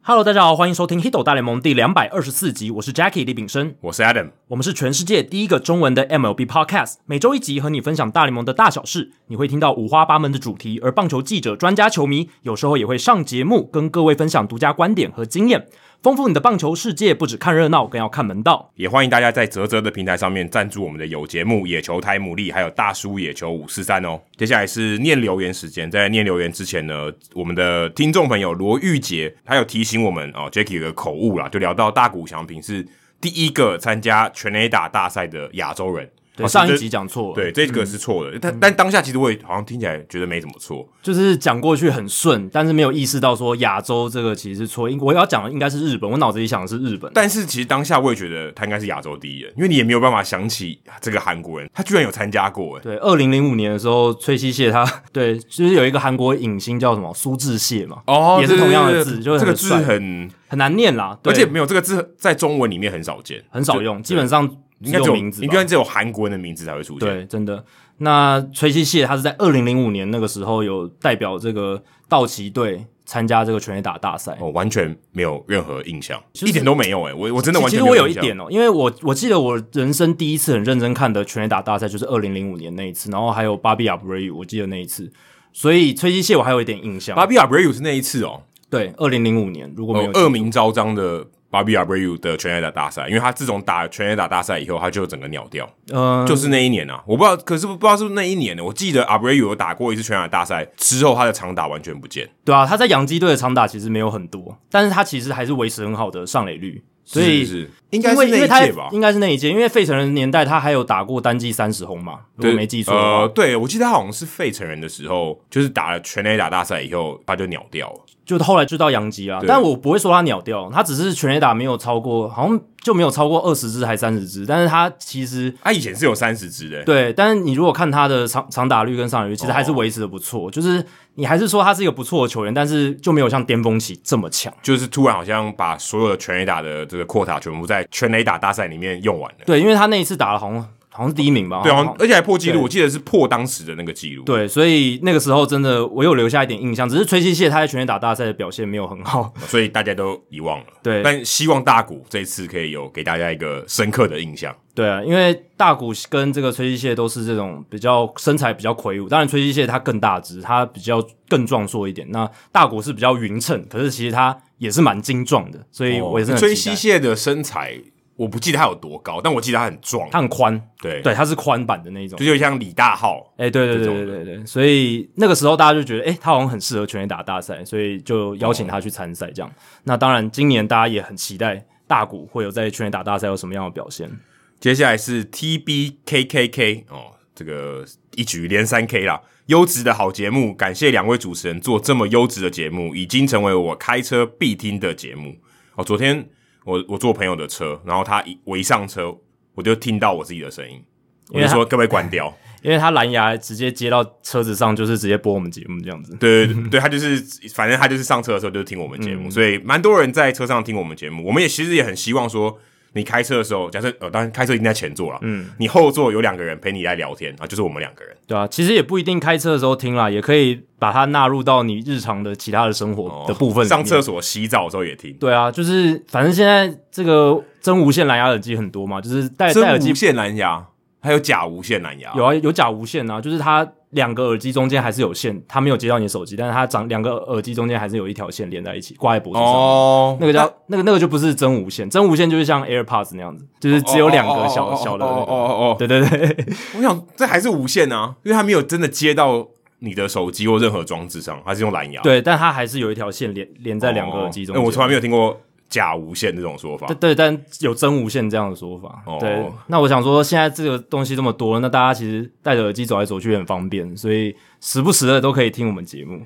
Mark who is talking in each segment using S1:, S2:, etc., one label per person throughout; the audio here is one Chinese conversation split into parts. S1: Hello，大家好，欢迎收听《h i t o 大联盟》第两百二十四集，我是 Jackie 李炳生，
S2: 我是 Adam。
S1: 我们是全世界第一个中文的 MLB Podcast，每周一集和你分享大联盟的大小事，你会听到五花八门的主题，而棒球记者、专家、球迷有时候也会上节目，跟各位分享独家观点和经验，丰富你的棒球世界。不只看热闹，更要看门道。
S2: 也欢迎大家在泽泽的平台上面赞助我们的有节目《野球台牡蛎》，还有大叔野球五四三哦。接下来是念留言时间，在念留言之前呢，我们的听众朋友罗玉杰他有提醒我们哦，Jacky 有个口误啦，就聊到大谷翔平是第一个参加全垒打大赛的亚洲人。
S1: 对，
S2: 哦
S1: 上一
S2: 这
S1: 集讲嗯错了，
S2: 对这个是错的，但但当下其实我也好像听起来觉得没怎么错。
S1: 就是讲过去很顺，但是没有意识到说亚洲这个其实是错。因我要讲的应该是日本，我脑子里想的是日本。
S2: 但是其实当下我也觉得他应该是亚洲第一人，因为你也没有办法想起这个韩国人，他居然有参加过、欸，
S1: 对，二零零五年的时候，崔西蟹他 对，就是有一个韩国影星叫什么苏志燮嘛，
S2: 哦
S1: 也是同样的字，就
S2: 这个字
S1: 很帅
S2: 很
S1: 很难念啦，对
S2: 而且没有这个字在中文里面很少见，
S1: 很少用，基本上
S2: 应该只有
S1: 名字吧，
S2: 应该只有韩国人的名字才会出现。
S1: 对，真的。那崔西蟹他是在二零零五年那个时候有代表这个道奇队参加这个全垒打大赛。
S2: 哦，完全没有任何印象，
S1: 实
S2: 一点都没有哎、我我真的完
S1: 其实
S2: 全没
S1: 我有
S2: 印
S1: 一
S2: 象，
S1: 点哦，因为我我记得我人生第一次很认真看的全垒打大赛就是二零零五年那一次，然后还有巴比亚布瑞，我记得那一次，所以崔西蟹我还有一点印象。
S2: 巴比亚 Breu 是那一次哦，
S1: 对，二零零五年如果没有
S2: 哦恶名昭彰的巴比亚 Breu 的全垒打大赛，因为他自从打全垒打大赛以后，他就整个鸟掉，
S1: 嗯，
S2: 就是那一年啊，我不知道，可是不知道是不是那一年欸呢？我记得 Abreu 有打过一次全垒打大赛之后，他的长打完全不见，
S1: 对啊，他在洋基队的长打其实没有很多，但是他其实还是维持很好的上垒率，所以
S2: 是是是应该
S1: 因为
S2: 是
S1: 因
S2: 那
S1: 为
S2: 一
S1: 他
S2: 届吧？
S1: 应该是那一届，因为费城人的年代他还有打过单季三十轰嘛，如果
S2: 对
S1: 没记错的话，
S2: 呃，对，我记得他好像是费城人的时候，就是打了全垒打大赛以后，他就鸟掉了。
S1: 就后来就到洋基啊。
S2: 对
S1: 但我不会说他鸟掉，他只是全垒打没有超过，好像就没有超过二十支还三十支，但是他其实。
S2: 他啊以前是有三十支的，
S1: 对，但是你如果看他的长长打率跟上垒率，其实
S2: 哦
S1: 还是维持的不错。就是你还是说他是一个不错的球员，但是就没有像巅峰期这么强。
S2: 就是突然好像把所有的全垒打的这个扩塔全部在全垒打大赛里面用完了。
S1: 对，因为他那一次打了好像好像是第一名吧，
S2: 对
S1: 好
S2: 啊
S1: 像，
S2: 而且还破纪
S1: 哦对
S2: 录，我记得是破当时的那个纪录。，
S1: 对，所以那个时候真的我有留下一点印象，只是崔西蟹他在全垒打大赛的表现没有很好。
S2: 所以大家都遗忘了。
S1: 对
S2: 但希望大谷这次可以有给大家一个深刻的印象。
S1: 对啊，因为大谷跟这个崔西蟹都是这种比较身材比较魁梧，当然崔西蟹他更大只，他比较更壮硕一点。那大谷是比较匀称，可是其实他也是蛮精壮的，所以我也是很
S2: 崔
S1: 期
S2: 哦西
S1: 待
S2: 蟹的身材，我不记得他有多高，但我记得他很壮。
S1: 他很宽，
S2: 对
S1: 对，，他是宽版的那一种
S2: 就。有点像李大浩。
S1: 哎、对对
S2: 这
S1: 对
S2: 种
S1: 对对对，所以那个时候大家就觉得，哎、他好像很适合全垒打大赛，所以就邀请他去参赛这样。那当然，今年大家也很期待大谷会有在全垒打大赛有什么样的表现。
S2: 接下来是 TBKKK 哦，这个一局连三 K 啦，优质的好节目，感谢两位主持人做这么优质的节目，已经成为我开车必听的节目哦。昨天我我坐朋友的车，然后他一我一上车，我就听到我自己的声音，我
S1: 为
S2: 就
S1: 他
S2: 说各位关掉，
S1: 因为他蓝牙直接接到车子上，就是直接播我们节目这样子。
S2: 对 对对，对他就是，反正他就是上车的时候就是听我们节
S1: 嗯
S2: 目，所以蛮多人在车上听我们节目。我们也其实也很希望说，你开车的时候，假设呃，当然开车一定在前座啦，嗯，你后座有两个人陪你来聊天啊，就是我们两个人。
S1: 对啊，其实也不一定开车的时候听啦，也可以把它纳入到你日常的其他的生活的部分、
S2: 哦上厕。所、洗澡的时候也听。
S1: 对啊，就是反正现在这个真无线蓝牙耳机很多嘛，就是戴戴耳
S2: 真
S1: 机
S2: 无线蓝牙，还有假无线蓝牙，
S1: 有啊有假无线啊，就是它两个耳机中间还是有线，它没有接到你的手机，但是它长两个耳机中间还是有一条线连在一起，挂在脖子上。
S2: 哦，
S1: 那个叫那个那个就不是真无线，真无线就是像 AirPods 那样子，就是只有两个小、小的、那
S2: 哦
S1: 个
S2: 哦哦哦，
S1: 对对对，
S2: 我想这还是无线啊，因为它没有真的接到你的手机或任何装置上，它是用蓝牙，，哦哎
S1: 对，但它还是有一条线连连在两个耳机中间。
S2: 我从来没有听过假无线这种说法
S1: 对。对，但有真无线这样的说法。
S2: 哦
S1: 对，那我想说，现在这个东西这么多，那大家其实戴着耳机走来走去也很方便，所以时不时的都可以听我们节目。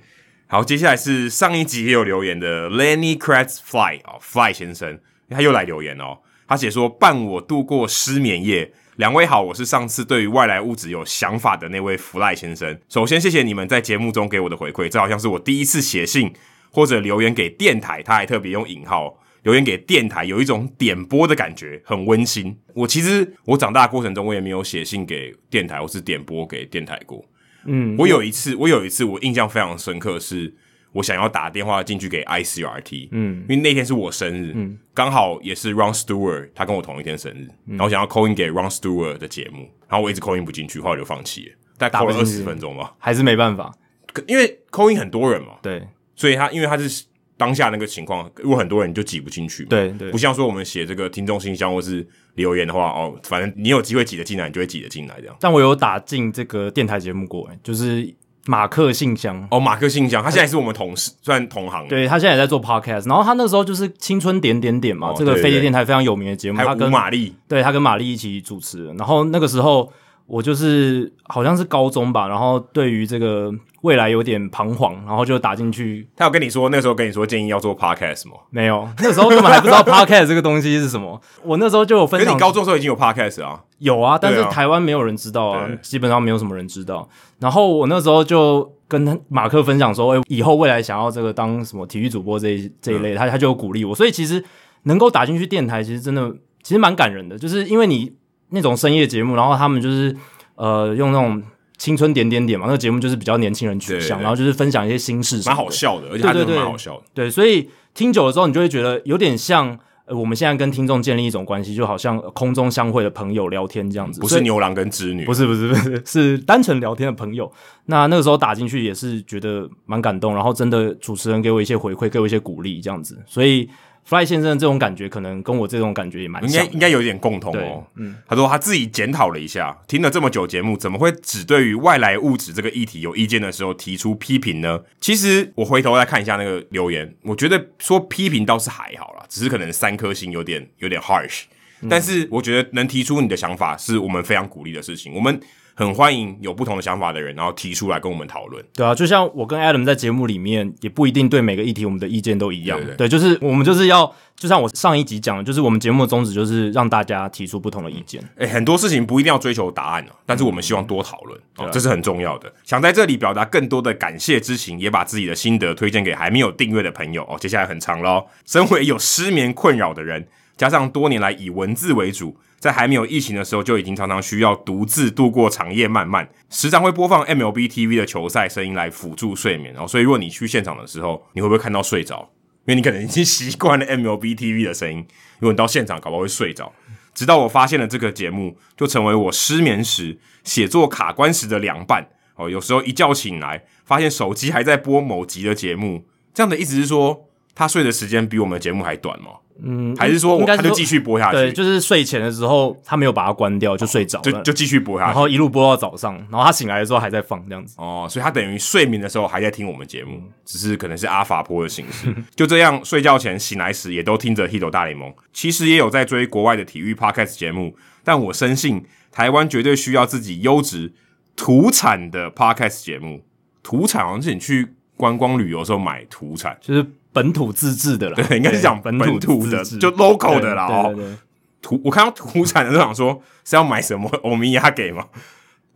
S2: 好，接下来是上一集也有留言的 Lenny Kratz Fly 哦，Fly 先生，他又来留言哦。他写说伴我度过失眠夜。两位好，我是上次对于外来物质有想法的那位 Fly 先生。首先谢谢你们在节目中给我的回馈，这好像是我第一次写信或者留言给电台，他还特别用引号留言给电台，有一种点播的感觉，很温馨。我其实我长大的过程中，我也没有写信给电台或是点播给电台过。
S1: 嗯，
S2: 我有一次，我有一次，我印象非常深刻是，我想要打电话进去给 ICRT，
S1: 嗯
S2: 因为那天是我生日，刚好也是 Ron Stewart 他跟我同一天生日，
S1: 嗯
S2: 然后我想要 call in 给 Ron Stewart 的节目，然后我一直 call in 不进去，后来就放弃了，大概
S1: 打
S2: call
S1: 不
S2: 了二
S1: 进去
S2: 十分钟吧，
S1: 还是没办法。
S2: 可因为 call in 很多人嘛，
S1: 对
S2: 所以他因为他是当下那个情况，如果很多人你就挤不进去嘛，
S1: 对对
S2: 不像说我们写这个听众信箱或是留言的话，哦，反正你有机会挤得进来，你就会挤得进来这样。
S1: 但我有打进这个电台节目过，欸就是马克信箱。
S2: 哦，马克信箱，他现在是我们同事，算同行，，
S1: 对他现在也在做 podcast，然后他那时候就是青春点点点嘛，
S2: 哦
S1: 这个
S2: 对
S1: 飞碟
S2: 对
S1: 电台非常有名的节目，
S2: 还
S1: 他
S2: 有吴
S1: 跟
S2: 玛丽，
S1: 对他跟玛丽一起主持的。然后那个时候我就是好像是高中吧，然后对于这个未来有点彷徨，然后就打进去，
S2: 他有跟你说那时候跟你说建议要做 podcast 吗？
S1: 没有，那时候根本还不知道 podcast 这个东西是什么。我那时候就有分
S2: 可是
S1: 享
S2: 你高中的时候已经有 podcast 了啊，
S1: 有啊，但是
S2: 对啊
S1: 台湾没有人知道啊
S2: 对，
S1: 基本上没有什么人知道。然后我那时候就跟他马克分享说，哎、以后未来想要这个当什么体育主播这一这一
S2: 嗯
S1: 类，他他就有鼓励我。所以其实能够打进去电台，其实真的其实蛮感人的，就是因为你那种深夜节目，然后他们就是呃用那种青春点点点嘛，那个节目就是比较年轻人取
S2: 对
S1: 向，
S2: 对对
S1: 然后就是分享一些心事什么
S2: 蛮
S1: 的，
S2: 好笑的，而且他
S1: 对对
S2: 真的
S1: 对
S2: 蛮好笑的。
S1: 对，所以听久了之后，你就会觉得有点像。呃，我们现在跟听众建立一种关系，就好像呃空中相会的朋友聊天这样子，
S2: 不
S1: 所以
S2: 是牛郎跟织女，
S1: 不是不是不是， 是单纯聊天的朋友。那那个时候打进去也是觉得蛮感动，然后真的主持人给我一些回馈，给我一些鼓励，这样子。所以 Fly 先生的这种感觉，可能跟我这种感觉也蛮
S2: 应
S1: 像
S2: 该
S1: 的。
S2: 应该有点共同
S1: 对
S2: 哦。嗯，他说他自己检讨了一下，听了这么久节目，怎么会只对于外来物质这个议题有意见的时候提出批评呢？其实我回头再看一下那个留言，我觉得说批评倒是还好啦，只是可能三颗星有点有点 harsh，、但
S1: 嗯
S2: 是我觉得能提出你的想法是我们非常鼓励的事情，我们很欢迎有不同的想法的人，然后提出来跟我们讨论。
S1: 对啊，就像我跟 Adam 在节目里面，也不一定对每个议题我们的意见都一样。
S2: 对对
S1: 就是我们就是要，就像我上一集讲的，就是我们节目的宗旨就是让大家提出不同的意见。
S2: 诶，很多事情不一定要追求答案哦，但是我们希望多讨论、哦，这是很重要的。想在这里表达更多的感谢之情，也把自己的心得推荐给还没有订阅的朋友哦。接下来很长喽。身为有失眠困扰的人，加上多年来以文字为主，在还没有疫情的时候就已经常常需要独自度过长夜漫漫，时常会播放 MLB TV 的球赛声音来辅助睡眠哦。所以，如果你去现场的时候，你会不会看到睡着？因为你可能已经习惯了 MLB TV 的声音，如果你到现场，搞不好会睡着。直到我发现了这个节目，就成为我失眠时、写作卡关时的良伴。哦，有时候一觉醒来，发现手机还在播某集的节目，这样的意思是说，他睡的时间比我们的节目还短吗？
S1: 嗯，
S2: 还是说
S1: 应
S2: 我
S1: 该
S2: 他
S1: 是
S2: 就
S1: 说
S2: 继续播下
S1: 对，
S2: 去，
S1: 就是睡前的时候他没有把它关掉，就睡着了，
S2: 就就继续播下
S1: 然
S2: 去？
S1: 后一路播到早上，然后他醒来的时候还在放这样子。
S2: 哦，所以他等于睡眠的时候还在听我们节目，只是可能是阿法波的形式。 就这样，睡觉前醒来时也都听着《h i t 大联盟》，其实也有在追国外的体育 podcast 节目，但我深信台湾绝对需要自己优质土产的 podcast 节目。土产好像是你去观光旅游的时候买土产，
S1: 就是本土自治的啦，
S2: 对应该是讲
S1: 本
S2: 本土的
S1: 自治
S2: 就 local 的啦
S1: 对
S2: 哦
S1: 对对对
S2: 土，我看到土产的时候想说是要买什么欧米亚给吗？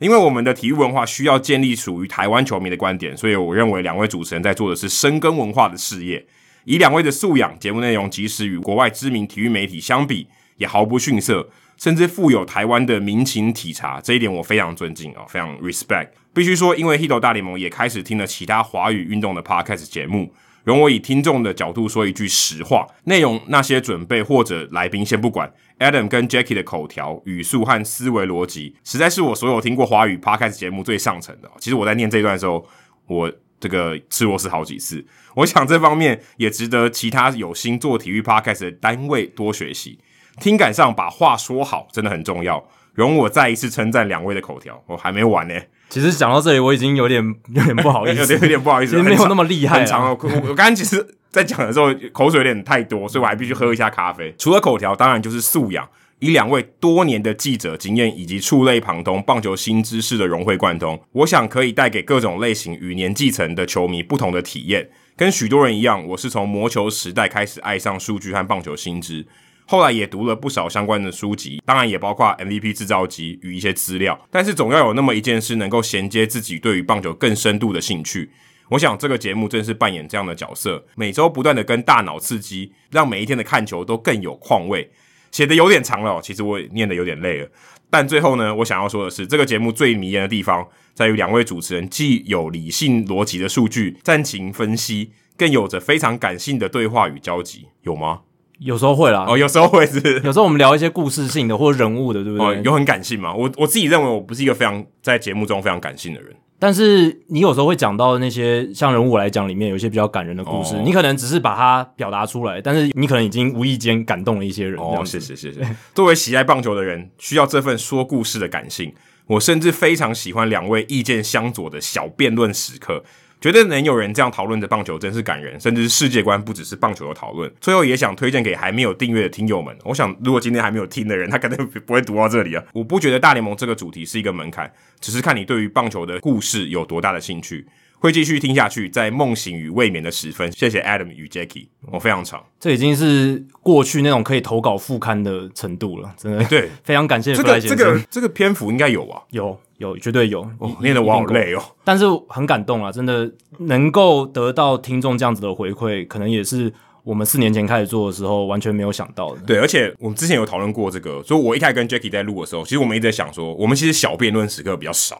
S2: 因为我们的体育文化需要建立属于台湾球迷的观点，所以我认为两位主持人在做的是深耕文化的事业。以两位的素养，节目内容即使与国外知名体育媒体相比，也毫不逊色，甚至富有台湾的民情体察。这一点我非常尊敬啊、非常 respect。必须说，因为《Hito 大联盟》也开始听了其他华语运动的 podcast 节目，容我以听众的角度说一句实话：内容那些准备或者来宾先不管，Adam 跟 Jackie 的口条、语速和思维逻辑，实在是我所有听过华语 podcast 节目最上乘的哦。其实我在念这一段的时候，我这个吃螺丝好几次。我想这方面也值得其他有心做体育 podcast 的单位多学习。听感上把话说好真的很重要。容我再一次称赞两位的口条，我、还没完呢、
S1: 其实讲到这里，我已经有点有点不好意
S2: 有
S1: 思
S2: 点，有点不好意
S1: 其
S2: 思，
S1: 实没
S2: 很
S1: 有
S2: 长
S1: 那么厉害
S2: 很
S1: 啊。
S2: 长哦。我我我刚刚其实，在讲的时候口水有点太多，所以我还必须喝一下咖啡。除了口条，当然就是素养。以两位多年的记者经验以及触类旁通棒球新知识的融会贯通，我想可以带给各种类型与年纪层的球迷不同的体验。跟许多人一样，我是从魔球时代开始爱上数据和棒球新知，后来也读了不少相关的书籍，当然也包括 MVP 制造机与一些资料。但是总要有那么一件事能够衔接自己对于棒球更深度的兴趣。我想这个节目正是扮演这样的角色，每周不断的跟大脑刺激，让每一天的看球都更有况味。写的有点长了哦，其实我也念的有点累了。但最后呢，我想要说的是，这个节目最迷人的地方在于两位主持人既有理性逻辑的数据战情分析，更有着非常感性的对话与交集，有吗？
S1: 有时候会啦，
S2: 哦，有时候会是
S1: 有时候我们聊一些故事性的或人物的，对不
S2: 哦
S1: 对？，
S2: 有很感性嘛？我我自己认为我不是一个非常在节目中非常感性的人。
S1: 但是你有时候会讲到那些像人物来讲里面有一些比较感人的故事，
S2: 哦
S1: 你可能只是把它表达出来，但是你可能已经无意间感动了一些人。这
S2: 哦
S1: 样，子
S2: 谢谢谢谢。作为喜爱棒球的人，需要这份说故事的感性。我甚至非常喜欢两位意见相左的小辩论时刻，觉得能有人这样讨论着棒球，真是感人，甚至是世界观不只是棒球的讨论。最后也想推荐给还没有订阅的听友们，我想如果今天还没有听的人，他可能不会读到这里啊。我不觉得大联盟这个主题是一个门槛，只是看你对于棒球的故事有多大的兴趣。会继续听下去，在梦醒与未眠的时分。谢谢 Adam 与 Jackie，我、非常长。
S1: 这已经是过去那种可以投稿副刊的程度了，真的。
S2: 对，
S1: 非常感谢
S2: 这
S1: 弗莱
S2: 个
S1: 先
S2: 这
S1: 生。
S2: 个这个篇幅应该有啊，
S1: 有有绝对有，
S2: 哦
S1: 一，
S2: 念得我好，累哦。
S1: 但是很感动啊！真的能够得到听众这样子的回馈，可能也是我们四年前开始做的时候完全没有想到的。
S2: 对，而且我们之前有讨论过这个，所以我一开始跟 Jacky 在录的时候，其实我们一直在想说，我们其实小辩论时刻比较少，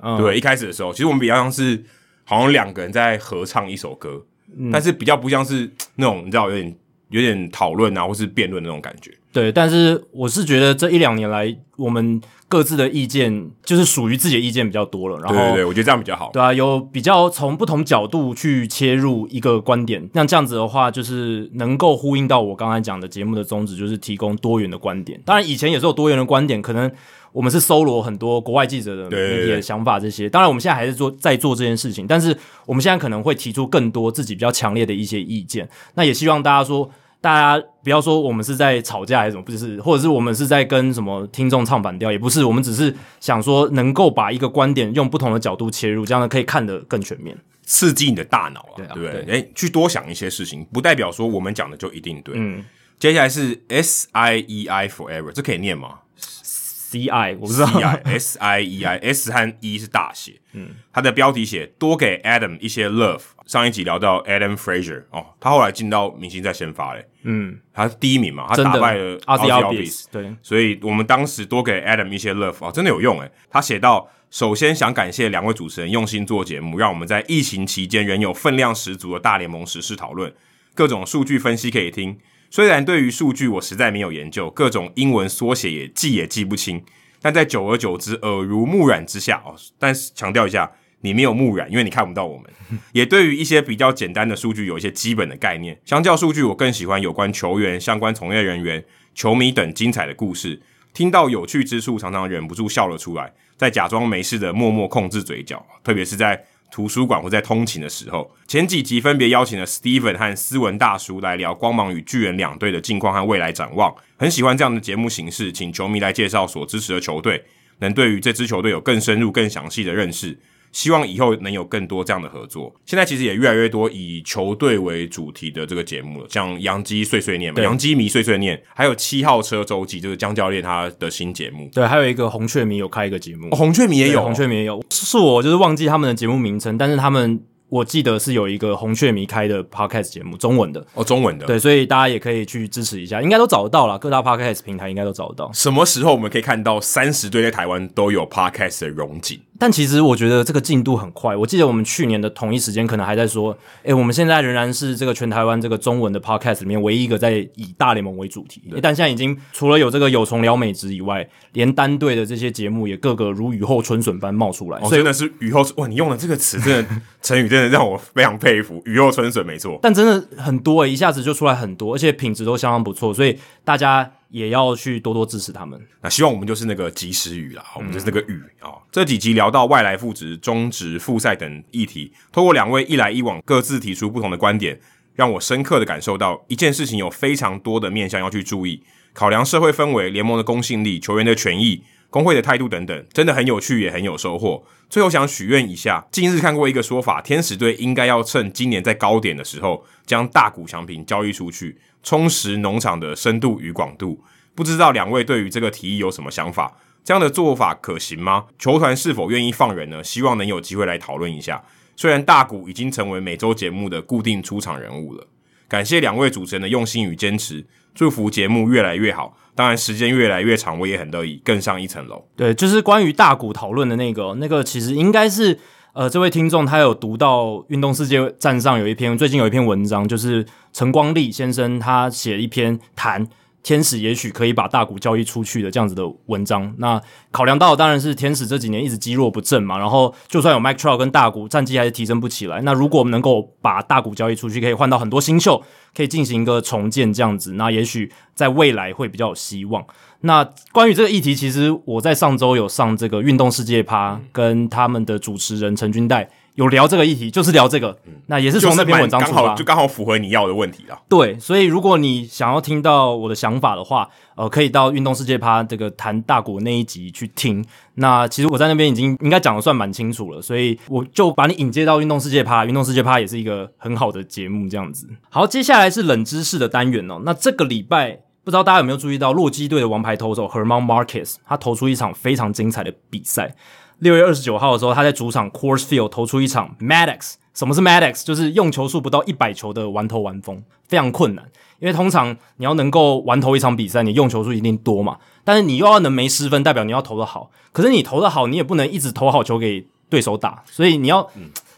S2: 啊
S1: 嗯
S2: 对，一开始的时候，其实我们比较像是好像两个人在合唱一首歌，
S1: 嗯
S2: 但是比较不像是那种你知道有点有点讨论啊，或是辩论那种感觉。
S1: 对，但是我是觉得这一两年来，我们各自的意见就是属于自己的意见比较多了，然
S2: 对
S1: 后
S2: 对对，我觉得这样比较好。
S1: 对啊，有比较从不同角度去切入一个观点，那这样子的话，就是能够呼应到我刚才讲的节目的宗旨，就是提供多元的观点。当然，以前也是有多元的观点，可能我们是搜罗很多国外记者的
S2: 对对对
S1: 媒体的想法这些。当然，我们现在还是做在做这件事情，但是我们现在可能会提出更多自己比较强烈的一些意见。那也希望大家说。大家不要说我们是在吵架还是什么，不是，或者是我们是在跟什么听众唱反调，也不是，我们只是想说能够把一个观点用不同的角度切入，这样可以看得更全面。
S2: 嗯刺激你的大脑
S1: 对
S2: 了，
S1: 啊
S2: 对不对？哎，去多想一些事情，不代表说我们讲的就一定对。
S1: 嗯
S2: 接下来是 S I E I Forever，这可以念吗？
S1: C I 我不 知道
S2: E I S I E I S 和 E 是大写，嗯，它的标题写多给 Adam 一些 love。上一集聊到 Adam Fraser 哦，他后来进到明星赛先发嘞，嗯，他是第一名嘛，他
S1: 真
S2: 打
S1: 的
S2: 败了
S1: Ozzy
S2: Ozzy
S1: Albies，对
S2: 所以我们当时多给 Adam 一些 love 啊，真的有用诶。他写到，首先想感谢两位主持人用心做节目，让我们在疫情期间仍有分量十足的大联盟时事讨论，各种数据分析可以听。虽然对于数据我实在没有研究，各种英文缩写也记也记不清，但在久而久之耳濡目染之下哦，但是强调一下，你没有目染，因为你看不到我们。也对于一些比较简单的数据有一些基本的概念。相较数据，我更喜欢有关球员、相关从业人员、球迷等精彩的故事。听到有趣之处，常常忍不住笑了出来，再假装没事的默默控制嘴角，特别是在图书馆或在通勤的时候。前几集分别邀请了 Steven 和斯文大叔来聊光芒与巨人两队的近况和未来展望，很喜欢这样的节目形式，请球迷来介绍所支持的球队，能对于这支球队有更深入、更详细的认识。希望以后能有更多这样的合作。现在其实也越来越多以球队为主题的这个节目了，像杨基碎碎念嘛，
S1: 对
S2: 杨基迷碎碎念，还有七号车周记，就是江教练他的新节目。
S1: 对，还有一个红雀迷有开一个节目，
S2: 哦、红雀迷也
S1: 对
S2: 有哦
S1: 红雀迷也有，是我就是忘记他们的节目名称，但是他们我记得是有一个红雀迷开的 podcast 节目，中文的，
S2: 哦，中文的。，
S1: 对，所以大家也可以去支持一下，应该都找得到啦，各大 podcast 平台应该都找得到。
S2: 什么时候我们可以看到三十队在台湾都有 podcast 的荣景？
S1: 但其实我觉得这个进度很快。我记得我们去年的同一时间，可能还在说，诶，我们现在仍然是这个全台湾这个中文的 podcast 里面唯一一个在以大联盟为主题。但现在已经除了有这个有从聊美职以外，连单队的这些节目也各个如雨后春笋般冒出来。
S2: 哦，
S1: 所以，
S2: 真的是雨后哇！你用了这个词，真的成语真的让我非常佩服。雨后春笋，没错。
S1: 但真的很多欸诶、一下子就出来很多，而且品质都相当不错，所以大家也要去多多支持他们。
S2: 那希望我们就是那个及时雨啦，我们就是那个雨啊、这几集聊到外来复职、中职、复赛等议题，透过两位一来一往各自提出不同的观点，让我深刻的感受到一件事情有非常多的面向要去注意，考量社会氛围、联盟的公信力、球员的权益。工会的态度等等，真的很有趣，也很有收获。最后想许愿一下，近日看过一个说法，天使队应该要趁今年在高点的时候，将大谷翔平交易出去，充实农场的深度与广度。不知道两位对于这个提议有什么想法？这样的做法可行吗？球团是否愿意放人呢？希望能有机会来讨论一下。虽然大谷已经成为每周节目的固定出场人物了，感谢两位主持人的用心与坚持，祝福节目越来越好。当然，时间越来越长，我也很乐意更上一层楼。
S1: 对，就是关于大股讨论的那个，那个其实应该是呃，这位听众他有读到《运动世界站》上有一篇，最近有一篇文章，就是陈光利先生他写一篇谈天使也许可以把大股交易出去的这样子的文章。那考量到当然是天使这几年一直积弱不振嘛，然后就算有 Mike Trout 跟大股战绩还是提升不起来。那如果我们能够把大股交易出去，可以换到很多新秀，可以进行一个重建这样子，那也许在未来会比较有希望。那关于这个议题，其实我在上周有上这个运动世界
S2: 嗯
S1: 趴，跟他们的主持人陈君代有聊这个议题，就是聊这个。那也是
S2: 嗯就
S1: 从
S2: 是
S1: 那篇文章
S2: 蛮
S1: 出
S2: 刚
S1: 发
S2: 好就。刚好符合你要的问题啊。
S1: 对，所以如果你想要听到我的想法的话，呃，可以到运动世界趴这个谈大国那一集去听。那其实我在那边已经应该讲的算蛮清楚了，所以我就把你引介到运动世界趴。运动世界趴也是一个很好的节目，这样子。好，接下来是冷知识的单元哦。那这个礼拜不知道大家有没有注意到，洛基队的王牌投手 Herman Marquez 他投出一场非常精彩的比赛。六月二十九号的时候，他在主场 Coors Field 投出一场 Maddox。什么是 Maddox？就是用球数不到一百球的完投完封，非常困难。因为通常你要能够完投一场比赛，你用球数一定多嘛，但是你又要能没失分，代表你要投的好。可是你投的好，你也不能一直投好球给对手打，所以你要、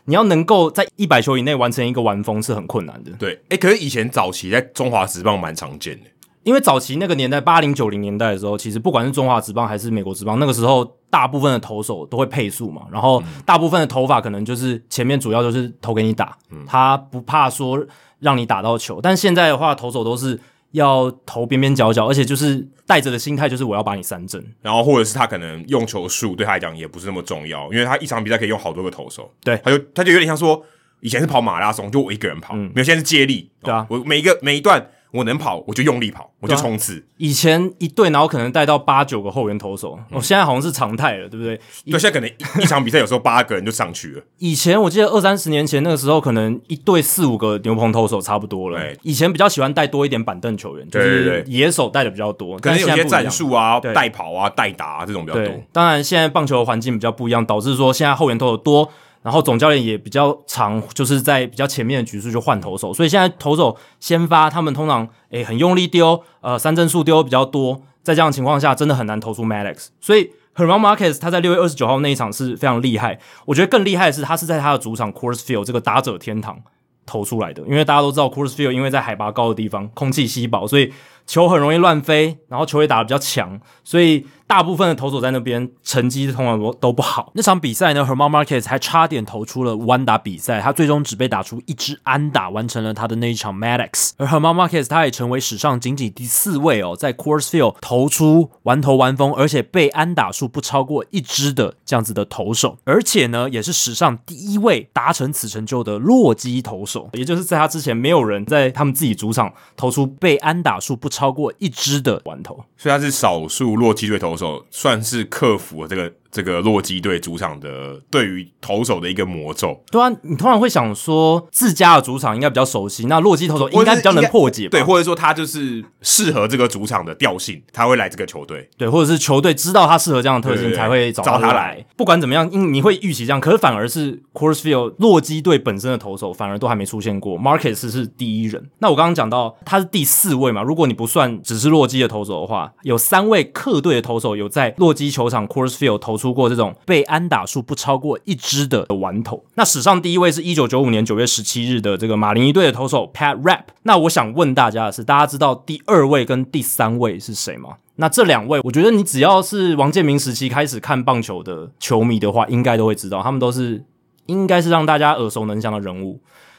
S1: 你要能够在一百球以内完成一个完封是很困难的。
S2: 对，哎、可是以前早期在中华职棒蛮常见的，
S1: 因为早期那个年代，八零九零年代的时候，其实不管是中华职棒还是美国职棒，那个时候大部分的投手都会配速嘛，然后大部分的投法可能就是前面主要就是投给你打，他不怕说让你打到球。但现在的话，投手都是要投边边角角，而且就是带着的心态就是我要把你三振。
S2: 然后或者是他可能用球数对他来讲也不是那么重要，因为他一场比赛可以用好多个投手，
S1: 对
S2: 他就他就有点像说以前是跑马拉松，就我一个人跑，没有现在是接力，
S1: 嗯对啊
S2: 哦我每一个每一段我能跑我就用力跑，我就
S1: 对啊
S2: 冲刺，
S1: 以前一队，然后可能带到八九个后援投手，哦，现在好像是常态了，对不对？
S2: 对，现在可能一一场比赛有时候八个人就 上去了，
S1: 以前我记得二三十年前那个时候，可能一队四五个牛棚投手差不多了。
S2: 对
S1: 以前比较喜欢带多一点板凳球员，就
S2: 对对
S1: 是
S2: 对
S1: 野手带的比较多，
S2: 可能有
S1: 但现
S2: 些
S1: 在不一
S2: 战
S1: 样。
S2: 术啊、
S1: 对
S2: 带跑啊、带打啊这种比较多
S1: 对，，当然现在棒球的环境比较不一样，导致说现在后援投手多，然后总教练也比较常就是在比较前面的局数就换投手，所以现在投手先发他们通常诶、很用力丢，呃三振数丢比较多，在这样的情况下真的很难投出 Maddox，所以。Herman Marquez 他在六月二十九号那一场是非常厉害，我觉得更厉害的是他是在他的主场 Coors Field 这个打者天堂投出来的，因为大家都知道 Coors Field 因为在海拔高的地方，空气稀薄，所以球很容易乱飞，然后球也打得比较强，所以大部分的投手在那边成绩通常都都不好。那场比赛呢，Herman Marquez 还差点投出了弯打比赛，他最终只被打出一支安打，完成了他的那一场 Maddox。而 Herman Marquez 他也成为史上仅仅第四位哦，在 Coors Field 投出完投完封，而且被安打数不超过一支的这样子的投手，而且呢，也是史上第一位达成此成就的洛基投手，也就是在他之前没有人在他们自己主场投出被安打数不超过一支的完投。
S2: 所以他是少数洛基队投手，算是克服了这个这个洛基队主场的对于投手的一个魔咒。
S1: 对啊，你通常会想说自家的主场应该比较熟悉，那洛基投手应
S2: 或者
S1: 该
S2: 是
S1: 比较能破解吧？
S2: 对，或者说他就是适合这个主场的调性，他会来这个球队。
S1: 对，或者是球队知道他适合这样的特性
S2: 对对对
S1: 才会找
S2: 找他
S1: 他
S2: 来。
S1: 不管怎么样，因你会预期这样，可是反而是 Coors Field 洛基队本身的投手反而都还没出现过，Marcus 是第一人。那我刚刚讲到他是第四位嘛，如果你不算只是洛基的投手的话，有三位客队的投手有在洛基球场 Coors Field 投出过这种被安打数不超过一支的完投。那史上第一位是一九九五年九月十七日的这个马林鱼队的投手 Pat Rap。那我想问大家的是，大家知道第二位跟第三位是谁吗？那这两位，我觉得你只要是王建民时期开始看棒球的球迷的话，应该都会知道，他们都是应该是让大家耳熟能详的人物。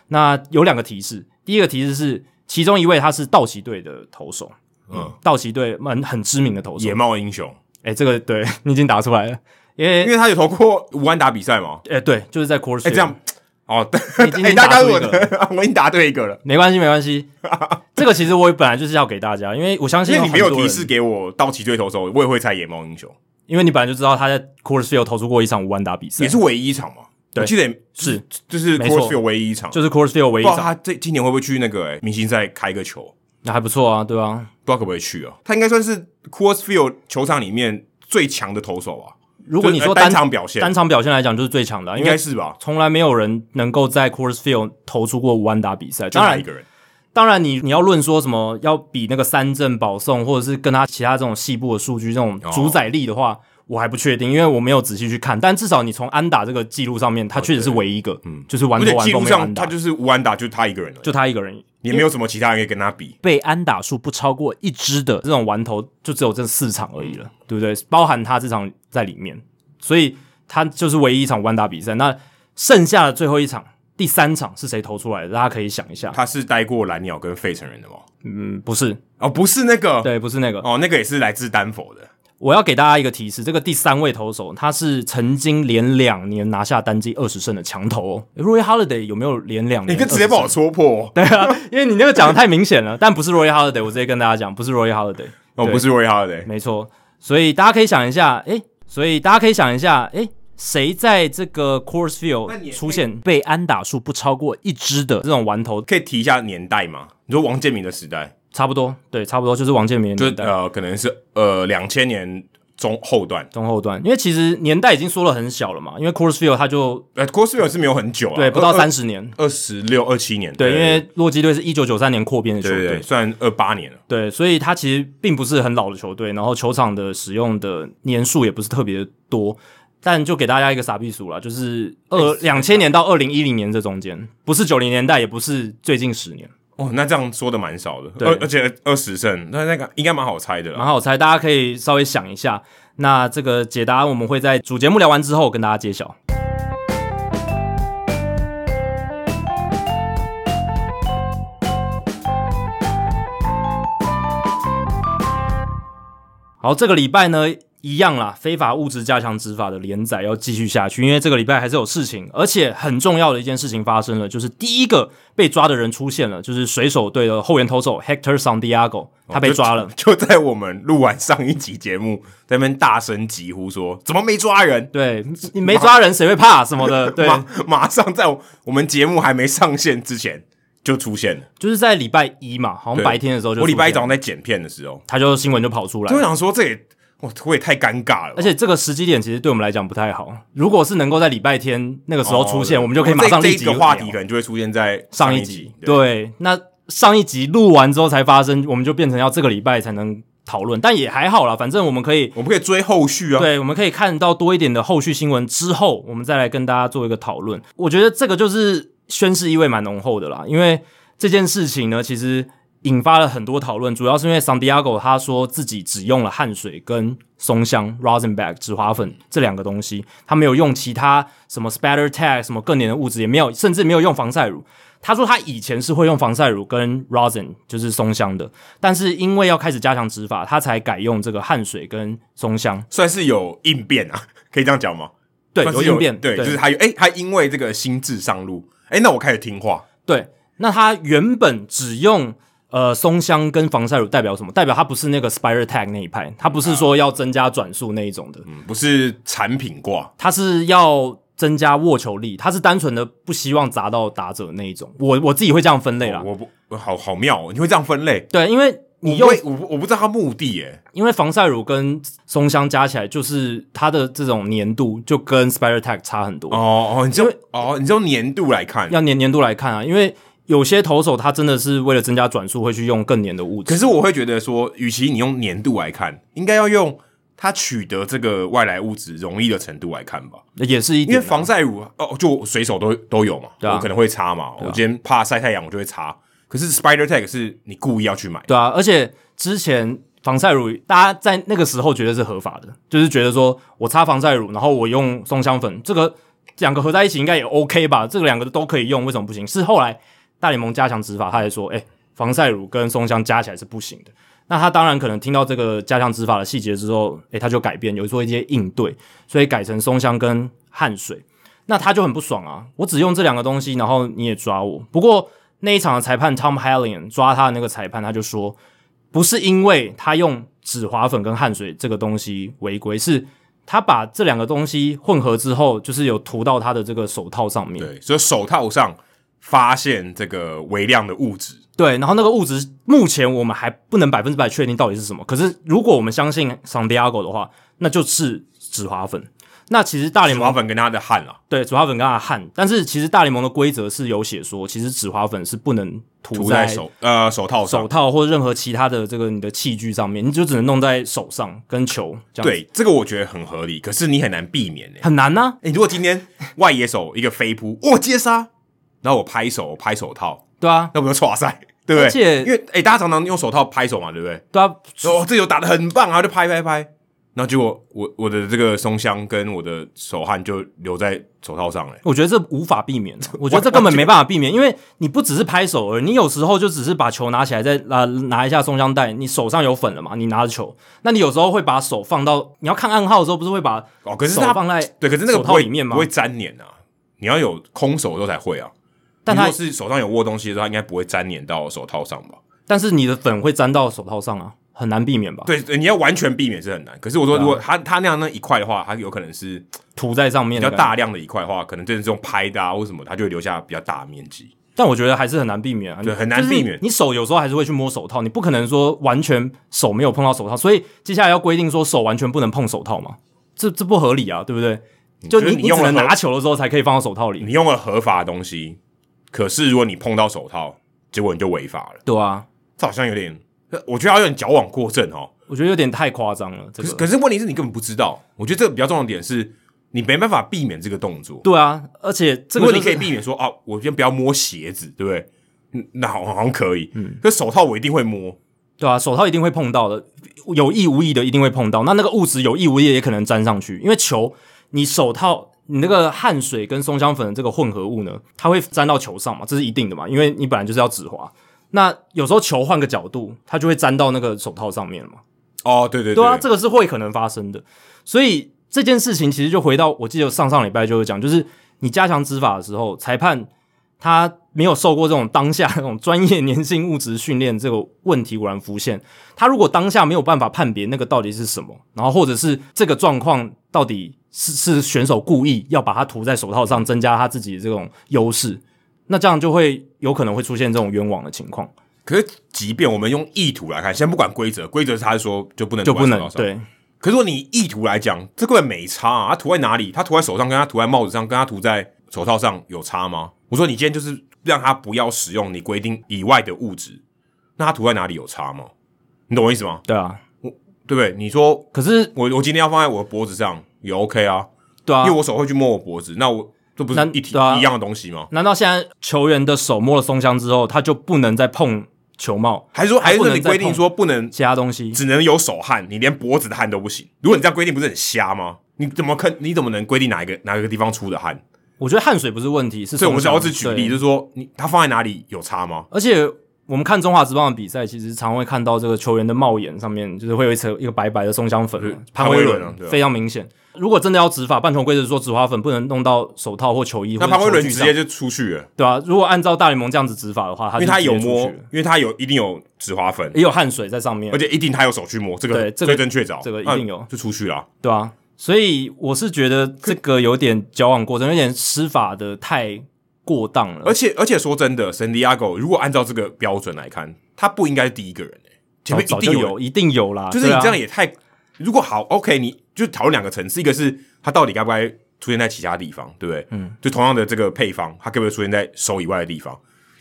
S1: 那有两个提示，第一个提示是，其中一位他是道奇队的投手，
S2: 嗯，
S1: 道奇队蛮很知名的投手
S2: 野。猫英雄，
S1: 哎、这个对你已经答出 来了，因为
S2: 因为他有投过五安打比赛嘛。
S1: 哎、对，就是在 Coors，
S2: 哎、
S1: Field
S2: 这样哦，对，
S1: 你已经
S2: 哎、大
S1: 答
S2: 家
S1: 出
S2: 我
S1: 一个
S2: 我已经答对一个了，
S1: 没关系没关系，这个其实我本来就是要给大家，因为我相信
S2: 因为你没有
S1: 很多
S2: 提
S1: 人
S2: 示给我道奇队投手，我也会猜野猫英雄，
S1: 因为你本来就知道他在 Coors Field 投出过一场无安打比赛，
S2: 也是唯一一场嘛。
S1: 对
S2: 我记得
S1: 是
S2: 就是
S1: 没错
S2: Crossfield 唯一一场，
S1: 就是 Coors Field 唯一
S2: 不知
S1: 一
S2: 道
S1: 场，
S2: 他这今年会不会去那个、哎明星赛开个球，
S1: 那还不错啊，对吧、
S2: 不知道可不可以去啊？他应该算是 Crossfield 球场里面最强的投手啊，
S1: 如果你说
S2: 就是呃
S1: 单
S2: 单场表现
S1: 单场表现来讲就是最强的啊、
S2: 应
S1: 因
S2: 该
S1: 为
S2: 是吧？
S1: 从来没有人能够在 Coors Field 投出过无安打比赛。
S2: 就
S1: 当
S2: 他
S1: 然
S2: 一，个人，
S1: 当然你，你要论说什么要比那个三振保送，或者是跟他其他这种细部的数据这种主宰力的
S2: 哦
S1: 话，我还不确定，因为我没有仔细去看。但至少你从安打这个记录上面，他确实是唯一一个，嗯，就是完
S2: 而
S1: 投
S2: 且
S1: 完
S2: 记
S1: 都
S2: 录
S1: 没有
S2: 上
S1: 安
S2: 他
S1: 打，
S2: 就是无安打，就他一个人了，
S1: 就他一个人
S2: 也没有什么其他人可以跟他比。
S1: 被安打数不超过一支的这种完投，就只有这四场而已了，对不对？包含他这场在里面，所以他就是唯一一场完打比赛。那剩下的最后一场，第三场是谁投出来的？大家可以想一下。
S2: 他是待过蓝鸟跟费城人的吗？
S1: 嗯，不是，
S2: 哦，不是那个，
S1: 对，不是那个。
S2: 哦，那个也是来自丹佛的。
S1: 我要给大家一个提示，这个第三位投手他是曾经连两年拿下单季二十胜的强投哦。Roy Holiday 有没有连两
S2: 你
S1: 年？
S2: 可直接把我戳破哦，
S1: 对啊，因为你那个讲的太明显了，但不是 Roy Holiday，我直接跟大家讲，不是 Roy Holiday，
S2: 哦，不是瑞哈的，
S1: 没错。所以大家可以想一下，诶、所以大家可以想一下，诶、谁在这个 Course
S2: 那你
S1: Field 出现被安打数不超过一支的这种完投，
S2: 可以提一下年代吗？你说王建民的时代，
S1: 差不多，对，差不多就是王建民的
S2: 就
S1: 年代
S2: 呃，可能是呃两千年中后段，
S1: 中后段，因为其实年代已经缩了很小了嘛，因为 Course Field 它就
S2: 呃 c o s p i 是没有很久啊，
S1: 对不到
S2: 二
S1: 三十年，
S2: 二十六二七年，
S1: 对，因为洛基队是一九九三年扩编的球
S2: 对
S1: 队，
S2: 对对，算二八年了，
S1: 对所以它其实并不是很老的球队，然后球场的使用的年数也不是特别多，但就给大家一个傻逼数啦，就是二两千年到二零一零年这中间，不是九零年代，也不是最近十年，
S2: 哦，那这样说的蛮少的，
S1: 对啊
S2: 而而且二十胜，那那个应该蛮好猜的啦
S1: 蛮。好猜，大家可以稍微想一下。那这个解答我们会在主节目聊完之后跟大家揭晓。好，这个礼拜呢，一样啦，非法物质加强执法的连载要继续下去，因为这个礼拜还是有事情，而且很重要的一件事情发生了，就是第一个被抓的人出现了，就是水手队的后援投手 Hector Santiago，他
S2: 哦
S1: 被抓了。
S2: 就，就在我们录完上一集节目，在那边大声疾呼说：“怎么没抓人
S1: 对你没抓人，谁会怕什么的？？”对，
S2: 马马上在我我们节目还没上线之前就出现了。
S1: 就是在礼拜一嘛，好像
S2: 对
S1: 白天的时候哦就
S2: 我礼拜一
S1: 出现
S2: 早上在剪片的时候，
S1: 他就新闻就跑出来
S2: 就，想说这也我我也太尴尬了吧，
S1: 而且这个时机点其实对我们来讲不太好。如果是能够在礼拜天那个时候出现，
S2: 哦
S1: 我们就可以马上
S2: 这
S1: 立
S2: 这
S1: 即
S2: 个话题
S1: 聊
S2: 可能就会出现在
S1: 上
S2: 一
S1: 一集。
S2: 对，
S1: 对，那上一集录完之后才发生，我们就变成要这个礼拜才能讨论，但也还好啦，反正我们可以。
S2: 我们可以追后续啊。
S1: 对，我们可以看到多一点的后续新闻之后，我们再来跟大家做一个讨论。我觉得这个就是宣誓意味蛮浓厚的啦，因为这件事情呢，其实引发了很多讨论，主要是因为 San Diego 他说自己只用了汗水跟松香 （Rosenbach） 止滑粉这两个东西，他没有用其他什么 spatter tag 什么更粘的物质，也没有，甚至没有用防晒乳。他说他以前是会用防晒乳跟 rosin，就是松香的，但是因为要开始加强执法，他才改用这个汗水跟松香。
S2: 算是有应变啊， 可以这样讲吗？
S1: 对，
S2: 算
S1: 有
S2: 是
S1: 应变，
S2: 对，就是他有，哎、他因为这个心智上路，哎、那我开始听话，
S1: 对。那他原本只用呃松香跟防晒乳代表什么？代表他不是那个 spiral tag 那一派，他不是说要增加转速那一种的，
S2: 嗯，不是产品挂，
S1: 他是要增加握球力，他是单纯的不希望砸到打者那一种。我我自己会这样分类啦，
S2: 哦我不，我好好妙、哦，你会这样分类？
S1: 对，因为啊你
S2: 我
S1: 用
S2: 不会，我不我不知道他目的耶，
S1: 因为防晒乳跟松香加起来，就是它的这种粘度就跟 Spider Tag 差很多。
S2: 哦哦，你就哦，你就年度来看，
S1: 要粘粘度来看啊，因为有些投手他真的是为了增加转速，会去用更粘的物质。
S2: 可是我会觉得说，与其你用年度来看，应该要用它取得这个外来物质容易的程度来看吧。
S1: 也是一
S2: 因为
S1: 点啊、
S2: 防晒乳哦，就我随手都都有嘛，
S1: 对啊
S2: 我可能会擦嘛，我今天怕晒太阳，我就会擦。可是 Spider Tag 是你故意要去买，
S1: 对啊，而且之前防晒乳，大家在那个时候觉得是合法的，就是觉得说我擦防晒乳，然后我用松香粉，这个两个合在一起应该也 OK 吧？这个两个都可以用，为什么不行？是后来大联盟加强执法，他还说，哎、防晒乳跟松香加起来是不行的。那他当然可能听到这个加强执法的细节之后，诶、他就改变，有做一些应对，所以改成松香跟汗水。那他就很不爽啊！我只用这两个东西，然后你也抓我。不过那一场的裁判 Tom Hallian 抓他的那个裁判，他就说，不是因为他用止滑粉跟汗水这个东西违规，是他把这两个东西混合之后，就是有涂到他的这个手套上面。
S2: 对，所以手套上发现这个微量的物质，
S1: 对，然后那个物质目前我们还不能百分之百确定到底是什么。可是如果我们相信 San Diego 的话，那就是止滑粉。那其实大联
S2: 脂
S1: 盟
S2: 肪粉跟它的汗啦，啊
S1: 对止滑粉跟阿汗，但是其实大联盟的规则是有写说，其实止滑粉是不能涂
S2: 涂在手呃手套上
S1: 手。套或任何其他的这个你的器具上面，你就只能弄在手上跟球这样。，
S2: 对，这个我觉得很合理，可是你很难避免呢、欸哎
S1: 很难啊呐、
S2: 你、如果今天外野手一个飞扑，我接杀，然后我拍手，我拍手套，
S1: 对啊，
S2: 那不就错赛，对不对？
S1: 而且
S2: 因为哎、大家常常用手套拍手嘛，对不对？
S1: 对啊，
S2: 说哦，这球打的很棒，然后就拍拍拍，然后结果我我的这个松香跟我的手汗就留在手套上了、
S1: 我觉得这无法避 免，我觉得这根本没办法避免，因为你不只是拍手而已，你有时候就只是把球拿起来再啊、拿一下松香带，你手上有粉了嘛，你拿着球，那你有时候会把手放到你要看暗号的时候，不是会把
S2: 哦，可是
S1: 手
S2: 它
S1: 放在
S2: 对，可是那个
S1: 手
S2: 不
S1: 套
S2: 会
S1: 里面吗
S2: 不会粘黏啊，你要有空手的时候才会啊。
S1: 但
S2: 你
S1: 它
S2: 如果是手上有握东西的时候，它应该不会粘黏到手套上吧？
S1: 但是你的粉会沾到手套上啊，很难避免吧？
S2: 对，对你要完全避免是很难。可是我说，
S1: 对啊
S2: 如果它它那样那一块的话，它有可能是
S1: 涂在上面
S2: 比
S1: 的感
S2: 较
S1: 觉
S2: 大量的一块的话，可能真的是用拍的啊或什么，它就会留下比较大的面积。
S1: 但我觉得还是很难避免啊，
S2: 对
S1: 你
S2: 很难避免
S1: 就是你手有时候还是会去摸手套，你不可能说完全手没有碰到手套，所以接下来要规定说手完全不能碰手套嘛，这这不合理啊，对不对？就
S2: 嗯就是
S1: 你
S2: 你
S1: 你
S2: 用
S1: 只
S2: 了嗯
S1: 能
S2: 合
S1: 拿球的时候才可以放到手套里，
S2: 你用了合法的东西，可是如果你碰到手套，结果你就违法了。
S1: 对啊，
S2: 这好像有点，我觉得它有点矫枉过正哦。
S1: 我觉得有点太夸张了，这
S2: 可是
S1: 个
S2: 可是问题是你根本不知道。我觉得这个比较重要的点是，你没办法避免这个动作。
S1: 对啊，而且这
S2: 如
S1: 个
S2: 果
S1: 就
S2: 你
S1: 是
S2: 可以避免说啊，我先不要摸鞋子，对不对？嗯，那好好像可以。嗯，可手套我一定会摸。
S1: 对啊，手套一定会碰到的，有意无意的一定会碰到。那那个物质有意无意地也可能沾上去，因为球，你手套你那个汗水跟松香粉的这个混合物呢，它会沾到球上嘛，这是一定的嘛，因为你本来就是要止滑。那有时候球换个角度，它就会沾到那个手套上面了嘛。
S2: 哦，对对
S1: 对啊，这个是会可能发生的。所以这件事情其实就回到我记得上上礼拜就有讲，就是你加强执法的时候，裁判他没有受过这种当下那种专业粘性物质训练，这个问题果然浮现。他如果当下没有办法判别那个到底是什么，然后或者是这个状况到底是 是选手故意要把它涂在手套上，增加他自己的这种优势。那这样就会有可能会出现这种冤枉的情况，
S2: 可是即便我们用意图来看，先不管规则，规则是他说就不能
S1: 就
S2: 涂在
S1: 不
S2: 手
S1: 能
S2: 套上。
S1: 对
S2: 可是如果你意图来讲，这根本没差啊！它涂在哪里？它涂在手上，跟它涂在帽子上，跟它涂在手套上有差吗？我说你今天就是让它不要使用你规定以外的物质，那它涂在哪里有差吗？你懂我意思吗？
S1: 对啊。
S2: 对不对？你说
S1: 可是
S2: 我我今天要放在我的脖子上也 OK 啊，
S1: 对啊，
S2: 因为我手会去摸我脖子，那我这不是
S1: 那
S2: 一体、
S1: 对啊
S2: 一样的东西吗？
S1: 难道现在球员的手摸了松香之后，他就不能再碰球帽
S2: 还是说还是
S1: 不
S2: 说
S1: 能
S2: 你
S1: 再
S2: 规定
S1: 碰
S2: 说不能
S1: 其他东西？
S2: 只能有手汗，你连脖子的汗都不行？如果你这样规定，不是很瞎吗？你怎么看？你怎么能规定哪一个哪个地方出的汗？
S1: 我觉得汗水不是问题，是
S2: 所以我
S1: 松
S2: 们
S1: 香
S2: 要是举例，就
S1: 对
S2: 是说你它放在哪里有差吗？
S1: 而且我们看中华职棒的比赛，其实常会看到这个球员的帽檐上面就是会有一层一个白白的松香粉嘛
S2: 嗯，
S1: 潘
S2: 潘威
S1: 威
S2: 伦啊
S1: 伦
S2: 对啊
S1: 非常明显。如果真的要执法，半球规则说止滑粉不能弄到手套或球衣，或
S2: 那
S1: 者
S2: 潘威伦
S1: 球具
S2: 直
S1: 上
S2: 接就出去了，
S1: 对啊，如果按照大联盟这样子执法的话，他就
S2: 因为他
S1: 直接
S2: 有
S1: 出
S2: 摸
S1: 去了，
S2: 因为他有一定有止滑粉，
S1: 也有汗水在上面
S2: 而，且一定他有手去摸，这个
S1: 对这个
S2: 最真确凿，
S1: 这个一
S2: 那
S1: 定有
S2: 就出去了。
S1: 对啊，所以我是觉得这个有点矫枉过正，有点施法的太过当了。
S2: 而且而且说真的，San Diego 如果按照这个标准来看，他不应该是第一个人、欸，前面
S1: 哦早
S2: 一
S1: 就
S2: 定人
S1: 有，一定有啦。
S2: 就是你
S1: 对啊
S2: 这样也太……如果好，OK，你就讨论两个层次，一个是它到底该不该出现在其他地方，对不对？嗯，就同样的这个配方，它该不该出现在手以外的地方？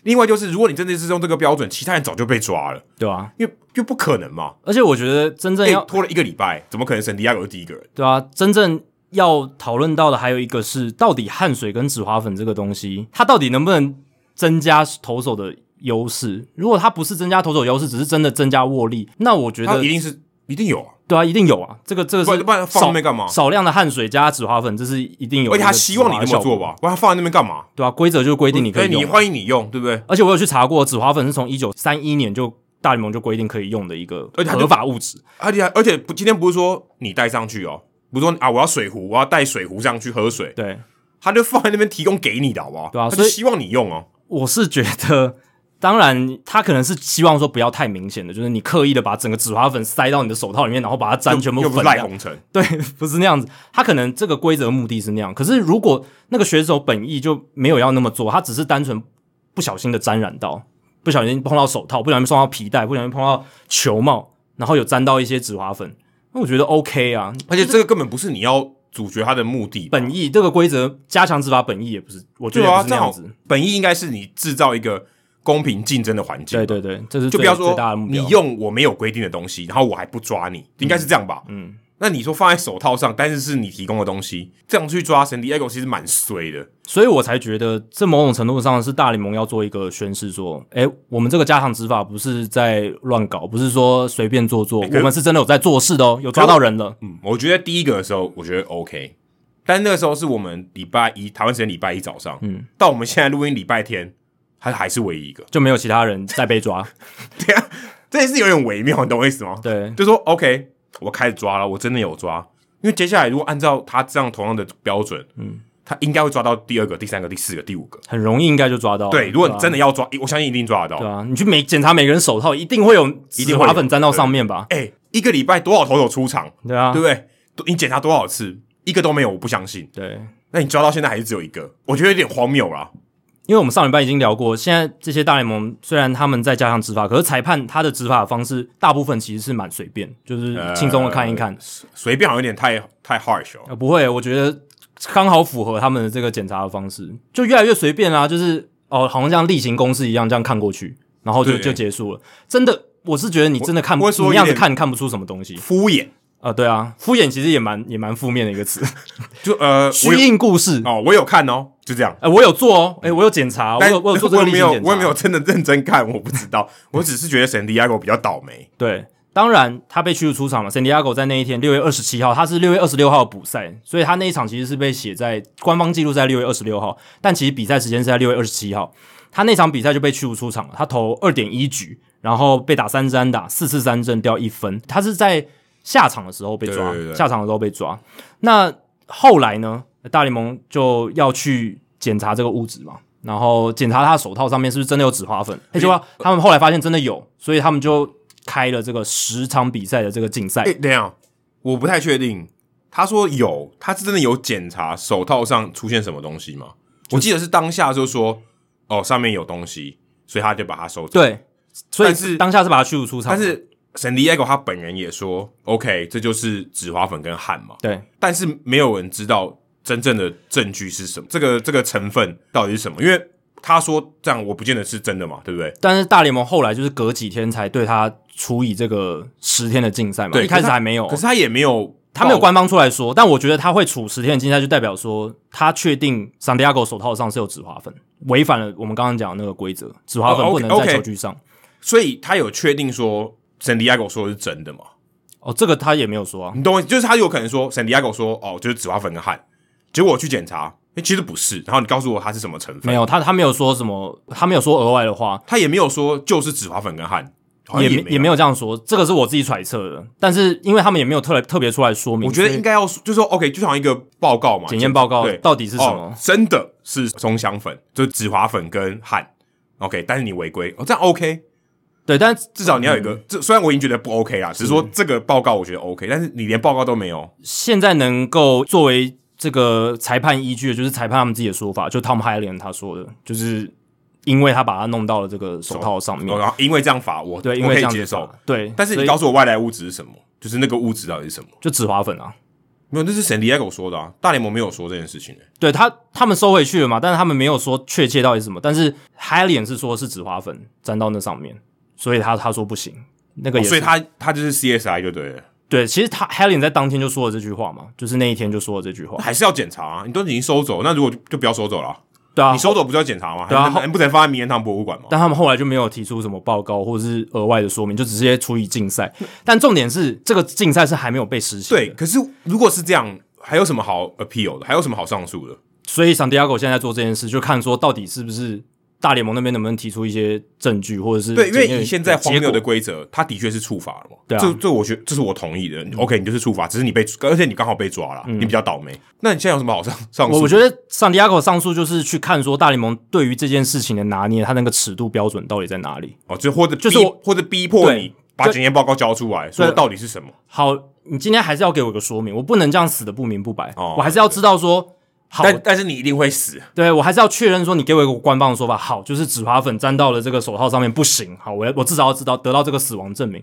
S2: 另外就是，如果你真的是用这个标准，其他人早就被抓了，
S1: 对啊，
S2: 因为就不可能嘛。
S1: 而且我觉得真正
S2: 哎、
S1: 要、
S2: 拖了一个礼拜，怎么可能圣地亚哥是第一个人？
S1: 对啊，真正要讨论到的还有一个是，到底汗水跟止滑粉这个东西，它到底能不能增加投手的优势？如果它不是增加投手优势，只是真的增加握力，那我觉
S2: 他
S1: 得
S2: 一定是一定有啊，
S1: 对啊，一定有啊。这个这个
S2: 不
S1: 是
S2: 然不然放那边干嘛
S1: 少少量的汗水加止滑粉，这是一定有
S2: 而
S1: 的
S2: 且
S1: 一
S2: 他
S1: 个止滑效果。
S2: 希望你这么做吧，不然他放在那边干嘛？
S1: 对啊，规则就规定你可
S2: 所
S1: 以用啊
S2: 你
S1: 嘛。
S2: 欢迎你用，对不对？
S1: 而且我有去查过，止滑粉是从一九三一年就大联盟就规定可以用的一个
S2: 而且它就
S1: 合法物质。
S2: 而且而且不，今天不是说你带上去哦，不是说啊，我要水壶，我要带水壶上去喝水，
S1: 对，
S2: 他就放在那边提供给你的好不好？
S1: 对啊
S2: 他就
S1: 所以
S2: 希望你用哦。
S1: 我是觉得，当然他可能是希望说不要太明显的，就是你刻意的把整个紫花粉塞到你的手套里面，然后把它沾全部
S2: 又不是
S1: 粉
S2: 赖
S1: 掉。
S2: 鸿成，
S1: 对，不是那样子。他可能这个规则的目的是那样，可是如果那个选手本意就没有要那么做，他只是单纯不小心的沾染到，不小心碰到手套，不小心碰到皮带，不小心碰到球帽，然后有沾到一些紫花粉，那我觉得 OK 啊。
S2: 而且这个根本不是你要主角他的目的吧。
S1: 本意这个规则加强执法本意也不是，我觉
S2: 对
S1: 得也
S2: 啊，
S1: 不是那
S2: 正
S1: 样
S2: 好
S1: 子。
S2: 本意应该是你制造一个公平竞争的环境嘛。
S1: 对对对，这是
S2: 就
S1: 最
S2: 不要
S1: 最大的
S2: 说
S1: 目标
S2: 你用我没有规定的东西，然后我还不抓你，应该是这样吧？
S1: 嗯，
S2: 那你说放在手套上，但是是你提供的东西，这样去抓神 d i e g 其实蛮衰的。
S1: 所以我才觉得这某种程度上是大联盟要做一个宣示，说，哎、我们这个加强执法不是在乱搞，不是说随便做做，
S2: 可是
S1: 我们是真的有在做事的哦，有抓到人了。
S2: 嗯，我觉得第一个的时候，我觉得 OK，但那个时候是我们礼拜一台湾时间礼拜一早上，
S1: 嗯，
S2: 到我们现在录音礼拜天，它还是唯一一个，
S1: 就没有其他人在被抓，
S2: 这件事有点微妙，你懂我意思吗？
S1: 对，
S2: 就说 OK，我开始抓了，我真的有抓，因为接下来如果按照他这样同样的标准，嗯，他应该会抓到第二个、第三个、第四个、第五个。
S1: 很容易应该就抓到了。
S2: 对，如果
S1: 啊
S2: 你真的要抓，我相信一定抓得
S1: 对
S2: 到。
S1: 啊，你去每检查每个人手套，一定会有一
S2: 定会有
S1: 滑粉沾到上面吧？
S2: 哎，一个礼拜多少投手出场，
S1: 对啊，
S2: 对不对？都你检查多少次，一个都没有，我不相信。
S1: 对，
S2: 那你抓到现在还是只有一个，我觉得有点荒谬啦。
S1: 因为我们上礼拜已经聊过，现在这些大联盟虽然他们在加强执法，可是裁判他的执法方式大部分其实是蛮随便，就是轻松的看一看，
S2: 随便好像有点太太 harsh 了、
S1: 呃，不会，我觉得刚好符合他们的这个检查的方式，就越来越随便啦、就是哦，好像像例行公事一样这样看过去，然后就
S2: 对
S1: 就结束了。真的，我是觉得你真的看
S2: 我
S1: 不，
S2: 我会说
S1: 你
S2: 有
S1: 样子
S2: 点
S1: 看看不出什么东西啊、
S2: 敷衍。
S1: 呃对啊，敷衍其实也蛮也蛮负面的一个 词，
S2: 就呃，我
S1: 虚
S2: 有
S1: 应故事。哎、
S2: 哦，我有看哦，就这样。
S1: 我有做哦，哎、我有检查，我
S2: 但
S1: 有我有做这
S2: 我
S1: 个
S2: 也
S1: 例
S2: 没
S1: 行
S2: 有，
S1: 检查，
S2: 我也没有真的认真看，我不知道。我只是觉得神迪亚狗比较倒霉。
S1: 对，当然他被驱逐出场嘛。San Diego 在那一天六月二十七号，他是六月二十六号补赛，所以他那一场其实是被写在官方记录是在六月二十六号，但其实比赛时间是在六月二十七号。他那场比赛就被驱逐出场了，他投二点一局，然后被打三支安打，四次三振掉一分。他是在下场的时候被抓，
S2: 对对对
S1: 下场的时候被抓。那后来呢？大联盟就要去检查这个物质嘛，然后检查他的手套上面是不是真的有纸花粉。
S2: 哎
S1: 那就果他们后来发现真的有，所以他们就开了这个十场比赛的这个竞赛
S2: 哎、。等一下，我不太确定。他说有，他是真的有检查手套上出现什么东西吗？我记得是当下就说，哦，上面有东西，所以他就把它收走。
S1: 对，所以
S2: 但是
S1: 当下是把他驱逐出场。
S2: 但是神迪 Diego 他本人也说，OK，这就是纸花粉跟汗嘛，
S1: 对，
S2: 但是没有人知道真正的证据是什么，这个这个成分到底是什么？因为他说这样，我不见得是真的嘛，对不对？
S1: 但是大联盟后来就是隔几天才对他处以这个十天的竞赛嘛，
S2: 对
S1: 一开始
S2: 可是他
S1: 还没有
S2: 可，是他也没有，
S1: 他没有，官方出来说，但我觉得他会处十天的竞赛，就代表说他确定 San Diego 手套上是有纸花粉，违反了我们刚刚讲的那个规则，纸花粉
S2: 哦
S1: 不
S2: ，OK，
S1: 能在
S2: OK
S1: 球具上。
S2: 所以他有确定说神迪 Diego 说的是真的嘛？
S1: 哦，这个他也没有说啊，
S2: 你懂我意思？就是他有可能说神迪 Diego 说哦，就是纸花粉跟汗，结果我去检查，诶其实不是，然后你告诉我它是什么成分，
S1: 没有他他没有说什么，他没有说额外的话，
S2: 他也没有说就是纸花粉跟汗，好像
S1: 也
S2: 也
S1: 没也没有这样说，这个是我自己揣测的。但是因为他们也没有特来特别出来说明，
S2: 我觉得
S1: 所以
S2: 应该要说，就说 OK，就像一个报告嘛，
S1: 检验报告
S2: 对，
S1: 到底是什
S2: 哦
S1: 么？
S2: 真的是松香粉，就是紫花粉跟汗。OK，但是你违规，哦，这样 OK，
S1: 对，但是
S2: 至少你要有一个。
S1: 嗯
S2: 这虽然我已经觉得不 OK 啦，只是说这个报告我觉得 OK，但是你连报告都没有，
S1: 现在能够作为这个裁判依据的，就是裁判他们自己的说法，就 Tom h i l a n 他说的，就是因为他把它弄到了这个手套上面，
S2: 然后因为这样罚我，
S1: 对，因
S2: 我
S1: 为这
S2: 可以
S1: 样
S2: 接
S1: 子
S2: 受
S1: 打。，对，
S2: 但是
S1: 所
S2: 你
S1: 以
S2: 告诉我外来物质是什么？就是那个物质到底是什么？
S1: 就纸花粉啊，
S2: 没有，那是 San Diego 说的啊，大联盟没有说这件事情、欸。
S1: 对他他们收回去了嘛，但是他们没有说确切到底是什么，但是 h i l a n 是说是纸花粉沾到那上面，所以他他说不行，那个
S2: 哦
S1: 也是、
S2: 所以他他就是 CSI 就对了，
S1: 对，其实他 h i l a n 在当天就说了这句话嘛，就是那一天就说了这句话，
S2: 还是要检查啊。你都已经收走，那如果就就不要收走了啊、
S1: 对啊，
S2: 你收走不就要检查吗？
S1: 对啊
S2: 还是你不能放在名人堂博物馆吗？
S1: 但他们后来就没有提出什么报告或者是额外的说明，就直接处以竞赛。但重点是，这个竞赛是还没有被实行的，
S2: 对，可是如果是这样，还有什么好 appeal 的？还有什么好上诉的？
S1: 所以 San Diego 现在在做这件事，就看说到底是不是大联盟那边能不能提出一些证据，或者是
S2: 对，因为
S1: 检验
S2: 以现在荒
S1: 结
S2: 谬
S1: 果
S2: 的规则，它的确是触法了嘛。
S1: 对啊嗯
S2: 这这我觉得这是我同意的。OK，你就是触法，只是你被，而且你刚好被抓了，你比较倒霉。那你现在有什么好上上诉的？
S1: 我我觉得 San Diego 上诉就是去看说大联盟对于这件事情的拿捏，它那个尺度标准到底在哪里。
S2: 哦，就或者
S1: 就是
S2: 逼
S1: 我
S2: 或者逼迫
S1: 对
S2: 你把检验报告交出来，说
S1: 对
S2: 到底是什么。
S1: 好，你今天还是要给我个说明，我不能这样死的不明不白，
S2: 哦
S1: 我还是要知道说。好，
S2: 但但是你一定会死。
S1: 对我还是要确认说，你给我一个官方的说法，好，就是纸花粉沾到了这个手套上面不行，好，我要我至少要知道得到这个死亡证明。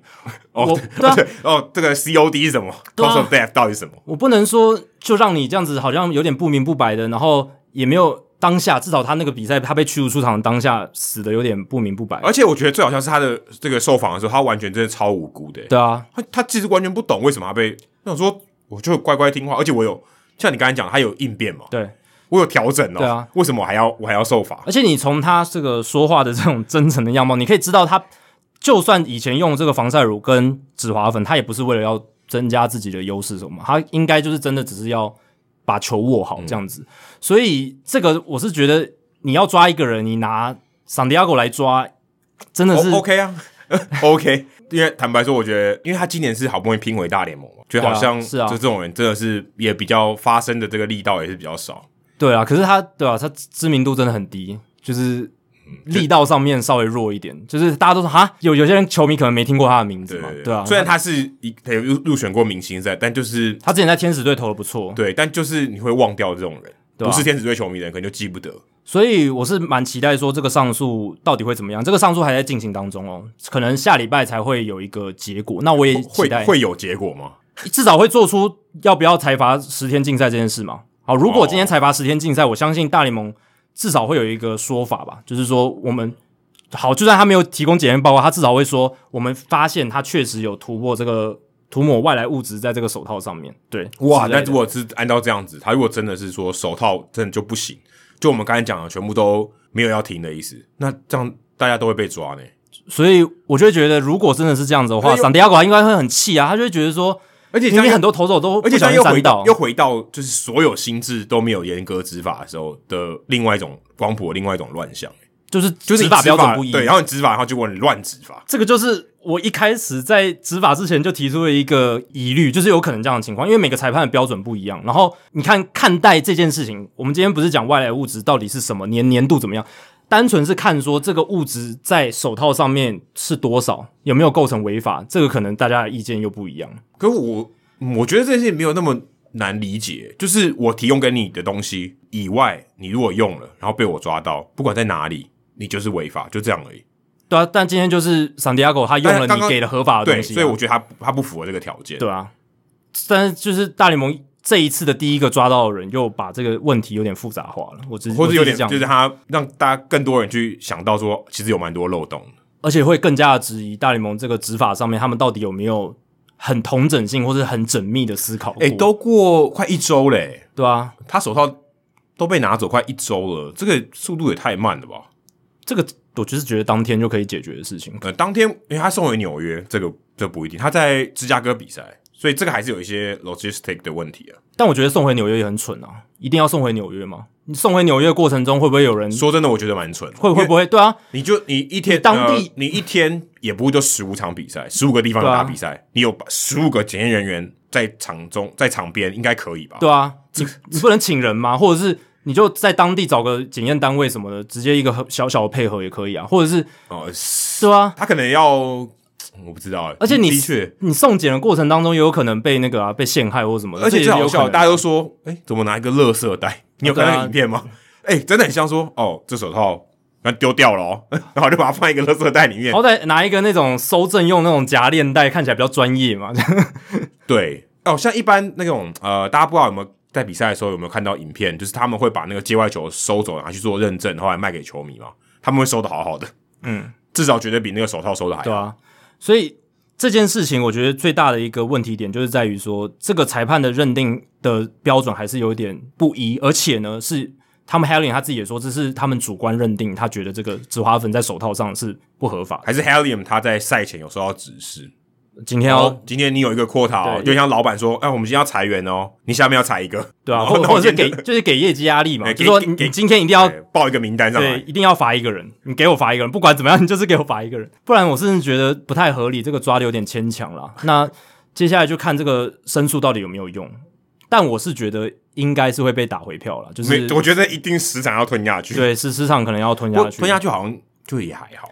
S1: 我
S2: 哦，
S1: 对啊，
S2: 哦，这个 COD 是什么
S1: 对啊
S2: ？Cause of death 到底是什么？
S1: 我不能说就让你这样子好像有点不明不白的，然后也没有当下，至少他那个比赛他被驱逐出场的当下死的有点不明不白。
S2: 而且我觉得最好笑是他的这个受访的时候，他完全真的超无辜的、
S1: 对啊，
S2: 他他其实完全不懂为什么他被，那我说我就乖乖听话，而且我有像你刚才讲，他有应变嘛，
S1: 对，
S2: 我有调整哦，
S1: 对啊，
S2: 为什么我还要我还要受罚？
S1: 而且你从他这个说话的这种真诚的样貌，你可以知道他就算以前用这个防晒乳跟止滑粉，他也不是为了要增加自己的优势什么，他应该就是真的只是要把球握好这样子。
S2: 嗯
S1: 所以这个我是觉得你要抓一个人，你拿桑迪亚 g 来抓，真的是、
S2: o OK 啊 ，OK。因为坦白说，我觉得，因为他今年是好不容易拼回大联盟嘛，觉得好像
S1: 对啊是啊
S2: 就这种人真的是也比较发生的这个力道也是比较少。
S1: 对啊，可是他对啊，他知名度真的很低，就是力道上面稍微弱一点，就是大家都说哈，有有些人球迷可能没听过他的名字
S2: 对
S1: 嘛，
S2: 对
S1: 对啊，
S2: 虽然他是一他有入入选过明星赛，但就是
S1: 他之前在天使队投的不错，
S2: 对，但就是你会忘掉这种人，
S1: 对啊
S2: 不是天使队球迷的人可能就记不得。
S1: 所以我是蛮期待说这个上诉到底会怎么样，这个上诉还在进行当中哦，可能下礼拜才会有一个结果，那我也期
S2: 会
S1: 待
S2: 会有结果吗？
S1: 至少会做出要不要裁罚十天禁赛这件事嘛。好，如果
S2: 哦
S1: 今天裁罚十天禁赛，我相信大联盟至少会有一个说法吧，就是说我们好，就算他没有提供检验报告，他至少会说我们发现他确实有涂抹这个涂抹外来物质在这个手套上面。对，之类的
S2: 那如果是按照这样子，他如果真的是说手套真的就不行，就我们刚才讲的全部都没有要停的意思，那这样大家都会被抓呢。
S1: 所以我就会觉得，如果真的是这样子的话，
S2: 那又
S1: 桑迪亚狗应该会很气啊，他就会觉得说，
S2: 而且
S1: 明
S2: 这样
S1: 明
S2: 又
S1: 很多投手都
S2: 而且
S1: 不小
S2: 他
S1: 心
S2: 又
S1: 沾
S2: 回
S1: 到
S2: 到，又回到就是所有心智都没有严格执法的时候的另外一种光谱，另外一种乱象，
S1: 就是
S2: 就
S1: 就是
S2: 你
S1: 执法标准不一，
S2: 对，然后你执法，然后结果你乱执法，
S1: 这个就是我一开始在执法之前就提出了一个疑虑，就是有可能这样的情况，因为每个裁判的标准不一样。然后你看看待这件事情，我们今天不是讲外来物质到底是什么，年年度怎么样，单纯是看说这个物质在手套上面是多少，有没有构成违法，这个可能大家的意见又不一样。
S2: 可我我觉得这些没有那么难理解，就是我提供给你的东西以外，你如果用了，然后被我抓到，不管在哪里，你就是违法，就这样而已。
S1: 对啊，但今天就是桑迪亚狗他用
S2: 但
S1: 了
S2: 刚
S1: 你
S2: 刚
S1: 给的合法的
S2: 对，
S1: 东西啊、
S2: 所以我觉得他他不符合这个条件。
S1: 对啊，但是就是大联盟这一次的第一个抓到的人，又把这个问题有点复杂化了。我只
S2: 或者有点
S1: 这样
S2: 就是他让大家更多人去想到说，其实有蛮多漏洞的。
S1: 而且会更加的质疑大联盟这个执法上面，他们到底有没有很同整性或是很缜密的思考过？
S2: 哎、都过快一周嘞、
S1: 对啊，
S2: 他手套都被拿走快一周了，这个速度也太慢了吧？
S1: 这个我就是觉得当天就可以解决的事情。
S2: 呃，当天因为他送回纽约，这个这不一定，他在芝加哥比赛，所以这个还是有一些 logistic 的问题啊。
S1: 但我觉得送回纽约也很蠢啊，一定要送回纽约吗？你送回纽约的过程中，会不会有人
S2: 说真的，我觉得蛮蠢的，
S1: 会会
S2: 因为
S1: 不会对啊？
S2: 你就你一天
S1: 你当地
S2: 呃你一天也不就十五场比赛，十五个地方有
S1: 对啊
S2: 打比赛，你有十五个检验人员在场中在场边，应该可以吧？
S1: 对啊，你你不能请人吗？或者是你就在当地找个检验单位什么的，直接一个很小小的配合也可以啊，或者是
S2: 哦、
S1: 对啊，
S2: 他可能要我不知道欸，
S1: 而且你
S2: 的确。
S1: 你送检的过程当中，也有可能被那个啊被陷害或什么的，
S2: 而且
S1: 这
S2: 最
S1: 也
S2: 好
S1: 有可能
S2: 笑，
S1: 啊
S2: 大家都说，哎、怎么拿一个垃圾袋？你有看
S1: 对啊
S2: 那个影片吗？哎、真的很像说，哦，这手套那丢掉了、哦， 然后就把它放在一个垃圾袋里面。
S1: 好歹拿一个那种搜证用那种夹链带，看起来比较专业嘛。
S2: 对，哦，像一般那种呃，大家不知道有没有在比赛的时候有没有看到影片，就是他们会把那个界外球收走，拿去做认证，后来卖给球迷嘛，他们会收的好好的，
S1: 嗯，
S2: 至少绝对比那个手套收的还
S1: 对
S2: 好。
S1: 啊，所以这件事情，我觉得最大的一个问题点就是在于说，这个裁判的认定的标准还是有一点不一，而且呢是。他们 Helen 他自己也说，这是他们主观认定，他觉得这个紫花粉在手套上是不合法的。
S2: 还是 Helium 他在赛前有收到指示，
S1: 今天
S2: 然
S1: 要、
S2: 后今天你有一个 quota，、
S1: 啊
S2: 哦、
S1: 对
S2: 就像老板说，哎、我们今天要裁员哦，你下面要裁一个，
S1: 对啊，
S2: 然
S1: 或
S2: 后那
S1: 或
S2: 我
S1: 者是
S2: 今
S1: 给
S2: 天
S1: 就是给业绩压力嘛，
S2: 对
S1: 就说
S2: 哎给
S1: 你
S2: 给
S1: 你今天一定要
S2: 对报一个名单上来
S1: 对，，一定要罚一个人，你给我罚一个人，不管怎么样，你就是给我罚一个人，不然我甚至觉得不太合理，这个抓的有点牵强 啦。那接下来就看这个申诉到底有没有用，但我是觉得应该是会被打回票了，就是
S2: 没，我觉得一定时常要吞下去。，
S1: 对是市场可能要吞下
S2: 吞
S1: 去，
S2: 吞下去好像就也还好。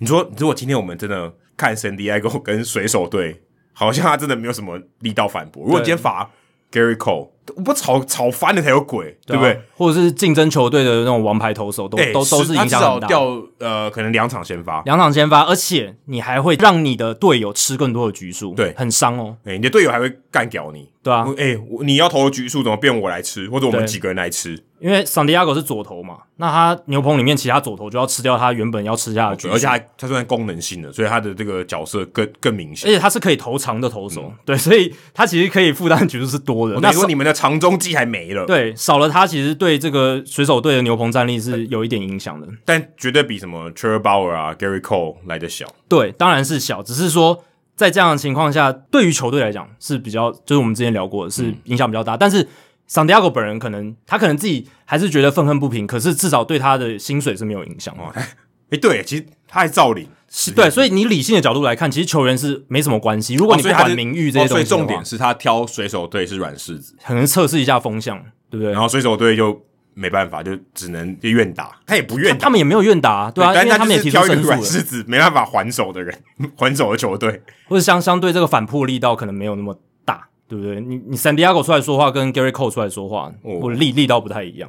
S2: 你说，如果今天我们真的看圣地亚哥跟水手队，好像他真的没有什么力道反驳。如果今天罚 Gary Cole，我不吵吵翻了才有鬼，对不
S1: 啊
S2: 对？？
S1: 或者是竞争球队的那种王牌投手，都
S2: 哎
S1: 都都
S2: 十
S1: 是影
S2: 他至
S1: 响
S2: 少
S1: 很大。
S2: 掉呃，可能两场先发。
S1: 两场先发，而且你还会让你的队友吃更多的局数，
S2: 对
S1: 很伤哦，
S2: 哎、你的队友还会干掉你。
S1: 对啊，
S2: 哎、我你要投的局数怎么变我来吃，或者我们
S1: 对
S2: 几个人来吃？
S1: 因为桑迪亚狗是左投嘛，那他牛棚里面其他左投就要吃掉他原本要吃下的局数，
S2: 哦而且他他算功能性的，所以他的这个角色更更明
S1: 而
S2: 显。
S1: 且他是可以投长的投手，对，所以他其实可以负担的局数是多的。
S2: 嗯哦那
S1: 那
S2: 如
S1: 少
S2: 果你们的长中计还没了，
S1: 对少了他，其实对这个水手队的牛棚战力是有一点影响的。
S2: 但绝对比什么 t r e r Bauer 啊、Gary Cole 来的小。
S1: 对，当然是小，只是说在这样的情况下，对于球队来讲是比较，就是我们之前聊过的
S2: 嗯
S1: 是影响比较大。但是桑迪亚狗本人可能他可能自己还是觉得愤恨不平，可是至少对他的薪水是没有影响的。
S2: 哎、对，其实他还照领，是哦
S1: 对，所以你理性的角度来看，其实球员是没什么关系。如果你不管名誉这些东
S2: 所
S1: 西
S2: 以
S1: 的话、
S2: 重点是他挑水手队是软柿子，
S1: 可能测试一下风向，对不对？
S2: 然后水手队就没办法，就只能就愿打，他也不愿
S1: 他
S2: 打。
S1: 他们也没有愿打、啊，对啊，
S2: 但
S1: 因
S2: 是
S1: 为
S2: 他
S1: 们也
S2: 就是
S1: 提出
S2: 挑一个
S1: 申诉
S2: 软
S1: 了，
S2: 柿子，没办法还手的人， 还手的球队。
S1: 或者相相对这个反扑力道可能没有那么大，对不对？你你 San Diego 出来说话跟 Gary Cole 出来说话，
S2: 哦
S1: 我力力道不太一样，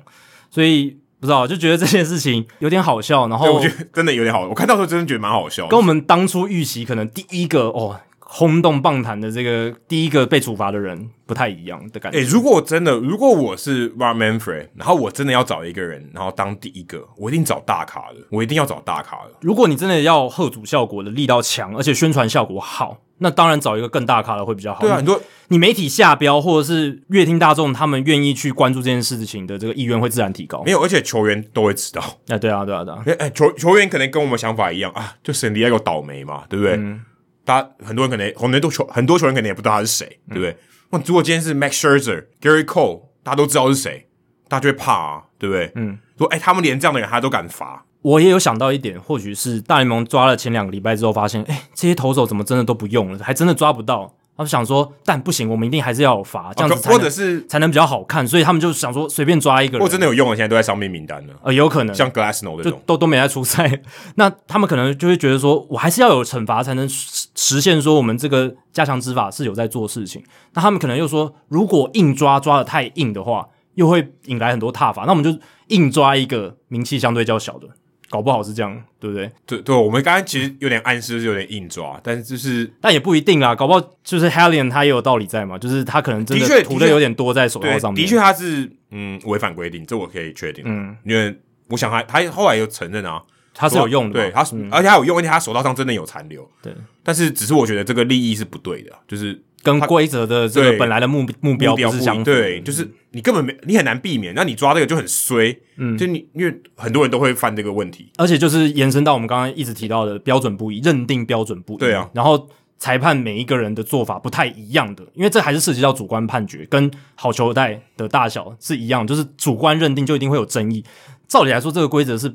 S1: 所以不知道就觉得这件事情有点好笑，然
S2: 对，
S1: 后
S2: 我觉得真的有点好，我看到时候真的觉得蛮好笑的。
S1: 哦跟我们当初预期可能第一个哦轰动棒坛的这个第一个被处罚的人不太一样的感觉，
S2: 诶、如果我真的，如果我是 Rob Manfred，然后我真的要找一个人，然后当第一个，我一定找大咖的，我一定要找大咖的。
S1: 如果你真的要贺主效果的力道强，而且宣传效果好，那当然找一个更大咖的会比较好。
S2: 对啊，你说
S1: 你媒体下标或者是乐听大众，他们愿意去关注这件事情的这个意愿会自然提高
S2: 没。有，而且球员都会知道。
S1: 哎、对啊，对啊，对啊，
S2: 哎、诶球球员可能跟我们想法一样啊，就 San Diego 倒霉嘛，对不对？
S1: 嗯
S2: 大家很多人可能很多球很多球员可能也不知道他是谁，对
S1: 嗯
S2: 不对？那如果今天是 Max Scherzer、Gary Cole，大家都知道是谁，大家就会怕啊，对不对？嗯，说哎、诶他们连这样的人他都敢罚，啊
S1: 我也有想到一点，或许是大联盟抓了前两个礼拜之后，发现哎、这些投手怎么真的都不用了，还真的抓不到。他们想说，但不行，我们一定还是要有罚，这样子才能、
S2: 或者是
S1: 才能比较好看，所以他们就想说随便抓一个人，
S2: 如果真的有用的，现在都在伤病名单了，
S1: 呃有可能
S2: 像 Glassnow 这
S1: 就
S2: 种。
S1: 都都没来出赛， 那他们可能就会觉得说，我还是要有惩罚才能实实现说我们这个加强执法是有在做事情。那他们可能又说，如果硬抓抓的太硬的话，又会引来很多踏法。那我们就硬抓一个名气相对较小的，搞不好是这样，对不对？
S2: 对对，我们刚刚其实有点暗示，就是有点硬抓，但是就是
S1: 但也不一定啦，搞不好就是 Helen 他也有道理在嘛，就是他可能真
S2: 的确
S1: 的
S2: 的
S1: 涂
S2: 确
S1: 的有点多在手
S2: 对
S1: 套，上面。
S2: 的确他是嗯违反规定，这我可以确定。嗯，因为我想他他后来有承认啊，
S1: 他是有用的嘛，嗯
S2: 对他、而且他有用，而且他手套上真的有残留。
S1: 对，
S2: 但是只是我觉得这个利益是不对的，就是
S1: 跟规则的这
S2: 对
S1: 个本来的目目标
S2: 目标
S1: 不是相符
S2: 一
S1: 的嗯
S2: 对，就是你根本没你很难避免，那你抓这个就很衰，嗯，就你因为很多人都会犯这个问题，
S1: 而且就是延伸到我们刚刚一直提到的标准不一，认定标准不一，
S2: 对啊，
S1: 然后裁判每一个人的做法不太一样的，因为这还是涉及到主观判决，跟好球带的大小是一样，就是主观认定就一定会有争议。照理来说，这个规则是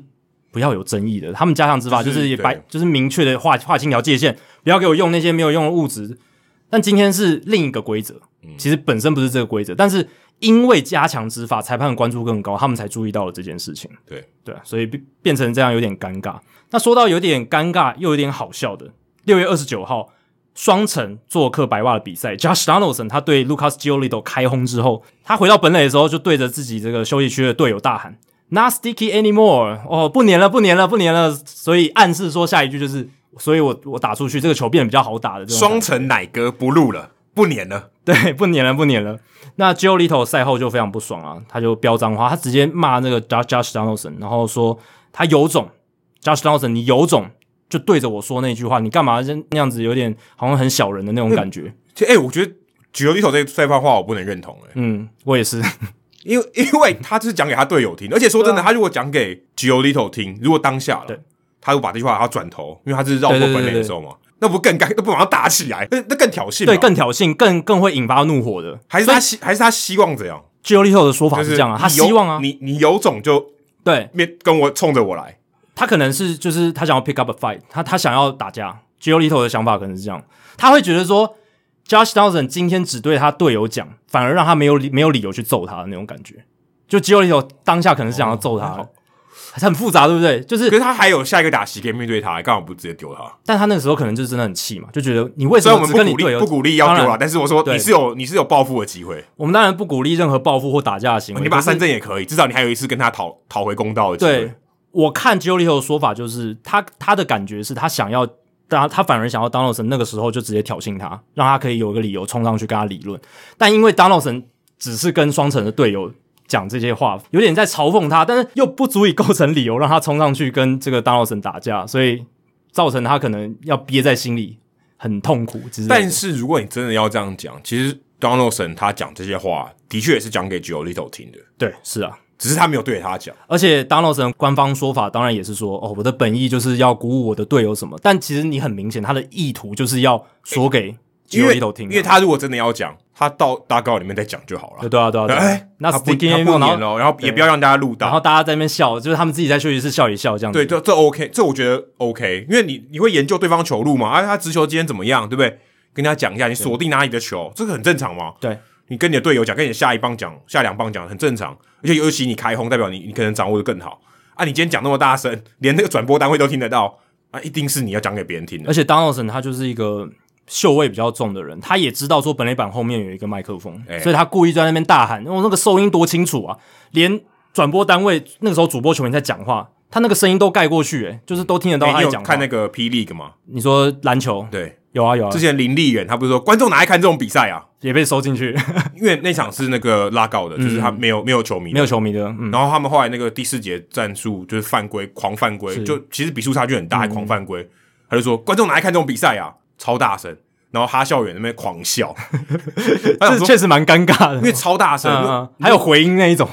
S1: 不要有争议的，他们加强执法就
S2: 就
S1: 是是也白，
S2: 对
S1: 就是明确的划划清一条界限，不要给我用那些没有用的物质。但今天是另一个规则，
S2: 嗯
S1: 其实本身不是这个规则，但是因为加强执法，裁判的关注更高，他们才注意到了这件事情。
S2: 对
S1: 对啊，所以变变成这样有点尴尬。那说到有点尴尬又有点好笑的，六月二十九号，双城做客白袜的比赛，Josh Donaldson 他对 Lucas Giolito 开轰之后，他回到本垒的时候就对着自己这个休息区的队友大喊 “Not sticky anymore”，哦，不粘了，不粘了，不粘了，所以暗示说下一句就是，所以我我打出去这个球变得比较好打的这种感觉
S2: 双城奶哥不录了，不粘了，
S1: 对，不粘了，不粘了。那 j o l i t o 赛后就非常不爽啊，他就飙脏话，他直接骂那个 Josh Josh Donaldson，然后说他有种，Josh Donaldson，你有种就对着我说那句话，你干嘛这那样子，有点好像很小人的那种感觉。
S2: 就哎、我觉得举了一手这这番话我不能认同、哎。
S1: 嗯，我也是，
S2: 因为因为他就是讲给他队友听，而且说真的，他如果讲给 Giolito 听，如果当下了
S1: 啊对，
S2: 他会把这句话他转头，因为他是绕过
S1: 对对对
S2: 本垒的时候嘛，那不更该，那不马上打起来，那那更挑衅嘛，
S1: 对，更挑衅，更更会引发怒火的。
S2: 还是他希还是他希望怎样？
S1: j o l i t o 的说法
S2: 就是
S1: 这样啊，他
S2: 你有
S1: 希望啊，
S2: 你你有种就
S1: 对
S2: 面跟我冲着我来，
S1: 他可能是就是他想要 pick up a fight，他他想要打架。Giolito 的想法可能是这样，他会觉得说，Josh Dawson 今天只对他队友讲，反而让他没有理没有理由去揍他的那种感觉。就 Giolito 当下可能是想要揍他，
S2: 哦
S1: 很复杂，对不对？就是
S2: 可，是他还有下一个打席可以面对他，干嘛不直接丢他？
S1: 但他那个时候可能就是真的很气嘛，就觉得你为什
S2: 虽然我
S1: 么只
S2: 们不
S1: 跟你
S2: 鼓
S1: 队
S2: 励
S1: 友？
S2: 不鼓励要
S1: 当
S2: 丢
S1: 然
S2: 啊，但是我说
S1: 对
S2: 你是有你是有报复的机会，
S1: 我们当然不鼓励任何报复或打架的行为。
S2: 哦你把
S1: 可
S2: 他
S1: 是
S2: 三振也可以，至少你还有一次跟他讨讨回公道的机会
S1: 对。，我看 j o l i 的说法就是，他他的感觉是他想要，他他反而想要 Donaldson 那个时候就直接挑衅他，让他可以有一个理由冲上去跟他理论。但因为 Donaldson 只是跟双城的队友讲这些话，有点在嘲讽他，但是又不足以构成理由让他冲上去跟这个 Donaldson 打架，所以造成他可能要憋在心里，很痛苦之类的。
S2: 但是如果你真的要这样讲，其实 Donaldson 他讲这些话的确也是讲给 Giolito 听的，
S1: 对，是啊。
S2: 只是他没有对他讲。
S1: 而且 Donaldson 官方说法当然也是说，哦，我的本意就是要鼓舞我的队友什么，但其实你很明显他的意图就是要说给 g i
S2: 因
S1: o
S2: 为
S1: l i t o 听的
S2: 因为他如果真的要讲，他到大纲里面再讲就好
S1: 对
S2: 了。
S1: 对啊对啊对啊，
S2: 哎，
S1: 那
S2: 他不
S1: Sticky
S2: 他
S1: Emo，
S2: 不
S1: 然
S2: 演
S1: 后
S2: 了，然后也
S1: 对
S2: 不要让大家录
S1: 然
S2: 到
S1: 后。大家在那边笑，就是他们自己在休息室笑一笑这样子，
S2: 对，这这 OK，这我觉得 OK，因为你你会研究对方球路嘛，啊，他直球今天怎么样，对不对？跟他讲一下，你锁定哪里的球，这个很正常嘛。
S1: 对，
S2: 你跟你的队友讲，跟你的下一棒讲，下两棒讲，很正常。而且尤其你开轰，代表你你可能掌握的更好啊。你今天讲那么大声，连那个转播单位都听得到啊，一定是你要讲给别人听的
S1: 而。且 Donaldson 他就是一个嗅味比较重的人，他也知道说本垒板后面有一个麦克风，
S2: 哎
S1: 所以他故意在那边大喊，哦，那个收音多清楚啊，连转播单位那个时候主播球员在讲话，他那个声音都盖过去、哎，就是都听得到
S2: 哎
S1: 他
S2: 你
S1: 在
S2: 有
S1: 讲话。
S2: 看那个 P League 吗？
S1: 你说篮球
S2: 对，
S1: 有啊有啊
S2: 之，前林立远他不是说观众哪爱看这种比赛啊？
S1: 也被收进去。
S2: 因为那场是那个拉告的，就是他
S1: 嗯
S2: 没有没有球迷的
S1: 没有球迷的，嗯，
S2: 然后他们后来那个第四节战术就是犯规，狂犯规
S1: 是，嗯
S2: 就其实比数差距很大，还狂犯规。他就说：“观众哪爱看这种比赛啊？”超大声，然后哈校园那边 狂笑，他想
S1: 这
S2: 说
S1: 确实蛮尴尬的，
S2: 因为超大声，
S1: 嗯
S2: 因为
S1: 嗯还有回音那 一种，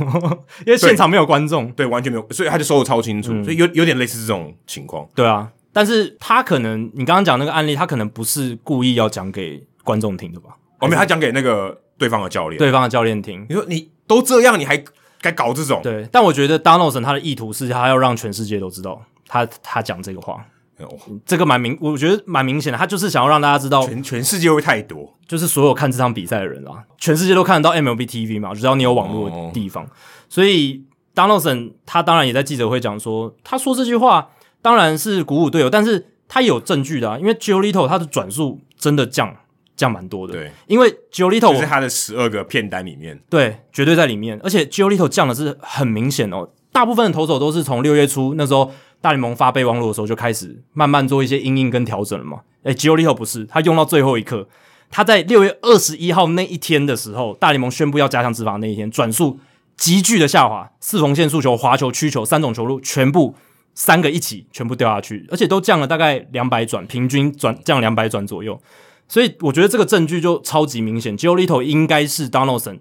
S1: 因为现场没有观众，
S2: 对完全没有，所以他就收的超清楚，
S1: 嗯
S2: 所以有有点类似这种情况。哦
S1: 对啊，但是他可能你刚刚讲那个案例，他可能不是故意要讲给观众听的吧，
S2: 哦，没有，他讲给那个对方的教练，
S1: 对方的教练听。
S2: 你说你都这样，你还该搞这种？
S1: 对，但我觉得 Donaldson 他的意图是他要让全世界都知道他他讲这个话，
S2: 哦
S1: 这个蛮明，我觉得蛮明显的，他就是想要让大家知道，
S2: 全全世界会太多，
S1: 就是所有看这场比赛的人啊，全世界都看得到 MLB TV 嘛，只要你有网络
S2: 哦
S1: 的地方，所以 Donaldson 他当然也在记者会讲说，他说这句话当然是鼓舞队友，但是他也有证据的、啊，因为 Giolito 他的转速真的降降蛮多的，，
S2: 对，
S1: 因为 Giolito
S2: 就是他的十二个片单里面，
S1: 对，绝对在里面。而且 Giolito 降的是很明显哦，大部分的投手都是从六月初那时候大联盟发备忘录的时候就开始慢慢做一些阴应跟调整了嘛。诶 g i o l i t o 不是，他用到最后一刻，他在六月二十一号那一天的时候，大联盟宣布要加强执法那一天，转速急剧的下滑，四缝线速球、滑球、曲球三种球路全部。三个一起全部掉下去，而且都降了大概两百转，平均转降两百转左右，所以我觉得这个证据就超级明显。Giolito 应该是 Donaldson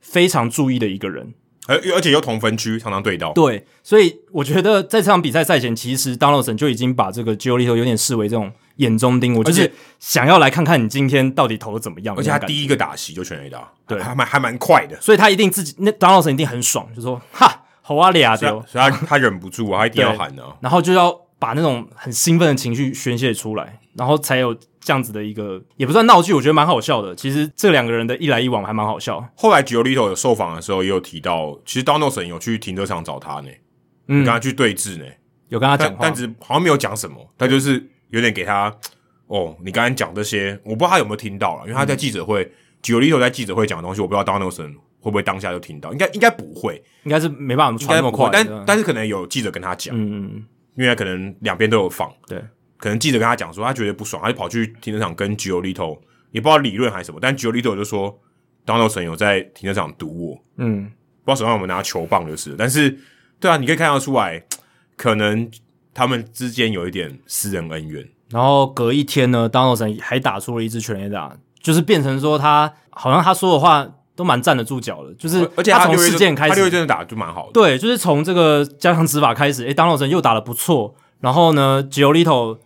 S1: 非常注意的一个人。
S2: 而而且又同分区，常常对到。
S1: 对，所以我觉得在这场比赛赛前，其实 Donaldson 就已经把这个 Giolito 有点视为这种眼中钉，我就
S2: 而
S1: 是
S2: 且
S1: 想要来看看你今天到底投的怎么样。
S2: 而且他
S1: 第，
S2: 第一个打席就全垒打，
S1: 对
S2: 还蛮还蛮快的。
S1: 所以他一定自己那 Donaldson 一定很爽，就说哈，好啊俩
S2: 所以
S1: 丢
S2: 他，所以他他忍不住啊，他一定要喊啊。
S1: 然后就要把那种很兴奋的情绪宣泄出来，然后才有这样子的一个也不算闹剧，我觉得蛮好笑的。其实这两个人的一来一往还蛮好笑。
S2: 后来 Giolito 有受访的时候也有提到，其实 Donaldson 有去停车场找他呢，
S1: 嗯
S2: 跟，他去对峙呢，
S1: 有跟他讲
S2: 但
S1: 话，
S2: 但只好像没有讲什么，他就是有点给他哦，你刚才讲这些，我不知道他有没有听到了，因为他在记者
S1: 嗯
S2: 会、g i o l i t o 在记者会讲的东西，我不知道 Donaldson 会不会当下就听到，应该应该不会，
S1: 应该是没办法
S2: 应
S1: 传
S2: 该
S1: 那么
S2: 不
S1: 快，，
S2: 会但但是可能有记者跟他讲，
S1: 嗯嗯，
S2: 因为可能两边都有访，
S1: 对，
S2: 可能记者跟他讲说他觉得不爽，他就跑去停车场跟 Giolito 也不知道理论还是什么，但 Giolito 就说 Donaldson 有在停车场堵我，
S1: 嗯，
S2: 不知道手上有没有拿球棒就是了，但是对啊，你可以看得出来，可能他们之间有一点私人恩怨，
S1: 然后隔一天呢，Donaldson 还打出了一支全垒打，就是变成说他好像他说的话都蛮站得住脚的，就是
S2: 而且
S1: 他从
S2: 六月
S1: 事件开
S2: 他六月
S1: 始，
S2: 真的打得就蛮好的，
S1: 对，就是从这个加强执法开始，诶 d o n a l d s o n 又打得不错，然后呢，Giolito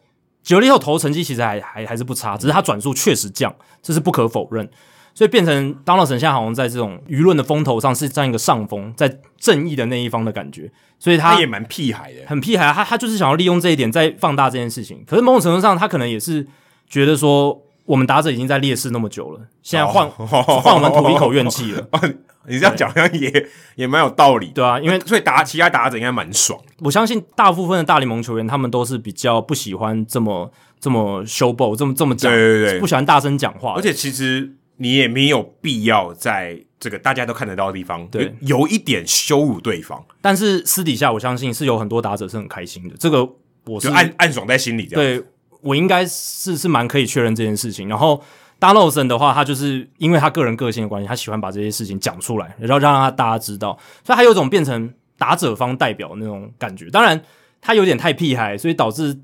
S1: Giolito 投成绩其实还还还是不差，只是他转速确实降，这是不可否认。所以变成 Donaldson 现在好像在这种舆论的风头上是占一个上风，在正义的那一方的感觉，所以
S2: 他也蛮屁孩的，
S1: 很屁孩啊，他他就是想要利用这一点再放大这件事情。可是某种程度上，他可能也是觉得说，我们打者已经在劣势那么久了，现在换
S2: 哦
S1: 换我们吐一口怨气 了，
S2: 你这样讲好像也也蛮有道理的，
S1: 对啊，因为
S2: 所以打其他打者应该蛮爽的。
S1: 我相信大部分的大联盟球员，他们都是比较不喜欢这么这么 show b o 这么这么讲，
S2: 对对对
S1: 不喜欢大声讲话。
S2: 而且其实你也没有必要在这个大家都看得到的地方，
S1: 对
S2: 有有一点羞辱对方，
S1: 但是私底下我相信是有很多打者是很开心的，这个我是
S2: 就暗暗爽在心里这样。
S1: 对我应该是是蛮可以确认这件事情。然后 Donaldson 的话，他就是因为他个人个性的关系，他喜欢把这些事情讲出来，然后让他大家知道，所以他有种变成打者方代表那种感觉。当然，他有点太屁孩，所以导致。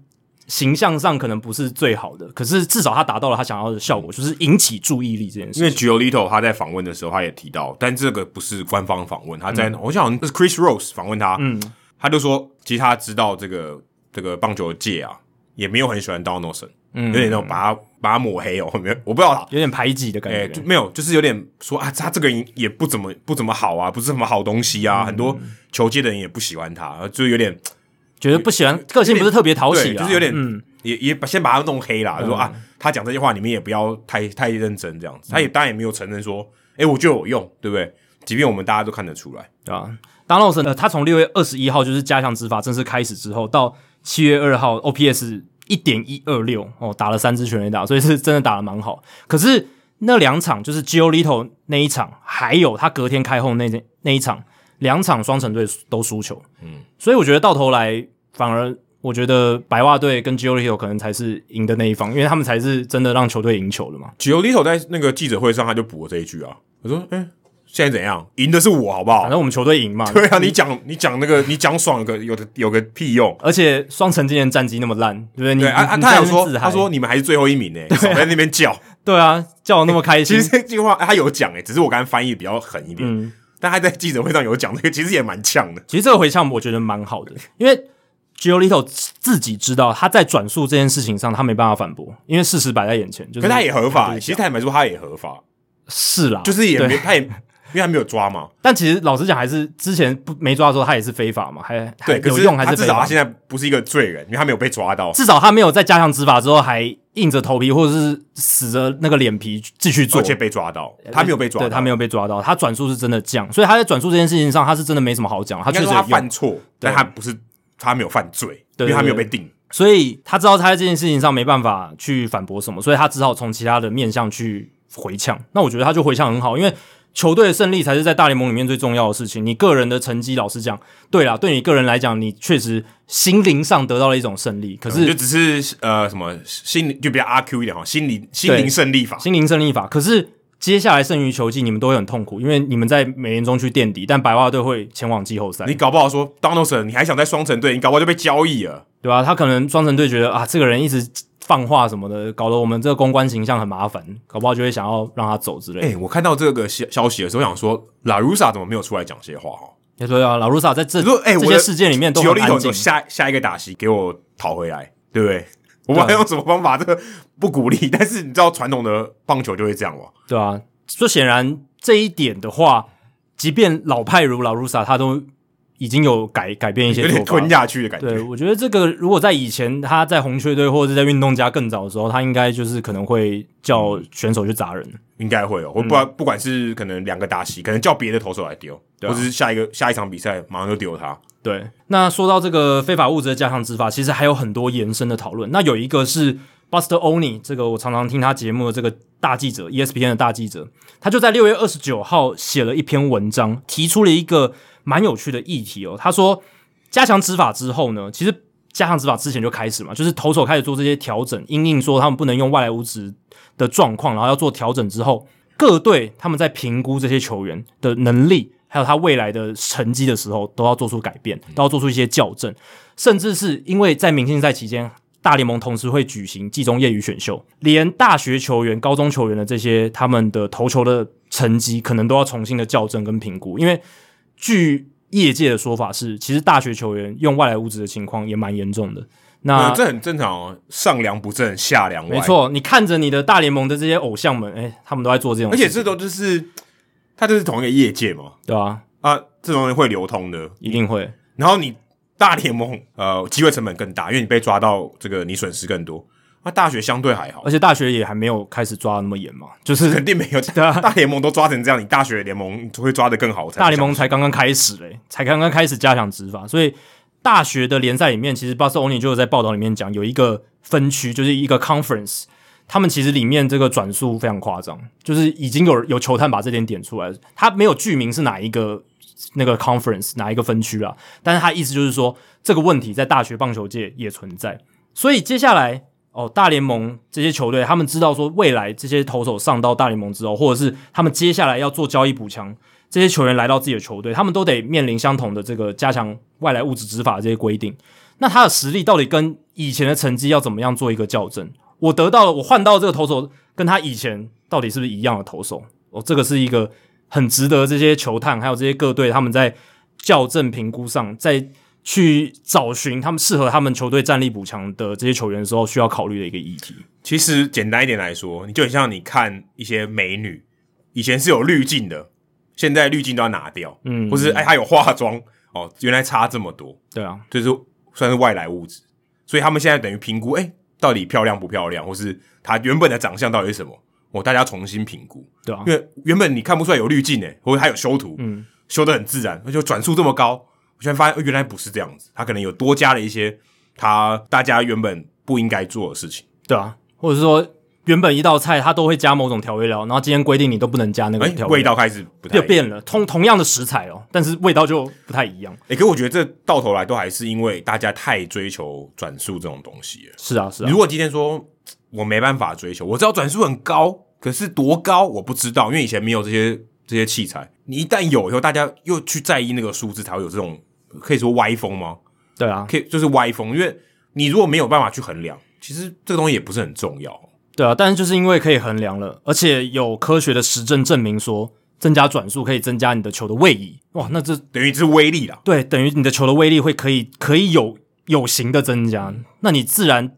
S1: 形象上可能不是最好的，可是至少他达到了他想要的效果，就是引起注意力这件
S2: 因
S1: 事
S2: 为
S1: 情。
S2: Giolito 他在访问的时候，他也提到，但这个不是官方访问，他在、我想好像是 Chris Rose 访问他，
S1: 嗯，
S2: 他就说，其实他知道这个这个棒球界啊，也没有很喜欢 Donaldson，、
S1: 嗯
S2: 有点那种把他把他抹黑哦，没有，我不知道他，
S1: 有点排挤的感
S2: 哎、
S1: 觉。
S2: 就没有，就是有点说啊，他这个人也不怎么不怎么好啊，不是什么好东西
S1: 嗯
S2: 啊，很多球界的人也不喜欢他，就有点
S1: 觉得不喜欢，个性不是特别讨喜
S2: 对
S1: 啊，
S2: 就是有点、
S1: 嗯，
S2: 也也把先把他弄黑啦，说啊，他讲这些话你们也不要太太认真这样子，
S1: 嗯
S2: 他也当然也没有承认说，哎、我就有用，对不对？即便我们大家都看得出来，
S1: 对吧、d o n a l d s o n 呃，他从六月二十一号就是加强执法正式开始之后，到七月二号，OPS 一点一二六哦，打了三支全垒打，所以是真的打得蛮好。可是那两场就是 Giolito 那一场，还有他隔天开轰那那一场，两场双城队都输球，嗯，所以我觉得到头来反而。我觉得白袜队跟 Giolito 可能才是赢的那一方，因为他们才是真的让球队赢球的嘛。
S2: 吉欧里头在那个记者会上他就补了这一句啊，我说，哎、现在怎样？赢的是我，好不
S1: 反
S2: 好？
S1: 正我们球队赢嘛，
S2: 对啊，你讲你讲那个你讲爽有个有的有个屁用？
S1: 而且双城今年战绩那么烂，对不对？你
S2: 对啊啊，
S1: 你
S2: 他
S1: 在
S2: 有
S1: 那边
S2: 说
S1: 自嗨啊
S2: 他说你们还是最后一名呢、欸少在那边 叫。
S1: 对啊，叫我那么开
S2: 其
S1: 心，
S2: 实这句话、哎他有讲哎、只是我刚才翻译比较狠一点，
S1: 嗯
S2: 但他在记者会上有讲这个，其实也蛮呛的。
S1: 其实这个回呛我觉得蛮好的，因为 Giolito 自己知道他在转述这件事情上他没办法反驳，因为事实摆在眼前，就
S2: 可
S1: 是
S2: 是他也合法、其实
S1: 他
S2: 坦白说他也合法，
S1: 是啦，
S2: 就是也
S1: 哦对
S2: 没他也，因为他没有抓嘛，
S1: 但其实老实讲，还是之前不没抓的时候他也是非法嘛，还还
S2: 对，可
S1: 有
S2: 是
S1: 用还
S2: 他
S1: 是
S2: 至
S1: 非
S2: 少
S1: 法
S2: 他。现在不是一个罪人，因为他没有被抓到，
S1: 至少他没有在加强执法之后还硬着头皮，或者是死着那个脸皮继续做
S2: 而，且被抓到，他没有被抓到，
S1: 呃对他没
S2: 有，
S1: 有被抓到，他转述是真的降，所以他在转述这件事情上，他是真的没什么好讲，他
S2: 他
S1: 确实有
S2: 他
S1: 用。
S2: 犯错，但他不是他没有犯罪，
S1: 对对
S2: 因为他没有被定。
S1: 所以他知道他在这件事情上没办法去反驳什么，所以他只好从其他的面向去回呛。那我觉得他就回呛很好，因为球队的胜利才是在大联盟里面最重要的事情。你个人的成绩，老实讲，对啦，对你个人来讲，你确实心灵上得到了一种胜利，可
S2: 你就是只是呃什么心理就比较阿 Q 一点哈，心灵心灵胜利法，
S1: 心灵胜利法，可是。接下来剩余球季，你们都会很痛苦，因为你们在美联中去垫底，但白袜队会前往季后赛，
S2: 你搞不好说 Donaldson，你还想在双城队，你搞不好就被交易了。
S1: 对吧、他可能双城队觉得啊，这个人一直放话什么的，搞得我们这个公关形象很麻烦，搞不好就会想要让他走之类的
S2: 哎、。我看到这个消消息的时候，我想说拉鲁萨怎么没有出来讲些话哈？
S1: 也对啊，老卢萨在这
S2: 你说哎
S1: 这
S2: 我
S1: 些
S2: 的
S1: 事件里面都
S2: 球
S1: 很
S2: 力
S1: 安
S2: 头
S1: 静啊
S2: 就，下下一个打席给我讨回来，对不对？我不知道用什么方法，这个不鼓励。但是你知道传统的棒球就会这样嘛？
S1: 对啊，就显然这一点的话，即便老派如老卢萨，他都已经有改改变一些
S2: 有点
S1: 做法
S2: 吞。下去的感
S1: 对，
S2: 觉。
S1: 我觉得这个如果在以前他在红雀队或者是在运动家更早的时候，他应该就是可能会
S2: 嗯
S1: 叫选手去砸人。
S2: 应该会哦，我不然不管是可能两个打席，可能叫别的投手来丢，
S1: 嗯对啊
S2: 或者是下一个下一场比赛马上就丢他。
S1: 对，那说到这个非法物质的加强执法，其实还有很多延伸的讨论。那有一个是 Buster Oni，这个我常常听他节目的这个大记者，ESPN ，E 的大记者，他就在六月二十九号写了一篇文章，提出了一个蛮有趣的议题哦。他说，加强执法之后呢，其实加强执法之前就开始嘛，就是投手开始做这些调整，因应说他们不能用外来物质的状况，然后要做调整之后，各队他们在评估这些球员的能力，还有他未来的成绩的时候，都要做出改变，都要做出一些校正，甚至是因为在明星赛期间。大联盟同时会举行季中业余选秀，连大学球员、高中球员的这些他们的投球的成绩，可能都要重新的校正跟评估，因为据业界的说法是，其实大学球员用外来物质的情况也蛮严重的。那
S2: 嗯，这很正常哦，上梁不正下梁歪。
S1: 没，错，你看着你的大联盟的这些偶像们，哎、他们都在做这种
S2: 而
S1: 事
S2: 且
S1: 情，
S2: 这都就是他就是同一个业界嘛，
S1: 对啊，
S2: 啊，这种人会流通的。
S1: 一定会。
S2: 然后你大联盟呃机会成本更大，因为你被抓到这个你损失更多。那大学相对还好
S1: 而，且大学也还没有开始抓的那么严嘛，就是
S2: 肯定没 有。
S1: 啊
S2: 大联盟都抓成这样，你大学联盟 会抓得更好。我才不
S1: 大联盟
S2: 相信
S1: 才刚刚开始嘞、才刚刚开始加强执法，所以大学的联赛里面，其实巴斯欧尼就有在报道里面讲，有一个分区，就是一个 conference，他们其实里面这个转速非常夸张，就是已经有有球探把这点点出来了，他没有具名是哪一个那个 conference 哪一个分区啦，但是他意思就是说这个问题在大学棒球界也存在，所以接下来哦，大联盟这些球队他们知道说未来这些投手上到大联盟之后，或者是他们接下来要做交易补强，这些球员来到自己的球队，他们都得面临相同的这个加强外来物质执法的这些规定。那他的实力到底跟以前的成绩要怎么样做一个校正？我得到了，我换到这个投手跟他以前到底是不是一样的投手？哦，这个是一个很值得这些球探还有这些各队他们在校正评估上，在去找寻他们适合他们球队战力补强的这些球员的时候，需要考虑的一个议题。
S2: 其实简单一点来说，你就很像你看一些美女，以前是有滤镜的，现在滤镜都要拿掉，
S1: 嗯
S2: 或是哎她有化妆哦，原来差这么多，
S1: 对啊，
S2: 就是算是外来物质，所以他们现在等于评估，哎、到底漂亮不漂亮，或是她原本的长相到底是什么，哦，大家重新评估，
S1: 对啊
S2: 因，为原本你看不出来有滤镜诶，欸或者它有修图，
S1: 嗯，
S2: 修的很自然，而且转速这么高，我居然发现、哦原来不是这样子，它可能有多加了一些它大家原本不应该做的事情。
S1: 对啊，或者是说原本一道菜它都会加某种调味料，然后今天规定你都不能加那个
S2: 哎、
S1: 调味
S2: 味
S1: 料，
S2: 道开始不太
S1: 就
S2: 一样。
S1: 变了，同同样的食材哦，但是味道就不太一样。
S2: 哎、可我觉得这到头来都还是因为大家太追求转速这种东西了。
S1: 是啊，是啊
S2: 如，果今天说我没办法追求，我知道转速很高，可是多高我不知道，因为以前没有这些这些器材。你一旦有以后，大家又去在意那个数字，才会有这种可以说歪风吗？
S1: 对啊，
S2: 可以就是歪风，因为你如果没有办法去衡量，其实这个东西也不是很重要。
S1: 对啊，但是就是因为可以衡量了，而且有科学的实证证明说，增加转速可以增加你的球的位移。哇，那这
S2: 等于是威力啦，
S1: 对等于你的球的威力会可以可以有有形的增加，那你自然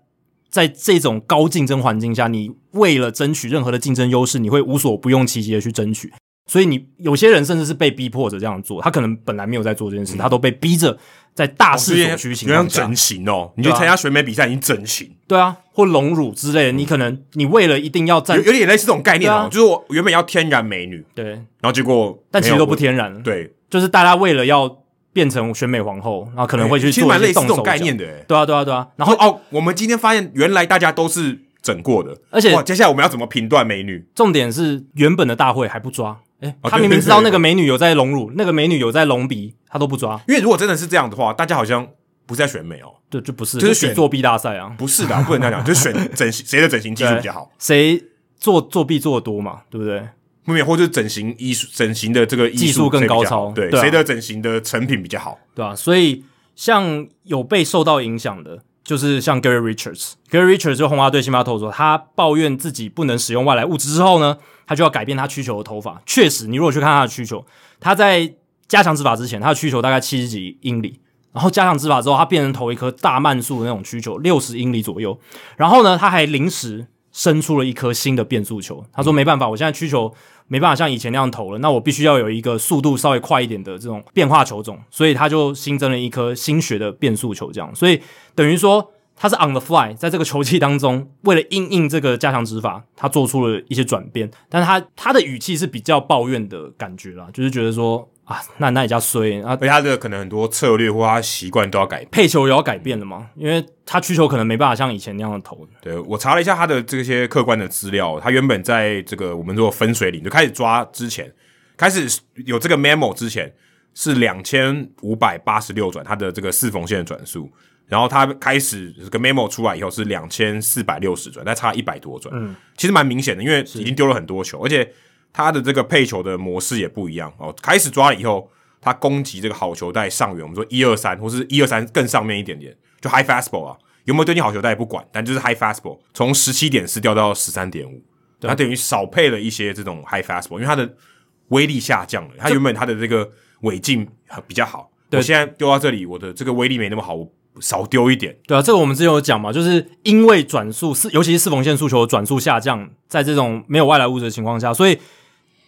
S1: 在这种高竞争环境下，你为了争取任何的竞争优势，你会无所不用其极的去争取。所以你有些人甚至是被逼迫着这样做，他可能本来没有在做这件事，他都被逼着在
S2: 哦
S1: 大势所趋情
S2: 有
S1: 况
S2: 像
S1: 下，
S2: 整形嗯哦，你去
S1: 对啊
S2: 参加选美比赛，你整形，
S1: 对啊，或隆乳之类的，你可能你为了一定要
S2: 有
S1: 占
S2: 有点类似这种概念
S1: 对
S2: 哦
S1: 啊，
S2: 就是我原本要天然美女，
S1: 对，
S2: 然后结果
S1: 但其实都不
S2: 天
S1: 天然，
S2: 对，
S1: 就是大家为了要变成选美皇后，然后可能会去
S2: 其实
S1: 做
S2: 蛮
S1: 一些
S2: 类似
S1: 动
S2: 这
S1: 手
S2: 种
S1: 脚
S2: 概念的、欸。
S1: 对啊，对啊，对啊。然
S2: 然
S1: 后
S2: 后哦，我们今天发现原来大家都是整过的，
S1: 而且
S2: 哇，接下来我们要怎么评断美女？
S1: 重点是原本的大会还不抓，诶，
S2: 哦
S1: 他
S2: 对
S1: 明明
S2: 对
S1: 知道
S2: 对
S1: 那个美女有在隆乳，那个美女有在隆鼻，他都不抓，
S2: 因为如果真的是这样的话，大家好像不是在选美哦，
S1: 就就不是，
S2: 就是
S1: 比
S2: 选
S1: 作弊大赛啊，
S2: 不是的，不能这样讲，就是选整形谁的整形技术比较好，
S1: 谁做作弊做的多嘛，对不对？
S2: 没有，或者是整形医术、整形的这个
S1: 技
S2: 技
S1: 术
S2: 术
S1: 更高
S2: 谁比较好
S1: 超
S2: 对，
S1: 对啊
S2: 谁的整形的成品比较好？
S1: 对啊，所以像有被受到影响的，就是像 Gary Richards，Gary Richards 就红袜队辛巴投手，他抱怨自己不能使用外来物质之后呢，他就要改变他曲球的投法。确实，你如果去看他的曲球，他在加强执法之前，他的曲球大概七十几英里。然后加强执法之后，他变成投一颗大慢速的那种曲球，六十英里左右。然后呢，他还临时生出了一颗新的变速球。他说：“没办法，我现在曲球没办法像以前那样投了，那我必须要有一个速度稍微快一点的这种变化球种。”所以他就新增了一颗新学的变速球，这样。所以等于说他是 on the fly，在这个球季当中，为了应应这个加强执法，他做出了一些转变。但是他他的语气是比较抱怨的感觉啦，就是觉得说啊，那那也叫衰啊，
S2: 而且他的可能很多策略或他习惯都要改变。
S1: 配球也要改变了嘛，因为他曲球可能没办法像以前那样的投。
S2: 对我查了一下他的这些客观的资料，他原本在这个我们做分水岭就开始抓之前，开始有这个 memo 之前是两千五百八十六转，他的这个四缝线的转速，然后他开始这个 memo 出来以后是两千四百六十转，但差一百多转，嗯，其实蛮明显的，因为已经丢了很多球，而且他的这个配球的模式也不一样哦。开始抓了以后，他攻击这个好球带上缘，我们说一二三，或是一二三更上面一点点，就 high fastball 啊，有没有对你好球带也不管，但就是 high fastball 从十七点四掉到十三点五，他等于少配了一些这种 high fastball，因为他的威力下降了，他原本他的这个尾劲比较好，
S1: 对
S2: 我现在丢到这里，我的这个威力没那么好，我少丢一点，
S1: 对啊，这个我们之前有讲嘛，就是因为转速四，尤其是四缝线速球的转速下降，在这种没有外来物质的情况下，所以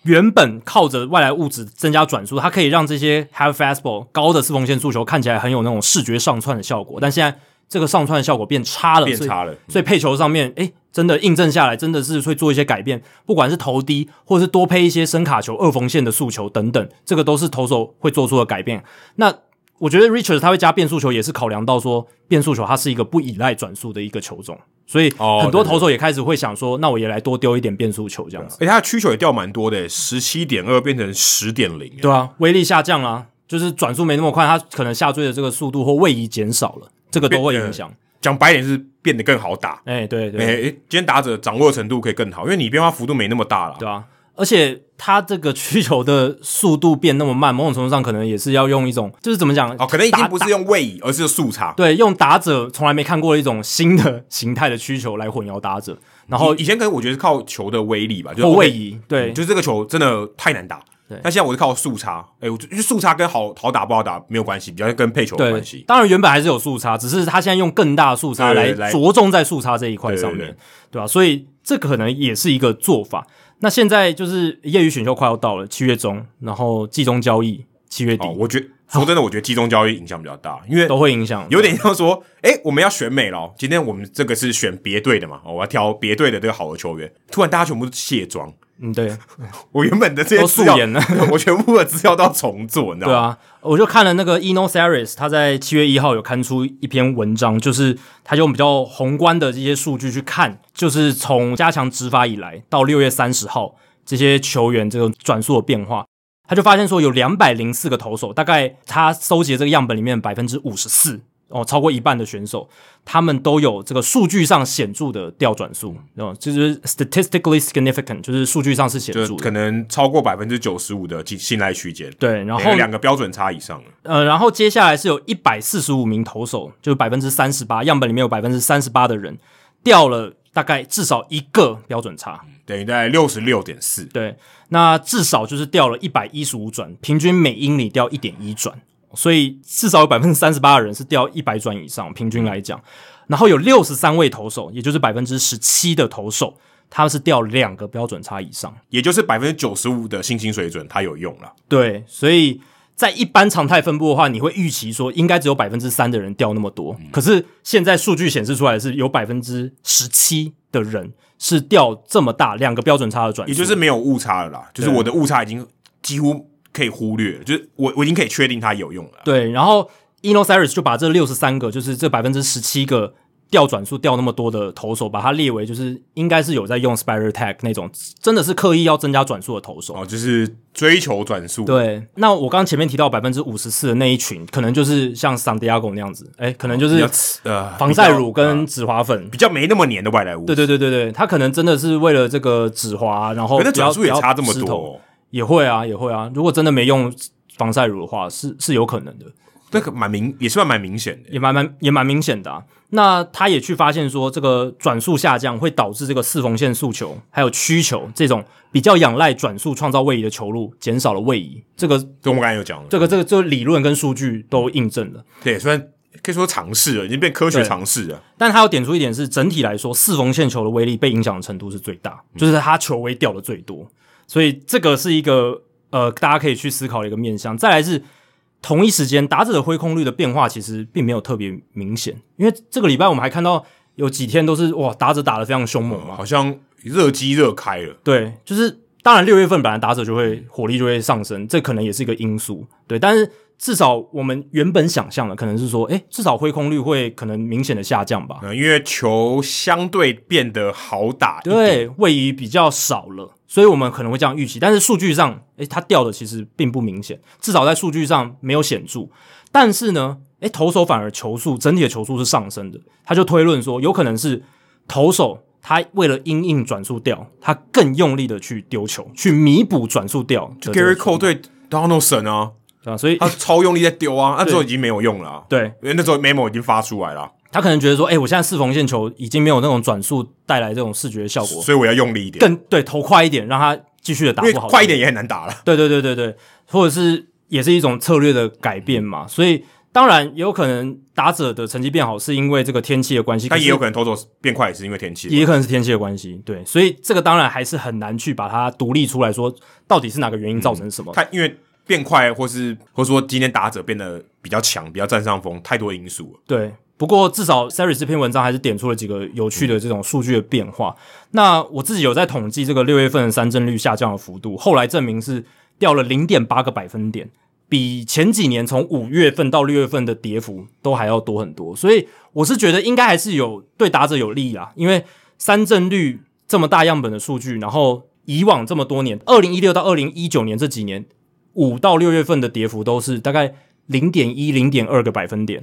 S1: 原本靠着外来物质增加转速，它可以让这些 have fastball 高的四缝线速球看起来很有那种视觉上窜的效果，但现在这个上窜的效果变差了，
S2: 变
S1: 所以
S2: 差了
S1: 所以配球上面，诶、真的印证下来，真的是会做一些改变，不管是投低，或是多配一些深卡球、二缝线的速球等等，这个都是投手会做出的改变。那我觉得 Richard 他会加变速球，也是考量到说变速球它是一个不依赖转速的一个球种，所以
S2: 哦
S1: 很多
S2: 对对
S1: 投手也开始会想说，那我也来多丢一点变速球这样子。
S2: 而且他的需求也掉蛮多的，十七点二变成十点零，
S1: 对啊，威力下降啦、就是转速没那么快，他可能下坠的这个速度或位移减少了，这个都会影响。
S2: 讲白点是变得更好打。
S1: 哎、对对
S2: 诶、诶今天打者掌握的程度可以更好，因为你变化幅度没那么大了。
S1: 对啊，而且他这个需求的速度变那么慢，某种程度上可能也是要用一种，就是怎么讲，
S2: 哦，可能已经
S1: 打
S2: 不是用位移，而是速差。
S1: 对用打者从来没看过的一种新的形态的需求来混淆打者，然后
S2: 以以前可能我觉得是靠球的威力吧，就是
S1: 或位
S2: OK，
S1: 移，对，
S2: 就是这个球真的太难打。
S1: 对
S2: 但现在我是靠速差，哎、我就因为速差跟好好打不好打没有关系，比较跟配球有
S1: 对，
S2: 关系。
S1: 当然原本还是有速差，只是他现在用更大的速差
S2: 对
S1: 来
S2: 来
S1: 着重在速差这一块上面，
S2: 对对对
S1: 对吧、啊所以这可能也是一个做法。那现在就是业余选秀快要到了，七月中，然后季中交易七月底、
S2: 哦，我觉说真的，我觉得集中交易影响比较大，因为
S1: 都会影响，
S2: 有点像说，哎、我们要选美了哦，今天我们这个是选别队的嘛，哦我要挑别队的这个好的球员。突然大家全部卸妆，
S1: 嗯对
S2: 我原本的这些
S1: 都
S2: 资
S1: 素
S2: 料
S1: 颜了，
S2: 我全部的资料都要重做，你知道
S1: 对
S2: 吗？
S1: 啊，我就看了那个 Eno Series，他在七月一号有刊出一篇文章，就是他用比较宏观的这些数据去看，就是从加强执法以来到六月三十号这些球员这个转速的变化，他就发现说有两百零四个投手，大概他收集的这个样本里面百分之五十四。哦，超过一半的选手，他们都有这个数据上显著的掉转速，哦，就是 statistically significant，就是数据上是显
S2: 就
S1: 著
S2: 是
S1: 的
S2: 可。能超过百分之九十五的信信赖区间，
S1: 对，然
S2: 然
S1: 后
S2: 后两个标准差以上了。
S1: 呃，然后接下来是有一百四十五名投手，就是百分之三十八样本里面有百分之三十八的人掉了大概至少一个标准差，
S2: 等于在六十六点四，
S1: 对，那至少就是掉了一百一十五转，平均每英里掉一点一转，所以至少有百分之三十八的人是掉一百转以上，平均来讲，然后有六十三位投手，也就是百分之十七的投手，他们是掉两个标准差以上。
S2: 也就是百分之九十五的新兴水准，它有用了。
S1: 对，所以在一般常态分布的话，你会预期说应该只有百分之三的人掉那么多，
S2: 嗯
S1: 可是现在数据显示出来是有百分之十七的人是掉这么大两个标准差的转速，
S2: 也就是没有误差了啦，就是
S1: 对啊
S2: 我的误差已经几乎可以忽略了，就是我我已经可以确定它有用了啦。
S1: 对，然后 Eno Cyrus 就把这六十三个，就是这百分之十七个掉转速掉那么多的投手，把它列为就是应该是有在用 Spiral Tag 那种真的是刻意要增加转速的投手。
S2: 哦，就是追求转速，
S1: 对，那我刚刚前面提到百分之五十四的那一群，可能就是像 San Diego 那样子，哎，可能就
S2: 比
S1: 是
S2: 较刺呃
S1: 防晒乳
S2: 比较
S1: 跟
S2: 呃
S1: 止滑粉。
S2: 比较没那么黏的外来物，
S1: 对对对对对，他可能真的是为了这个止滑，然后
S2: 可是
S1: 不要
S2: 转速也
S1: 不要
S2: 差这么
S1: 湿
S2: 多
S1: 头，
S2: 哦，
S1: 也会啊也会啊。如果真的没用防晒乳的话，是是有可能的，
S2: 那个蛮明也算蛮明显的。
S1: 也蛮蛮也蛮明显的、啊。那他也去发现说，这个转速下降会导致这个四缝线速球还有曲球这种比较仰赖转速创造位移的球路减少了位移，这个
S2: 跟我们刚才有讲了，
S1: 这个这个这个理论跟数据都印证了。
S2: 对，虽然可以说尝试了，已经变科学
S1: 对
S2: 尝试了。
S1: 但他要点出一点是，整体来说，四缝线球的威力被影响的程度是最大，就是他球威掉的最多，所以这个是一个呃，大家可以去思考的一个面向。再来是同一时间，打者的挥空率的变化其实并没有特别明显，因为这个礼拜我们还看到有几天都是哇，打者打得非常凶猛嘛，
S2: 好像热机热开了，
S1: 对，就是当然六月份本来打者就会火力就会上升，这可能也是一个因素，对。但是至少我们原本想象的可能是说，诶，至少挥空率会可能明显的下降吧，
S2: 嗯，因为球相对变得好打一点，
S1: 对，位移比较少了，所以我们可能会这样预期。但是数据上，诶，它掉的其实并不明显，至少在数据上没有显著。但是呢，诶，投手反而球速整体的球速是上升的，他就推论说，有可能是投手他为了因应转速掉，他更用力的去丢球，去弥补转速掉的这个
S2: Gary
S1: 错
S2: Cole 对 Donaldson 啊，
S1: 对啊，所以
S2: 他超用力在丢啊，那时候已经没有用了、啊，
S1: 对
S2: 因为那时候 memo 已经发出来了啊，
S1: 他可能觉得说，诶，我现在四缝线球已经没有那种转速带来这种视觉效果，
S2: 所以我要用力一点，
S1: 更对投快一点，让他继续的打
S2: 因为
S1: 不好，
S2: 快一点也很难打了。
S1: 对对对对对，或者是也是一种策略的改变嘛。所以当然也有可能打者的成绩变好是因为这个天气的关系，
S2: 但也有
S1: 可
S2: 可能投手变快也是因为天气
S1: 是，也可能是天气的关系。对，所以这个当然还是很难去把它独立出来说到底是哪个原因造成什么。
S2: 看因为变快或是或者说今天打者变得比较强，比较占上风，太多因素了。
S1: 对，不过至少 Sari 这篇文章还是点出了几个有趣的这种数据的变化。那我自己有在统计这个六月份的三振率下降的幅度，后来证明是掉了零点八个百分点，比前几年从五月份到六月份的跌幅都还要多很多。所以我是觉得应该还是有对打者有利啦，因为三振率这么大样本的数据，然后以往这么多年，二零一六到二零一九年这几年，五到六月份的跌幅都是大概零点一、零点二个百分点，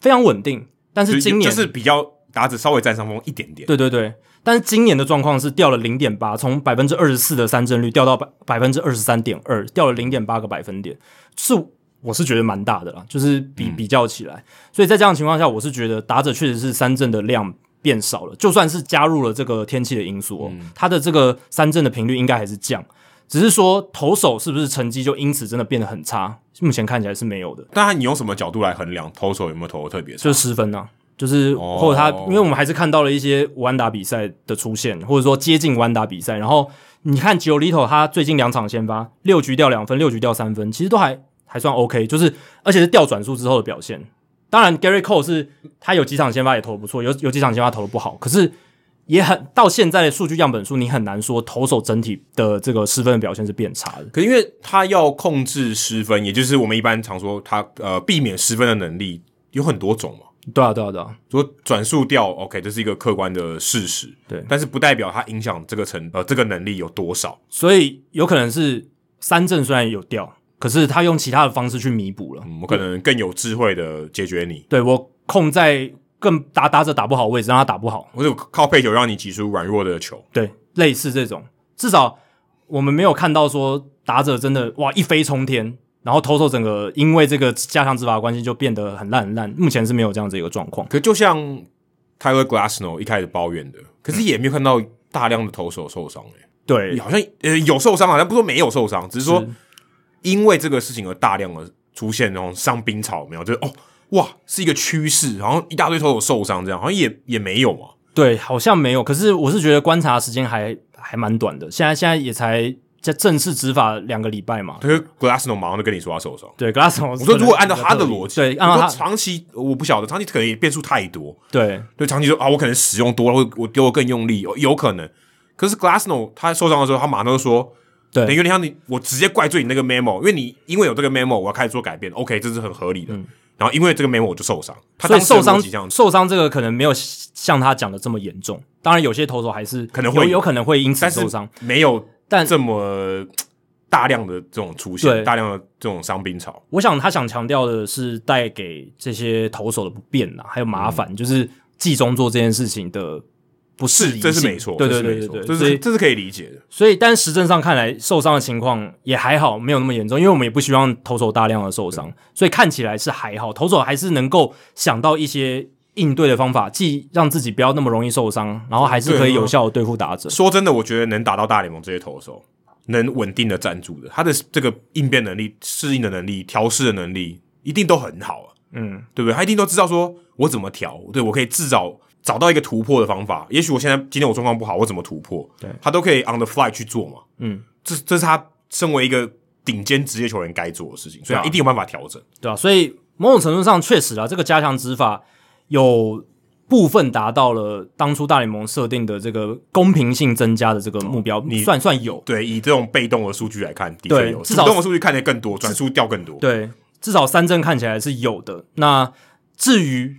S1: 非常稳定。但是今年
S2: 嗯就就是比较打者稍微占上风一点点。
S1: 对对对，但是今年的状况是掉了零点八，从百分之二十四的三振率掉到百百分之二十三点二，掉了零点八个百分点，是我是觉得蛮大的啦，就是比比较起来，所以在这样的情况下，我是觉得打者确实是三振的量变少了，就算是加入了这个天气的因素、哦，他的这个三振的频率应该还是降。只是说投手是不是成绩就因此真的变得很差？目前看起来是没有的，
S2: 当然，你用什么角度来衡量投手有没有投的特别差？
S1: 就是失分啊，就是
S2: 哦
S1: 或者他，因为我们还是看到了一些弯打比赛的出现，或者说接近弯打比赛。然后你看 g i o l i t o 他最近两场先发，六局掉两分，六局掉三分，其实都还还算 OK，就是而且是掉转速之后的表现。当然，Gary Cole 是他有几场先发也投的不错，有有几场先发投的不好，可是也很到现在的数据样本数，你很难说投手整体的这个失分的表现是变差的。
S2: 可因为他要控制失分，也就是我们一般常说他呃避免失分的能力有很多种嘛。
S1: 对啊，对啊，对啊，
S2: 说转速掉，OK，这是一个客观的事实，
S1: 对
S2: 但是不代表它影响这个成呃这个能力有多少。
S1: 所以有可能是三振虽然有掉，可是他用其他的方式去弥补了。
S2: 嗯，我可能更有智慧的解决你，
S1: 对我控在更打打者打不好的位置，让他打不好，
S2: 或者靠配球让你挤出软弱的球。
S1: 对，类似这种，至少我们没有看到说打者真的哇一飞冲天，然后投手整个因为这个加强执法的关系就变得很烂很烂，目前是没有这样子一个状况。
S2: 可就像 Tyler Glassno 一开始抱怨的，可是也没有看到大量的投手受伤、欸，
S1: 对，
S2: 好像呃有受伤，好像不是说没有受伤，只是说
S1: 是
S2: 因为这个事情而大量的出现那种伤兵潮，有没有就是哦哇是一个趋势，然后一大堆投手受伤这样，好像也也没有啊嘛。
S1: 对，好像没有，可是我是觉得观察时间还还蛮短的，现在现在也才在正式执法两个礼拜嘛。
S2: 可是 Glassno 马上就跟你说他受伤。
S1: 对，Glass，我
S2: 我说如果按照他的逻辑，
S1: 对，
S2: 我
S1: 按照
S2: 说
S1: 他，
S2: 长期我不晓得，长期可能也变数太多，
S1: 对，
S2: 对，长期说啊，我可能使用多了，会我丢的更用力，有有可能。可是 Glassno 他受伤的时候，他马上就说，
S1: 对
S2: 等于有点像你，我直接怪罪你那个 memo，因为你因为有这个 memo，我要开始做改变，OK，这是很合理的。然后因为这个 memo 我就受伤，他
S1: 嗯所以
S2: 当时的
S1: 受
S2: 逻
S1: 伤
S2: 辑这样子，
S1: 受伤这个可能没有像他讲的这么严重。当然，有些投手还是
S2: 可能会
S1: 有有可能会因此
S2: 但是
S1: 受伤，
S2: 没有
S1: 但
S2: 这么大量的这种出
S1: 对
S2: 现，大量的这种伤兵潮，
S1: 我想他想强调的是带给这些投手的不便呐，还有麻
S2: 嗯
S1: 烦，就是季中做这件事情的不适宜性
S2: 是这是没错，
S1: 对对
S2: 这是
S1: 对
S2: 没
S1: 对
S2: 错
S1: 对，
S2: 这
S1: 所
S2: 是
S1: 以
S2: 这是可以理解的。
S1: 所以，但实证上看来，受伤的情况也还好，没有那么严重，因为我们也不希望投手大量的受伤，所以看起来是还好，投手还是能够想到一些应对的方法，既让自己不要那么容易受伤，然后还是可以有效的对付打者。
S2: 说真的，我觉得能打到大联盟这些投手，能稳定的站住的，他的这个应变能力、适应的能力、调试的能力，一定都很好啊，
S1: 嗯，
S2: 对不对？他一定都知道说我怎么调，对我可以至少找到一个突破的方法。也许我现在今天我状况不好，我怎么突破？
S1: 对
S2: 他都可以 on the fly 去做嘛。
S1: 嗯，
S2: 这这是他身为一个顶尖职业球员该做的事情，所以他
S1: 对啊
S2: 一定有办法调整。
S1: 对啊，所以某种程度上确实啊，这个加强执法有部分达到了当初大联盟设定的这个公平性增加的这个目标，
S2: 你
S1: 算算有。
S2: 对，以这种被动的数据来看，的
S1: 啊对
S2: 确有；
S1: 至
S2: 主
S1: 少
S2: 动的数据看得更多，转速掉更多。
S1: 对，至少三振看起来是有的。那至于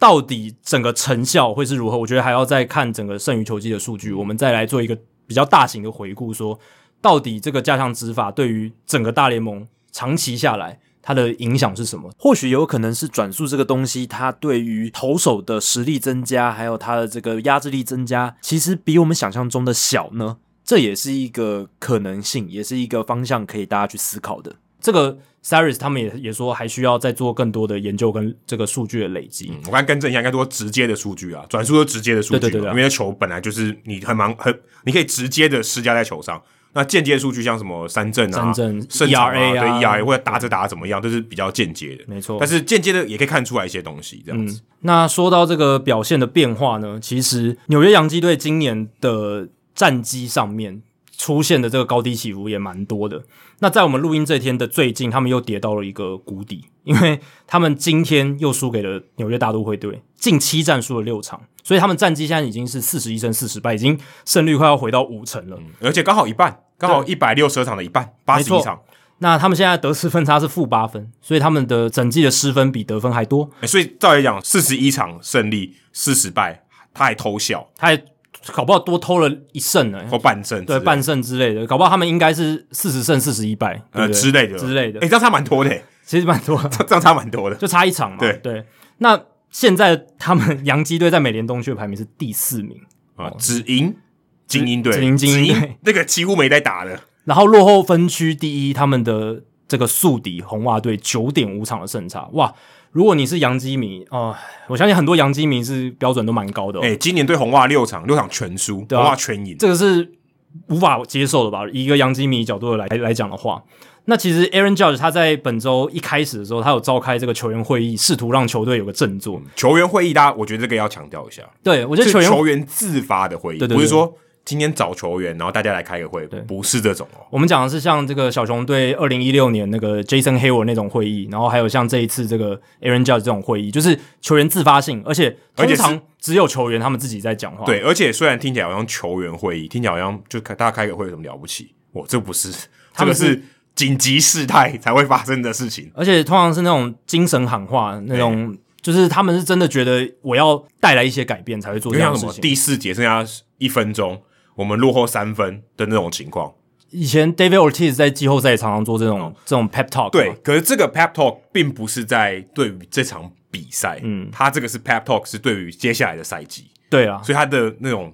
S1: 到底整个成效会是如何，我觉得还要再看整个剩余球季的数据，我们再来做一个比较大型的回顾说，到底这个加强执法对于整个大联盟长期下来它的影响是什么？
S3: 或许有可能是转速这个东西，它对于投手的实力增加，还有它的这个压制力增加，其实比我们想象中的小呢。这也是一个可能性，也是一个方向，可以大家去思考的。
S1: 这个 Saris 他们也也说还需要再做更多的研究跟这个数据的累积。
S2: 嗯我刚更正一下，应该说直接的数据啊，转速都直接的数据嘛，
S1: 对对对对啊
S2: 因为球本来就是你很忙很，你可以直接的施加在球上。那间接的数据像什么三振啊、
S1: 三振
S2: 胜场
S1: ERA 啊
S2: 对 ERA 或者打着打着怎么样，这是比较间接的。
S1: 没错嗯
S2: 但是间接的也可以看出来一些东西，这样子。
S1: 那说到这个表现的变化呢，其实纽约洋基队今年的战绩上面出现的这个高低起伏也蛮多的。那在我们录音这天的最近，他们又跌到了一个谷底，因为他们今天又输给了纽约大都会队，近七战输了六场，所以他们战绩现在已经是四十一胜四十败，已经胜率快要回到五成了。
S2: 而且刚好一半，刚好一百六十二场的一半，八十
S1: 没
S2: 一
S1: 错
S2: 场、
S1: 那他们现在得失分差是负八分，所以他们的整季的失分比得分还多，
S2: 欸所以照理讲，四十一场胜利，四十败，他还偷笑，
S1: 他还搞不好多偷了一胜呢、
S2: 或半胜之类
S1: 对
S2: 的，
S1: 半胜之类的，搞不好他们应该是四十胜四十一败，对
S2: 呃
S1: 不对
S2: 之类的
S1: 之类的
S2: 哎、欸，这样差蛮多的、欸，
S1: 其实蛮多的，
S2: 这样差蛮多的。
S1: 就差一场嘛。
S2: 对
S1: 那现在他们洋基队在美联东区的排名是第四名，
S2: 啊，只赢精英队，
S1: 只赢精英队
S2: 只赢那个几乎没在打的，
S1: 然后落后分区第一，他们的这个宿敌红袜队九点五场的胜差，哇！如果你是洋基迷哦、我相信很多洋基迷是标准都蛮高的、哦，
S2: 哎、今年对红袜六场，六场全输，
S1: 啊
S2: 红袜全赢，
S1: 这个是无法接受的吧？以一个洋基迷角度来来讲的话，那其实 Aaron Judge 他在本周一开始的时候，他有召开这个球员会议，试图让球队有个振作。
S2: 球员会议，大家我觉得这个要强调一下，
S1: 对我觉得
S2: 是
S1: 球员
S2: 球员自发的会议，
S1: 对对对
S2: 不是说今天找球员，然后大家来开个会，不是这种哦。
S1: 我们讲的是像这个小熊队二零一六年那个 Jason Hayward 那种会议，然后还有像这一次这个 Aaron Judge 这种会议，就是球员自发性，而且通
S2: 而且是
S1: 常只有球员他们自己在讲话。，
S2: 对，而且虽然听起来好像球员会议，听起来好像就开大家开个会有什么了不起，我这不是，
S1: 他
S2: 这
S1: 们
S2: 个
S1: 是
S2: 是紧急事态才会发生的事情。
S1: 而且通常是那种精神喊话，那种、就是他们是真的觉得我要带来一些改变才会做
S2: 就
S1: 这样
S2: 像
S1: 的
S2: 什
S1: 事
S2: 么
S1: 情。
S2: 第四节剩下一分钟，我们落后三分的那种情况。
S1: 以前 David Ortiz 在季后赛常常做这种、这种 pep talk，
S2: 哦对
S1: 嘛，
S2: 可是这个 pep talk 并不是在对于这场比赛，嗯，他这个是 pep talk 是对于接下来的赛季，
S1: 对啊，
S2: 所以他的那种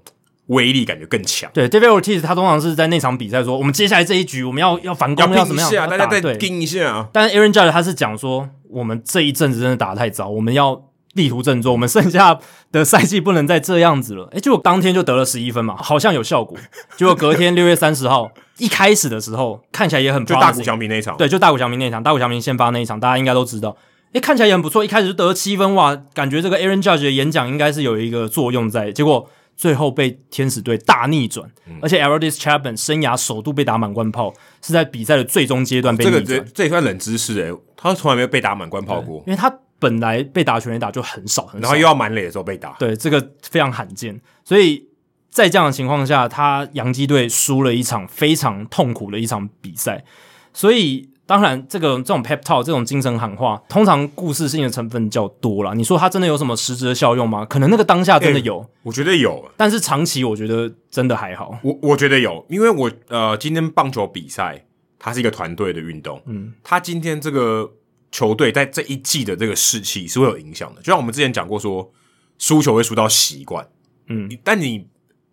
S2: 威力感觉更强。
S1: 对 David Ortiz 他通常是在那场比赛说，我们接下来这一局我们要要反攻，
S2: 要
S1: 怎
S2: 拼
S1: 么
S2: 一
S1: 样，
S2: 下，
S1: 要
S2: 大家
S1: 打
S2: 再
S1: 对
S2: 盯一下啊！
S1: 但是 Aaron Judge 他是讲说，我们这一阵子真的打得太糟，我们要力图振作，我们剩下的赛季不能再这样子了。诶，结果当天就得了十一分嘛，好像有效果。结果隔天六月三十号一开始的时候，看起来也很
S2: 就大谷
S1: promising
S2: 翔平那一场，
S1: 对，就大谷翔平那一场，大谷翔平先发那一场，大家应该都知道。诶，看起来也很不错，一开始就得了七分，哇，感觉这个 Aaron Judge 的演讲应该是有一个作用在。结果最后被天使队大逆转，
S2: 嗯
S1: 而且 a l d i s Chapman 生涯首度被打满贯炮，是在比赛的最终阶段被
S2: 这
S1: 逆
S2: 个
S1: 转。
S2: 这这也算冷知识诶、欸他从来没有被打满贯炮过，
S1: 因为他本来被打全垒打就很少很少，
S2: 然后又要满垒的时候被打，
S1: 对这个非常罕见，所以在这样的情况下，他洋基队输了一场非常痛苦的一场比赛，所以。当然，这个这种 pep talk 这种精神喊话，通常故事性的成分较多啦。你说它真的有什么实质的效用吗？可能那个当下真
S2: 哎
S1: 的有，
S2: 我觉得有，
S1: 但是长期我觉得真的还好。
S2: 我我觉得有，因为我呃，今天棒球比赛它是一个团队的运动，
S1: 嗯
S2: 嗯，它今天这个球队在这一季的这个士气是会有影响的。就像我们之前讲过说，输球会输到习惯，
S1: 嗯
S2: 嗯，但你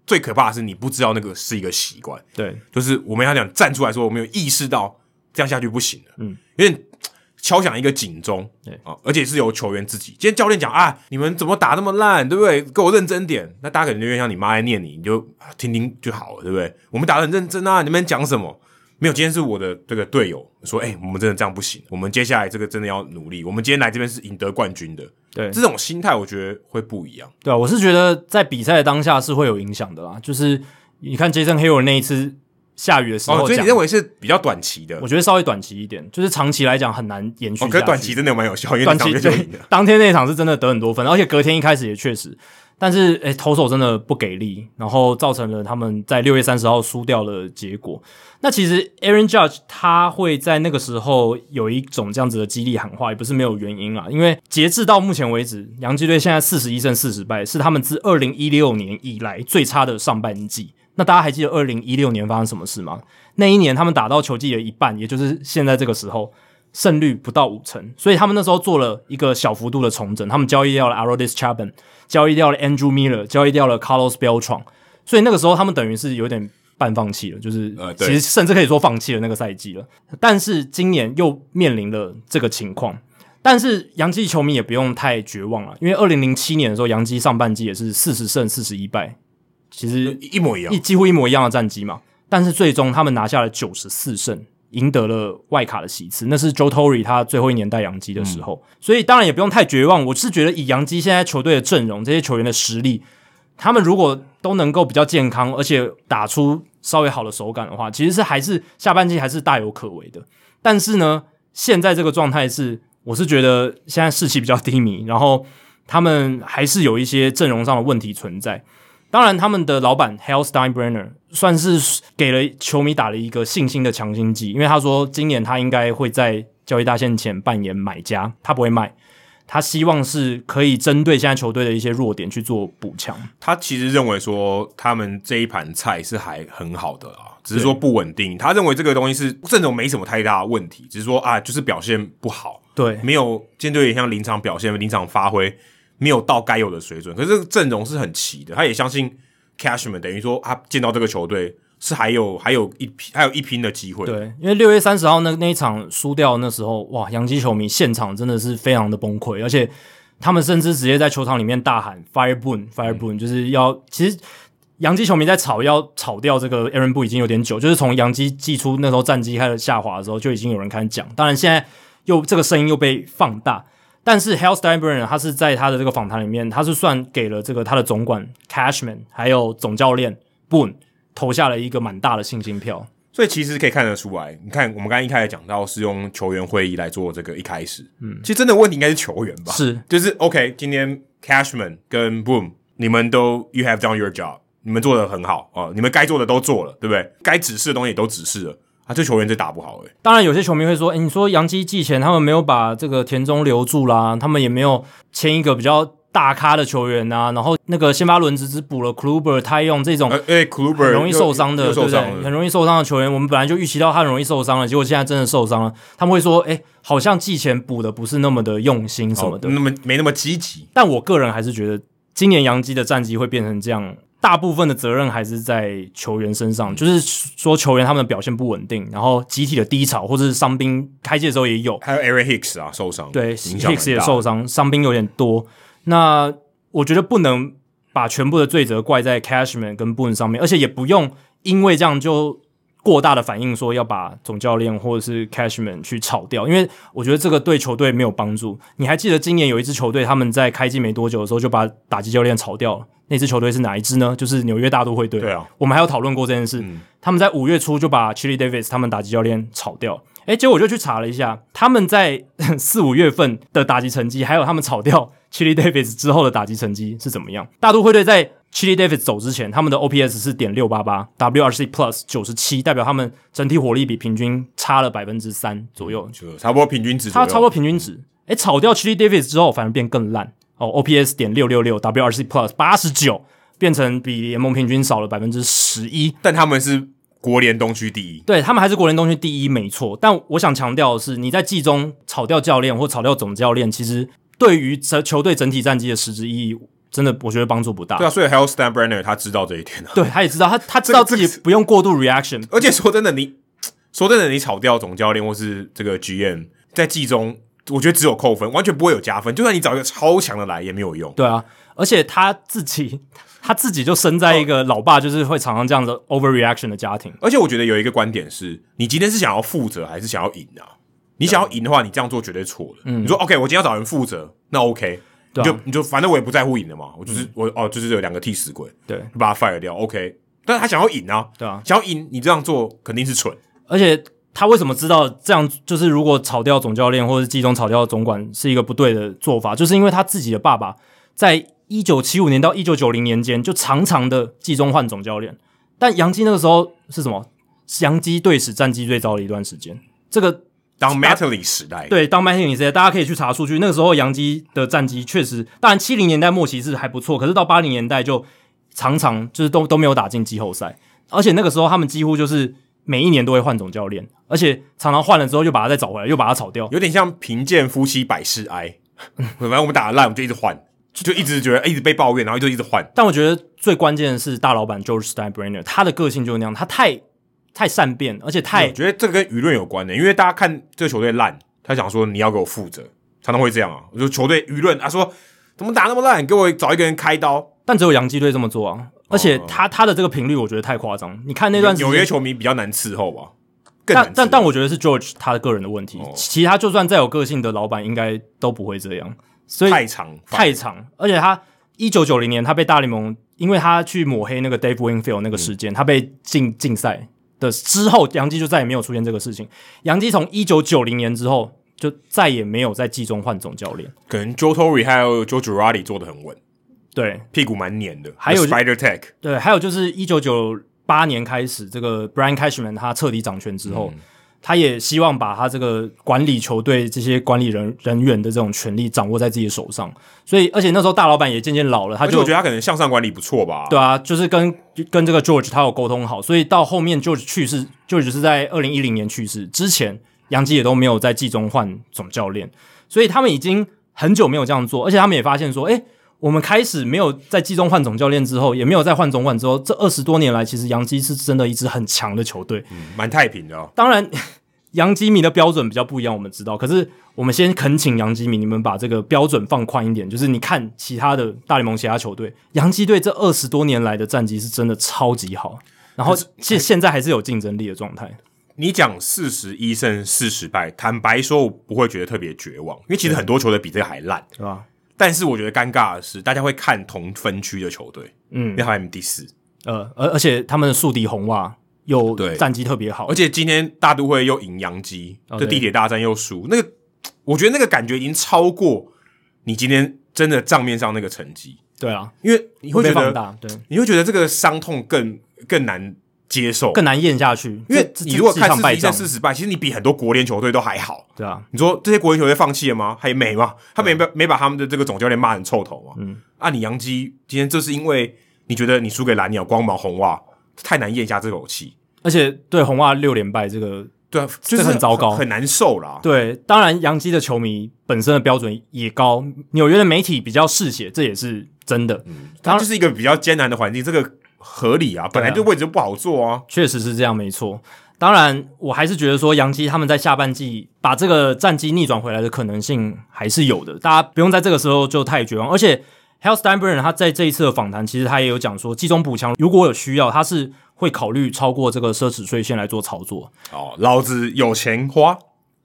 S2: 最可怕的是你不知道那个是一个习惯，
S1: 对，
S2: 就是我们要讲站出来说，我们有意识到这样下去不行了，
S1: 嗯
S2: 嗯，有点敲响一个警钟，
S1: 对
S2: 啊，而且是由球员自己。今天教练讲啊，你们怎么打那么烂，对不对？给我认真点。那大家可能就有点像你妈在念你，你就啊听听就好了，对不对？我们打的很认真啊，你们讲什么？没有，今天是我的这个队友说，哎、我们真的这样不行，我们接下来这个真的要努力，我们今天来这边是赢得冠军的，
S1: 对
S2: 这种心态我觉得会不一样。
S1: 对啊，我是觉得在比赛的当下是会有影响的啦。就是你看 Jason h a y w a r 那一次下雨的时候
S2: 哦，
S1: 讲、
S2: 所以你认为是比较短期的？
S1: 我
S2: 哦，
S1: 觉得稍微短期一点，就是长期来讲很难延续下去。
S2: 可是短期真的蛮有效，因为
S1: 短
S2: 你上
S1: 期
S2: 面就
S1: 对
S2: 赢了。
S1: 当天那一场是真的得很多分，而且隔天一开始也确实，但是诶、投手真的不给力，然后造成了他们在六月三十号输掉的结果。那其实 Aaron Judge 他会在那个时候有一种这样子的激励喊话，也不是没有原因啊，因为截至到目前为止，洋基队现在四十一胜四十败，是他们自二零一六年以来最差的上半季。那大家还记得二零一六年发生什么事吗？那一年他们打到球季的一半，也就是现在这个时候，胜率不到五成，所以他们那时候做了一个小幅度的重整，他们交易掉了 Arodis Chapman，交易掉了 Andrew Miller，交易掉了 Carlos Beltran，所以那个时候他们等于是有点半放弃了，就是、
S2: 呃对
S1: 其实甚至可以说放弃了那个赛季了。但是今年又面临了这个情况，但是洋基球迷也不用太绝望了，因为二零零七年的时候，洋基上半季也是四十胜四十一败，其实
S2: 一模一样
S1: 一，几乎一模一样的战绩嘛。但是最终他们拿下了九十四胜，赢得了外卡的席次，那是 Joe Torre 他最后一年带洋基的时候。所以当然也不用太绝望，我是觉得以洋基现在球队的阵容，这些球员的实力，他们如果都能够比较健康，而且打出稍微好的手感的话，其实是还是下半季还是大有可为的。但是呢，现在这个状态是，我是觉得现在士气比较低迷，然后他们还是有一些阵容上的问题存在。当然，他们的老板 Hal Steinbrenner 算是给了球迷打了一个信心的强心剂，因为他说今年他应该会在交易大限前扮演买家，他不会卖。他希望是可以针对现在球队的一些弱点去做补强。
S2: 他其实认为说他们这一盘菜是还很好的啊，只是说不稳定。他认为这个东西是阵容没什么太大的问题，只是说啊，就是表现不好，
S1: 对，
S2: 没有舰队也像临场表现、临场发挥没有到该有的水准。可是这个阵容是很齐的，他也相信 Cashman 等于说他见到这个球队是还有还有一拼还有一拼的机会。
S1: 对，因为六月三十号那那一场输掉那时候，哇，洋基球迷现场真的是非常的崩溃，而且他们甚至直接在球场里面大喊 “fire boom fire boom”，、就是要其实洋基球迷在吵要吵掉这个 Aaron 布已经有点久，就是从洋基寄出那时候战绩开始下滑的时候，就已经有人开始讲。当然，现在又这个声音又被放大。但是 h e l s t e i n b e r n 他是在他的这个访谈里面，他是算给了这个他的总管 Cashman 还有总教练 Boone 投下了一个蛮大的信心票。
S2: 所以其实可以看得出来，你看我们刚刚一开始讲到是用球员会议来做这个一开始，嗯，其实真的问题应该是球员吧，
S1: 是，
S2: 就是 OK，今天 Cashman 跟 Boom 你们都 You have done your job，你们做的很好哦、你们该做的都做了，对不对？该指示的东西也都指示了，啊，这球员就打不好诶、
S1: 当然，有些球迷会说：“诶，你说洋基季前他们没有把这个田中留住啦，他们也没有签一个比较大咖的球员呐、然后那个先发轮值只补了 Kluber、泰用这种
S2: 呃，哎 k l u b e
S1: 哦很
S2: r
S1: 容易受伤的，对
S2: 受
S1: 不
S2: 伤
S1: 对？
S2: 了，
S1: 很容易受伤的球员，我们本来就预期到他很容易受伤了，结果现在真的受伤了。他们会说：‘诶，好像季前补的不是那么的用心什么的。
S2: 哦那么没那么积极，
S1: 但我个人还是觉得，今年洋基的战绩会变成这样，大部分的责任还是在球员身上，就是说球员他们的表现不稳定，然后集体的低潮，或者是伤兵开季的时候也有。
S2: 还有 Aaron Hicks 啊受伤，
S1: 对
S2: 影响很
S1: ，Hicks 也
S2: 大
S1: 受伤，伤兵有点多。那我觉得不能把全部的罪责怪在 Cashman 跟 Boone 上面，而且也不用因为这样就过大的反应说要把总教练或者是 Cashman 去炒掉，因为我觉得这个对球队没有帮助。你还记得今年有一支球队他们在开季没多久的时候就把打击教练炒掉了，那支球队是哪一支呢？就是纽约大都会队。
S2: 对啊，
S1: 我们还有讨论过这件事。
S2: 嗯
S1: 他们在五月初就把 Chili Davis 他们打击教练炒掉。诶，结果我就去查了一下，他们在 四五月份的打击成绩，还有他们炒掉 Chili Davis 之后的打击成绩是怎么样？大都会队在 Chili Davis 走之前，他们的 OPS 是点六八八，WRC Plus 九十七，代表他们整体火力比平均差了百分之三左右，
S2: 就差不多平均值嗯左
S1: 差
S2: 右，
S1: 差不多平均值。诶，炒掉 Chili Davis 之后，反而变更烂哦，OPS 点六六六，WRC Plus 八十九，变成比联盟平均少了百分之十一。
S2: 但他们是国联东区第一，
S1: 对他们还是国联东区第一，没错。但我想强调的是，你在季中炒掉教练或炒掉总教练，其实对于整球队整体战绩的实质意义，真的我觉得帮助不大。
S2: 对啊，所以还有 Stan Brenner 他知道这一点啊。
S1: 对他也知道，他他知道自己不用过度 reaction，
S2: 而且说真的，你说真的，你炒掉总教练或是这个 GM，在季中，我觉得只有扣分，完全不会有加分。就算你找一个超强的来也没有用。
S1: 对啊，而且他自己他自己就生在一个老爸就是会常常这样子 overreaction 的家庭。
S2: 而且我觉得有一个观点是，你今天是想要负责还是想要赢啊？你想要赢的话，你这样做绝对错的。你说 OK，我今天要找人负责，那 OK，、
S1: 嗯对
S2: 你
S1: 啊嗯
S2: 就你就反正我也不在乎赢了嘛，我就是、我哦，就是有两个替死鬼，
S1: 对
S2: 就把他 fire 掉 OK。但是他想要赢啊，
S1: 对啊
S2: 想要赢，你这样做肯定是蠢。
S1: 而且他为什么知道这样？就是如果炒掉总教练或者是季中炒掉总管是一个不对的做法，就是因为他自己的爸爸在一九七五年到一九九零年间就常常的季中换总教练，但杨基那个时候是什么？杨基队史战绩最糟的一段时间。这个
S2: 当 m e t a l y 时代，
S1: 对，当 m a t t i n 时代，大家可以去查数据。那个时候杨基的战绩确实，当然七零年代末期是还不错，可是到八零年代就常常就是都都没有打进季后赛，而且那个时候他们几乎就是每一年都会换总教练，而且常常换了之后又把他再找回来，又把他炒掉。
S2: 有点像贫贱夫妻百事哀。 反正我们打得烂，我们就一直换，就一直觉得、哎一直被抱怨，然后就一直换。
S1: 但我觉得最关键的是大老板 George Steinbrenner，他的个性就是那样，他太太善变，而且太
S2: 我觉得这个跟舆论有关的、欸因为大家看这个球队烂，他想说你要给我负责，常常会这样啊。就球队舆论啊说怎么打那么烂，给我找一个人开刀。
S1: 但只有洋基队这么做啊。而且他他的这个频率，我觉得太夸张。你看那段时间
S2: 哦纽约球迷比较难伺候吧，更难哦
S1: 但
S2: 伺
S1: 但
S2: 候
S1: 但我觉得是 George 他的个人的问题，其他就算再有个性的老板，应该都不会这样。所以
S2: 太长，
S1: 太长，而且他一九九零年他被大联盟，因为他去抹黑那个 Dave Winfield 那个事
S2: 嗯
S1: 件，他被禁禁赛的之后，杨基就再也没有出现这个事情。杨基从一九九零年之后就再也没有在季中换总教练。
S2: 可能 Joe Torre 还有 Joe Girardi 做的很稳，
S1: 对
S2: 屁股蛮黏的。
S1: 还有
S2: Spider Tech，
S1: 对，还有就是一九九八年开始，这个 Brian Cashman 他彻底掌权之后。
S2: 嗯
S1: 他也希望把他这个管理球队这些管理人人员的这种权利掌握在自己手上，所以而且那时候大老板也渐渐老了，他
S2: 而且
S1: 就
S2: 我觉得他可能向上管理不错吧。
S1: 对啊，就是跟跟这个 George 他有沟通好，所以到后面 George 去世，George 是在二零一零年去世之前，杨基也都没有在季中换总教练，所以他们已经很久没有这样做，而且他们也发现说，诶，我们开始没有在季中换总教练之后，也没有在换总管之后，这二十多年来，其实杨基是真的一支很强的球队。
S2: 嗯，蛮太平的、哦。
S1: 当然， 杨基迷的标准比较不一样，我们知道。可是我们先恳请杨基迷，你们把这个标准放宽一点，就是你看其他的大联盟其他球队，杨基队这二十多年来的战绩是真的超级好，然后现现在还是有竞争力的状态。
S2: 你讲四十一胜四十败，坦白说，我不会觉得特别绝望，因为其实很多球队比这个还烂，
S1: 对吧？
S2: 但是我觉得尴尬的是，大家会看同分区的球队，
S1: 嗯
S2: 因为他们第四，
S1: 呃，而而且他们的宿敌红袜又
S2: 对
S1: 战绩特别好
S2: 而，且今天大都会又赢洋基，
S1: 哦
S2: 这
S1: 对
S2: 地铁大战又输，那个我觉得那个感觉已经超过你今天真的账面上那个成绩，
S1: 对啊，
S2: 因为你会
S1: 被
S2: 觉
S1: 放
S2: 得
S1: 大，对，
S2: 你会觉得这个伤痛更更难接受，
S1: 更难咽下去，
S2: 因为
S1: 这
S2: 你如果
S1: 这
S2: 看
S1: 这场
S2: 四十
S1: 败
S2: 一胜
S1: 仗，
S2: 四十败，其实你比很多国联球队都还好。
S1: 对啊，
S2: 你说这些国联球队放弃了吗？还没嘛？他没把没把他们的这个总教练骂成臭头嘛？嗯，啊，你杨基今天就是因为你觉得你输给蓝鸟、光芒、红袜，太难咽下这口气，
S1: 而且对红袜六连败这个
S2: 对啊，
S1: 这
S2: 就是
S1: 个很糟糕
S2: 很难受啦。
S1: 对，当然，洋基的球迷本身的标准也高，纽约的媒体比较嗜血，这也是真的。当
S2: 它
S1: 然
S2: 就，是一个比较艰难的环境，这个合理啊，本来就位置就不好做啊。
S1: 确实是这样，没错。当然，我还是觉得说，洋基他们在下半季把这个战绩逆转回来的可能性还是有的，大家不用在这个时候就太绝望。而且 h e l s t e i n b e r 他在这一次的访谈，其实他也有讲说，季中补强如果有需要，他是会考虑超过这个奢侈税线来做操作。
S2: 哦，老子有钱花，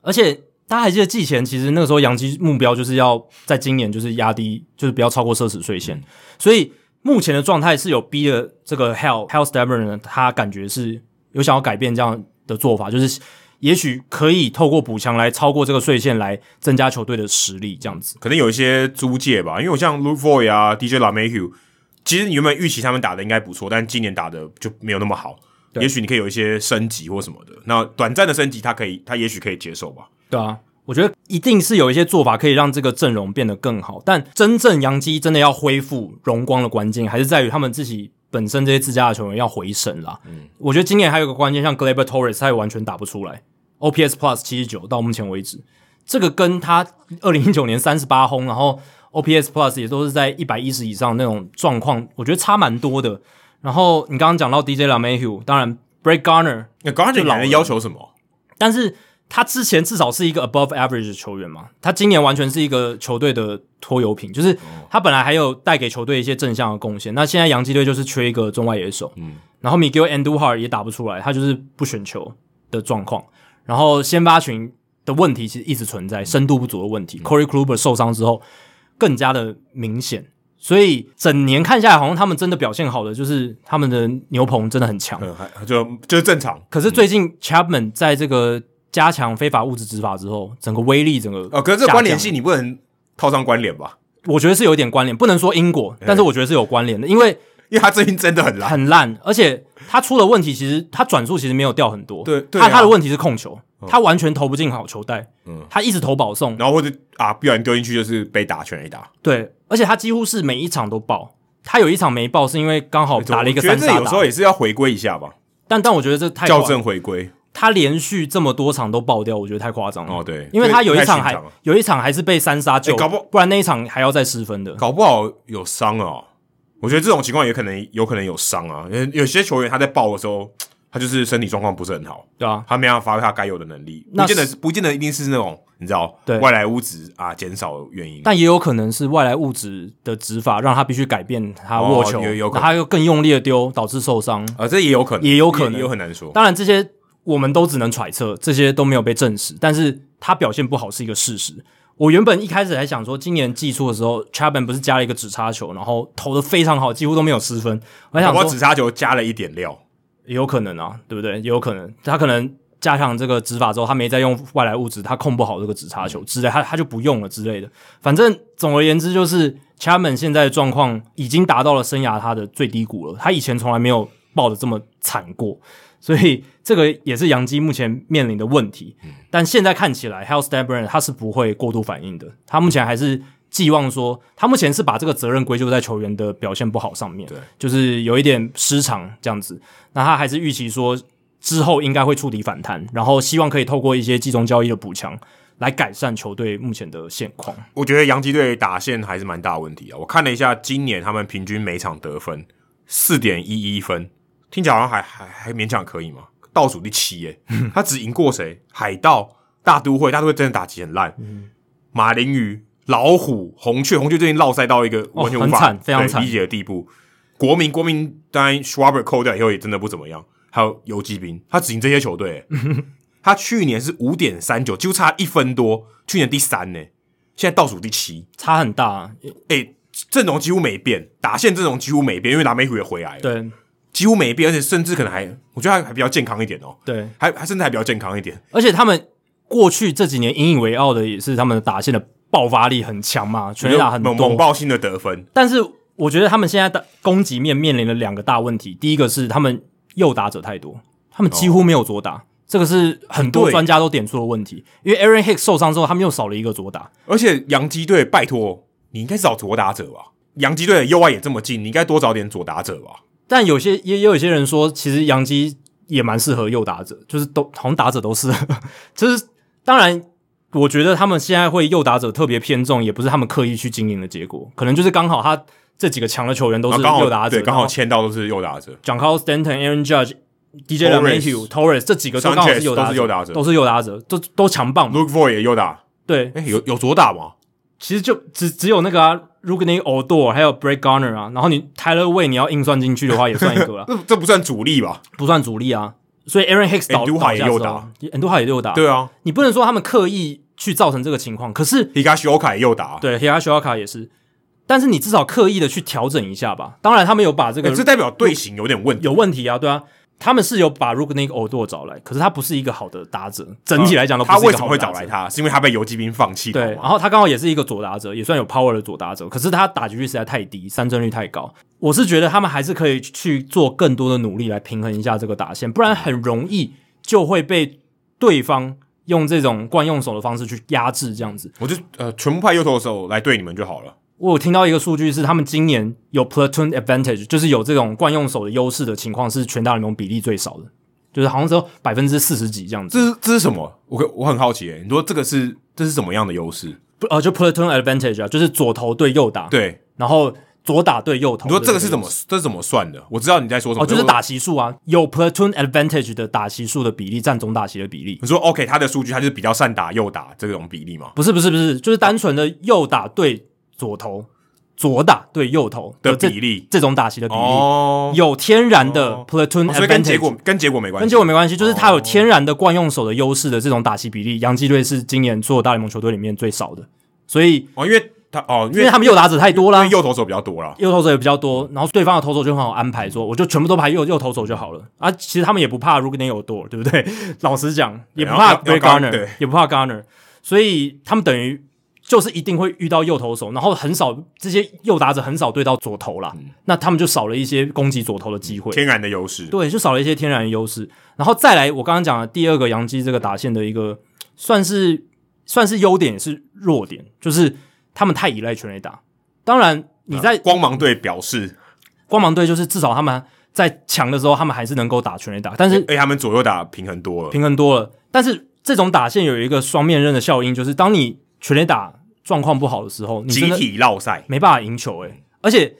S1: 而且大家还记得季前，其实那个时候洋基目标就是要在今年就是压低，就是不要超过奢侈税线，所以目前的状态是有逼的这个 Hell Hell Stabber 呢，他感觉是有想要改变这样的做法，就是也许可以透过补强来超过这个税线，来增加球队的实力，这样子。
S2: 可能有一些租借吧，因为我像 l u v o y 啊、DJ l a m a h u 其实你原本预期他们打的应该不错，但今年打的就没有那么好。
S1: 对
S2: 也许你可以有一些升级或什么的，那短暂的升级，他可以，他也许可以接受吧。
S1: 对啊，我觉得一定是有一些做法可以让这个阵容变得更好，但真正洋基真的要恢复荣光的关键，还是在于他们自己本身这些自家的球员要回神啦。嗯，我觉得今年还有一个关键，像 Glaber Torres 他也完全打不出来，OPS Plus 七十九到目前为止，这个跟他二零一九年三十八轰，然后 OPS Plus 也都是在一百一十以上那种状况，我觉得差蛮多的。然后你刚刚讲到 DJ l a m a h u 当然 Break Garner
S2: 那 g a r d e 老人要求什么？
S1: 但是他之前至少是一个 above average 的球员嘛，他今年完全是一个球队的拖油瓶，就是他本来还有带给球队一些正向的贡献，那现在洋基队就是缺一个中外野手，嗯，然后 Miguel Andujar 也打不出来，他就是不选球的状况，然后先发群的问题其实一直存在，深度不足的问题、c o r e y Kluber 受伤之后更加的明显。所以整年看下来，好像他们真的表现好的，就是他们的牛棚真的很强。
S2: 嗯，还就就是正常。
S1: 可是最近 Chapman 在这个加强非法物质执法之后，整个威力整个
S2: 哦，可是这个关联
S1: 下
S2: 性你不能套上关联吧？
S1: 降，我觉得是有一点关联，不能说因果，但是我觉得是有关联的，因为
S2: 因为他最近真的很烂。
S1: 很烂，而且他出了问题，其实他转速其实没有掉很多，
S2: 对对
S1: 他
S2: 啊嗯
S1: 他的问题是控球，他完全投不进好球带，他一直投保送，
S2: 然后或者啊，不小心丢进去就是被打全垒打。
S1: 对，而且他几乎是每一场都爆，他有一场没爆是因为刚好打了一个
S2: 哎我觉
S1: 三
S2: 得这
S1: 杀
S2: 有时候
S1: 打，
S2: 也是要回归一下吧，
S1: 但但我觉得这太夸
S2: 校正回归。
S1: 他连续这么多场都爆掉，我觉得太夸张了。
S2: 哦对
S1: 因为他有一场
S2: 这太
S1: 还
S2: 寻常了啊
S1: 有一场还是被三杀救，
S2: 哎搞不
S1: 然那一场还要再失分的。
S2: 搞不好有伤哦。我觉得这种情况也可能有可能有伤啊。有有些球员他在爆的时候，他就是身体状况不是很好，
S1: 对啊，
S2: 他没办法发挥他该有的能力，
S1: 那
S2: 不见得不见得一定是那种你知道
S1: 对
S2: 外来物质啊减少的原因。
S1: 但也有可能是外来物质的执法让他必须改变他握球，
S2: 哦有有可能
S1: 他又更用力的丢，导致受伤。
S2: 啊，这也有可能，
S1: 也有可能
S2: 也有很难说。
S1: 当然，这些我们都只能揣测，这些都没有被证实。但是他表现不好是一个事实。我原本一开始还想说，今年季初的时候，Chapman 不是加了一个直插球，然后投的非常好，几乎都没有失分。我还想
S2: 我
S1: 说
S2: 紫，砂球加了一点料，
S1: 也有可能啊，对不对？也有可能，他可能加强这个指法之后，他没再用外来物质，他控不好这个直插球之类，他他就不用了之类的。反正总而言之，就是 Chapman 现在的状况已经达到了生涯他的最低谷了，他以前从来没有爆的这么惨过。所以这个也是杨基目前面临的问题，但现在看起来 h e l s t e b r a n 他是不会过度反应的，他目前还是寄望说，他目前是把这个责任归咎在球员的表现不好上面，
S2: 对，
S1: 就是有一点失常这样子。那他还是预期说之后应该会触底反弹，然后希望可以透过一些季中交易的补强来改善球队目前的现况。
S2: 我觉得洋基队打线还是蛮大的问题啊。我看了一下，今年他们平均每场得分四点一一分，听起来好像还还还勉强可以嘛。倒数第七 耶，他只赢过谁？海盗、大都会，大都会真的打击很烂。
S1: 嗯
S2: 马林鱼、老虎、红雀，红雀最近落赛到一个
S1: 哦
S2: 完全无
S1: 很
S2: 法、
S1: 惨非常
S2: 对
S1: 惨
S2: 理解的地步。国民，国民当然 Schwarber 扣掉以后也真的不怎么样。还有游击兵，他只赢这些球队 耶。他去年是五点三九，就差一分多，去年第三呢，现在倒数第七。
S1: 差很大，啊
S2: 诶、阵容几乎没变，打线阵容几乎没变，因为达美虎也回来了，，
S1: 对
S2: 几乎没变，而且甚至可能还，我觉得还还比较健康一点哦，
S1: 对，
S2: 还还甚至还比较健康一点，
S1: 而且他们过去这几年引以为傲的也是他们的打线的爆发力很强嘛，全垒打很多，
S2: 猛猛爆新的得分，
S1: 但是我觉得他们现在的攻击面面临了两个大问题，第一个是他们右打者太多，他们几乎没有左打，这个是很多
S2: 对
S1: 专家都点出的问题。因为 Aaron Hicks 受伤之后，他们又少了一个左打，
S2: 而且洋基队，拜托，你应该找左打者吧，洋基队的右外也这么近，你应该多找点左打者吧，
S1: 但有些也也有些人说，其实杨基也蛮适合右打者，就是都好像打者都是， 就是当然。我觉得他们现在会右打者特别偏重，也不是他们刻意去经营的结果，可能就是刚好他这几个强的球员都
S2: 然
S1: 是
S2: 啊后刚
S1: 右
S2: 好
S1: 打者，
S2: 对，刚好签到都是右打者，
S1: 讲 a r Stanton、Aaron Judge、DJ l a m a t h e w Torres 这几个都
S2: Sanchez
S1: 刚好是右打
S2: 都是右打者
S1: 都是右打者，都都强棒嘛。
S2: ，Luke Voigt 也右打，
S1: 对，
S2: 诶、有有左打吗？
S1: 其实就只只有那个啊 r u g n i o d o r 还有 Brett Garner 啊，然后你 Tyler Way 你要硬算进去的话，也算一个啦，
S2: 这这不算主力吧？
S1: 不算主力啊。所以 Aaron Hicks 倒
S2: Andujar
S1: 倒下
S2: 也右
S1: 之后
S2: 打，
S1: 很多海也右打。
S2: 对啊
S1: 你不能说他们刻意去造成这个情况，可是
S2: h i g a s h i o k a 也右打，
S1: 对 h i r a s h i o k a 也是，但是你至少刻意的去调整一下吧。当然，他们有把这个
S2: 哎诶，这代表队形有点问题。
S1: 有问题啊，对啊，他们是有把 Rugnick o d o 找来，可是他不是一个好的打者，整体来讲都不
S2: 呃他
S1: 是一
S2: 为
S1: 个
S2: 什么
S1: 好的
S2: 会
S1: 打
S2: 找
S1: 者
S2: 来？他？是因为他被游击兵放弃了
S1: 对，
S2: 嘛
S1: 然后他刚好也是一个左打者，也算有 power 的左打者，可是他打击率实在太低，三振率太高。我是觉得他们还是可以去做更多的努力来平衡一下这个打线，不然很容易就会被对方用这种惯用手的方式去压制。这样子，
S2: 我就呃全部派右投手来对你们就好了。
S1: 我有听到一个数据是，他们今年有 platoon advantage，就是有这种惯用手的优势的情况是全大联盟比例最少的，就是好像只有百分之四十几这样子。
S2: 这是这是什么？我我很好奇、欸，你说这个是这是什么样的优势？
S1: 不呃，就 platoon advantage 啊，就是左投对右打，，
S2: 对，
S1: 然后左打对右投。
S2: 你说这个是怎么？这是怎么算的？我知道你在说什么，
S1: 哦，就是
S2: 我说
S1: 打。席数啊，有 platoon advantage 的打席数的比例占总打席的比例，
S2: 你说 OK，他的数据他就是比较善打右打这种比例嘛
S1: 不是不是不是，就是单纯的右打对左投，左打对右投
S2: 的
S1: 哦这
S2: 比例
S1: 这种打席的比例，
S2: 哦，
S1: 有天然的
S2: 哦
S1: platoon
S2: 哦
S1: advantage，、
S2: 所以跟结果跟结果没关系，
S1: 跟结果没关系，就是他有天然的惯用手的优势的这种打击比例，洋基队是今年所有大联盟球队里面最少的，所以
S2: 哦，因为他哦，因
S1: 因为他们右打者太多
S2: 因
S1: 啦
S2: 为，右投手比较多啦。
S1: 右投手也比较
S2: 嗯
S1: 多，然后对方的投手就很好安排说，我就全部都排右右投手就好了啊。其实他们也不怕 r u g n i o 多，对不对？ 老实讲，也不怕
S2: 要要
S1: Gray
S2: 要 Garner，
S1: Garner，
S2: 对
S1: 也不怕 Garner，所以他们等于就是一定会遇到右投手，然后很少这些右打者很少对到左投啦，
S2: 嗯
S1: 那他们就少了一些攻击左投的机会。
S2: 天然的优势，
S1: 对，就少了一些天然的优势。然后再来，我刚刚讲的第二个杨基这个打线的一个算是算是优点也是弱点，就是他们太依赖全垒打。当然，你在
S2: 光芒队表示，
S1: 光芒队就是至少他们在强的时候，他们还是能够打全垒打，但是
S2: 哎，他们左右打平衡多了，
S1: 平衡多了。但是这种打线有一个双面刃的效应，就是当你全垒打状况不好的时候，你真
S2: 集
S1: 的
S2: 体绕赛，
S1: 没办法赢球诶、欸而且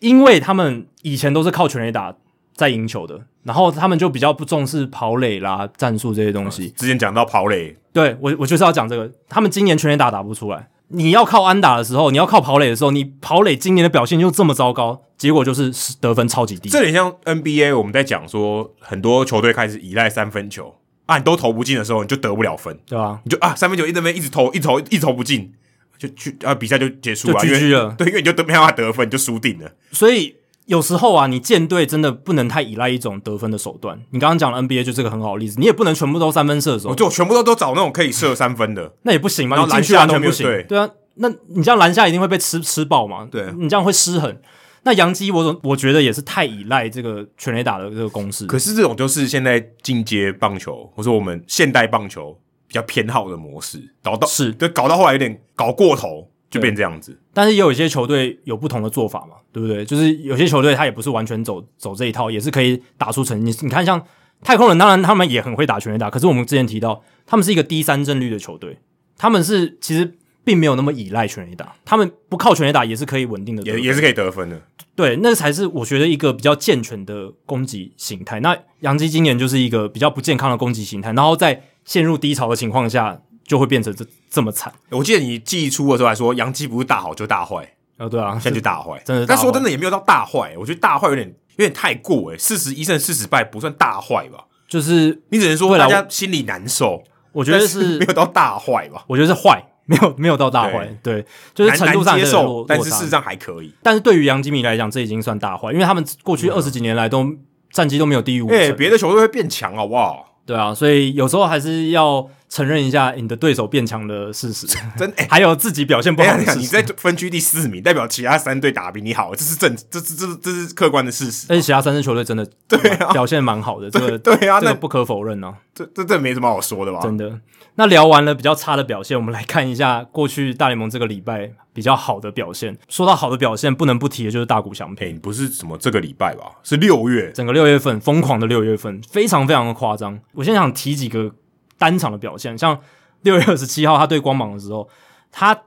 S1: 因为他们以前都是靠全垒打在赢球的，然后他们就比较不重视跑垒啦、战术这些东西。
S2: 之前讲到跑垒，
S1: 对我，我就是要讲这个，他们今年全垒打打不出来。你要靠安打的时候，你要靠跑垒的时候，你跑垒今年的表现就这么糟糕，结果就是得分超级低。
S2: 这很像 NBA，我们在讲说很多球队开始依赖三分球，啊，你都投不进的时候，你就得不了分，
S1: 对吧？
S2: 你就啊三分球一得分一直投一投一投不进，就去啊比赛就结束了、啊，
S1: 就
S2: 因为
S1: GG 了
S2: 对，因为你就得没办法得分，你就输定了。
S1: 所以有时候啊，你舰队真的不能太依赖一种得分的手段。你刚刚讲的 NBA 就是个很好的例子，你也不能全部都三分射手，
S2: 我就全部都都找那种可以射三分的，
S1: 那也不行嘛，
S2: 然
S1: 你
S2: 后
S1: 进去
S2: 篮下
S1: 完全
S2: 都没
S1: 不
S2: 有
S1: 行，
S2: 对
S1: 对啊，那你这样篮下一定会被吃吃爆嘛，
S2: 对
S1: 你这样会失衡。那杨基我总我觉得也是太依赖这个全垒打的这个公式，
S2: 可是这种就是现在进阶棒球，或者我们现代棒球比较偏好的模式，搞到
S1: 是
S2: 对，搞到后来有点搞过头，就变这样子。
S1: 但是也有一些球队有不同的做法嘛，对不对？就是有些球队他也不是完全走走这一套，也是可以打出成绩。你你看，像太空人，当然他们也很会打全垒打，可是我们之前提到，他们是一个低三振率的球队，他们是其实并没有那么依赖全垒打，他们不靠全垒打也是可以稳定的得
S2: 也
S1: 分，
S2: 也是可以得分的，
S1: 对，那才是我觉得一个比较健全的攻击形态。那杨基今年就是一个比较不健康的攻击形态，然后在陷入低潮的情况下，就会变成这这么惨
S2: 我记得你季初的时候还说，杨基不是大好就大坏，
S1: 啊！对啊，
S2: 现在就大坏，
S1: 真的是大
S2: 但
S1: 坏
S2: 说真的也没有到大坏，欸我觉得大坏有点有点太过诶，四十一胜四十败不算大坏吧？
S1: 就是
S2: 你只能说
S1: 对啦
S2: 大家心里难受，
S1: 我觉得
S2: 但是
S1: 是
S2: 没有到大坏吧？
S1: 我觉得是坏， 没有没有到大坏，对，就是程
S2: 难
S1: 度
S2: 难
S1: 上
S2: 接
S1: 有点落
S2: 受，但是
S1: 落差
S2: 事实上还可以。
S1: 但是对于杨基米来讲，这已经算大坏，因为他们过去二十几年来都战绩都没有低于五成，
S2: 哎、别的球队会变强好不好？
S1: 对啊，所以有时候还是要承认一下你的对手变强的事 实，
S2: 真哎。
S1: 还有自己表现不
S2: 哎
S1: 好
S2: 呀
S1: 的，事
S2: 你
S1: 实。
S2: 在分区第四名，代表其他三队打比你好，这是正，这是这是这是客观的事实。
S1: 而且其他三支球队真的对表现蛮好的，这个
S2: 啊对对啊
S1: 这个
S2: 那啊
S1: 不可否认啊，
S2: 这这这没什么好说的吧？
S1: 真的。那聊完了比较差的表现，我们来看一下过去大联盟这个礼拜比较好的表现。说到好的表现，不能不提的就是大谷翔平
S2: 哎、。你不是什么这个礼拜吧？是六月，
S1: 整个六月份疯狂的六月份，非常非常的夸张。我先想提几个单场的表现，像六月二十七号他对光芒的时候，他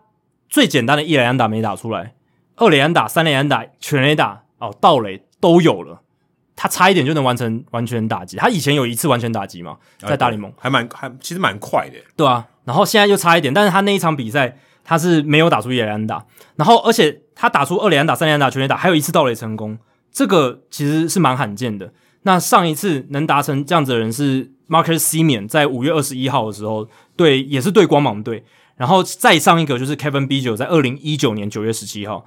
S1: 最简单的一垒安打没打出来，二垒安打、三垒安打、全垒打哦盗垒都有了，他差一点就能完成完全打击。他以前有一次完全打击嘛，
S2: 哎
S1: 在大联盟，
S2: 还蛮还其实蛮快的。
S1: 对啊，然后现在又差一点，但是他那一场比赛他是没有打出野安打，然后而且他打出二连打、三连打、全垒打，还有一次盗垒成功，这个其实是蛮罕见的。那上一次能达成这样子的人是 Marcus Simeon，在五月二十一号的时候对，也是对光芒队，然后再上一个就是 Kevin B 九，在二零一九年九月十七号，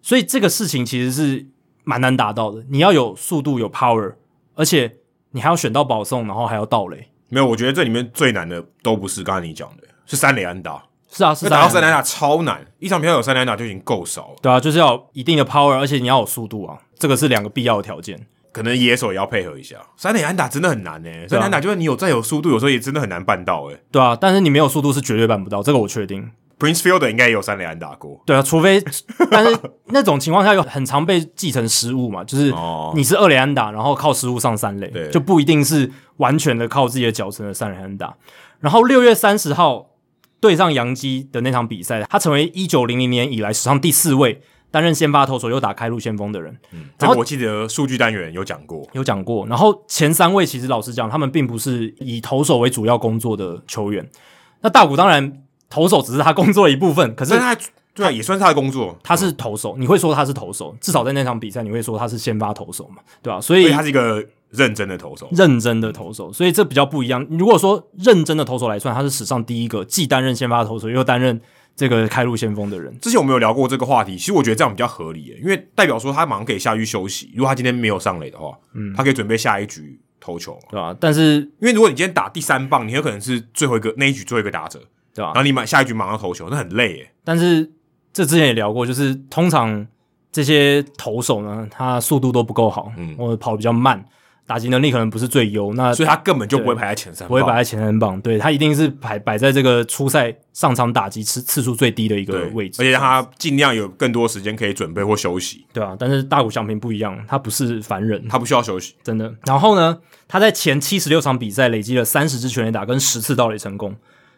S1: 所以这个事情其实是蛮难达到的。你要有速度，有 power，而且你还要选到保送，然后还要盗垒。
S2: 没有，我觉得这里面最难的都不是刚才你讲的，是三垒安打，
S1: 是啊，是
S2: 那打到
S1: 三垒
S2: 三垒安打超难，一场比赛有三垒安打就已经够少了，
S1: 对啊，就是要有一定的 power，而且你要有速度啊，这个是两个必要的条件。
S2: 可能野手也要配合一下。三垒安打真的很难呢、欸三垒安打就是你有再有速度，有时候也真的很难办到诶、欸
S1: 对啊，但是你没有速度是绝对办不到，这个我确定。
S2: Prince Fielder 应该也有三垒安打过，
S1: 对啊，除非， 但是那种情况下有很常被继承失误嘛，就是
S2: 哦
S1: 你是二垒安打，然后靠失误上三垒，
S2: 对
S1: 就不一定是完全的靠自己的脚程的三垒安打。然后六月三十号对上洋基的那场比赛，他成为一九零零年以来史上第四位担任先发投手又打开路先锋的人。
S2: 这个我记得数据单元有讲过。
S1: 有讲过。然后前三位其实老实讲，他们并不是以投手为主要工作的球员。那大谷当然投手只是他工作的一部分，可是
S2: 但他对啊，也算是他的工作，
S1: 他是投手，你会说他是投手，至少在那场比赛你会说他是先发投手嘛，对吧、所
S2: 所
S1: 以
S2: 以他是一个认真的投手。
S1: 认真的投手，所以这比较不一样。如果说认真的投手来算，他是史上第一个既担任先发投手又担任这个开路先锋的人。
S2: 之前我们有聊过这个话题，其实我觉得这样比较合理耶，欸因为代表说他马上可以下去休息。如果他今天没有上垒的话，嗯，他可以准备下一局投球嘛。
S1: 对吧、但是
S2: 因为如果你今天打第三棒，你有可能是最后一个那一局最后一个打者，
S1: 对吧
S2: 然后你马下一局马上投球，那很累耶。
S1: 但是这之前也聊过，就是通常这些投手呢，他速度都不够好，
S2: 嗯
S1: 或者跑得比较慢，打击能力可能不是最优，那
S2: 所以他根本就不会排在前
S1: 呃
S2: 三棒，
S1: 不会摆在前三棒，对他一定是排摆在这个初赛上场打击次次数最低的一个
S2: 对
S1: 位置，
S2: 而且让他尽量有更多时间可以准备或休息，
S1: 对啊，但是大谷翔平不一样，他不是凡人，
S2: 他不需要休息。
S1: 真的。然后呢，他在前七十六场比赛累积了三十支全垒打跟十次盗垒成功。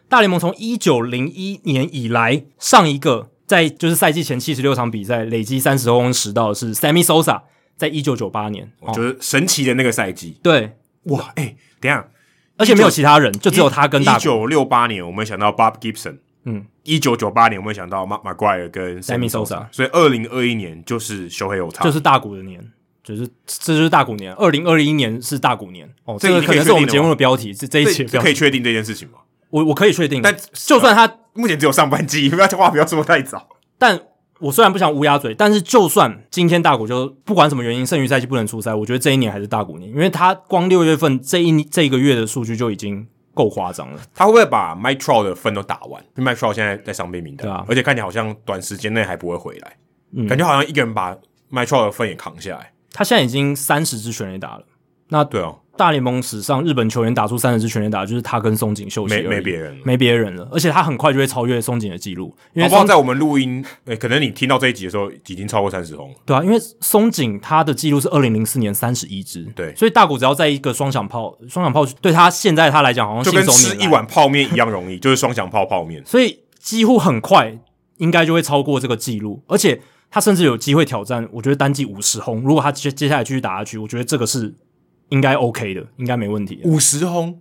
S1: 大联盟从一九零一年以来，上一个在就是赛季前七十六场比赛累积三十轰十盗的是 Sammy Sosa，在一九九八年。
S2: 我
S1: 哦，
S2: 觉得神奇的那个赛季，
S1: 对，
S2: 哇，哎、等一下，
S1: 而且没有其他人，就只有他跟大
S2: 一九六八年，我们想到 Bob Gibson，
S1: 嗯，
S2: 一九九八年我们想到 Mark McGuire 跟
S1: Sammy
S2: Sammy
S1: Sosa
S2: 所以二零二一年就是修黑有差，
S1: 就是大谷的年。就是这就是大股年，二零二一年是大股年哦，
S2: 这
S1: 这个
S2: 已经
S1: 可
S2: 可以
S1: 能是我们
S2: 确定了
S1: 节目
S2: 吗
S1: 的标题，是这一期的
S2: 这
S1: 标
S2: 可以
S1: 题。
S2: 确定这件事情吗？
S1: 我我可以确定，
S2: 但
S1: 就算他，
S2: 目前只有上半季，不要话不要说太早。
S1: 但我虽然不想乌鸦嘴，但是就算今天大股就不管什么原因，剩余赛季不能出赛，我觉得这一年还是大股年，因为他光六月份这一这一个月的数据就已经够夸张了。
S2: 他会不会把 Mike Trout 的分都打完？因为 Mike Trout 现在在伤病名单，
S1: 对啊
S2: 而且看起来好像短时间内还不会回来，
S1: 嗯
S2: 感觉好像一个人把 Mike Trout 的分也扛下来。
S1: 他现在已经三十支全垒打了，
S2: 对哦，
S1: 大联盟史上日本球员打出三十支全垒打，就是他跟松井秀喜
S2: 没
S1: 而已
S2: 没别人了
S1: 没别人了，而且他很快就会超越松井的记录，因为
S2: 好不好？
S1: 松
S2: 哦在我们录音，诶、可能你听到这一集的时候，已经超过三十轰了。
S1: 对啊，因为松井他的记录是二零零四年三十一支，
S2: 对
S1: 所以大谷只要在一个双响炮，双响炮对他现在他来讲好像
S2: 就
S1: 信
S2: 跟
S1: 手拈
S2: 吃
S1: 来
S2: 一，碗泡面一样容易， 就是双响炮泡面。
S1: 所以几乎很快应该就会超过这个记录，而且他甚至有机会挑战，我觉得单季五十轰，如果他接接下来继续打下去，我觉得这个是应该 OK 的，应该没问题的，
S2: 五十轰，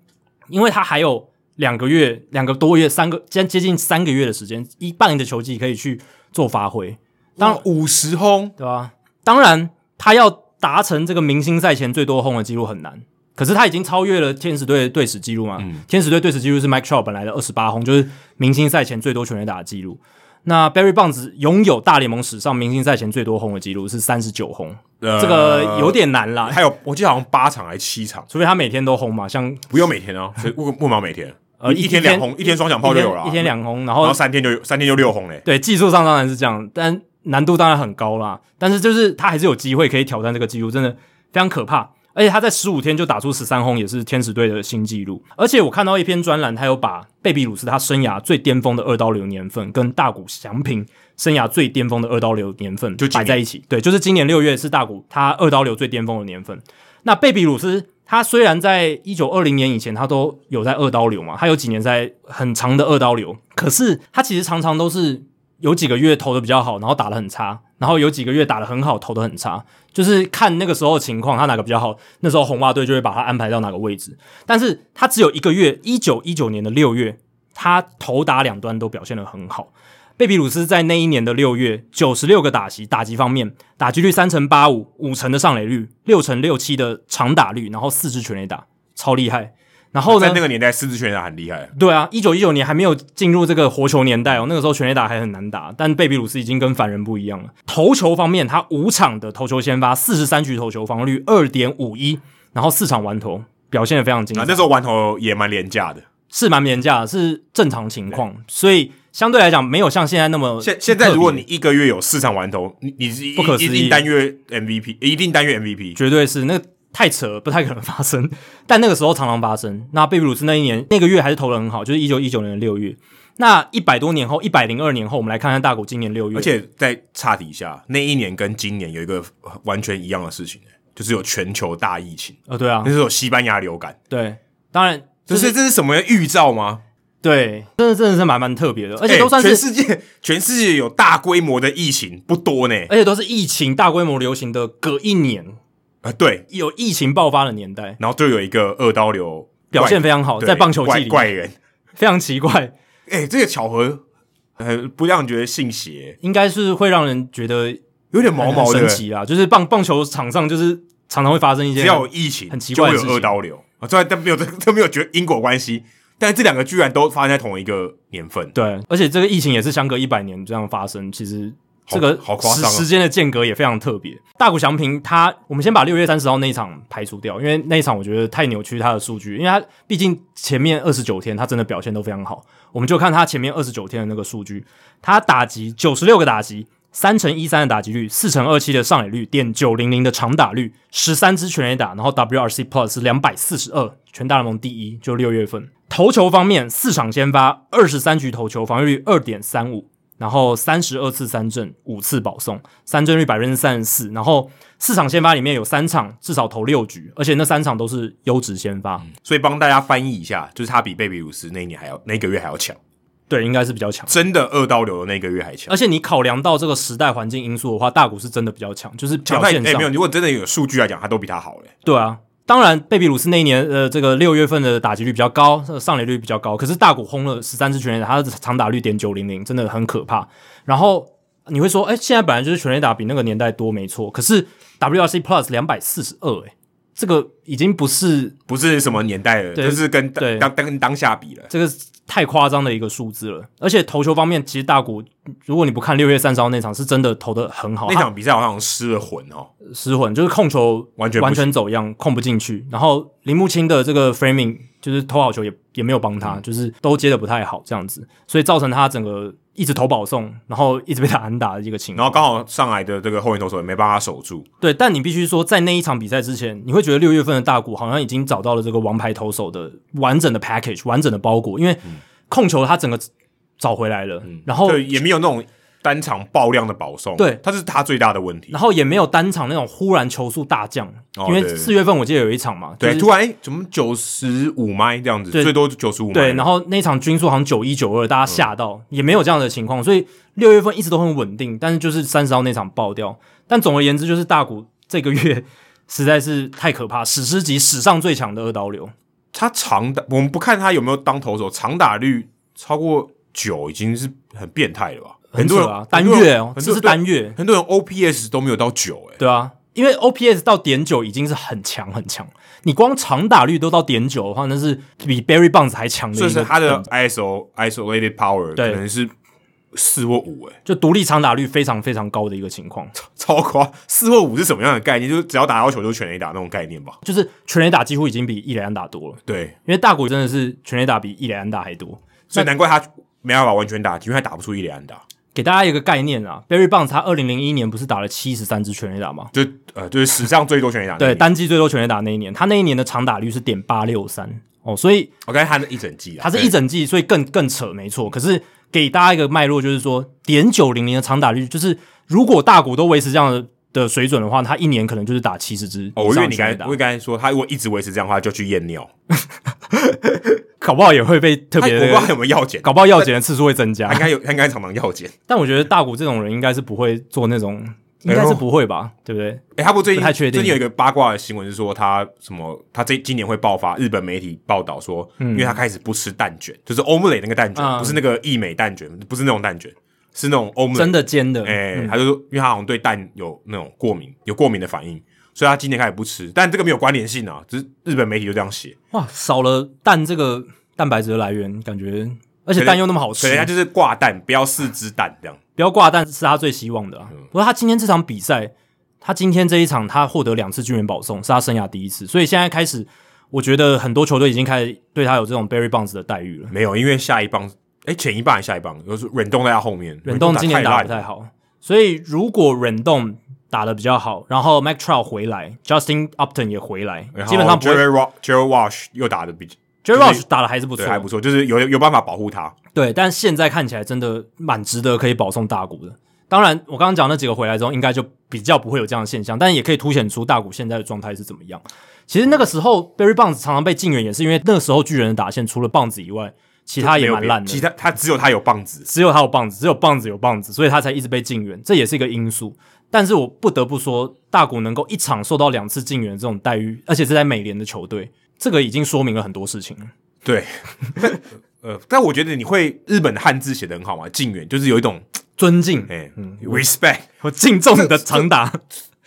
S1: 因为他还有两个月、两个多月、三个接接近三个月的时间，一半的球季可以去做发挥，当
S2: 当五十轰，
S1: 对吧、啊当然，他要达成这个明星赛前最多轰的记录很难，可是他已经超越了天使队的队史记录嘛。
S2: 嗯
S1: 天使队队史记录是 Mike Trout 本来的二十八轰，就是明星赛前最多全垒打的记录。那 Barry Bonds 拥有大联盟史上明星赛前最多轰的记录是三十九轰，
S2: 呃
S1: 这个有点难啦，
S2: 还有，我记得好像八场还七场，
S1: 除非他每天都轰嘛，像
S2: 不用每天 啊，所以不不忙每天，
S1: 呃
S2: 一天两轰，一天双响炮就有了啊，
S1: 一天两轰，然
S2: 然
S1: 后
S2: 后三天就有三天就六轰嘞。
S1: 对，技术上当然是这样，但难度当然很高啦。但是就是他还是有机会可以挑战这个记录，真的非常可怕。而且他在十五天就打出十三轰，也是天使队的新纪录。而且我看到一篇专栏，他有把贝比鲁斯他生涯最巅峰的二刀流年份跟大谷翔平生涯最巅峰的二刀流年份
S2: 就今
S1: 摆
S2: 年
S1: 在一起。对，就是今年六月是大谷他二刀流最巅峰的年份。那贝比鲁斯他虽然在一九二零年以前他都有在二刀流嘛，他有几年在很长的二刀流，可是他其实常常都是有几个月投的比较好，然后打的很差，然后有几个月打的很好，投的很差，就是看那个时候情况，他哪个比较好，那时候红袜队就会把他安排到哪个位置。但是他只有一个月，一九一九年的六月，他头打两端都表现得很好。贝比鲁斯在那一年的六月，九十六个打席，打击方面，打击率三成八五，五成的上垒率，六成六七的长打率，然后四支全垒打，超厉害。然后呢
S2: 在那，个年代，四支全垒打很厉害，
S1: 对啊，一九一九年还没有进入这个活球年代哦，那个时候全垒打还很难打，但贝比鲁斯已经跟凡人不一样了。投球方面，他五场的投球先发，四十三局投球，防御率二点五一，然后四场完投，表现的非常精彩。
S2: 啊，那时候玩头也蛮廉价的。
S1: 是蛮廉价的，是正常情况，所以相对来讲没有像现在那么
S2: 现现在如果
S1: 特别
S2: 你一个月有四场玩头，你你是一
S1: 不可思
S2: 一
S1: 议
S2: 定单月 MVP，一定单月 MVP。
S1: 绝对是那个太扯了，不太可能发生。 但那个时候常常发生。那贝比鲁斯那一年那个月还是投的很好，就是一九一九年的六月。那一百多年后，一百零二年后，我们来看看大谷今年六月，
S2: 而且再插底一下，那一年跟今年有一个呃完全一样的事情，欸就是有全球大疫情，
S1: 呃，对啊
S2: 那，是有西班牙流感，
S1: 对，当然
S2: 这是这是什么预兆吗？
S1: 对，真的真的是蛮蛮特别的，而且都算是、
S2: 欸全世界全世界有大规模的疫情不多呢。
S1: 而且都是疫情大规模流行的隔一年
S2: 啊，对，
S1: 有疫情爆发的年代，
S2: 然后就有一个二刀流
S1: 表现非
S2: 常
S1: 常好，在棒球
S2: 怪
S1: 季里
S2: 怪人，
S1: 非常奇怪，
S2: 哎、这个巧合，呃，不让你觉得信邪，
S1: 应该是会让人觉得
S2: 有点毛
S1: 很
S2: 毛
S1: 很
S2: 的
S1: 神。奇啦，就是棒棒球场上就是常常会发生一些
S2: 只要有疫情，
S1: 很奇
S2: 就
S1: 怪
S2: 会
S1: 的
S2: 有
S1: 事情
S2: 二刀流啊，虽然但没有这 都没有觉得因果关系，但这两个居然都发生在同一个年份，
S1: 对，而且这个疫情也是相隔一百年这样发生，其实这个
S2: 好好夸张哦
S1: 时时间的间隔也非常特别。大谷翔平他，我们先把六月三十号那一场排除掉，因为那一场我觉得太扭曲他的数据，因为他毕竟前面二十九天他真的表现都非常好，我们就看他前面二十九天的那个数据，他打击九十六个打击。三乘一三的打击率，四乘二七的上垒率，点九零零的长打率，十三支全垒打，然后 WRC Plus 两百四十二，全大联盟第一，就六月份。投球方面，四场先发，二十三局投球，防御率二点三五，然后三十二次三振，五次保送，三振率百分之三十四。然后四场先发里面有三场至少投六局，而且那三场都是优质先发，
S2: 所以帮大家翻译一下，就是他比贝比鲁斯那一年还要那个月还要强，
S1: 对，应该是比较强。
S2: 真的二刀流的那个月还强
S1: 而。且你考量到这个时代环境因素的话，大谷是真的比较强，就是
S2: 强
S1: 表
S2: 在
S1: 现
S2: 哎、
S1: 上、
S2: 没有，如果真的有数据来讲，他都比他好嘞。
S1: 对啊，当然，贝比鲁斯那一年，呃，这个六月份的打击率比较高，呃上垒率比较高，可是大谷轰了十三支全垒打，他的长打率点九零零，真的很可怕。然后你会说，哎、现在本来就是全垒打比那个年代多，没错。可是 WRC Plus 两百四十二，哎，这个已经不是
S2: 不是什么年代了，
S1: 对
S2: 就是跟当
S1: 对
S2: 当跟当下比了。
S1: 这个是太夸张的一个数字了。而且投球方面，其实大谷，如果你不看六月三十号那场，是真的投的很好，
S2: 那场比赛好像失了魂哦，
S1: 他失魂，就是控球
S2: 完全不行
S1: 完全走样，控不进去。然后铃木清的这个 framing 就是投好球也也没有帮
S2: 嗯
S1: 他，就是都接的不太好这样子，所以造成他整个一直投保送，然后一直被打安打的一个情况。
S2: 然后刚好上来的这个后援投手也没办法守住，
S1: 对，但你必须说，在那一场比赛之前，你会觉得六月份的大谷好像已经找到了这个王牌投手的完整的 package、完整的包裹，因为控球他整个找回来了，然后
S2: 嗯就也没有那种单场爆量的保送，
S1: 哦对
S2: 他是他最大的问题。
S1: 然后也没有单场那种忽然球速大降，
S2: 哦
S1: 因为
S2: 对对
S1: 四月份我记得有一场嘛，
S2: 对，
S1: 就是
S2: 突然哎，怎么九十五迈这样子，
S1: 对
S2: 最多九十五迈。
S1: 对，然后那场均速好像九一九二，大
S2: 嗯
S1: 家吓到，也没有这样的情况，所以六月份一直都很稳定，但是就是三十号那场爆掉。但总而言之，就是大谷这个月 实在是太可怕，史诗级史上最强的二刀流。
S2: 他长打，我们不看他有没有当投手，长打率超过九已经是很变态了吧？很多
S1: 扯
S2: 人
S1: 啊，
S2: 很
S1: 单
S2: 多人
S1: 月哦，
S2: 很
S1: 这
S2: 多
S1: 是
S2: 对
S1: 单月，
S2: 很多人 OPS 都没有到九，哎，
S1: 对啊，因为 OPS 到点九已经是很强很强，你光长打率都到点九的话，那是比 Barry Bonds 还强的一
S2: 所
S1: 个
S2: 以
S1: 等级，
S2: 是他的 ISO isolated power 可
S1: 嗯对
S2: 能是四或五，哎，
S1: 就独立长打率非常非常高的一个情况，
S2: 超夸四或五是什么样的概念？就是只要打到球就全垒打那种概念吧？
S1: 就是全垒打几乎已经比一垒安打多了，
S2: 对，
S1: 因为大谷真的是全垒打比一垒安打还多。
S2: 所以难怪他没办法完全打，因为他打不出一连打，
S1: 给大家一个概念啊，Barry Bonds 他二零零一年不是打了七十三支全垒打吗？
S2: 就呃就是史上最多全垒打。
S1: 对，，单季最多全垒打那一年，他那一年的长打率是点八六三哦，所以
S2: 我刚才他那一整季啊，
S1: 他是一整季，所以更更扯，没错。可是给大家一个脉络，就是说点九零零的长打率，就是如果大股都维持这样的的水准的话，他一年可能就是打七十支
S2: 哦，我
S1: 以
S2: 以
S1: 上
S2: 为
S1: 的
S2: 你
S1: 全
S2: 刚
S1: 垒
S2: 才
S1: 打，
S2: 我刚才说他如果一直维持这样的话，就去验尿。
S1: 搞不好也会被特
S2: 他我
S1: 别
S2: 不知道他有没有药检，
S1: 搞不好药检的次数会增加
S2: 他应。该有，他应该常常药检。
S1: 但我觉得大股这种人应该是不会做那种，应该是不会吧，对不对？
S2: 哎、他不最近
S1: 不太确定
S2: 最近有一个八卦的新闻是说他什么，他这今年会爆发。日本媒体报道说，因为他开始不吃蛋卷，就是欧姆蕾那个蛋卷，
S1: 嗯
S2: 不是那个意美蛋卷，不是那种蛋卷，是那种欧姆蕾
S1: 真。的嗯尖的，
S2: 哎、他就说，因为他好像对蛋有那种过敏，有过敏的反应，所以他今年开始不吃。但这个没有关联性啊，只是日本媒体就这样写，
S1: 哇，少了蛋这个蛋白质的来源，感觉而且蛋又那么好吃
S2: 所以，他就是挂蛋，不要四只蛋这样。
S1: 不要挂蛋是他最希望的、啊。
S2: 嗯
S1: 不过他今天这场比赛，他今天这一场他获得两次救援保送，是他生涯第一次，所以现在开始，我觉得很多球队已经开始对他有这种 Barry Bonds 的待遇了。
S2: 没有，因为下一棒，哎、前一棒还是下一棒，就是忍动在他后面，
S1: 忍动今年打
S2: 太
S1: 得不
S2: 烂
S1: 太好，所以如果忍动打得比较好，然后 Mac Trout 回来，Justin Upton 也回来，
S2: 然后
S1: 基本上不会
S2: Jerry Wa- Jerry Wash 又打的比
S1: Jerry
S2: 就是
S1: Rush 打的还是不错
S2: 对，还不错，就是有有办法保护他。
S1: 对，但现在看起来真的蛮值得可以保送大股的。当然，我刚刚讲那几个回来之后，应该就比较不会有这样的现象，但也可以凸显出大股现在的状态是怎么样。其实那个时候，Barry Bonds 常常被禁援，也是因为那个时候巨人的打线除了棒子以外，其他也
S2: 没有
S1: 蛮
S2: 别
S1: 烂的
S2: 其。他他只有他有棒子，
S1: 只有他有棒子，只有棒子有棒子，所以他才一直被禁援，这也是一个因素。但是我不得不说，大谷能够一场受到两次禁援这种待遇，而且是在美联的球队，这个已经说明了很多事情了。
S2: 对。 呃，但我觉得你会日本的汉字写的很好嘛，近远就是有一种
S1: 尊敬，
S2: 哎、respect，
S1: 嗯我敬重你的长打。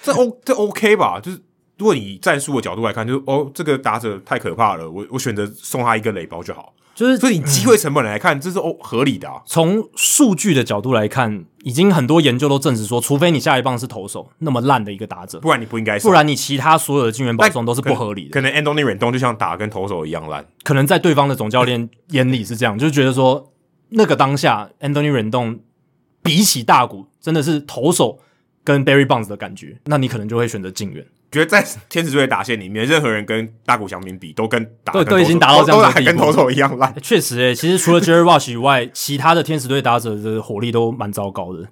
S2: 这 O 这 OK 吧？就是如果你战术的角度来看，就是哦，这个打者太可怕了，我我选择送他一个垒包就好。
S1: 就是
S2: 所以你机会成本来看，这是哦合理的、啊。
S1: 从数据的角度来看，已经很多研究都证实说，除非你下一棒是投手那么烂的一个打者，
S2: 不然你不应该送，
S1: 不然你其他所有的进援保
S2: 但
S1: 送都是不合理的。
S2: 可能可能 Anthony 忍动就像打跟投手一样烂，
S1: 可能在对方的总教练眼里是这样，就是觉得说那个当下，Anthony Rendon 比起大谷真的是投手跟 Barry Bonds 的感觉，那你可能就会选择进援。
S2: 觉得在 天使队的打线里面，任何人跟大谷翔平比，都跟打
S1: 都
S2: 跟
S1: 都已
S2: 投手
S1: 经达到这样
S2: 都
S1: 的
S2: 打
S1: 地
S2: 跟
S1: 步
S2: 投手一样烂。
S1: 欸确实、欸，其实除了 Jerry Rush 以外， 其他的天使队打者的火力都蛮糟糕的。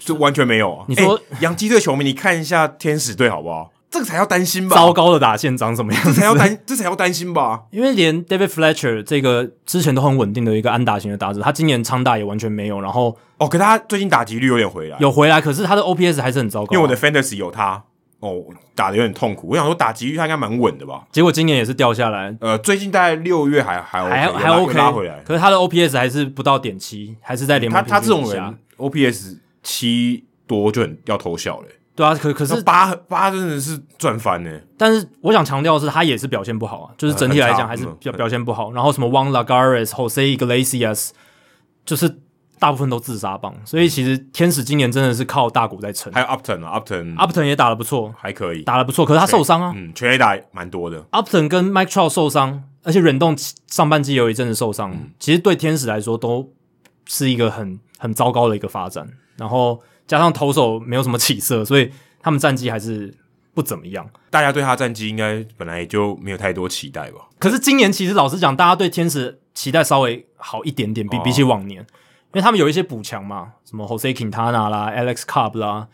S2: 就完全没有啊！
S1: 你说
S2: 欸洋基队球迷，你看一下天使队好不好？这个才要担心吧？
S1: 糟，糕的打线长什么样
S2: 这
S1: 子
S2: 才？要担， 这才要担心吧？
S1: 因为连 David Fletcher 这个之前都很稳定的一个安打型的打者，他今年长打也完全没有，然后
S2: 哦，可他最近打击率有点回来，
S1: 有回来，可是他的 OPS 还是很糟糕啊、
S2: 因为我的 fantasy 有他，哦，打的有点痛苦。我想说打击率他应该蛮稳的吧？
S1: 结果今年也是掉下来，
S2: 呃，最近大概六月还还 OK,
S1: 还
S2: 有拉
S1: 还
S2: 有
S1: OK，
S2: 拉回来。
S1: 可是他的 OPS 还是不到点七，还是在联
S2: 他
S1: 盟
S2: 他这
S1: 平均
S2: 种
S1: 以下
S2: 人 OPS 七多就很要偷笑嘞、
S1: 对啊，可可
S2: 可
S1: 是，
S2: 八八真的是赚翻呢、
S1: 但是我想强调的是，他也是表现不好啊，就是整体来讲还是
S2: 很差
S1: 表
S2: 嗯
S1: 表现不好。然后什么 Juan Lagares、Jose Iglesias，就是大部分都自杀棒，所以其实天使今年真的是靠大股在撑。
S2: 还有 Upton 啊，Upton
S1: Upton 也打得不错，
S2: 还可以，
S1: 打得不错，可是他受伤啊。
S2: 嗯，全 A 打蛮多的，
S1: Upton 跟 Mike Trout 受伤，而且忍动上半季有一阵子受伤，其实对天使来说都是一个很很糟糕的一个发展。然后加上投手没有什么起色，所以他们战绩还是不怎么样。
S2: 大家对他战绩应该本来就没有太多期待吧？
S1: 可是今年其实老实讲，大家对天使期待稍微好一点点，比、
S2: 哦
S1: 比起往年，因为他们有一些补强嘛，什么 Jose Quintana 啦、Alex Cobb 啦，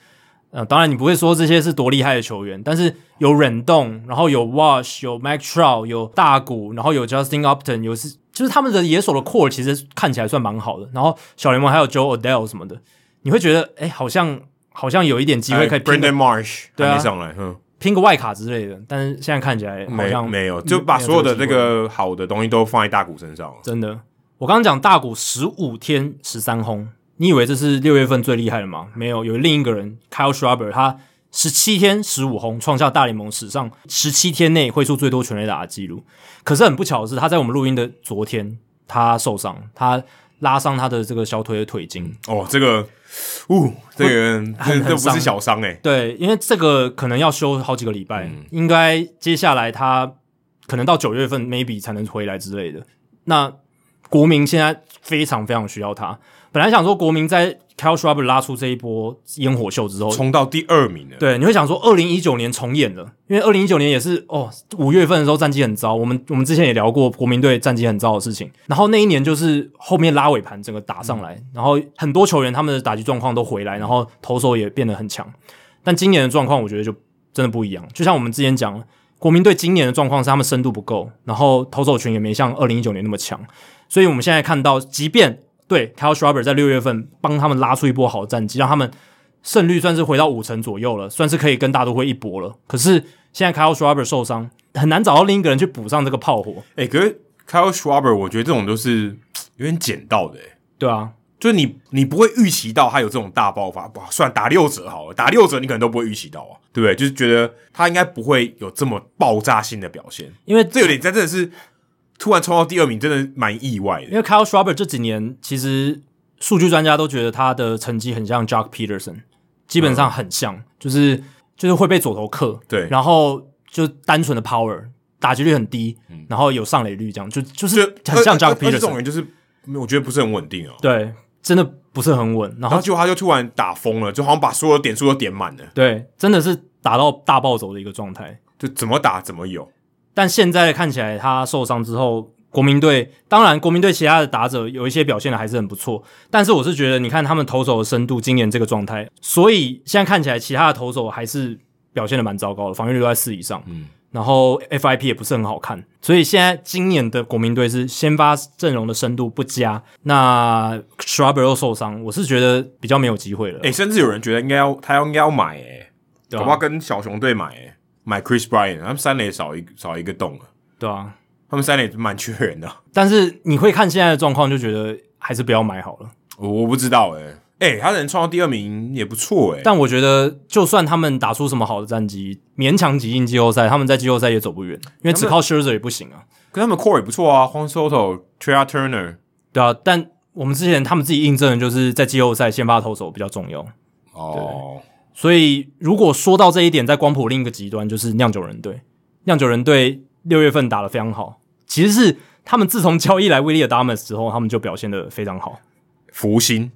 S1: 呃，当然你不会说这些是多厉害的球员，但是有忍动，然后有 Wash，有 Mac Trout，有大谷，然后有 Justin Upton，有是就是他们的野手的 core 其实看起来算蛮好的，然后小联盟还有 Joe Odell 什么的，你会觉得哎、诶好像好像有一点机会可以拼
S2: 哎 Brandon
S1: 个
S2: Marsh
S1: 对啊
S2: 还没上来，嗯，
S1: 拼个外卡之类的，但是现在看起来好
S2: 没
S1: 像
S2: 没有，就把所有的
S1: 这
S2: 这
S1: 机会
S2: 个好的东西都放在大谷身上了。
S1: 真的，我刚刚讲大谷十五天十三轰，你以为这是六月份最厉害的吗？没有，有另一个人 Kyle Schwarber，他十七天十五轰，创下大联盟史上十七天内挥出最多全垒打的记录。可是很不巧的是，他在我们录音的昨天，他受伤，他拉伤他的这个小腿的腿筋。
S2: 哦，这个，呜，这个
S1: 很
S2: 这
S1: 很
S2: 这不
S1: 伤
S2: 是小伤哎、
S1: 对，因为这个可能要休好几个礼拜，应该接下来他可能到九月份 maybe 才能回来之类的。那国民现在非常非常需要他。本来想说国民在 Cal Schwarber 拉出这一波烟火秀之后，
S2: 冲到第二名了。
S1: 对，你会想说二零一九年重演了，因为二零一九年也是哦五月份的时候战绩很糟，我们我们之前也聊过国民队战绩很糟的事情。然后那一年就是后面拉尾盘整个打上来，然后很多球员他们的打击状况都回来，然后投手也变得很强。但今年的状况我觉得就真的不一样，就像我们之前讲，国民队今年的状况是他们深度不够，然后投手群也没像二零一九年那么强，所以我们现在看到，即便对 Kyle Schwarber 在六月份帮他们拉出一波好战绩，让他们胜率算是回到五成左右了，算是可以跟大都会一搏了。可是现在 Kyle Schwarber 受伤，很难找到另一个人去补上这个炮火，
S2: 哎、可是 Kyle Schwarber，我觉得这种都是嘖有点捡到的、欸，
S1: 对啊，
S2: 就是你你不会预期到他有这种大爆发。哇，算打六折好了，打六折你可能都不会预期到啊，对不对？就是觉得他应该不会有这么爆炸性的表现。
S1: 因为
S2: 这有点，这真的是突然冲到第二名，真的蛮意外
S1: 因
S2: 的。
S1: 为 Kyle Schwarber 这几年其实数据专家都觉得他的成绩很像 Jock Peterson，基本上很像，就是就是会被左投克，
S2: 对
S1: 然后就单纯的 power，打击率很低，然后有上垒率，这样就嗯就是很像 Jock
S2: 而而且这种
S1: Peterson，
S2: 人就是我觉得不是很稳定哦、
S1: 对，真的不是很稳，然
S2: 然
S1: 后
S2: 后结果他就突然打疯了，就好像把所有点数都点满了，
S1: 对，真的是打到大暴走的一个状态。
S2: 就怎么打怎么有。
S1: 但现在看起来他受伤之后，国民队当然国民队其他的打者有一些表现的还是很不错，但是我是觉得你看他们投手的深度今年这个状态，所以现在看起来其他的投手还是表现的蛮糟糕的，防御率都在四以上，嗯，然后 FIP 也不是很好看，所以现在今年的国民队是先发阵容的深度不佳，那 Schwarber 又受伤，我是觉得比较没有机会了，
S2: 哎、甚至有人觉得应该要他要应该要买、欸，
S1: 啊对
S2: 搞不好
S1: 啊，
S2: 跟小熊队买、欸，买 Chris Bryant，他们三垒少一少一个洞了，
S1: 对啊，
S2: 他们三垒蛮缺人的。啊
S1: 但是你会看现在的状况，就觉得还是不要买好了。
S2: 我我不知道、欸，哎、他能创到第二名也不错、欸，
S1: 但我觉得，就算他们打出什么好的战绩，勉强挤进季后赛，他们在季后赛也走不远，因为只靠 Scherzer 也不行啊。
S2: 跟他们 core 也不错啊，Juan Soto、Trea Turner，
S1: 对啊，但我们之前他们自己印证的就是在季后赛先发投手比较重要。
S2: 哦，
S1: 所以如果说到这一点，在光谱另一个极端就是酿酒人队，酿酒人队六月份打得非常好，其实是他们自从交易来 w i l l i Adamas 之后，他们就表现得非常好。
S2: 福星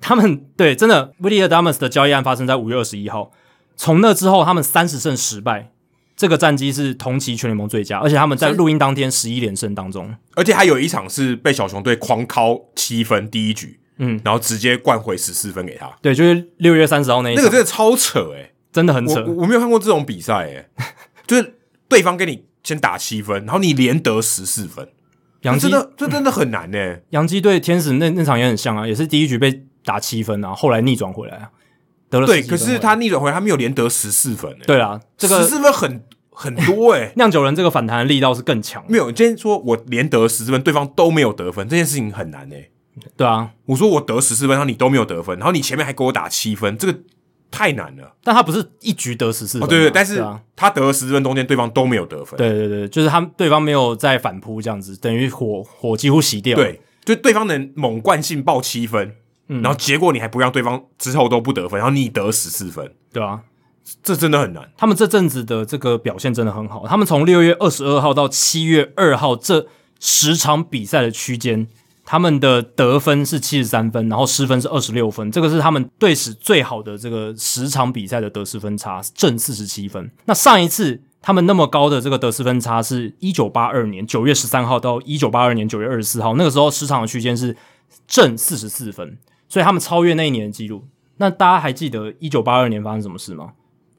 S1: 他们对真的 w i l l i Adamas 的交易案发生在五月二十一号，从那之后他们三十胜十败，这个战绩是同期全联盟最佳，而且他们在录音当天十一连胜当中，
S2: 而且还有一场是被小熊队狂敲七分第一局，
S1: 嗯，
S2: 然后直接灌回十四分给他，
S1: 对，就是六月三十号那一
S2: 那
S1: 场，
S2: 个真的超扯哎、
S1: 真的很
S2: 我我
S1: 扯，
S2: 我没有看过这种比赛哎、就是对方跟你先打七分，然后你连得十四分，
S1: 杨基
S2: 真的这真的很难呢、欸
S1: 杨基对天使那那场也很像啊，也是第一局被打七分啊，后来逆转回来啊，得了
S2: 对，
S1: 17
S2: 可
S1: 分
S2: 是
S1: 回来
S2: 他逆转回来，他没有连得十四分、欸，，
S1: 对啦，这
S2: 十
S1: 个
S2: 四分很很多哎、
S1: 酿酒人这个反弹的力道是更强的，
S2: 没有，你今天说我连得十四分，对方都没有得分，这件事情很难哎、
S1: 对啊，
S2: 我说我得十四分，然后你都没有得分，然后你前面还给我打七分，这个太难了。
S1: 但他不是一局得十四分
S2: 哦，
S1: 嘛，
S2: 对对，但是
S1: 啊
S2: 他得了十分，中间对啊方都没有得分。
S1: 对对对，就是他们对方没有在反扑这样子，等于火火几乎熄掉。，
S2: 对，就对方能猛灌性爆七分，然后结果你还不让对方之后都不得分，然后你得十四分，
S1: 对啊，
S2: 这真的很难。
S1: 他们这阵子的这个表现真的很好。他们从六月二十二号到七月二号这十场比赛的区间，他们的得分是七十三分，然后失分是二十六分，这个是他们队史最好的这个十场比赛的得失分差，正四十七分。那上一次他们那么高的这个得失分差是一九八二年九月十三号到一九八二年九月二十四号，那个时候十场的区间是正四十四分，所以他们超越那一年的记录。那大家还记得一九八二年发生什么事吗？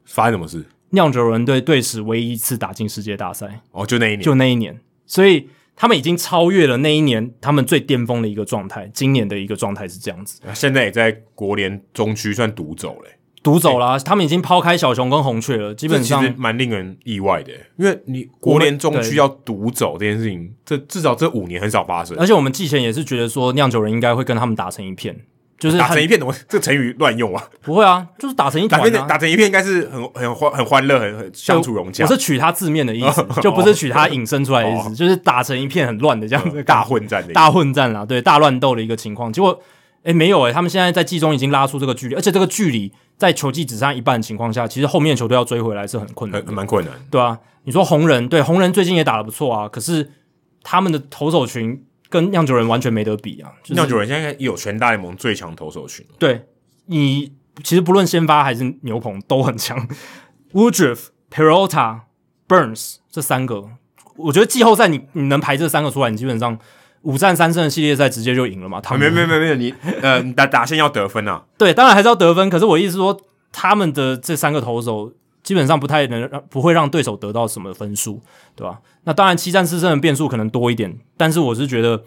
S2: 发生什么事？
S1: 酿酒人队队史唯一一次打进世界大赛，
S2: 哦，就那一年，
S1: 就那一年，所以他们已经超越了那一年他们最巅峰的一个状态。今年的一个状态是这样子，
S2: 现在也在国联中区算独走嘞、
S1: 独走啦，他们已经抛开小熊跟红雀了，基
S2: 这
S1: 本
S2: 其实
S1: 上
S2: 蛮令人意外的、因为你国联中区要独走这件事情，这至少这五年呃很少发生。
S1: 而且我们季前也是觉得说酿酒人应该会跟他们打成一片，就是
S2: 打成
S1: 很
S2: 一片，怎么这个成语乱用啊？
S1: 不会啊，就是打成一
S2: 打
S1: 团、啊
S2: 成一片打成一片，应该是很很欢很欢乐，很很相处融洽
S1: 我，是取他字面的意 思，就不是取他引申出来的意思，就是打成一片很乱的这样子的感
S2: 哦嗯大
S1: 觉。
S2: 混战的。
S1: 大混战啦，对大乱斗的一个情况。结果，诶，没有诶，他们现在在季中已经拉出这个距离，而且这个距离在球季只剩下一半的情况下，其实后面球队要追回来是很困难的，
S2: 很很蛮困难，
S1: 对啊，你说红人，对红人最近也打得不错啊，可是他们的投手群跟酿酒人完全没得比啊，就是
S2: 酿酒人现在有全大联盟最强投手群，
S1: 对你其实不论先发还是牛棚都很强，Woodruff、Peralta、Burns 这三个，我觉得季后赛你你能排这三个出来，你基本上五战三胜的系列赛直接就赢了嘛，他
S2: 啊、
S1: 们
S2: 没没没没有你，呃，你打打线要得分啊，
S1: 对，当然还是要得分。可是我意思说，他们的这三个投手基本上不太能让，不会让对手得到什么分数，对吧？那当然，七战四胜的变数可能多一点，但是我是觉得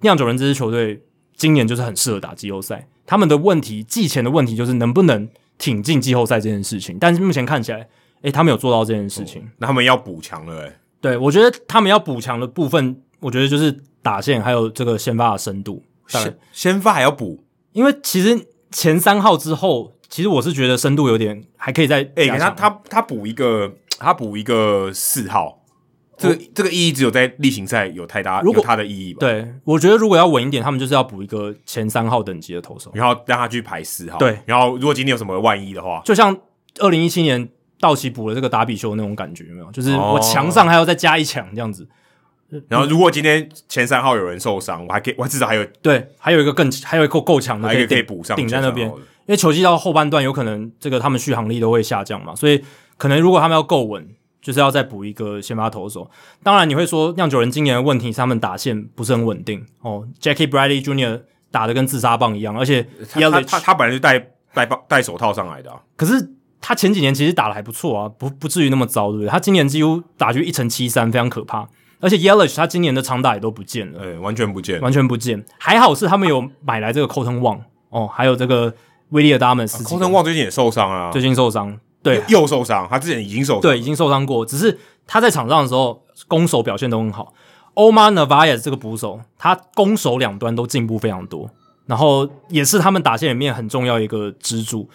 S1: 酿酒人这支球队今年就是很适合打季后赛。他们的问题，季前的问题就是能不能挺进季后赛这件事情，但是目前看起来，诶，他们有做到这件事情。
S2: 那他们要补强了、欸，
S1: 哦对我觉得他们要补强的部分，我觉得就是打线还有这个先发的深度。当然
S2: 先先发还要补，
S1: 因为其实前三号之后，其实我是觉得深度有点还可以再
S2: 哎、
S1: 加强。
S2: 给他他他补一个，他补一个四号，这个、这个意义只有在例行赛有太大
S1: 如果
S2: 有它的意义吧。，
S1: 对我觉得如果要稳一点，他们就是要补一个前三号等级的投手，
S2: 然后让他去排四号。
S1: 对，
S2: 然后如果今天有什么万一的话，
S1: 就像二零一七年道奇补了这个达比修那种感觉，有没有？就是
S2: 哦
S1: 我墙上还要再加一墙这样子。嗯
S2: 然后如果今天前三号有人受伤，我还可以，我至少还有
S1: 对，还有一个更还有一个够强的
S2: 还有一个可以
S1: 顶
S2: 补上
S1: 顶在那边
S2: 前三号的，哦
S1: 因为球季到后半段有可能这个他们续航力都会下降嘛，所以可能如果他们要够稳，就是要再补一个先发投手。当然你会说酿酒人今年的问题是他们打线不是很稳定哦，Jackie Bradley Jr. 打的跟自杀棒一样，而且
S2: 他
S1: y
S2: 他
S1: e
S2: 他他本来就戴戴棒戴手套上来的、啊，
S1: 可是他前几年其实打的还不错啊，不不至于那么糟，对不对？他今年几乎打去一成七三，非常可怕。而且 Yelich 他今年的长打也都不见了，
S2: 呃，完全不见。
S1: 完全不见。还好是他们有买来这个 Cotton Wong 哦，还有这个威利尔达门斯
S2: 寇腾旺最近也受伤啊，
S1: 最近受伤，对
S2: 又又受伤，他之前已经受伤
S1: 对，已经受伤过。只是他在场上的时候，攻守表现都很好。Omar Narvaez 这个捕手，他攻守两端都进步非常多，然后也是他们打线里面很重要一个支柱。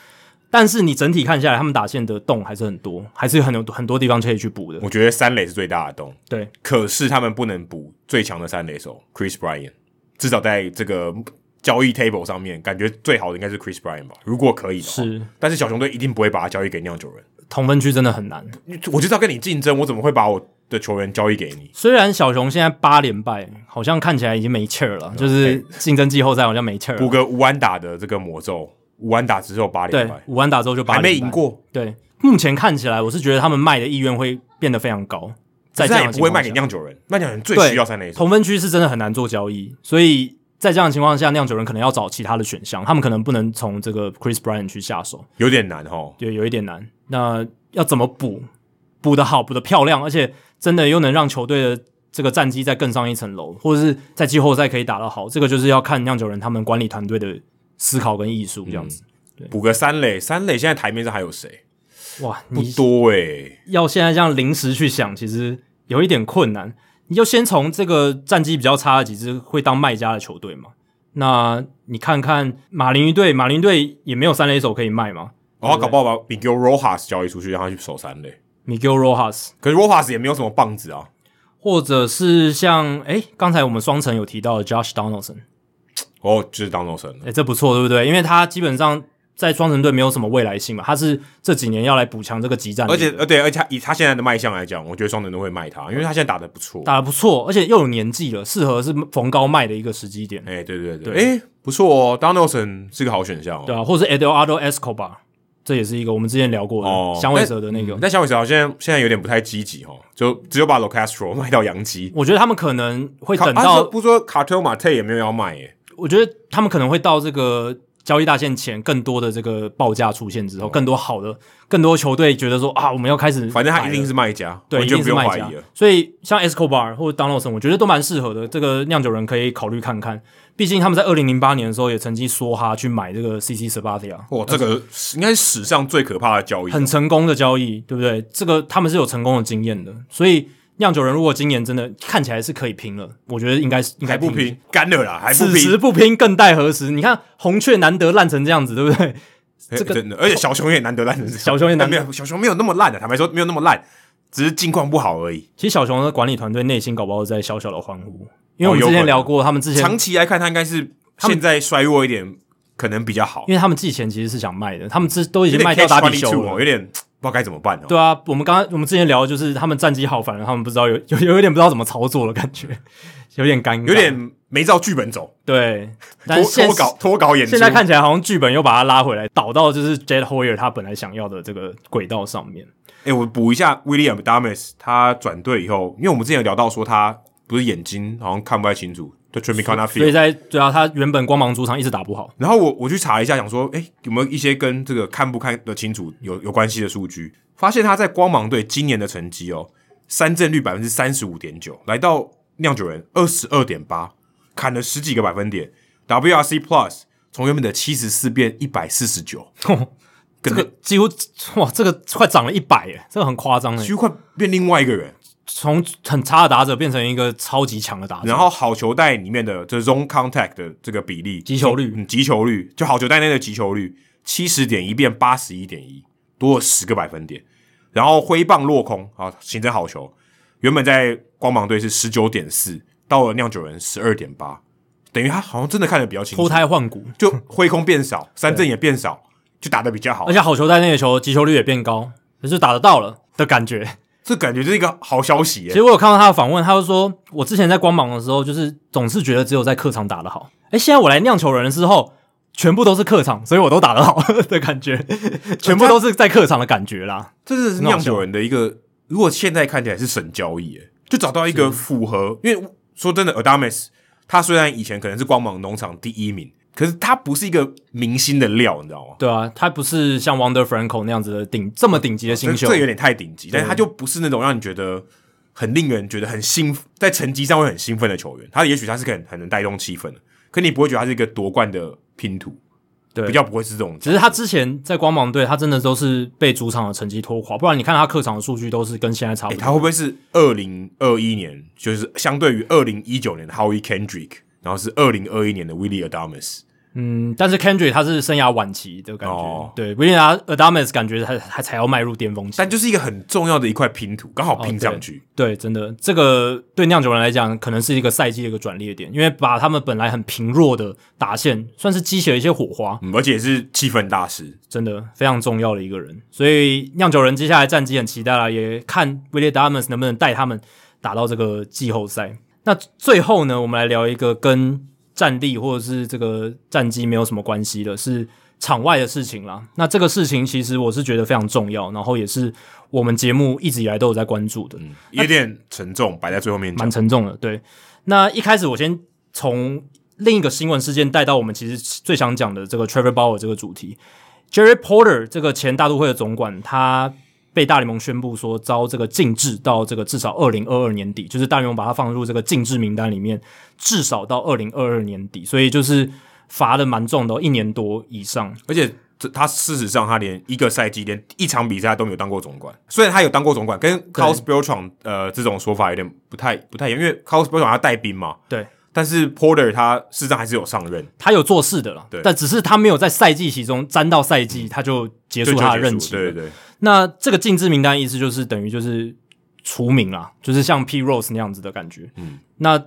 S1: 但是你整体看下来，他们打线的洞还是很多，还是有很有很多地方可以去补的。
S2: 我觉得三垒是最大的洞，
S1: 对，
S2: 可是他们不能补最强的三垒手 Chris Bryan，至少在这个交易 table 上面，感觉最好的应该是 Chris Bryan 吧，如果可以的话。
S1: 是，
S2: 但是小熊队一定不会把他交易给酿酒人，
S1: 同分区真的很难。
S2: 我就是要跟你竞争，我怎么会把我的球员交易给你？
S1: 虽然小熊现在八连败，好像看起来已经没气儿了，就是竞争季后赛好像没气儿
S2: 补
S1: 了。
S2: 个五安打的这个魔咒，五安打之后八连
S1: 对
S2: 败，，
S1: 五安打之后就八
S2: 还
S1: 连败
S2: 没赢。过，
S1: 对，目前看起来我是觉得他们卖的意愿会变得非常高，在这样
S2: 但也
S1: 的
S2: 不
S1: 情
S2: 会
S1: 况
S2: 卖
S1: 下
S2: 给酿酒人，酿酒人最
S1: 对
S2: 需要三垒手。
S1: 同分区是真的很难做交易，所以在这样的情况下，酿酒人可能要找其他的选项，他们可能不能从这个 Chris Bryant 去下手，
S2: 有点难哦。
S1: 对，有一点难。那要怎么补？补得好，补得漂亮，而且真的又能让球队的这个战绩再更上一层楼，或者是在季后赛可以打得好，这个就是要看酿酒人他们管理团队的思考跟艺术这样
S2: 嗯
S1: 子。
S2: 补个三垒，三垒现在台面上还有谁？
S1: 哇，
S2: 不
S1: 你
S2: 多欸诶、
S1: 要现在这样临时去想，其实有一点困难。你就先从这个战绩比较差的几支会当卖家的球队嘛，那你看看马林鱼队，马林鱼队也没有三垒手可以卖嘛
S2: 哦，他搞不好把 Miguel Rojas 交易出去，让他去守三垒。
S1: ，Miguel Rojas，
S2: 可是 Rojas 也没有什么棒子啊，
S1: 或者是像诶刚才我们双城有提到的 Josh Donaldson，
S2: 哦，就是当中神了。
S1: 诶、这不错，对不对？因为他基本上在双城队没有什么未来性嘛，他是这几年要来补强这个集战力的，
S2: 而且，呃，对，而且他以他现在的卖相来讲，我觉得双人都会卖他，因为他现在打的不错。
S1: 打得不错，而且又有年纪了，适合是逢高卖的一个时机点，
S2: 哎、对对对，哎、不错哦，Donaldson 是个好选项哦。
S1: 对啊，或者是 Eduardo Escobar，这也是一个我们之前聊过
S2: 哦
S1: 的响尾蛇的那个。
S2: 但小尾蛇好像现在有点不太积极哦，就只有把 Locastro 卖到洋基。
S1: 我觉得他们可能会
S2: 卡
S1: 等
S2: 啊
S1: 到
S2: 不是说 Cartel Marte 也没有要卖耶，
S1: 我觉得他们可能会到这个交易大限前，更多的这个报价出现之后，更多好的、更多球队觉得说啊，我们要开始买了，
S2: 哦反正他一定是卖家，
S1: 对，
S2: 完
S1: 一
S2: 全
S1: 定
S2: 不
S1: 是
S2: 用
S1: 卖
S2: 怀
S1: 家
S2: 疑了。。
S1: 所以像 Escobar 或者 Donaldson，我觉得都蛮适合的，这个酿酒人可以考虑看看。毕竟他们在二零零八年的时候也曾经梭哈去买这个 CC Sabathia，
S2: 哇，这个应该是史上最可怕的交易。
S1: 呃很成功的交易，对不对？这个他们是有成功的经验的，所以酿酒人如果今年真的看起来是可以拼了，我觉得应该是应该
S2: 还不
S1: 拼
S2: 拼，干了啦，还不
S1: 此时
S2: 拼，
S1: 不拼更待何时？你看红雀难得烂成这样子，对不对？
S2: 哎
S1: 这个
S2: 真的，而且小熊也难得烂成这样，
S1: 小熊也难
S2: 没有，小熊没有那么烂的，啊坦白说没有那么烂，只是近况不好而已。
S1: 其实小熊的管理团队内心搞不好在小小的欢呼，因为我
S2: 哦
S1: 们
S2: 有可能
S1: 之前聊过，他们之前，
S2: 长期来看，他应该是现在衰弱一点，可能比较好，
S1: 因为他们季前其实是想卖的，他们之都已
S2: 有
S1: 经
S2: 点
S1: 卖掉打
S2: catch
S1: 底球
S2: 22哦
S1: 了。
S2: 有点不知道该怎么办哦。
S1: 对啊，我们刚刚我们之前聊的就是他们战绩好，反而他们不知道有有有有点不知道怎么操作的感觉， 有点尴尬，
S2: 有点没照剧本走，
S1: 对。但
S2: 脱
S1: 现
S2: 脱稿脱稿演出。
S1: 现在看起来好像剧本又把他拉回来，导到就是 Jed Hoyer 他本来想要的这个轨道上面。
S2: 哎、我补一下 William Damas，他转队以后，因为我们之前有聊到说他不是眼睛好像看不太清楚，就全民看他 f
S1: 所以在对啊，他原本光芒主场一直打不好，
S2: 然后我我去查一下，想说，哎、有没有一些跟这个看不看得清楚有有关系的数据？发现他在光芒队今年的成绩哦，三振率百分之三十五点九，来到酿酒人二十二点八，砍了十几个百分点，WRC Plus 从原本的七十四变一百四十 九，
S1: 这个几乎哇，这个快涨了一百耶，这个很夸张
S2: 几
S1: 诶，
S2: 乎快变另外一个人。
S1: 从很差的打者变成一个超级强的打者，
S2: 然后好球带里面的这 zone contact 的这个比例，
S1: 击球率
S2: 嗯，击球率就好球带内的击球率七十点一变八十一点一，多了十个百分点。然后挥棒落空啊，形成好球，原本在光芒队是十九点四，到了酿酒人十二点八，等于他好像真的看得比较清楚，
S1: 脱胎换骨，
S2: 就挥空变少，三振也变少，就打得比较好
S1: 而。且好球带内的球击球率也变高，就是打得到了的感觉。
S2: 这感觉就是一个好消息
S1: 其实
S2: 耶。
S1: 我有看到他的访问，他就说，我之前在光芒的时候，就是总是觉得只有在客场打得好，诶，现在我来酿球人之后。全部都是客场，所以 我都打得好的感觉， 全部都是在客场的感觉啦。
S2: 这是
S1: 很好
S2: 酿
S1: 笑
S2: 酒人的一个，如果现在看起来是神交易，哎，就找到一个符合。因为说真的，Adames 他虽然以前可能是光芒农场第一名，可是他不是一个明星的料，你知道吗？
S1: 对啊，他不是像 Wonder Franco 那样子的顶这么顶级的
S2: 这
S1: 新秀
S2: 这，有点太顶级，但是他就不是那种让你觉得很令人觉得很兴奋，在成绩上会很兴奋的球员。他也许他是很很能带动气氛的，可你不会觉得他是一个夺冠的拼图，
S1: 对
S2: 比较不会是这种。
S1: 只是他之前在光芒队，他真的都是被主场的成绩拖垮，不然你看他客场的数据都是跟现在差不
S2: 欸、
S1: 多。
S2: 他会不会是二零二一年，就是相对于二零一九年的 Howie Kendrick，然后是二零二一年的 Willie Adamas？
S1: 嗯，但是 Kendrick 他是生涯晚期的感觉，
S2: 哦
S1: 对，不然他 Adames 感觉他还才要迈入巅峰期。
S2: 但就是一个很重要的一块拼图，刚好拼上去。
S1: 哦对，真的，这个对酿酒人来讲，可能是一个赛季的一个转捩点，因为把他们本来很平弱的打线，算是激起了一些火花，
S2: 嗯，而且是气氛大师，
S1: 真的非常重要的一个人。所以酿酒人接下来战绩很期待啦，也看 w i l l i Diamonds 能不能带他们打到这个季后赛。那最后呢，我们来聊一个跟战力或者是这个战绩没有什么关系的，是场外的事情啦。那这个事情其实我是觉得非常重要，然后也是我们节目一直以来都有在关注的。
S2: 有点沉重，摆在最后面讲
S1: 蛮。沉重的。对，那一开始我先从另一个新闻事件带到我们其实最想讲的这个 Trevor Bauer 这个主题。Jerry Porter 这个前大都会的总管，他被大联盟宣布说遭这个禁制到这个至少二零二二年底，就是大联盟把他放入这个禁制名单里面，至少到二零二二年底，所以就是罚的蛮重的哦、一年多以上。
S2: 而且这他事实上他连一个赛季连一场比赛都没有当过总管，虽然他有当过总管，跟 c o s b e l t r o n 呃这种说法有点不太不太一样，因为 c o s b e l t r o n 他带兵嘛，
S1: 对，
S2: 但是 Porter 他事实上还是有上任，
S1: 他有做事的了
S2: 对，
S1: 但只是他没有在赛季其中沾到赛季，他就结
S2: 就
S1: 束
S2: 就
S1: 他的
S2: 结
S1: 任
S2: 束
S1: 期了。
S2: 对对对，
S1: 那这个禁制名单意思就是等于就是除名啦，就是像 P Rose 那样子的感觉。
S2: 嗯，
S1: 那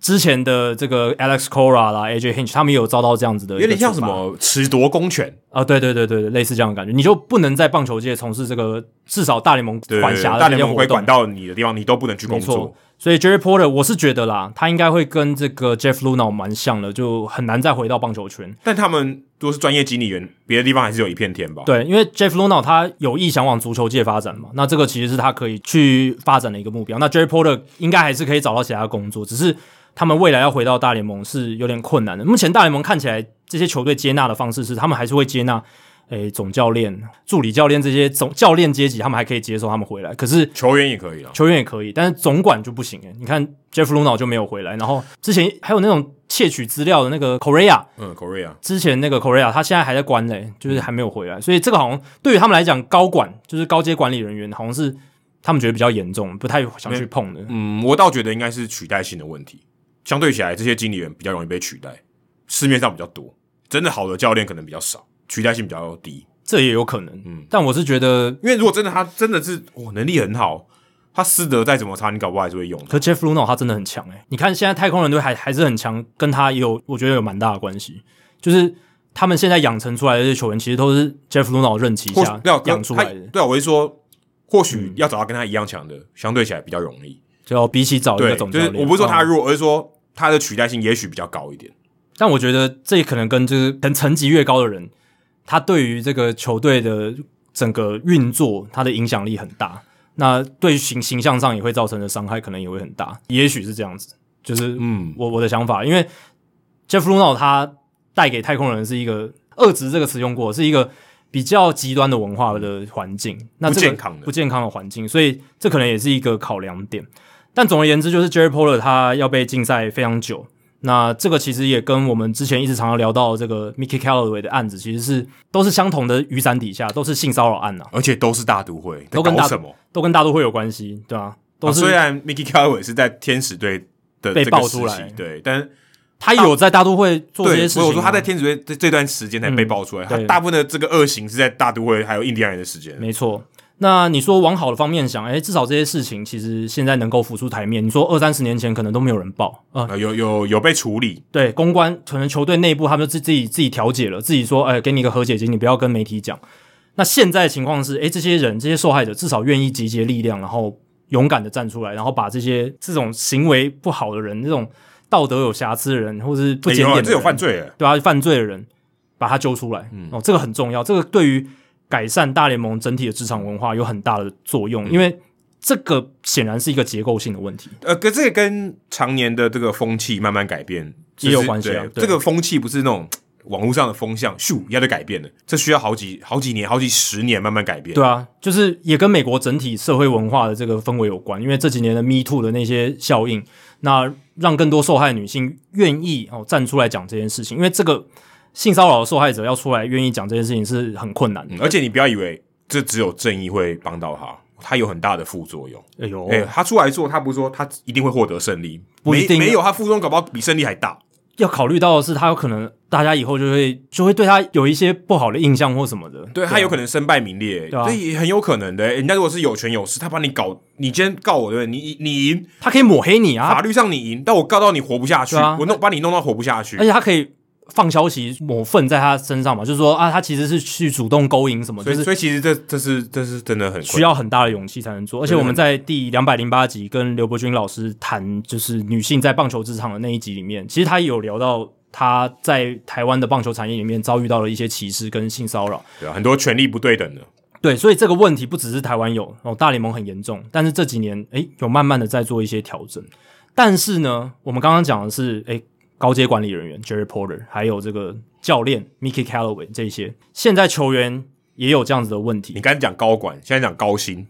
S1: 之前的这个 Alex Cora 啦、AJ Hinch 他们也有遭到这样子的一个
S2: 有点像
S1: 处
S2: 什
S1: 罚
S2: 么褫夺公权，
S1: 啊？对对对对对，类似这样的感觉，你就不能在棒球界从事这个至少大联盟
S2: 对
S1: 管辖的
S2: 大
S1: 这
S2: 联
S1: 些
S2: 盟
S1: 活
S2: 会
S1: 动
S2: 管。到你的地方，你都不能去工
S1: 没
S2: 作
S1: 错。，所以 Jerry Porter，我是觉得啦，他应该会跟这个 Jeff Luno 蛮像的，就很难再回到棒球圈。
S2: 但他们都是专业经理人，别的地方还是有一片天吧？，
S1: 对，因为 Jeff Luno 他有意想往足球界发展嘛，那这个其实是他可以去发展的一个目标。那 Jerry Porter 应该还是可以找到其他工作，只是他们未来要回到大联盟是有点困难的。目前大联盟看起来这些球队接纳的方式是，他们还是会接纳。诶，总教练、助理教练这些总教练阶级，他们还可以接受他们回来。可是
S2: 球员也可以啊。
S1: 球员也可以，但是总管就不行诶。你看 Jeff Luno 就没有回来，然后之前还有那种窃取资料的那个 Korea，
S2: 嗯，Korea
S1: 之前那个 Korea，他现在还在关嘞、就是还没有回来，所以这个好像对于他们来讲，高管就是高阶管理人员，好像是他们觉得比较严重，不太想去碰的。
S2: 嗯，我倒觉得应该是取代性的问题。相对起来，这些经理人比较容易被取代，市面上比较多，真的好的教练可能比较少，取代性比较低。
S1: 这也有可能，
S2: 嗯
S1: 但我是觉得，
S2: 因为如果真的他真的是哦能力很好，他师德再怎么差，你搞不好还是会用 的。
S1: 可 Jeff Luno 他真的很强诶、你看现在太空人队还还是很强，跟他也有我觉得有蛮大的关系，就是他们现在养成出来的这些球员，其实都是 Jeff Luno 任旗
S2: 或
S1: 下
S2: 对啊，
S1: 养出来
S2: 他
S1: 的，嗯
S2: 对啊，我是说，或许要找到跟他一样强的，相对起来比较容易。
S1: 就比起找一
S2: 对，
S1: 哦个总
S2: 就
S1: 教
S2: 是
S1: 练，
S2: 我不是说他
S1: 嗯
S2: 弱，而是说他的取代性也许比较高一点。
S1: 但我觉得这可能跟就是等层级越高的人，他对于这个球队的整个运作，他的影响力很大。那对于形形象上也会造成的伤害，可能也会很大。也许是这样子，就是
S2: 嗯
S1: 我我的想法，因为 Jeff Luno 他带给太空人是一个“恶质”这个词用过，是一个比较极端的文化的环境，那这个
S2: 不健康的
S1: 不健康的环境，所以这可能也是一个考量点。但总而言之，就是 Jerry Poler 他要被禁赛非常久。那这个其实也跟我们之前一直常常聊到的这个 Mickey Callaway 的案子，其实是都是相同的雨伞底下，都是性骚扰案呐、
S2: 而且都是大都会，在
S1: 都跟
S2: 搞
S1: 大
S2: 什么？
S1: 都跟大都会有关系，对吧、都
S2: 啊
S1: 是、
S2: 虽然 Mickey Callaway 是在天使队的
S1: 被
S2: 这个
S1: 爆
S2: 时
S1: 出
S2: 期
S1: 来
S2: 对，但
S1: 他有在大都会做这些
S2: 对，
S1: 事情
S2: 所
S1: 啊、嗯
S2: 以我说他在天使队这这段时间才被爆出来，他
S1: 对
S2: 大部分的这个恶行是在大都会还有印第安人的时间。
S1: 没错。那你说往好的方面想，哎，至少这些事情其实现在能够浮出台面。你说二三十年前可能都没有人报啊、
S2: 啊，有有有被处理，
S1: 对公关，可能球队内部他们就自自己自己调解了，自己说，哎，给你一个和解金，你不要跟媒体讲。那现在的情况是，哎，这些人这些受害者至少愿意集结力量，然后勇敢的站出来，然后把这些这种行为不好的人、这种道德有瑕疵的人，或是不
S2: 哎
S1: 检
S2: 有啊
S1: 点的
S2: 这有
S1: 人，
S2: 犯罪了。
S1: 对啊，犯罪的人把他揪出来，
S2: 嗯
S1: 哦，这个很重要，这个对于改善大联盟整体的职场文化有很大的作
S2: 嗯
S1: 用，因为这个显然是一个结构性的问题，
S2: 呃，跟这个跟常年的这个风气慢慢改变
S1: 也有关系啊
S2: 就是
S1: 对
S2: 这个风气不是那种网络上的风向，咻一下就改变了，这需要好几好几年、好几十年慢慢改变。
S1: 对啊，就是也跟美国整体社会文化的这个氛围有关，因为这几年的 Me Too 的那些效应，那让更多受害女性愿意哦站出来讲这件事情，因为这个性骚扰的受害者要出来愿意讲这件事情是很困难的，
S2: 嗯，而且你不要以为这只有正义会帮到他，他有很大的副作用。
S1: 哎呦，
S2: 哎、他出来做，他不是说他一定会获得胜利，
S1: 不一定啊
S2: 没没有他副作用，搞不好比胜利还大。
S1: 要考虑到的是，他有可能大家以后就会就会对他有一些不好的印象或什么的。
S2: 对他有可能身败名裂，
S1: 啊对啊
S2: 这也很有可能的、哎人家如果是有权有势，他把你搞，你今天告我对不对？你你赢，
S1: 他可以抹黑你
S2: 法
S1: 啊，
S2: 律上你赢，但我告到你活不下去，
S1: 对啊哎
S2: 我弄把你弄到活不下去
S1: 而。且他可以放消息抹粪在他身上嘛，就是说啊，他其实是去主动勾引什么，
S2: 所
S1: 就
S2: 以，
S1: 是
S2: 所以其实这这是这是真的很困
S1: 需要很大的勇气才能做。而且
S2: 对
S1: 我们在第两百零八集跟刘伯钧老师谈，就是女性在棒球职场的那一集里面，其实他也有聊到他在台湾的棒球产业里面遭遇到了一些歧视跟性骚扰。
S2: 对啊，很多权力不对等的。
S1: 对，所以这个问题不只是台湾有哦，大联盟很严重，但是这几年诶有慢慢的在做一些调整。但是呢，我们刚刚讲的是诶高阶管理人员 Jerry Porter，还有这个教练 Mickey Callaway 这些，现在球员也有这样子的问
S2: 你
S1: 题。
S2: 刚才讲高管，现在讲高薪，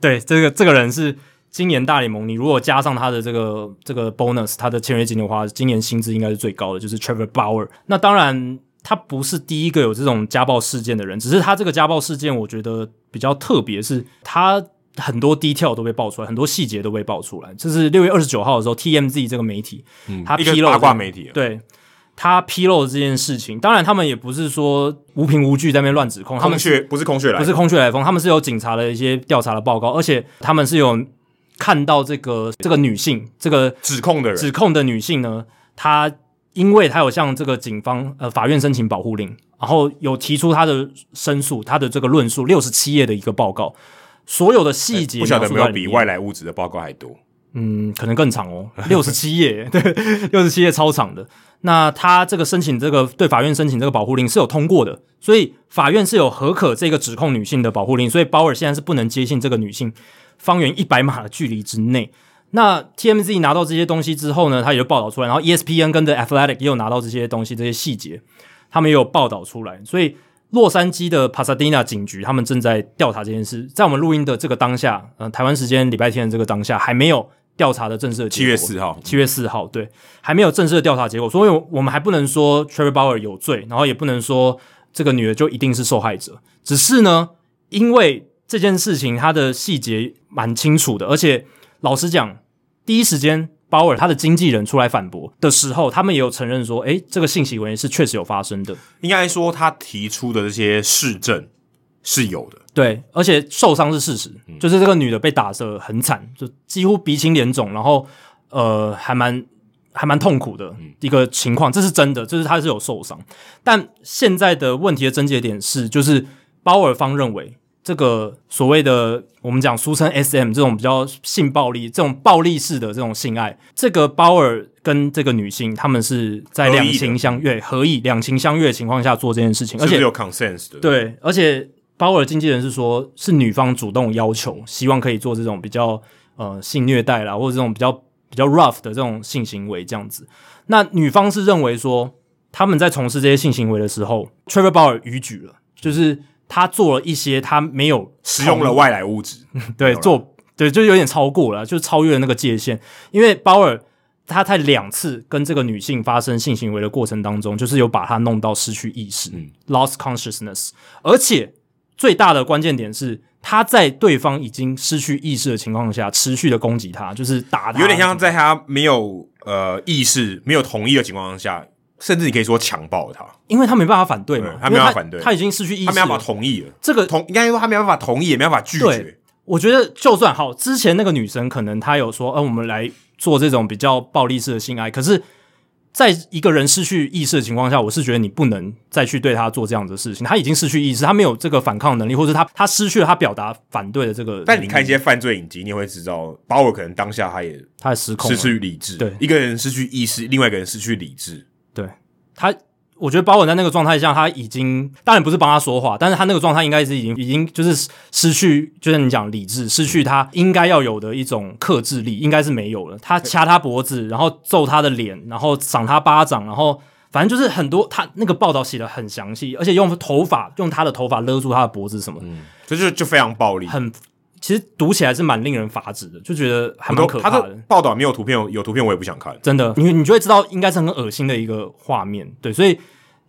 S1: 对，这个这个人是今年大联盟，你如果加上他的这个这个 bonus，他的签约金的话，今年薪资应该是最高的，就是 Trevor Bauer。那当然。他不是第一个有这种家暴事件的人，只是他这个家暴事件，我觉得比较特别，是他很多 detail 都被爆出来，很多细节都被爆出来。这是六月二十九号的时候，TMZ 这个媒体，他
S2: 嗯一个
S1: 披露
S2: 八卦
S1: 的
S2: 媒体啊
S1: 对他披露这件事情。当然，他们也不是说无凭无据在那边乱指控，他
S2: 空
S1: 们
S2: 穴不是空穴来
S1: 不
S2: 的，
S1: 是空穴来风，他们是有警察的一些调查的报告，而且他们是有看到这个这个女性这个
S2: 指控的人，
S1: 指控的女性呢，她因为她有向这个警方呃法院申请保护令，然后有提出她的申诉，她的这个论述六十七页的一个报告，所有的细节
S2: 哎不晓
S1: 描
S2: 得有
S1: 述
S2: 没有
S1: 在里
S2: 比
S1: 面
S2: 外来物质的报告还多。
S1: 嗯，可能更长哦，六十七页， 对，六十七页超长的。那他这个申请这个对法院申请这个保护令是有通过的，所以法院是有核可这个指控女性的保护令，所以鲍尔现在是不能接近这个女性方圆一百码的距离之内。那 TMZ 拿到这些东西之后呢，他也就报道出来，然后 E ESPN 跟 The Athletic 也有拿到这些东西这些细节，他们也有报道出来，所以洛杉矶的帕萨蒂纳警局他们正在调查这件事，在我们录音的这个当下，呃，台湾时间礼拜天的这个当下还没有调查的正式的
S2: 七
S1: 结
S2: 月
S1: 果。
S2: 四号，
S1: 七月四号，对，还没有正式的调查结果，所以我们还不能说 Trevor Bauer 有罪，然后也不能说这个女的就一定是受害者。只是呢，因为这件事情它的细节蛮清楚的，而且老实讲，第一时间鲍尔他的经纪人出来反驳的时候，他们也有承认说，诶，这个性行为是确实有发生的，
S2: 应该说他提出的这些市政是有的，
S1: 对，而且受伤是事实，
S2: 嗯
S1: 就是这个女的被打得很惨，就几乎鼻青脸肿，然后呃，还蛮还蛮痛苦的
S2: 嗯
S1: 一个情况，这是真的，就是她是有受伤。但现在的问题的症结点是，就是鲍尔方认为这个所谓的我们讲俗称 SM 这种比较性暴力、这种暴力式的这种性爱，这个鲍尔跟这个女性他们是在
S2: 合意的嗯
S1: 两情相悦、合意、两情相悦的情况下做这件事情，而
S2: 是不
S1: 且
S2: 是有 consent 的？，
S1: 对，而且鲍尔经纪人是说，是女方主动要求，希望可以做这种比较呃性虐待啦，或者这种比较比较 rough 的这种性行为这样子。那女方是认为说，他们在从事这些性行为的时候，Trevor Bauer 逾矩了，就是他做了一些他没有
S2: 使用
S1: 同
S2: 了外来物质，
S1: 对
S2: 有啦
S1: 做对，就有点超过了，就超越了那个界限。因为鲍尔他在两次跟这个女性发生性行为的过程当中，就是有把她弄到失去意识、
S2: 嗯
S1: （lost consciousness），而且最大的关键点是。他在对方已经失去意识的情况下，持续的攻击他，就是打他，
S2: 有点像在他没有呃意识、没有同意的情况下，甚至你可以说强暴他，
S1: 因为他没办法反对嘛
S2: 对，他没办法
S1: 因为
S2: 反对
S1: 他已经失去意识
S2: 他
S1: 了，
S2: 没有办法同意了。
S1: 这个
S2: 同应该说他没有办法同意，也没有办法拒绝
S1: 对。我觉得就算好，之前那个女生可能她有说，呃，我们来做这种比较暴力式的性爱，可是，在一个人失去意识的情况下，我是觉得你不能再去对她做这样的事情。她已经失去意识，她没有这个反抗能力，或者她她失去了她表达反对的这个能力。
S2: 但你啊看一些犯罪影集，你也会知道，鲍尔可能当下他也
S1: 她的失控了
S2: 失去理智。
S1: 对
S2: 一个人失去意识，另外一个人失去理智。
S1: 对他，我觉得包文在那个状态下，他已经当然不是帮他说话，但是他那个状态应该是已经已经就是失去，就是你讲理智，失去他应该要有的一种克制力，应该是没有了。他掐他脖子，然后揍他的脸，然后赏他巴掌，然后。反正就是很多，他那个报道写的很详细，而且用头发用他的头发勒住他的脖子什么的，
S2: 这就就非常暴力，
S1: 很其实读起来是蛮令人发指的，就觉得还
S2: 我
S1: 蛮
S2: 都
S1: 可
S2: 他
S1: 怕
S2: 的
S1: 的。
S2: 报道没有图片，有图片我也不想看。
S1: 真的，你你就会知道应该是很恶心的一个画面，对，所以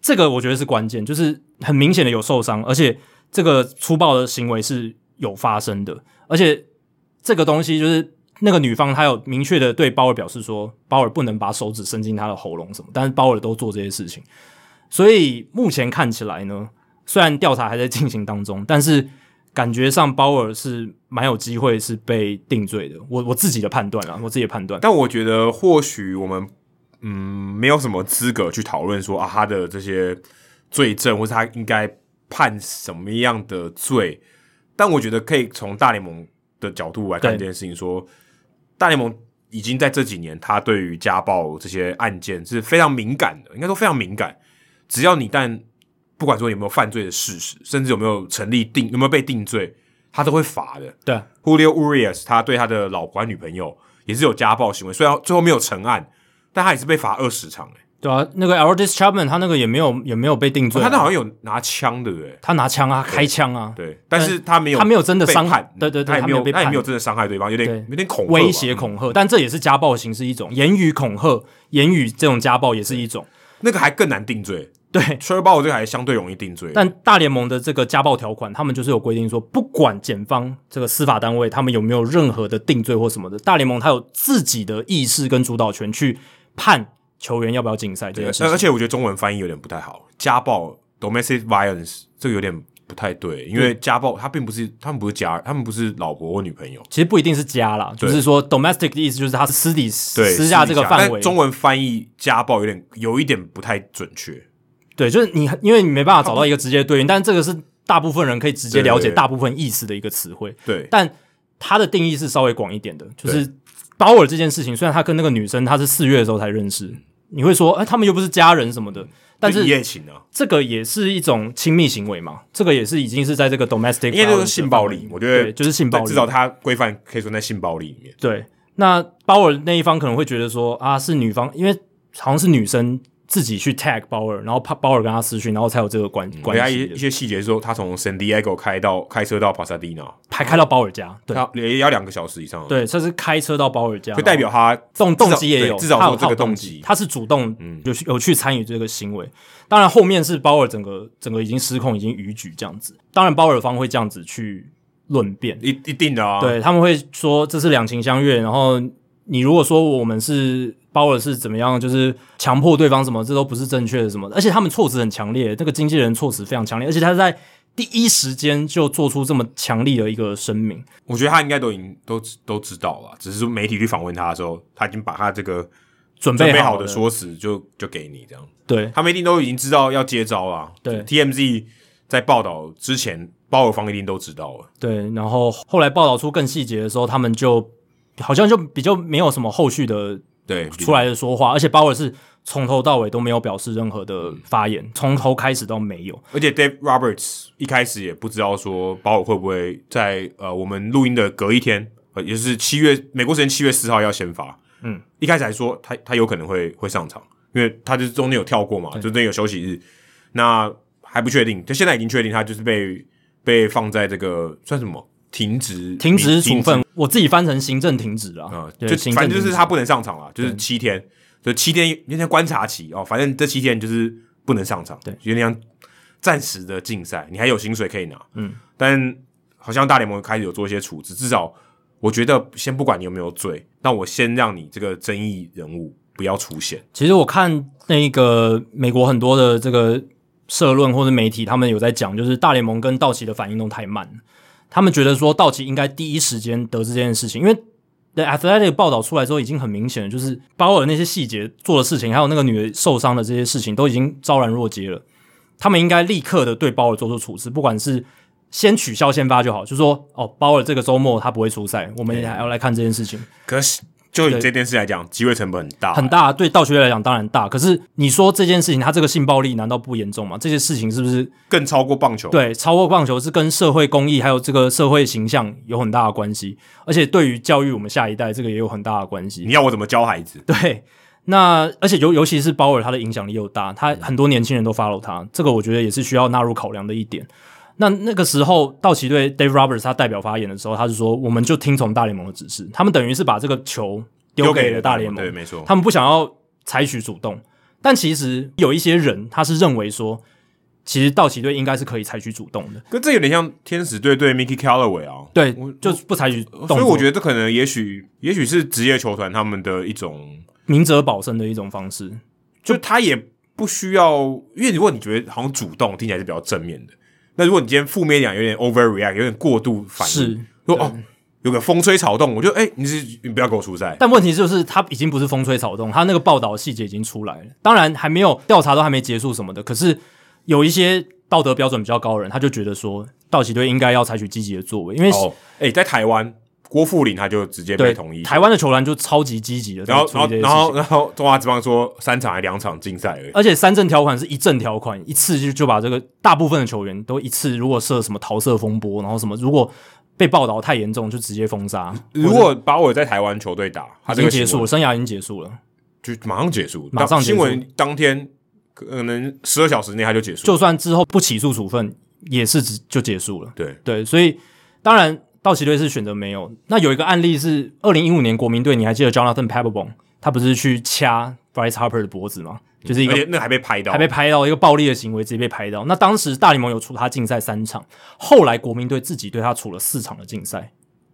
S1: 这个我觉得是关键，就是很明显的有受伤，而且这个粗暴的行为是有发生的，而且这个东西就是那个女方她有明确的对鲍尔表示说，鲍尔不能把手指伸进她的喉咙什么，但是鲍尔都做这些事情，所以目前看起来呢，虽然调查还在进行当中，但是。感觉上，鲍尔是蛮有机会是被定罪的。我我自己的判断啦，我自己的判断。
S2: 但我觉得或许我们嗯没有什么资格去讨论说啊他的这些罪证，或是他应该判什么样的罪。但我觉得可以从大联盟的角度来看
S1: 对
S2: 这件事情说大联盟已经在这几年，他对于家暴这些案件是非常敏感的，应该说非常敏感。只要你但不管说有没有犯罪的事实，甚至有没有成立定有没有被定罪，他都会罚的。
S1: 对，啊
S2: Julio Urias 他对他的老婆和女朋友也是有家暴行为，虽然最后没有成案，但他也是被罚二十场、欸
S1: 对啊，那个 Aldis Chapman 他那个也没有也没有被定罪啊、
S2: 哦他那好像有拿枪，对不对？
S1: 他拿枪啊，开枪啊，
S2: 对，但是他没有，
S1: 他没有真的
S2: 被
S1: 伤
S2: 判
S1: 对对对
S2: 他也没
S1: 他没有被
S2: 他也没有
S1: 判
S2: 真的伤害对方，有点
S1: 对
S2: 有点恐吓吧
S1: 威胁恐吓，但这也是家暴的形式一种，言语恐吓、言语这种家暴也是一种。
S2: 那个还更难定罪。
S1: 对，
S2: t r e v o r 这个还相对容易定罪，
S1: 但大联盟的这个家暴条款，他们就是有规定说，不管检方这个司法单位他们有没有任何的定罪或什么的，大联盟他有自己的意识跟主导权去判球员要不要禁赛这
S2: 对呃
S1: 件事
S2: 而
S1: 情。
S2: 而且我觉得中文翻译有点不太好，家暴 （domestic violence） 这个有点不太对，因为家暴它并不是他们不是家，他们不是老婆或女朋友，
S1: 其实不一定是家啦，就
S2: 对
S1: 是说 domestic 的意思就是他是私底
S2: 对，
S1: 私下这个
S2: 私底
S1: 范围
S2: 但，中文翻译家暴有点有一点不太准确，
S1: 对，就是你因为你没办法找到一个直接的对应，但这个是大部分人可以直接了解
S2: 对对对
S1: 大部分意思的一个词汇。
S2: 对，
S1: 但它的定义是稍微广一点的，就是鲍尔这件事情，虽然他跟那个女生他是四月的时候才认识，你会说，哎、他们又不是家人什么的，但
S2: 就一
S1: 是
S2: 夜情啊，
S1: 这个也是一种亲密行为嘛，这个也是已经是在这个 domestic，
S2: 应该就是
S1: violence
S2: 性暴力
S1: 的范围
S2: 我觉得
S1: 对就是性暴
S2: 但
S1: 力，
S2: 至少它规范可以算在性暴力里面。
S1: 对。那鲍尔那一方可能会觉得说，啊，是女方，因为好像是女生自己去 tag 鲍尔，然后怕鲍尔跟他私讯，然后才有这个关
S2: 管他
S1: 关
S2: 一
S1: 系
S2: 一，些细节是说，他从 San Diego 开到开车到 Pasadena，
S1: 还开到鲍尔家，对
S2: 他也要两个小时以上，，啊
S1: 对，这是开车到鲍尔家，
S2: 就代表他
S1: 动
S2: 至少
S1: 动机也有，
S2: 对至少
S1: 他
S2: 说
S1: 有
S2: 这
S1: 他有
S2: 个
S1: 动
S2: 动
S1: 机
S2: 机，嗯
S1: 他是主动有去有去参与这个行为。当然，后面是鲍尔整个整个已经失控，已经逾矩这样子。当然，鲍尔方会这样子去论辩，
S2: 一一定的啊，
S1: 对他们会说这是两情相悦。然后你如果说我们是鲍尔是怎么样，就是强迫对方什么，这都不是正确的什么的。而且他们措辞很强烈，这个经纪人措辞非常强烈，而且他在第一时间就做出这么强力的一个声明。
S2: 我觉得他应该都已经都知都知道了，啊只是说媒体去访问他的时候，他已经把他这个
S1: 准
S2: 准备
S1: 好
S2: 好的，说辞就就给你这样，
S1: 对
S2: 他们一定都已经知道要接招啊啦。
S1: 对
S2: ，TMZ 在报道之前，鲍尔方一定都知道了。
S1: 对，然后后来报道出更细节的时候，他们就好像就比较没有什么后续的
S2: 对，
S1: 出来的说
S2: 嗯
S1: 话，而且鲍尔是从头到尾都没有表示任何的发言，从头开始都没有。
S2: 而且 Dave Roberts 一开始也不知道说鲍尔会不会在呃我们录音的隔一天，呃也就是七月美国时间七月四号要先发。
S1: 嗯，
S2: 一开始还说他他有可能会会上场，因为他就是中间有跳过嘛，中间有休息日，那还不确定，就现在已经确定他就是被被放在这个算什么停职
S1: 停职处
S2: 停
S1: 分，我自己翻成行政停职了
S2: 啊、
S1: 对
S2: 就
S1: 行
S2: 反
S1: 政
S2: 正就是
S1: 停
S2: 他
S1: 职
S2: 不能上场了，就是七天，就七天有点像观察期哦，反正这七天就是不能上场，
S1: 对
S2: 有点像暂时的竞赛，你还有薪水可以拿，嗯，但好像大联盟开始有做一些处置，至少我觉得先不管你有没有罪，那我先让你这个争议人物不要出现，
S1: 其实我看那个美国很多的这个社论或者媒体，他们有在讲，就是大联盟跟道奇的反应都太慢了。他们觉得说道奇应该第一时间得知这件事情，因为 The Athletic 报道出来之后，已经很明显了，就是鲍尔那些细节做的事情，还有那个女的受伤的这些事情，都已经昭然若揭了。他们应该立刻的对鲍尔做出处置，不管是先取消先发就好，就说哦，鲍尔这个周末他不会出赛，我们也还要来看这件事情。
S2: 可是。就以这件事来讲，机会成本很大，
S1: 很。大，对道学来讲当然大。可是你说这件事情，它这个性暴力难道不严重吗？这些事情是不是
S2: 更超过棒球。，
S1: 对超过棒球是跟社会公益还有这个社会形象有很大的关系？而且对于教育我们下一代，这个也有很大的关系
S2: 你。要我怎么教孩子？
S1: 对，那而且尤尤其是鲍尔，他的影响力又大，他很多年轻人都 follow 他，这个我觉得也是需要纳入考量的一点。那那个时候，道奇队 Dave Roberts 他代表发言的时候，他是说，我们就听从大联盟的指示，他们等于是把这个球丢给了大联盟
S2: 对，，没错。
S1: 他们不想要采取主动。但其实有一些人，他是认为说，其实道奇队应该是可以采取主动的，
S2: 跟这有点像天使队对 Mickey Callaway 啊，
S1: 对
S2: 我，呃
S1: 就是不采取动
S2: 所以我觉
S1: 得
S2: 得这可能也许也许是职业球团他们的一种，
S1: 明哲保身的一种方式。
S2: 就他也不需要，因为如果你觉得好像主动听起来是比较正面的，那如果你今天负面讲有点 overreact，有点过度反
S1: 是
S2: 应，说哦有个风吹草动，我就哎、你是你不要给我出赛，
S1: 但问题就是，他已经不是风吹草动，他那个报道细节已经出来了。当然还没有调查都还没结束什么的，可是有一些道德标准比较高的人，他就觉得说，道奇队应该要采取积极的作为，因为、
S2: 哦哎、在台湾郭富林他就直接被
S1: 对
S2: 同意，
S1: 台湾的球团就超级积极的，
S2: 然后
S1: 处
S2: 然
S1: 理这些事
S2: 后然
S1: 情
S2: 后然后中华职棒说三场还两场竞赛而已，
S1: 而且三证条款是一证条款，一次就就把这个大部分的球员都一次，如果涉什么桃色风波，然后什么如果被报道太严重，就直接封杀。
S2: 如果把我在台湾球队打，他
S1: 已
S2: 这
S1: 经
S2: 个
S1: 结
S2: 行为
S1: 束了，生涯已经结束了。
S2: 就马上结束，
S1: 马上结束
S2: 新闻当天可能十二小时内他就结束，
S1: 就算之后不起诉处分，也是只就结束了。
S2: 对，
S1: 对，所以当然道奇队是选择没有。那有一个案例是二零一五年国民队，你还记得 Jonathan p a b b o n 他不是去掐 Bryce Harper 的脖子吗？就是一
S2: 而且
S1: 个
S2: 那个还被拍到，
S1: 还被拍到一个暴力的行为，直接被拍到。那当时大联盟有处他禁赛三场，后来国民队自己对他处了四场的禁赛，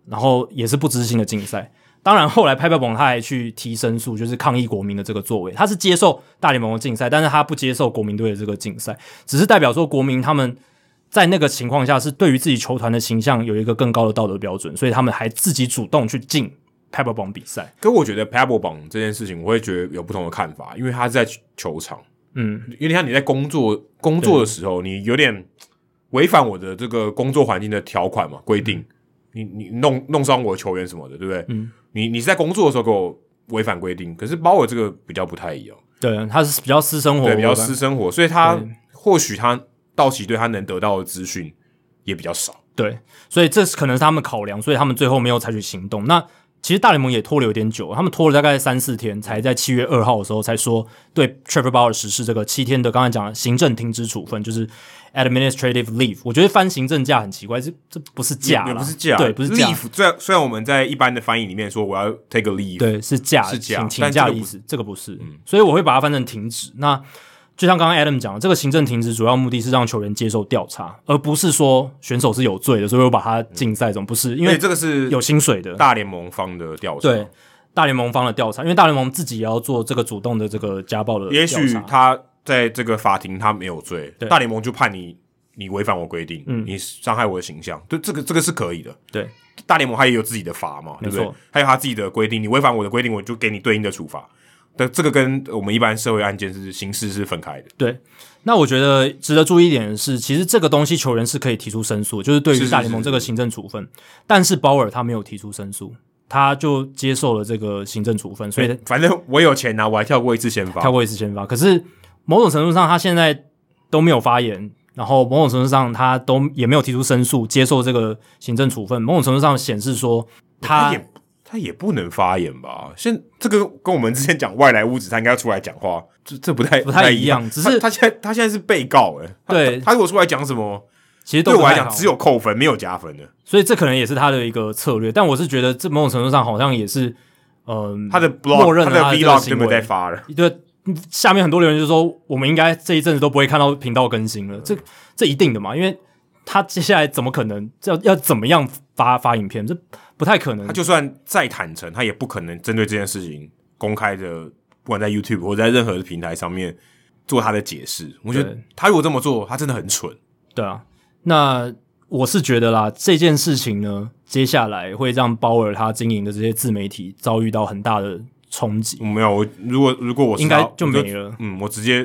S1: 然后也是不知情的禁赛。当然，后来派派蒙他还去提申诉，就是抗议国民的这个作为。他是接受大联盟的禁赛，但是他不接受国民队的这个禁赛，只是代表说国民他们在那个情况下是对于自己球团的形象有一个更高的道德标准，所以他们还自己主动去禁派派蒙比赛。
S2: 可我觉得 Pebble 榜这件事情，我会觉得有不同的看法，因为他是在球场，
S1: 嗯，
S2: 有点像你在工作工作的时候，你有点违反我的这个工作环境的条款嘛规定，你你弄弄伤我的球员什么的，对不对？
S1: 嗯，
S2: 你你是在工作的时候给我违反规定，可是包我这个比较不太一样，
S1: 对，他是比较私生活，
S2: 对，比较私生活，所以他
S1: 哦对
S2: 或许他道奇队他能得到的资讯也比较少，
S1: 对，所以这是可能是他们考量，所以他们最后没有采取行动。那其实大联盟也拖了有点久，他们拖了大概三四天，才在七月二号的时候才说对 Trevor Bauer 实施这个七天的刚才讲的行政停止处分，就是 administrative leave。我觉得翻行政假很奇怪，这这不是假啦，
S2: 也也不是假，
S1: 对，不是假
S2: leave。虽然虽然我们在一般的翻译里面说我要 take a leave，
S1: 对，是假，
S2: 是假
S1: 请请
S2: 但
S1: 假
S2: 这
S1: 的
S2: 个
S1: 意
S2: 不嗯
S1: 思，这个不是，所以我会把它翻成停止。那就像刚刚 Adam 讲的，这个行政停止主要目的是让球员接受调查，而不是说选手是有罪的，所以我把他禁赛，总不是因
S2: 因为
S1: 为
S2: 这个是
S1: 有薪水的，
S2: 大联盟方的调查，
S1: 对大联盟方的调查，因为大联盟自己也要做这个主动的这个家暴的调查，
S2: 也许他在这个法庭他没有罪，
S1: 对
S2: 大联盟就判你你违反我规定，
S1: 嗯
S2: 你伤害我的形象，对这个这个是可以的。
S1: 对
S2: 大联盟他也有自己的罚嘛，对不
S1: 没
S2: 对
S1: 错？
S2: 还有他自己的规定，你违反我的规定，我就给你对应的处罚。但这个跟我们一般社会案件是刑事是分开的，
S1: 对。那我觉得值得注意一点的是，其实这个东西球员是可以提出申诉，就是对
S2: 是
S1: 于
S2: 是
S1: 大联
S2: 是
S1: 盟
S2: 是
S1: 这个行政处分，但是鲍尔他没有提出申诉，他就接受了这个行政处分，所以
S2: 反正我有钱拿、啊我还跳过一次先发
S1: 跳。过一次先发。可是某种程度上，他现在都没有发言，然后某种程度上他都也没有提出申诉，接受这个行政处分，某种程度上显示说
S2: 他
S1: 他
S2: 也他也不能发言吧？现这个跟我们之前讲外来物质，他应该要出来讲话，这这不太
S1: 不
S2: 太
S1: 太
S2: 一
S1: 一样只是
S2: 他他现在他现在是被告哎、欸他
S1: 对
S2: 他他如果出来讲什么，
S1: 其实都
S2: 对我
S1: 不
S2: 来
S1: 太
S2: 讲
S1: 好
S2: 只有扣分，没有加分的。
S1: 所以这可能也是他的一个策略。但我是觉得这某种程度上好像也是，嗯、
S2: 他的 blog，
S1: 默认了
S2: 的
S1: 他的这个
S2: vlog 就
S1: 行
S2: 没
S1: 为嗯
S2: 有在发了。
S1: 对下面很多留言就说，我们应该这一阵子都不会看到频道更新了，这这一定的嘛，因为他接下来怎么可能要要怎么样发发影片，这不太可能
S2: 他。就算再坦诚，他也不可能针对这件事情公开的，不管在 YouTube 或者在任何的平台上面做他的解释。我觉得
S1: 对
S2: 他如果这么做，他真的很蠢。
S1: 对啊，那我是觉得啦，这件事情呢，接下来会让鲍尔他经营的这些自媒体遭遇到很大的冲击。
S2: 没有，我如果如果我是
S1: 应该
S2: 他
S1: 就
S2: 我
S1: 没了
S2: 嗯，我直接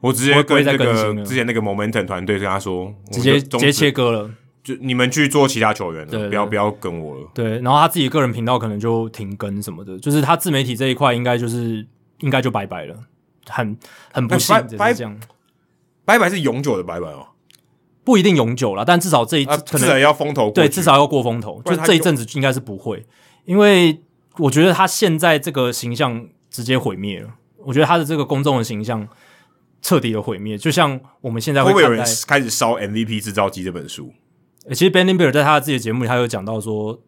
S2: 我直
S1: 我
S2: 接
S1: 也不会
S2: 跟那
S1: 再更
S2: 个
S1: 新了
S2: 之前那个 Momentum 团队跟他说，
S1: 直接
S2: 我就
S1: 直
S2: 终
S1: 接
S2: 止
S1: 切，割了，
S2: 就你们去做其他球员
S1: 对对
S2: 了，不要不要跟我了。
S1: 对，然后他自己个人频道可能就停更什么的，就是他自媒体这一块应该就是应该就拜拜了，很很不幸
S2: 哎拜
S1: 只
S2: 拜
S1: 是这样，
S2: 拜拜是永久的拜拜哦，
S1: 不一定永久了，但至少这一、
S2: 啊，
S1: 可
S2: 至
S1: 能
S2: 少要风头过
S1: 对，
S2: 去
S1: 至少要过风头。
S2: 不然
S1: 就
S2: 他
S1: 这一
S2: 有
S1: 阵子应该是不会，因为我觉得他现在这个形象直接毁灭了。我觉得他的这个公众的形象彻底的毁灭，就像我们现在
S2: 会不会有
S1: 看
S2: 人
S1: 待。
S2: 开始烧《MVP 制造机》这本书？
S1: 呃其实 Ben Limber 在他自己的节目里，他有讲到说，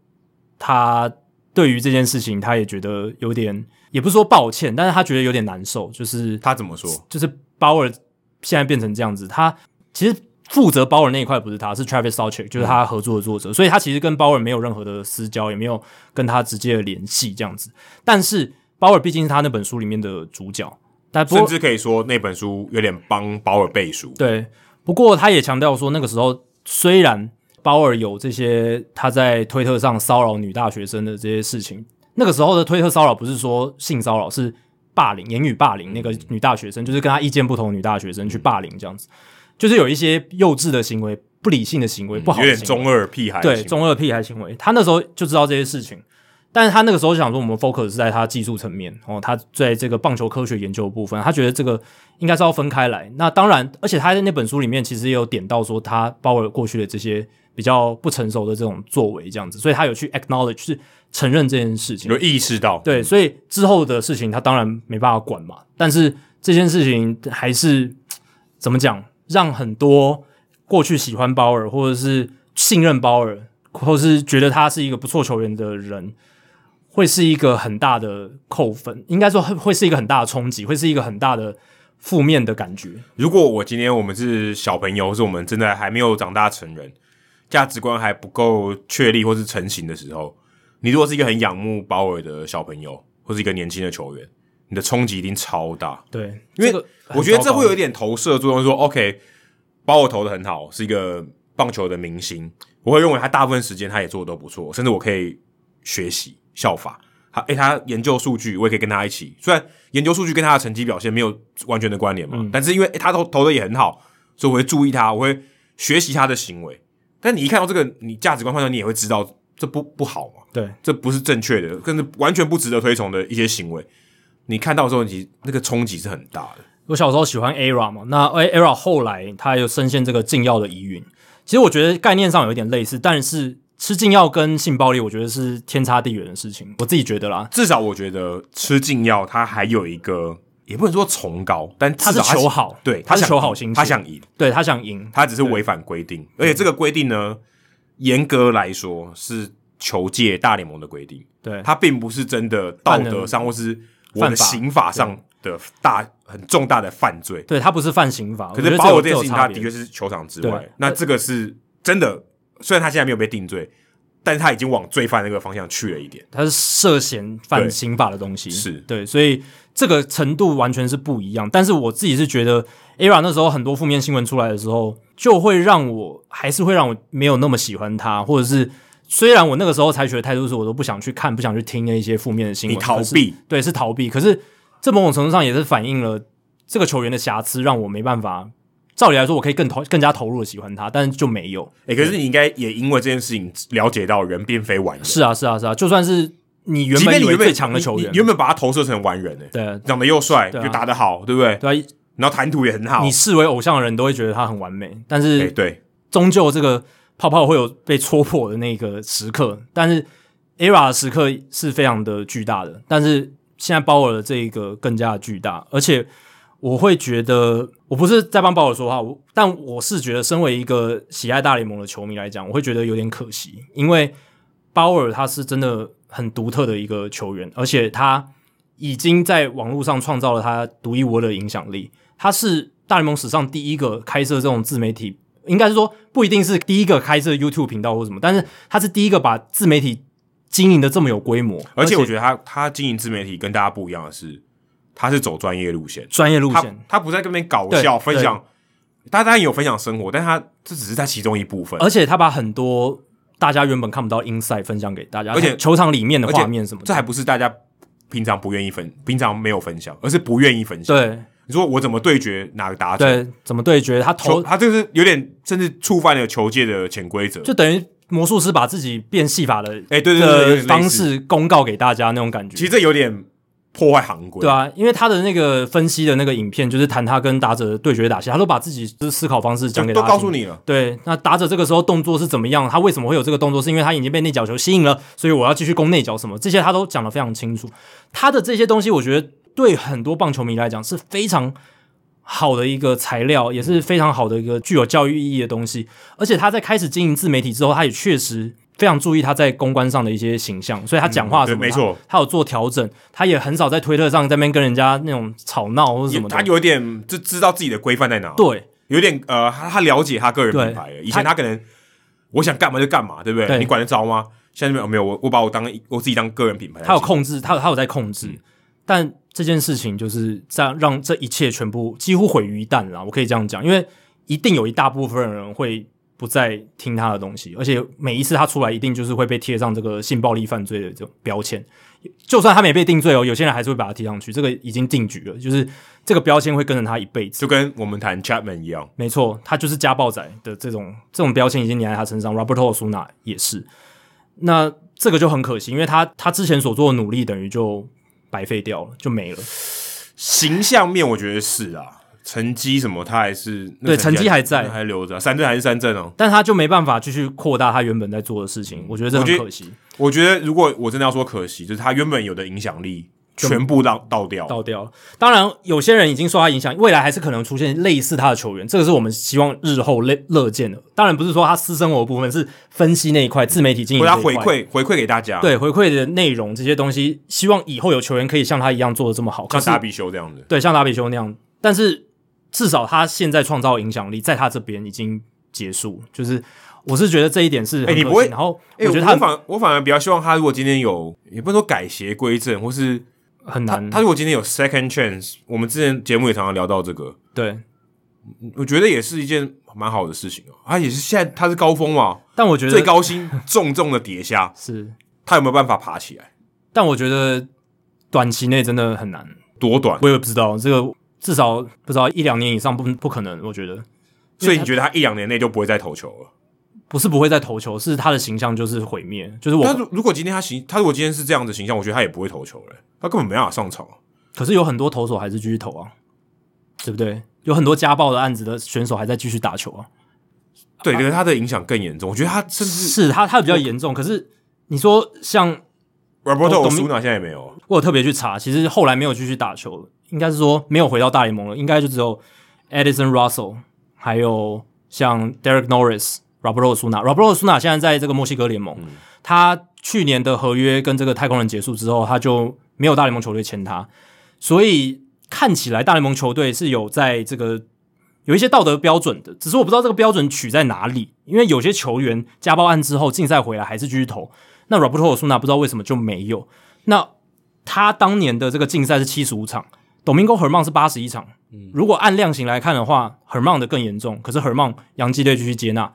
S1: 他对于这件事情，他也觉得有点，也不是说抱歉，但是他觉得有点难受，就是
S2: 他怎么说？
S1: 就是鲍尔现在变成这样子，他其实负责鲍尔那一块不是他，是 Travis Salchik，就是他合作的作者，所以他其实跟鲍尔没有任何的私交，也没有跟他直接的联系这样子。但是鲍尔毕竟是他那本书里面的主角，但不过
S2: 甚至可以说那本书有点帮保尔背书。
S1: 对，不过他也强调说，那个时候虽然鲍尔有这些他在推特上骚扰女大学生的这些事情，那个时候的推特骚扰不是说性骚扰，是霸凌、言语霸凌。那个女大学生就是跟他意见不同的女大学生去霸凌这样子，就是有一些幼稚的行为、不理性的行为、不好
S2: 嗯有
S1: 的
S2: 点
S1: 行为
S2: 中二屁孩的行为，
S1: 对中二屁孩行为，他那时候就知道这些事情，但是他那个时候就想说，我们 focus 是在他技术层面，哦，他在这个棒球科学研究的部分，他觉得这个应该是要分开来。那当然，而且他在那本书里面其实也有点到说，他鲍尔过去的这些比较不成熟的这种作为，这样子，所以他有去 acknowledge 是承认这件事情
S2: 有。意识到，
S1: 对，所以之后的事情他当然没办法管嘛，但是这件事情还是嘖怎么讲，让很多过去喜欢鲍尔或者是信任鲍尔，或是觉得他是一个不错球员的人，会是一个很大的扣分，应该说会会是一个很大的冲击，会是一个很大的负面的感觉。
S2: 如果我今天我们是小朋友，或是我们真的还没有长大成人，价值观还不够确立或是成型的时候，你如果是一个很仰慕保尔的小朋友，或是一个年轻的球员，你的冲击一定超大。
S1: 对，
S2: 因
S1: 这
S2: 为
S1: 个很
S2: 我觉得这
S1: 糟糕
S2: 会有一点投射作用，说 OK，包我投的很好，是一个棒球的明星，我会认为他大部分时间他也做的都不错，甚至我可以学习效法他。诶、他研究数据，我也可以跟他一起。虽然研究数据跟他的成绩表现没有完全的关联嘛，但是因为、诶他投投的也很好，所以我会注意他，我会学习他的行为。但你一看到这个，你价值观判断，你也会知道这不不好嘛，
S1: 对
S2: 这不是正确的，更是完全不值得推崇的一些行为。你看到之后，你那个冲击是很大的。
S1: 我小时候喜欢 ERA 嘛，那 ERA 后来他又深陷这个禁药的疑云。其实我觉得概念上有一点类似，但是吃禁药跟性暴力，我觉得是天差地远的事情。我自己觉得啦，
S2: 至少我觉得吃禁药，它还有一个也不能说崇高，但至
S1: 他是
S2: 少它
S1: 求好
S2: 对，
S1: 他是
S2: 想
S1: 求好
S2: 赢
S1: 心切
S2: 他想赢，
S1: 对他想赢，
S2: 他只是违反规定，而且这个规定呢，严格来说是球界大联盟的规定，
S1: 对
S2: 它并不是真的道
S1: 犯
S2: 德
S1: 人
S2: 上或是我的
S1: 犯法
S2: 刑法上的大很重大的犯罪。
S1: 对他不是犯刑法，
S2: 可
S1: 我觉
S2: 是
S1: 得
S2: 把
S1: 有
S2: 我这
S1: 有
S2: 件事情，
S1: 差
S2: 他
S1: 别
S2: 的确是球场之外
S1: 对，啊呃
S2: 那这个是真的，虽然他现在没有被定罪，但是他已经往罪犯那个方向去了一点。
S1: 他是涉嫌犯
S2: 对
S1: 刑法的东西，
S2: 是
S1: 对，所以这个程度完全是不一样。但是我自己是觉得，ERA 那时候很多负面新闻出来的时候，就会让我还是会让我没有那么喜欢他，或者是虽然我那个时候采取的态度是我都不想去看、不想去听那些负面的新闻，
S2: 你逃
S1: 可是
S2: 避，
S1: 对，是逃避。可是这某种程度上也是反映了这个球员的瑕疵，让我没办法。照理来说，我可以更投、更加投入的喜欢他，但是就没有。
S2: 哎、可是你应该也因为这件事情了解到人并非完人，
S1: 是啊，是啊，是啊，就算是你原
S2: 即
S1: 本
S2: 便
S1: 以
S2: 你
S1: 为
S2: 原本
S1: 最强的球
S2: 你
S1: 员
S2: 你，原本把他投射成完人呢、欸
S1: 对
S2: 长得又帅、
S1: 对啊
S2: 又打得好，对不对？
S1: 对啊，
S2: 然后谈吐也很好，
S1: 你视为偶像的人都会觉得他很完美，但
S2: 哎、
S1: 是
S2: 对，
S1: 终究这个泡泡会有被戳破的那个时刻。但是 ERA 的时刻是非常的巨大的，但是现在鲍尔的这一个更加的巨大，而且我会觉得，我不是在帮鲍尔说话，我但我是觉得，身为一个喜爱大联盟的球迷来讲，我会觉得有点可惜，因为鲍尔他是真的很独特的一个球员，而且他已经在网络上创造了他独一无二的影响力。他是大联盟史上第一个开设这种自媒体，应该是说不一定是第一个开设 YouTube 频道或什么，但是他是第一个把自媒体经营的这么有规模，
S2: 而且我
S1: 得
S2: 觉得他他经营自媒体跟大家不一样的是，他是走专业路线，
S1: 专业路
S2: 他
S1: 线，
S2: 他不在跟别人搞
S1: 对
S2: 笑分享，他当然有分享生活，但他这只是他其中一部分，
S1: 而且他把很多大家原本看不到 inside 分享给大家，
S2: 而且
S1: 球场里面的
S2: 而且
S1: 画面什么的，
S2: 这还不是大家平常不愿意分，平常没有分享，而是不愿意分享。
S1: 对
S2: 你说我怎么对决哪个打者？
S1: 对怎么对决，他
S2: 球
S1: 投
S2: 他就是有点甚至触犯了球界的潜规则，
S1: 就等于魔术师把自己变戏法的
S2: 哎对对对对有点类
S1: 的
S2: 似
S1: 方式公告给大家那种感觉，
S2: 其实这有点破坏行规。
S1: 对啊，因为他的那个分析的那个影片，就是谈他跟打者的对决打戏，他都把自己就是思考方式
S2: 就
S1: 讲给
S2: 都
S1: 大家听
S2: 告诉。你了。
S1: 对，那打者这个时候动作是怎么样？他为什么会有这个动作？是因为他已经被内角球吸引了，所以我要继续攻内角什么？这些他都讲得非常清楚。他的这些东西，我觉得对很多棒球迷来讲是非常好的一个材料，也是非常好的一个具有教育意义的东西。而且他在开始经营自媒体之后，他也确实非常注意他在公关上的一些形象，所以他讲话什么的、
S2: 嗯对没错
S1: 他，他有做调整，他也很少在推特上在那边跟人家那种吵闹或者什么的。
S2: 他有点就知道自己的规范在哪，，
S1: 对，
S2: 有点呃，他他了解他个人品牌了。
S1: 对
S2: 以前他可能我想干嘛就干嘛，对不对？
S1: 对
S2: 你管得着吗？现在没有没有，我我把我当我自己当个人品牌来经营，
S1: 他有控制，他有他有在控制，但这件事情就是这样让这一切全部几乎毁于一旦啦。我可以这样讲，因为一定有一大部分人会不再听他的东西，而且每一次他出来，一定就是会被贴上这个性暴力犯罪的这种标签。就算他没被定罪哦，有些人还是会把他贴上去，这个已经定局了，就是这个标签会跟着他一辈子。
S2: 就跟我们谈 Chapman 一样，
S1: 没错，他就是家暴仔的这种这种标签已经粘在他身上。Roberto o s u n a 也是，那这个就很可惜，因为他他之前所做的努力等于就白费掉了，就没了。
S2: 形象面我觉得是啊，成绩什么他还是那
S1: 对
S2: 个
S1: 成绩还在
S2: 那还留着啊，三振还是三振哦。
S1: 但他就没办法继续扩大他原本在做的事情，我觉得这
S2: 我觉
S1: 很
S2: 得
S1: 可惜，
S2: 我觉得如果我真的要说可惜，就是他原本有的影响力全部倒倒掉，
S1: 倒掉了。当然，有些人已经受他影响，未来还是可能出现类似他的球员，这个是我们希望日后乐乐见的。当然，不是说他私生活的部分，是分析那一块、自媒体经营
S2: 或者
S1: 这
S2: 他
S1: 一块
S2: 回馈啊回馈给大家，，
S1: 对回馈的内容这些东西，希望以后有球员可以像他一样做的这么好。可
S2: 像
S1: 是
S2: 达比修这样子。
S1: 对，像达比修那样，但是至少他现在创造影响力在他这边已经结束，就是我是觉得这一点是很
S2: 哎你
S1: 可
S2: 不会
S1: 惜然后
S2: 哎、
S1: 我觉得
S2: 我
S1: 他
S2: 我反我反而比较希望他，如果今天有，也不能说改邪归正，或是
S1: 很
S2: 他
S1: 难，
S2: 他如果今天有 second chance，我们之前节目也常常聊到这个，
S1: 对。
S2: 我觉得也是一件蛮好的事情哦。他也是现在他是高峰嘛，
S1: 但我觉得
S2: 最高薪重重的跌下，
S1: 是，
S2: 他有没有办法爬起来？
S1: 但我觉得短期内真的很难，
S2: 多短？
S1: 我也不知道这个，至少不知道一两年以上不不可能，我觉得
S2: 所以你觉得他一两年内就不会再投球了？
S1: 不是不会再投球，是他的形象就是毁灭，就是
S2: 但
S1: 我。
S2: 如如果今天他形，他如果今天是这样的形象，我觉得他也不会投球了、他根本没办法上场。
S1: 可是有很多投手还是继续投啊，对不对？有很多家暴的案子的选手还在继续打球啊，
S2: 对，可是他的影响更严重。我觉得他甚至
S1: 是他他比较严重。可是你说像
S2: Roberto
S1: 我懂
S2: Osuna 现在也没有，
S1: 我有特别去查，其实后来没有继续打球了，应该是说没有回到大联盟了，应该就只有 Edison Russell，还有像 Derek Norris、Roberto Osuna。Roberto Osuna 现在在这个墨西哥联盟，他去年的合约跟这个太空人结束之后，他就没有大联盟球队签他，所以看起来大联盟球队是有在这个有一些道德标准的，只是我不知道这个标准取在哪里，因为有些球员家暴案之后竞赛回来还是继续投，那 Roberto Osuna 不知道为什么就没有。那他当年的这个竞赛是七十五场，Domingo Herman 是八十一场。如果按量刑来看的话，Herman 的更严重。可是 Herman 洋基队继续接纳，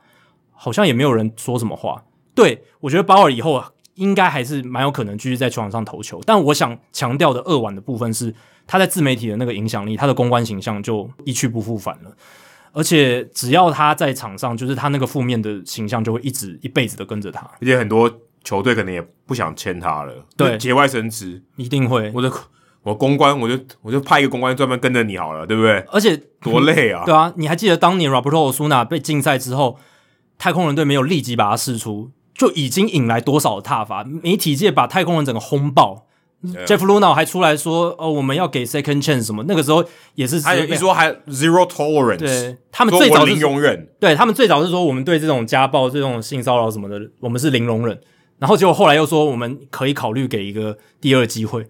S1: 好像也没有人说什么话。对我觉得鲍尔以后啊，应该还是蛮有可能继续在球场上投球。但我想强调的扼腕的部分是，他在自媒体的那个影响力，他的公关形象就一去不复返了。而且只要他在场上，就是他那个负面的形象就会一直一辈子的跟着他，
S2: 而且很多球队可能也不想签他了，
S1: 对
S2: 就节外生枝。
S1: 一定会。
S2: 我的我公关，我就我就派一个公关专门跟着你好了，对不对？
S1: 而且
S2: 多累啊！
S1: 对啊，你还记得当年 Roberto Osuna 被禁赛之后，太空人队没有立即把他释出，就已经引来多少的挞伐？媒体界把太空人整个轰爆。Jeff Luno 还出来说：“哦，我们要给 second chance 什么？”那个时候也是直
S2: 还有
S1: 接
S2: 一
S1: 被
S2: 说还 zero tolerance，
S1: 对他们
S2: 说
S1: 最早
S2: 我
S1: 是
S2: 零容忍，
S1: 对他们最早是说我们对这种家暴、这种性骚扰什么的，我们是零容忍。然后结果后来又说我们可以考虑给一个第二机会，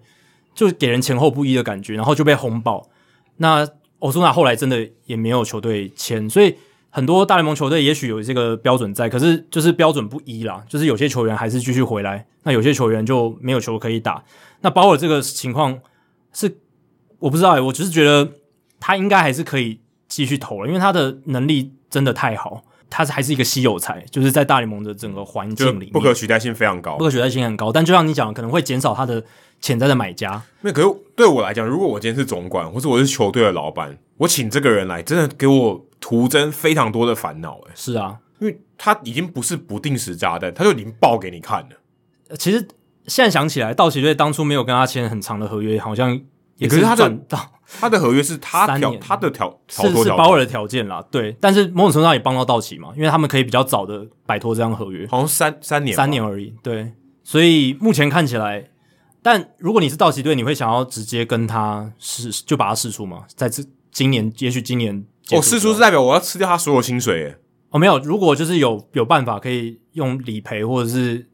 S1: 就给人前后不一的感觉，然后就被轰爆。那欧苏纳后来真的也没有球队签，所以很多大联盟球队也许有这个标准在，可是就是标准不一啦，就是有些球员还是继续回来，那有些球员就没有球可以打。那鲍尔这个情况是我不知道、欸，我只是觉得他应该还是可以继续投了，因为他的能力真的太好，他是还是一个稀有才，就是在大联盟的整个环境
S2: 就
S1: 里面
S2: 不可取代性非常高
S1: 不。可取代性很高，但就像你讲的，可能会减少他的潜在的买家。
S2: 那可是对我来讲，如果我今天是总管，或者我是球队的老板，我请这个人来，真的给我徒增非常多的烦恼哎，
S1: 是啊，
S2: 因为他已经不是不定时炸弹，他就已经爆给你看了。
S1: 呃其实现在想起来，道奇队当初没有跟他签很长的合约，好像也
S2: 欸可是他的
S1: 赚 到
S2: 他的合约是他
S1: 三
S2: 调
S1: 年
S2: 他的调逃
S1: 是
S2: 脱
S1: 是
S2: 条
S1: 保
S2: 款，
S1: 尔的条件啦。对，但是某种程度上也帮到道奇嘛，因为他们可以比较早的摆脱这样合约。
S2: 好像三三年吧
S1: 三年而已。对，所以目前看起来，但如果你是道奇队，你会想要直接跟他试，就把他试出吗？在这今年，也许今年结
S2: 哦，
S1: 束之
S2: 四
S1: 后
S2: 出是代表我要吃掉他所有薪水哎，
S1: 哦，没有，如果就是有有办法可以用理赔或者是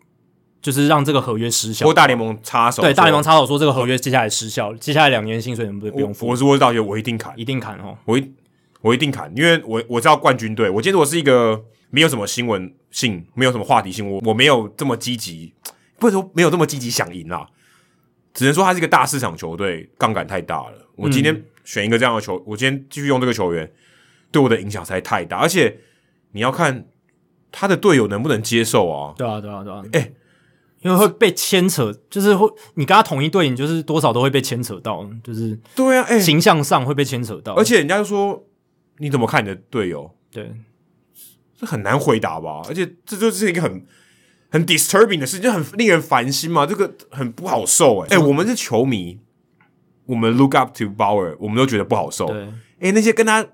S1: 就是让这个合约失效
S2: 或，大联盟插手
S1: 对大联盟
S2: 插
S1: 插手说这个合约接下来失效，接下来两年薪水能不能不
S2: 我
S1: 用付？
S2: 我如果是道歉，我一定砍
S1: 一，定砍哦，
S2: 我一我一定砍，因为我我知道冠军队。我记得我是一个没有什么新闻性，没有什么话题性，我我没有这么积极，不是说没有这么积极想赢啦，只能说他是一个大市场球队，杠杆太大了。我
S1: 嗯
S2: 今天选一个这样的球，我今天继续用这个球员，对我的影响实在太大，而且你要看他的队友能不能接受啊。
S1: 对啊，对啊，对啊，
S2: 哎
S1: 因为会被牵扯，就是会你跟他同一队，你就是多少都会被牵扯到，就是
S2: 对啊，哎、
S1: 形象上会被牵扯到，
S2: 而且人家就说你怎么看你的队友？
S1: 对，
S2: 这很难回答吧？而且这就是一个很很 disturbing 的事情，就很令人烦心嘛。这个很不好受哎、欸、哎、我们是球迷，我们 look up to Bauer，我们都觉得不好受。
S1: 对，
S2: 哎、那些跟他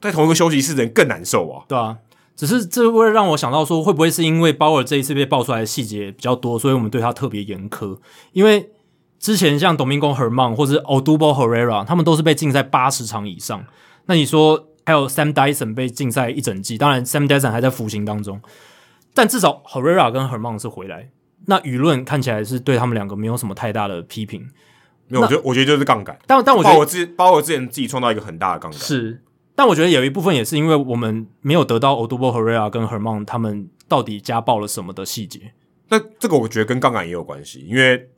S2: 在同一个休息室的人更难受啊。
S1: 对啊，只是这会让我想到说，会不会是因为鲍尔这一次被爆出来的细节比较多，所以我们对他特别严苛？因为之前像 Domingo Herman 或是 Odubo Herrera，他们都是被禁赛八十场以上。那你说还有 Sam Dyson 被禁赛一整季，当然 Sam Dyson 还在服刑当中，但至少 Herrera 跟 Herman 是回来。那舆论看起来是对他们两个没有什么太大的批评。
S2: 没有，我觉得我觉得就是杠杆。
S1: 但但我觉
S2: 包
S1: 得
S2: 括我自包括我之前自己创造一个很大的杠杆，
S1: 是，但我觉得有一部分也是因为我们没有得到 Odubo Herrera 跟 Herman 他们到底家暴了什么的细节。
S2: 那这个我觉得跟杠杆也有关系，因为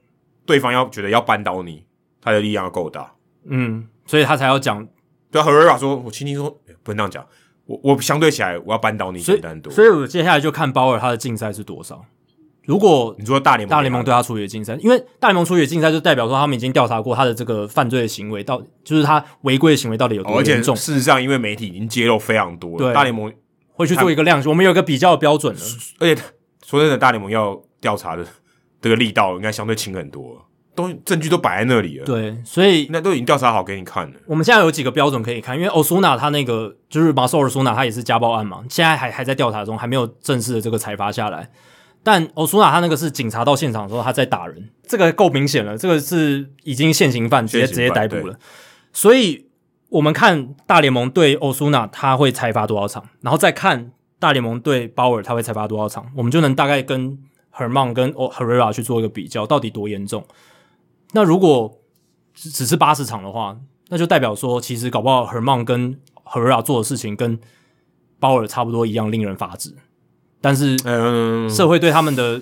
S2: 对方要觉得要扳倒你，他的力量要够大。
S1: 嗯，所以他才要讲，
S2: 对啊，Herrera 说：“我轻轻说，哎不能这样讲。我我相对起来，我要扳倒你
S1: 所以
S2: 简单多。
S1: 所以我接下来就看鲍尔他的竞赛是多少。如果
S2: 你说大联盟，
S1: 大联盟对他处理的竞赛，因为大联盟处理的竞赛就代表说他们已经调查过他的这个犯罪行为到，就是他违规的行为到底有
S2: 哦，
S1: 多
S2: 而且
S1: 严重，
S2: 事实上，因为媒体已经揭露非常多了，
S1: 对
S2: 大联盟，
S1: 会去做一个量刑。我们有一个比较的标准了，
S2: 而且说真的，大联盟要调查的这个力道应该相对轻很多了，都证据都摆在那里了，，
S1: 对，所以
S2: 那都已经调查好给你看了。
S1: 我们现在有几个标准可以看，因为 Osuna 他那个就是马索尔苏纳他也是家暴案嘛，现在还还在调查中，还没有正式的这个裁罚下来。但 Osuna 他那个是警察到现场的时候他在打人，这个够明显了，这个是已经现行犯，直接直
S2: 现行
S1: 接
S2: 犯
S1: 逮捕了。所以我们看大联盟对 Osuna 他会裁罚多少场，然后再看大联盟对鲍尔他会裁罚多少场，我们就能大概跟 Herman 跟 O- Herrera 去做一个比较，到底多严重。那如果只只是八十场的话，那就代表说，其实搞不好 Herman 跟 Herrera 做的事情跟鲍尔差不多一样，令人发指。但是
S2: 嗯，
S1: 社会对他们的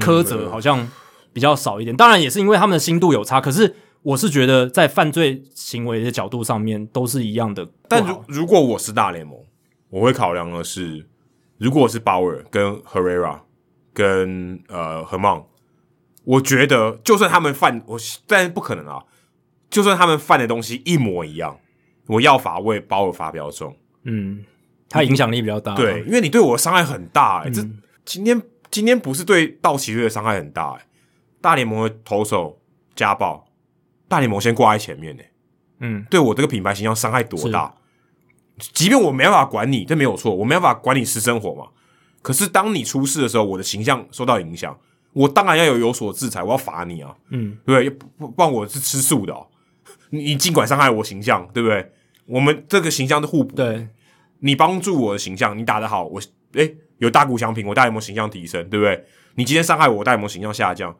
S1: 苛责好像比较少一点，当然也是因为他们的心度有差。可是我是觉得，在犯罪行为的角度上面都是一样的不好。
S2: 但如如果我是大联盟，我会考量的是，如果我是鲍尔跟 Herrera 跟呃 h e r m a n 我觉得就算他们犯，我但是不可能啊，就算他们犯的东西一模一样，我要罚为鲍尔罚比较重。
S1: 嗯，它影响力比较大。
S2: 对，，因为你对我的伤害很大、欸，
S1: 嗯
S2: 这今天今天不是对道奇队的伤害很大、欸，大联盟的投手家暴，大联盟先挂在前面呢、欸
S1: 嗯，
S2: 对我这个品牌形象伤害多大？即便我没办法管你，这没有错，我没办法管你私生活嘛。可是当你出事的时候，我的形象受到影响，我当然要有有所制裁，我要罚你啊，
S1: 嗯，
S2: 对不对？不不不然我是吃素的、哦，你你尽管伤害我形象，对不对？我们这个形象是互补的，
S1: 对，
S2: 你帮助我的形象，你打得好，我诶有大股相平，我大联盟形象提升，对不对？你今天伤害我，我大联盟形象下降，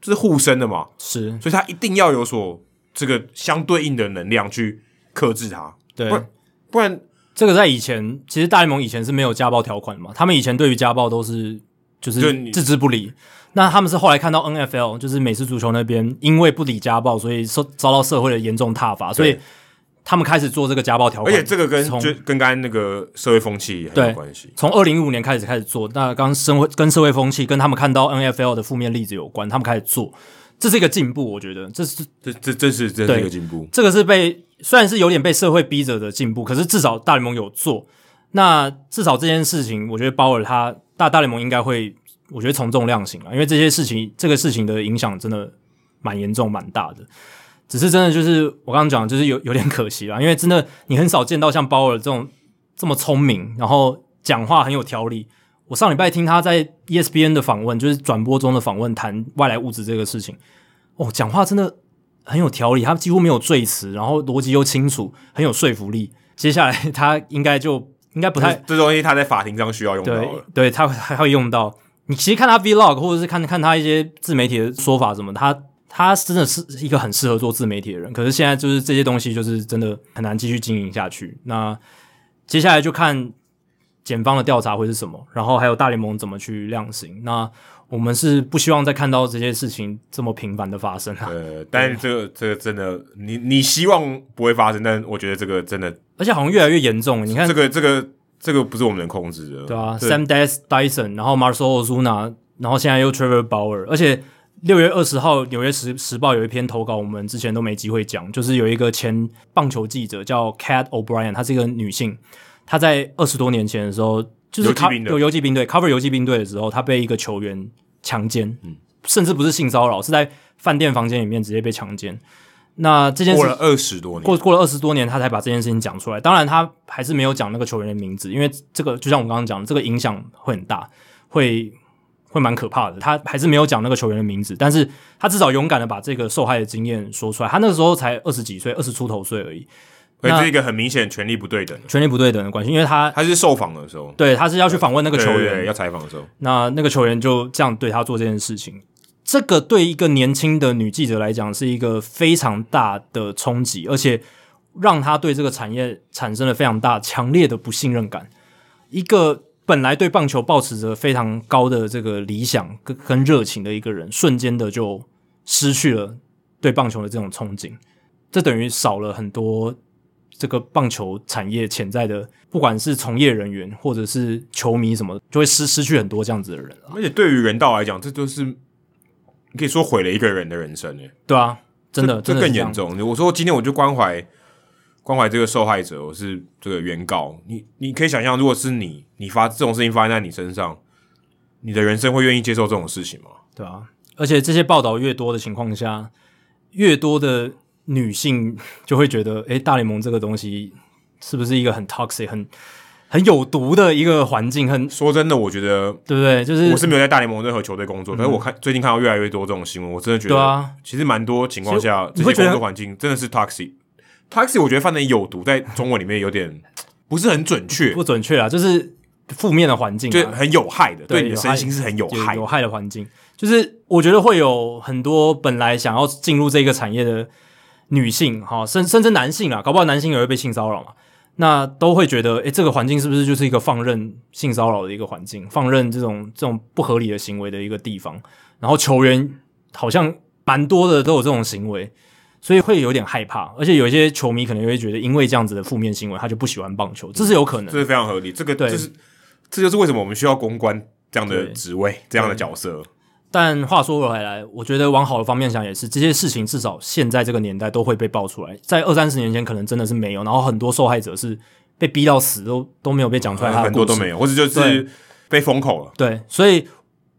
S2: 这是互生的嘛，
S1: 是，
S2: 所以他一定要有所这个相对应的能量去克制它，
S1: 对
S2: 不。然不然
S1: 这个在以前，其实大联盟以前是没有家暴条款的嘛，他们以前对于家暴都是就
S2: 就是你
S1: 置之不理。那他们是后来看到 NFL，就是美式足球那边因为不理家暴，所以受遭到社会的严重挞伐，所以他们开始做这个家暴条
S2: 而
S1: 款。
S2: 且这个跟
S1: 从
S2: 就跟刚才那个社会风气很有
S1: 对
S2: 关系，
S1: 从二零一五年开始开始做，那刚社会跟社会风气跟他们看到 NFL 的负面例子有关，他们开始做，这是一个进步，我觉得这是
S2: 这这这是这是
S1: 对
S2: 一个进步，
S1: 这个是被虽然是有点被社会逼着的进步，可是至少大联盟有做。那至少这件事情，我觉得鲍尔他大大联盟应该会，我觉得从重量刑啊，因为这些事情这个事情的影响真的蛮严重、蛮大的。只是真的就是我刚刚讲的，就是有有点可惜啦，因为真的你很少见到像鲍尔这种这么聪明，然后讲话很有条理。我上礼拜听他在 E ESPN 的访问，就是转播中的访问，谈外来物质这个事情。哦，讲话真的很有条理，他几乎没有赘词，然后逻辑又清楚，很有说服力。接下来 他应该就应该不太
S2: 这这东西他在法庭上需要用到
S1: 对
S2: 了，
S1: 对，他还会用到。你其实看他 vlog 或者是看看他一些自媒体的说法什么，他他真的是一个很适合做自媒体的人。可是现在就是这些东西就是真的很难继续经营下去。那接下来就看检方的调查会是什么，然后还有大联盟怎么去量刑。那我们是不希望再看到这些事情这么频繁的发生啊。
S2: 呃，但是这个这个真的，你你希望不会发生，但我觉得这个真的，
S1: 而且好像越来越严重。你看
S2: 这，个这个这个不是我们能控制的，
S1: 对啊，Sam Des Dyson，然后 Marcel Ozuna，然后现在又 Trevor Bauer，而且六月二十号《纽约时时报》有一篇投稿，我们之前都没机会讲，就是有一个前棒球记者叫 Cat O'Brien，她是一个女性，她在二十多年前的时候，就是
S2: 游击
S1: co-
S2: 兵的
S1: 有游击兵队 cover 游击兵队的时候，她被一个球员强奸，
S2: 嗯
S1: 甚至不是性骚扰，是在饭店房间里面直接被强奸。那这件事
S2: 过了二十多年，
S1: 过过了二十多年，他才把这件事情讲出来。当然，他还是没有讲那个球员的名字，因为这个就像我刚刚讲的，这个影响会很大，会会蛮可怕的。他还是没有讲那个球员的名字，但是他至少勇敢的把这个受害的经验说出来。他那个时候才二十几岁，二十出头岁而已，
S2: 而
S1: 那
S2: 这是一个很明显权力不对等的，
S1: 权力不对等的关系，因为他
S2: 他是受访的时候，
S1: 对他是要去访问那个
S2: 对
S1: 球
S2: 对
S1: 员
S2: 对，要采访的时候，
S1: 那那个球员就这样对他做这件事情，这个对一个年轻的女记者来讲是一个非常大的冲击，而且让她对这个产业产生了非常大强烈的不信任感。一个本来对棒球抱持着非常高的这个理想跟跟热情的一个人，瞬间的就失去了对棒球的这种憧憬，这等于少了很多这个棒球产业潜在的，不管是从业人员或者是球迷什么的，就会失失去很多这样子的人啊了，
S2: 而且对于人道来讲，这就是你可以说毁了一个人的人生诶、欸
S1: 对啊，真的，
S2: 这
S1: 真的
S2: 这
S1: 是
S2: 更
S1: 这样
S2: 严。重。我说今天我就关怀关怀这个受害者，我是这个原告。你你可以想象，如果是你，你发这种事情发生在你身上，你的人生会愿意接受这种事情吗？
S1: 对啊，而且这些报道越多的情况下，越多的女性就会觉得，诶，大联盟这个东西是不是一个很 toxic、很很有毒的一个环境？很
S2: 说真的，我觉得
S1: 对不对？就
S2: 我
S1: 是嗯
S2: 是没有在大联盟任何球队工作，可是我看最近看到越来越多这种新闻，我真的觉
S1: 对
S2: 得，
S1: 啊，
S2: 其实蛮多情况下，
S1: 其
S2: 这
S1: 实你会
S2: 些
S1: 觉得
S2: 工作环境真的是 toxic。toxic 我觉得翻成有毒，在中文里面有点不是很准确
S1: 不，准确啊，就是负面的环境、
S2: 就是
S1: 啊，
S2: 很有害的，
S1: 对
S2: 对你的
S1: 有
S2: 身
S1: 害
S2: 心是很有
S1: 有
S2: 害的
S1: 有。害的环境，就是我觉得会有很多本来想要进入这个产业的女性，哈，甚甚至男性啊，搞不好男性也会被性骚扰嘛，那都会觉得，诶，这个环境是不是就是一个放任性骚扰的一个环境，放任这种这种不合理的行为的一个地方？然后球员好像蛮多的都有这种行为，所以会有点害怕，而且有一些球迷可能会觉得，因为这样子的负面行为，他就不喜欢棒球，这是有可能的
S2: 这。是非常合理。这个
S1: 对
S2: 就是这就是为什么我们需要公关这样的
S1: 对
S2: 职位、这样的角色。
S1: 但话说回来，我觉得往好的方面想也是，这些事情至少现在这个年代都会被爆出来，在二三十年前可能真的是没有，然后很多受害者是被逼到死都都没有被讲出来他的
S2: 很多
S1: 故
S2: 都
S1: 事
S2: 没有，或者就是
S1: 对
S2: 被封口了。
S1: 对，所以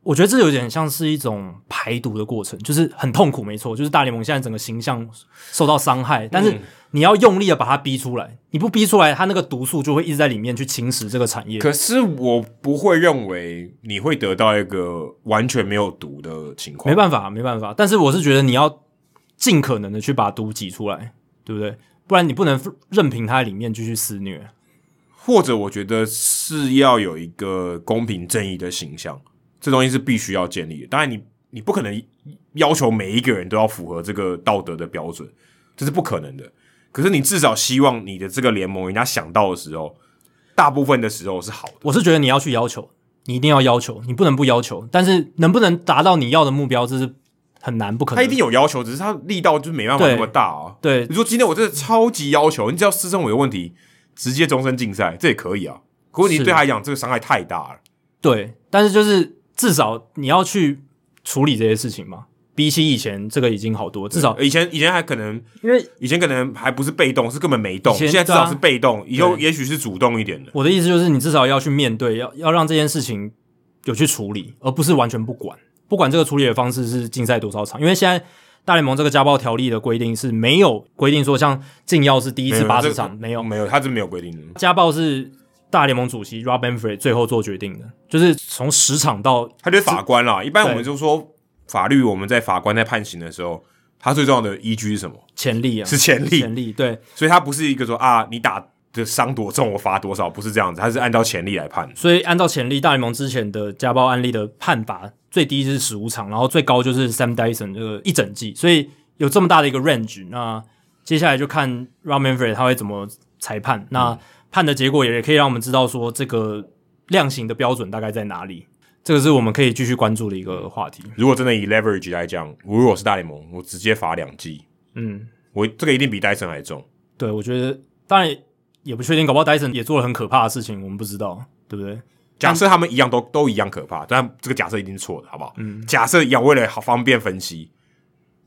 S1: 我觉得这有点像是一种排毒的过程，就是很痛苦，没错，就是大联盟现在整个形象受到伤
S2: 嗯
S1: 害，但是你要用力的把它逼出来，你不逼出来，它那个毒素就会一直在里面去侵蚀这个产业。
S2: 可是我不会认为你会得到一个完全没有毒的情况。
S1: 没办法，没办法。但是我是觉得你要尽可能的去把毒挤出来，对不对？不然你不能任凭它在里面继续肆虐。
S2: 或者我觉得是要有一个公平正义的形象，这东西是必须要建立的。当然你，你不可能要求每一个人都要符合这个道德的标准，这是不可能的。可是你至少希望你的这个联盟，人家想到的时候，大部分的时候是好的。
S1: 我是觉得你要去要求，你一定要要求，你不能不要求。但是能不能达到你要的目标，这是很难，不可
S2: 他
S1: 能。
S2: 一定有要求，只是他力道就是没办法
S1: 对
S2: 那么大啊。
S1: 对
S2: 你说今天我真的超级要求，你只要私生我有问题，直接终身禁赛，这也可以啊。可是你
S1: 是
S2: 对他来讲，这个伤害太大了。
S1: 对，但是就是至少你要去处理这些事情嘛。比起以前，这个已经好多，至少
S2: 以前以前还可能
S1: 因为
S2: 以前可能还不是被动，是根本没动，
S1: 以前
S2: 现在至
S1: 对啊
S2: 少是被动，以后也许是主动一点的。
S1: 我的意思就是，你至少要去面对，要要让这件事情有去处理，而不是完全不管。不管这个处理的方式是禁赛多少场，因为现在大联盟这个家暴条例的规定是没有规定说像禁药是第一
S2: 没
S1: 次
S2: 有
S1: 八十
S2: 这个
S1: 场，没有
S2: 没有，他是没有规定的，
S1: 家暴是大联盟主席 Rob Manfred 最后做决定的，就是从十场到
S2: 他就是法官啊啦。一般
S1: 对
S2: 我们就说法律，我们在法官在判刑的时候，他最重要的依据是什么？
S1: 潜力啊，
S2: 是潜力。
S1: 潜力对，
S2: 所以他不是一个说啊，你打的伤多重，我罚多少，不是这样子，他是按照潜力来判的。
S1: 所以按照潜力，大联盟之前的家暴案例的判罚最低是十五场，然后最高就是 Sam Dyson 这个一整季，所以有这么大的一个 range。那接下来就看 r a m a n f r e d 他会怎么裁判，那判的结果也可以让我们知道说这个量刑的标准大概在哪里。这个是我们可以继续关注的一个话题。
S2: 如果真的以 leverage 来讲，我如果是大联盟，我直接罚两季，
S1: 嗯，
S2: 我这个一定比戴森还重。
S1: 对，我觉得当然也不确定，搞不好 Dyson 也做了很可怕的事情，我们不知道，对不对？
S2: 假设他们一样都都一样可怕，但这个假设一定是错的，好不好？嗯，假设一样，为了好方便分析，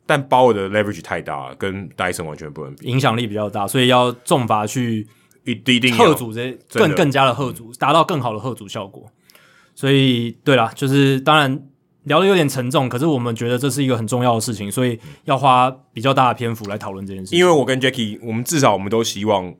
S2: 但鲍尔的 leverage 太大了，跟戴森完全不能比，
S1: 影响力比较大，所以要重罚去
S2: 一一定
S1: 贺
S2: 要
S1: 主这
S2: 真的嗯
S1: 更更加的贺主，达到更好的贺主效果。所以，对啦，就是当然聊的有点沉重，可是我们觉得这是一个很重要的事情，所以要花比较大的篇幅来讨论这件事情。
S2: 因
S1: 为
S2: 为我跟 Jackie，我们至少我们都希望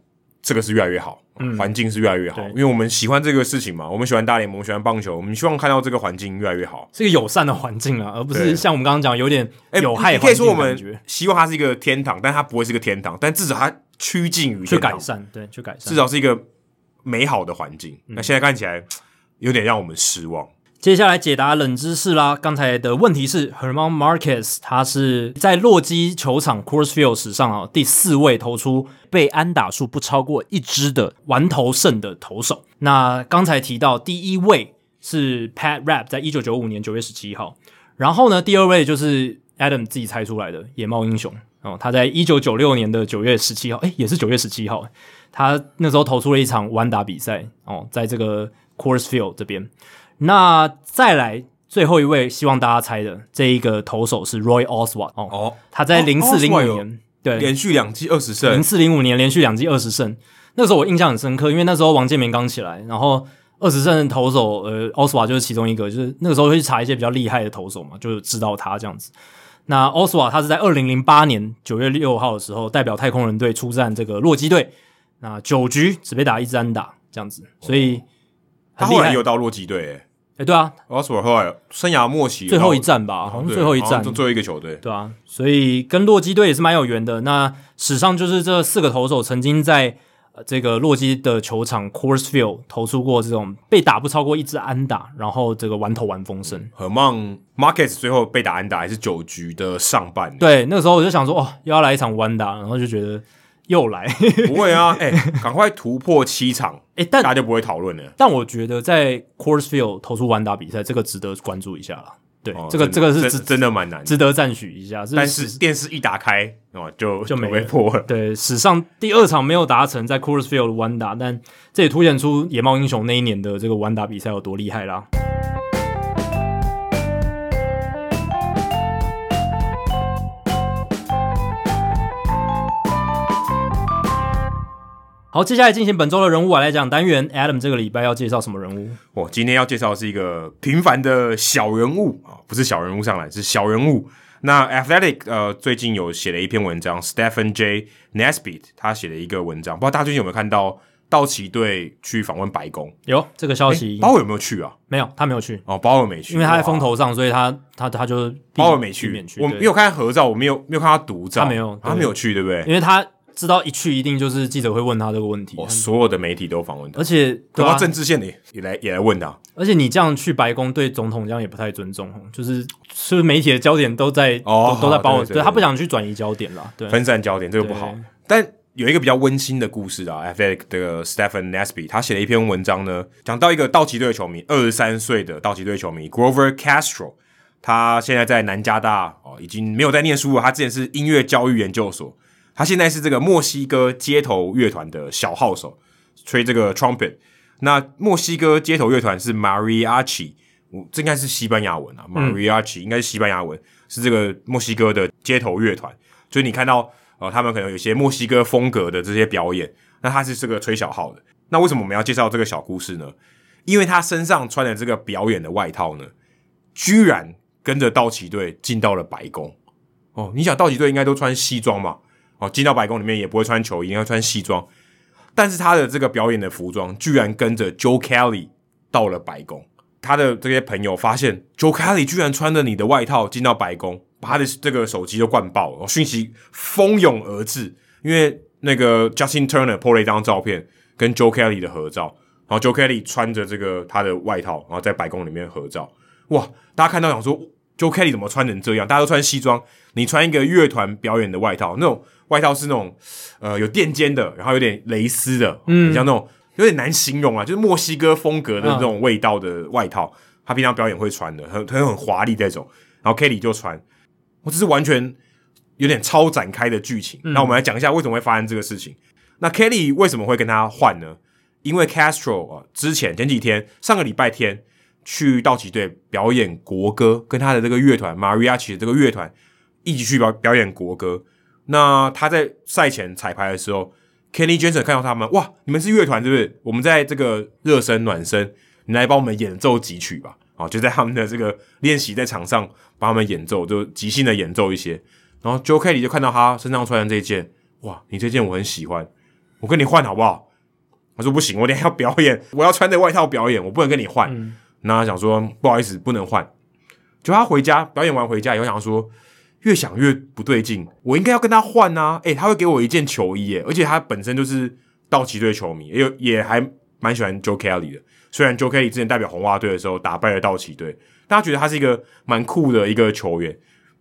S2: 这个是越来越好，环境是越来越好
S1: 嗯对，
S2: 因为我们喜欢这个事情嘛，我们喜欢大联盟，喜欢棒球，我们希望看到这个环境越来越好。
S1: 是一个友善的环境啊，而不是
S2: 对
S1: 像我们刚刚讲有点
S2: 哎
S1: 有害
S2: 你可以
S1: 环境
S2: 说我
S1: 的感觉
S2: 们希望它是一个天堂，但它不会是个天堂，但至少它趋近于
S1: 去
S2: 天
S1: 改
S2: 堂，
S1: 善，对，去改善嗯
S2: 至。少是一个美好的环境。那现在看起来有点让我们失望。
S1: 接下来解答冷知识啦。刚才的问题是 Herman Marquez，他是在洛基球场 Coors Field 史上啊第四位投出被安打数不超过一支的完投胜的投手。那刚才提到第一位是 Pat Rapp，在一九九五年九月十七号。然后呢，第二位就是 Adam 自己猜出来的野猫英雄哦，他在一九九六年的九月十七号，诶，也是九月十七号，他那时候投出了一场弯打比赛哦，在这个 Coors Field 这边。那再来最后一位，希望大家猜的这一个投手是 Roy Oswalt 哦，
S2: 哦，
S1: 他在零四零五
S2: Oswalt 有
S1: 年、对
S2: 连续两季二十胜
S1: 零，四零五年连续两季二十胜，那时候我印象很深刻，因为那时候王建民刚起来，然后二十胜的投手，呃，奥斯瓦就是其中一个，就是那个时候会去查一些比较厉害的投手嘛，就知道他这样子。那奥斯瓦他是在二零零八年九月六号的时候代表太空人队出战这个洛基队，那九局只被打一支安打这样子，所以
S2: 他
S1: 很厉
S2: 后
S1: 害。
S2: 来
S1: 哎、
S2: 有到洛基队、欸，
S1: 对啊，
S2: 奥斯瓦后来生涯末期
S1: 最后一
S2: 到
S1: 战吧，好像
S2: 哦对
S1: 最后一
S2: 好像
S1: 战，
S2: 就最后一个球队，
S1: 对啊，所以跟洛基队也是蛮有缘的。那史上就是这四个投手曾经在呃这个洛基的球场 Coors Field 投出过这种被打不超过一支安打，然后这个完投完封胜。
S2: 和曼 Markets 最后被打安打还是九局的上半、欸，
S1: 对，那个时候我就想说，哦，又要来一场完打，然后就觉得又来。
S2: 不会啊， 哎、赶快突破七场，
S1: 诶，
S2: 大
S1: 但
S2: 家就不会讨论了。
S1: 但我觉得在 Coors Field 投出完打比赛，这个值得关注一下啦。对，
S2: 哦
S1: 这个这
S2: 真的
S1: 个是
S2: 真
S1: 值
S2: 真的蛮难，
S1: 值得赞许一下。
S2: 但
S1: 是
S2: 是电视一打开哦，就
S1: 就没
S2: 被
S1: 了
S2: 破了。
S1: 对，史上第二场没有达成在 Coors Field 的完打，但这也凸显出野猫英雄那一年的这个完打比赛有多厉害啦。好，接下来进行本周的人物我啊来讲单元。Adam 这个礼拜要介绍什么人物？
S2: 我哦今天要介绍的是一个平凡的小人物啊，不是小人物上来，是小人物。那 Athletic 呃最近有写了一篇文章，Stephen J. Nesbitt 他写了一个文章，不知道大家最近有没有看到道奇队去访问白宫？
S1: 有这个消息、
S2: 鲍尔有没有去啊？
S1: 没有？他没有去，
S2: 哦，鲍尔没去，
S1: 因为他在风
S2: 哇，
S1: 头上，所以他他他就避
S2: 鲍尔没
S1: 避
S2: 去
S1: 免，去
S2: 我
S1: 对
S2: 没有看合照，我没有没有看他独照，
S1: 他没有
S2: 他没有去，对不对？
S1: 因为他知道一去一定就是记者会问他这个问题，啊
S2: 哦，所有的媒体都访问他，
S1: 而且对
S2: 包
S1: 啊
S2: 括，政治线的也也来也来问他。
S1: 而且你这样去白宫对总统这样也不太尊重哦，就是是不是媒体的焦点都在
S2: 哦
S1: 都都在帮我，
S2: 对对对
S1: 他不想去转移焦点啦，对，啊
S2: 分散焦点，这个不好
S1: 对。
S2: 但有一个比较温馨的故事啊，Athletic 的 Stephen Nesby 他写了一篇文章呢，讲到一个道奇队的球迷，二十三岁的道奇队球迷 Grover Castro，他现在在南加大哦，已经没有在念书了，他之前是音乐教育研究所，他现在是这个墨西哥街头乐团的小号手，吹这个 trumpet。那墨西哥街头乐团是 mariachi，我这应该是西班牙文啊，mariachi、应该
S1: 嗯
S2: 是西班牙文，是这个墨西哥的街头乐团。所以你看到呃，他们可能有一些墨西哥风格的这些表演，那他是这个吹小号的。那为什么我们要介绍这个小故事呢？因为他身上穿的这个表演的外套呢，居然跟着道奇队进到了白宫。哦，你想道奇队应该都穿西装嘛？哦，进到白宫里面也不会穿球衣，应该穿西装。但是他的这个表演的服装居然跟着 Joe Kelly 到了白宫。他的这些朋友发现 Joe Kelly 居然穿着你的外套进到白宫，把他的这个手机都灌爆了，哦讯息蜂拥而至。因为那个 Justin Turner po 了一张照片跟 Joe Kelly 的合照，然后 Joe Kelly 穿着这个他的外套，然后在白宫里面合照。哇，大家看到想说 Joe Kelly 怎么穿成这样？大家都穿西装，你穿一个乐团表演的外套，那种外套是那种呃有垫肩的，然后有点蕾丝的，嗯，像那种有点难形容啊，就是墨西哥风格的
S1: 嗯
S2: 这种味道的外套，他平常表演会穿的，很很很华丽这种。然后 Kelly 就穿，我这是完全有点超展开的剧情。那我们来讲一下为什么会发生这个事情。那 Kelly 为什么会跟他换呢？因为 Castro 啊、呃之前前几天上个礼拜天去道奇队表演国歌，跟他的这个乐团 Mariachi 的这个乐团一起去表表演国歌。那他在赛前彩排的时候，Kenny Jensen 看到他们，哇，你们是乐团是不是？我们在这个热身暖身，你来帮我们演奏几曲吧。啊，就在他们的这个练习在场上帮他们演奏，就即兴的演奏一些。然后 Joe Kelly 就看到他身上穿的这一件，哇，你这件我很喜欢，我跟你换好不好？他说不行，我等一下要表演，我要穿着外套表演，我不能跟你换。那他想说不好意思，不能换。就他回家表演完回家以后，想说越想越不对劲，我应该要跟他换啊！诶、他会给我一件球衣耶，而且他本身就是道奇队球迷，也有也还蛮喜欢 Joe Kelly 的。虽然 Joe Kelly 之前代表红袜队的时候打败了道奇队，大家觉得他是一个蛮酷的一个球员。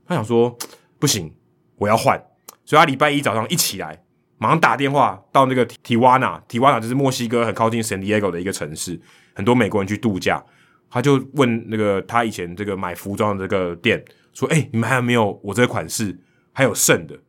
S2: 他想说不行，我要换，所以他礼拜一早上一起来，马上打电话到那个 Tijuana，Tijuana 就是墨西哥很靠近 San Diego 的一个城市，很多美国人去度假。他就问那个他以前这个买服装的这个店说：“哎、你们还有没有我这个款式还有剩的？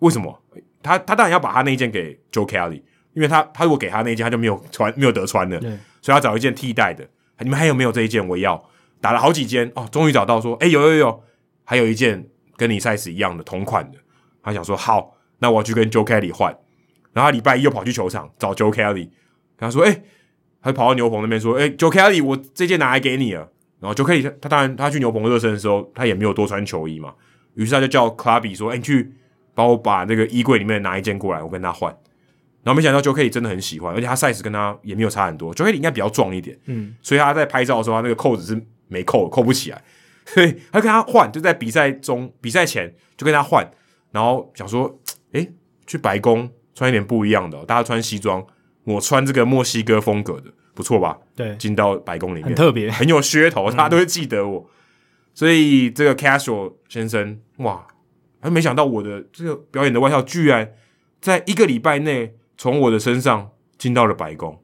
S2: 为什么？他他当然要把他那一件给 Joe Kelly，因为他他如果给他那一件，他就没有穿没有得穿了，所以他找一件替代的。你们还有没有这一件？我要打了好几间哦，终于找到说，哎、有有有，还有一件跟你 size 一样的同款的。他想说好，那我要去跟 Joe Kelly 换。然后他礼拜一又跑去球场找 Joe Kelly，跟他说，哎、他就跑到牛棚那边说：“哎、j o e Kelly，我这件拿来给你了。”然后 Joe Kelly 他他当然他去牛棚热身的时候，他也没有多穿球衣嘛，于是他就叫 Clubby 说：“哎、你去帮我把那个衣柜里面拿一件过来，我跟他换。”然后没想到 Joe Kelly 真的很喜欢，而且他 size 跟他也没有差很多，Joe Kelly 应该比较壮一点，嗯，所以他在拍照的时候，他那个扣子是没扣的，扣不起来， 所以他跟他换，就在比赛中比赛前就跟他换，然后想说，哎，去白宫穿一点不一样的哦、大家穿西装，我穿这个墨西哥风格的，不错吧？
S1: 对，
S2: 进到白宫里面，
S1: 很特嗯别
S2: 很有噱头，大家都会记得我。所以这个 Casual 先生，哇，还没想到我的这个表演的外套，居然在一个礼拜内从我的身上进到了白宫，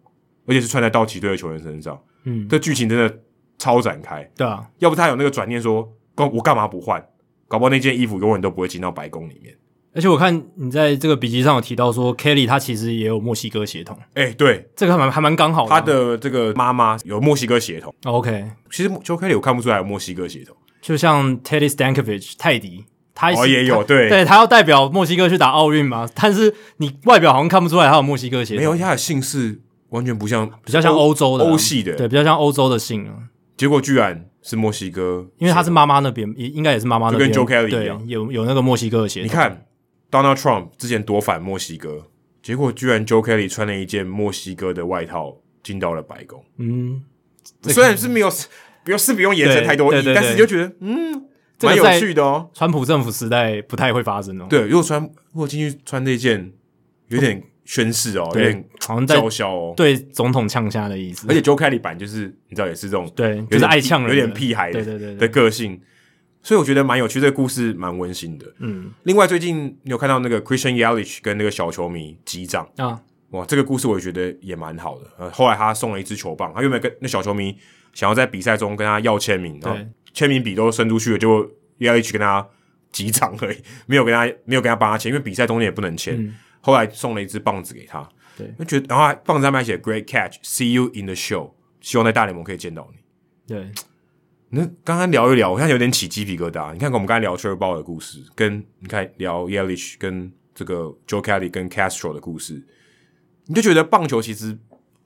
S2: 而且是穿在道奇队的球员身上。
S1: 嗯，
S2: 这剧情真的超展开，
S1: 对啊，
S2: 要不他有那个转念说，干我干嘛不换？搞不好那件衣服永远都不会进到白宫里面。
S1: 而且我看你在这个笔记上有提到说，Kelly 他其实也有墨西哥血统，
S2: 哎、对，
S1: 这个还蛮还蛮刚好的啊。
S2: 他的这个妈妈有墨西哥血统，
S1: 哦 OK，
S2: 其实 Joe Kelly 我看不出来有墨西哥血统。
S1: 就像 Teddy Stankovic 泰迪，他
S2: 哦
S1: 是
S2: 也有
S1: 他
S2: 对
S1: 对他要代表墨西哥去打奥运嘛，但是你外表好像看不出来他有墨西哥血
S2: 没
S1: 统，
S2: 有，而且他的姓氏完全不像，
S1: 比较像欧洲的啊
S2: 欧系的，
S1: 对，比较像欧洲的姓啊，
S2: 结果居然是墨西哥，
S1: 因为他是妈妈那边，也应该也是妈妈那边
S2: 就跟 Joe Kelly 一
S1: 对
S2: 样，
S1: 有有那个墨西哥的血
S2: 你
S1: 统，
S2: 看 Donald Trump 之前多反墨西哥，结果居然 Joe Kelly 穿了一件墨西哥的外套进到了白宫，
S1: 嗯，
S2: 虽然是没有不用是不用延伸
S1: 对
S2: 太多意
S1: 对
S2: 义，
S1: 对
S2: 但是你就觉得嗯
S1: 这个
S2: 蛮有
S1: 在
S2: 趣的哦。
S1: 川普政府时代不太会发生哦，
S2: 对，如果穿如果进去穿这件，有点宣誓哦，有
S1: 对
S2: 点
S1: 好像在
S2: 叫嚣哦。
S1: 对总统呛下的意思
S2: 而，且 Joe Kelly 版就是你知道也是这种
S1: 对，
S2: 有
S1: 就是
S2: 点
S1: 爱呛人的，
S2: 有点屁孩的
S1: 对对对
S2: 的
S1: 对，
S2: 个性，所以我觉得蛮有趣，这个故事蛮温馨的。
S1: 嗯
S2: 另外，最近你有看到那个 Christian Yelich 跟那个小球迷击掌，
S1: 啊，
S2: 哇，这个故事我也觉得也蛮好的。呃，后来他送了一支球棒，他原本跟那小球迷想要在比赛中跟他要签名，
S1: 对
S2: 然后签名笔都伸出去了，结果 Yelich 跟他击掌而已，没有跟他没有跟他帮他签，因为比赛中间也不能签。
S1: 嗯
S2: 后来送了一支棒子给他，
S1: 对
S2: 就觉得然后他棒子上面还写 “Great catch，see you in the show”，希望在大联盟可以见到你。
S1: 对，
S2: 那刚刚聊一聊，我现在有点起鸡皮疙瘩。你看，我们刚才聊 t r e v o b a l 的故事，跟你看聊 Yelich 跟这个 Joe Kelly 跟 Castro 的故事，你就觉得棒球其实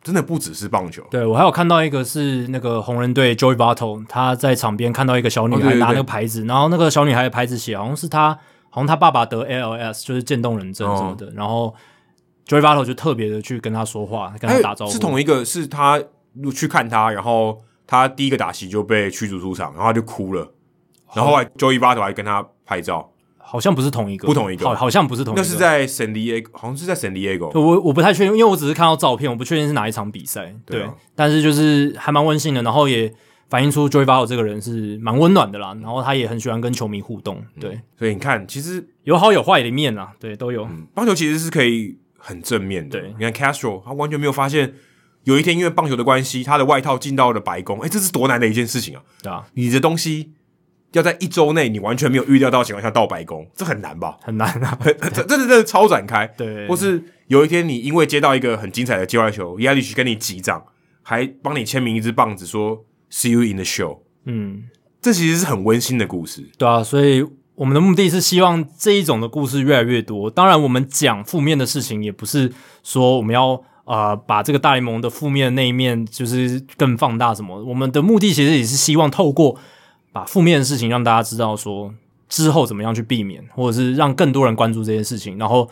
S2: 真的不只是棒球。
S1: 对我还有看到一个是那个红人队 Joey Votto，他在场边看到一个小女
S2: 哦对
S1: 孩
S2: 对
S1: 拿那
S2: 对
S1: 个牌子，然后那个小女孩的牌子写好像是她，好像她爸爸得 ALS，就是渐冻人症什
S2: 哦
S1: 么的，然后 Joey Votto 就特别的去跟她说话，跟
S2: 还
S1: 她
S2: 有
S1: 打招呼，
S2: 哎是同一个，是他去看他，然后他第一个打席就被驱逐出场，然后他就哭了，然后
S1: 哦
S2: 后来 Joey Votto 还跟他拍照，
S1: 好像不是同一个，
S2: 不同一个
S1: 好好像不是同一个，
S2: 那是在 San Diego，好像是在 San Diego，
S1: 我我不太确定，因为我只是看到照片，我不确定是哪一场比赛。对，
S2: 对啊
S1: 但是就是还蛮温馨的，然后也反映出 Joey v a o 这个人是蛮温暖的啦，然后他也很喜欢跟球迷互动，对，
S2: 所以你看，其实
S1: 有好有坏的一面啦，对，都有。
S2: 棒球其实是可以很正面的。
S1: 对
S2: 你看 Castro，他完全没有发现有一天因为棒球的关系，他的外套进到了白宫，哎、这是多难的一件事情啊！
S1: 对啊，
S2: 你的东西要在一周内你完全没有预料到的情况下到白宫，这很难吧？
S1: 很难啊，
S2: 这真的真的超展开，
S1: 对
S2: 或是有一天你因为接到一个很精彩的界外球，亚历奇跟你击掌，还帮你签名一支棒子说 “See you in the show”，
S1: 嗯，
S2: 这其实是很温馨的故事。
S1: 对啊，所以我们的目的是希望这一种的故事越来越多。当然，我们讲负面的事情，也不是说我们要啊、呃把这个大联盟的负面的那一面就是更放大什么。我们的目的其实也是希望透过把负面的事情让大家知道说之后怎么样去避免，或者是让更多人关注这件事情，然后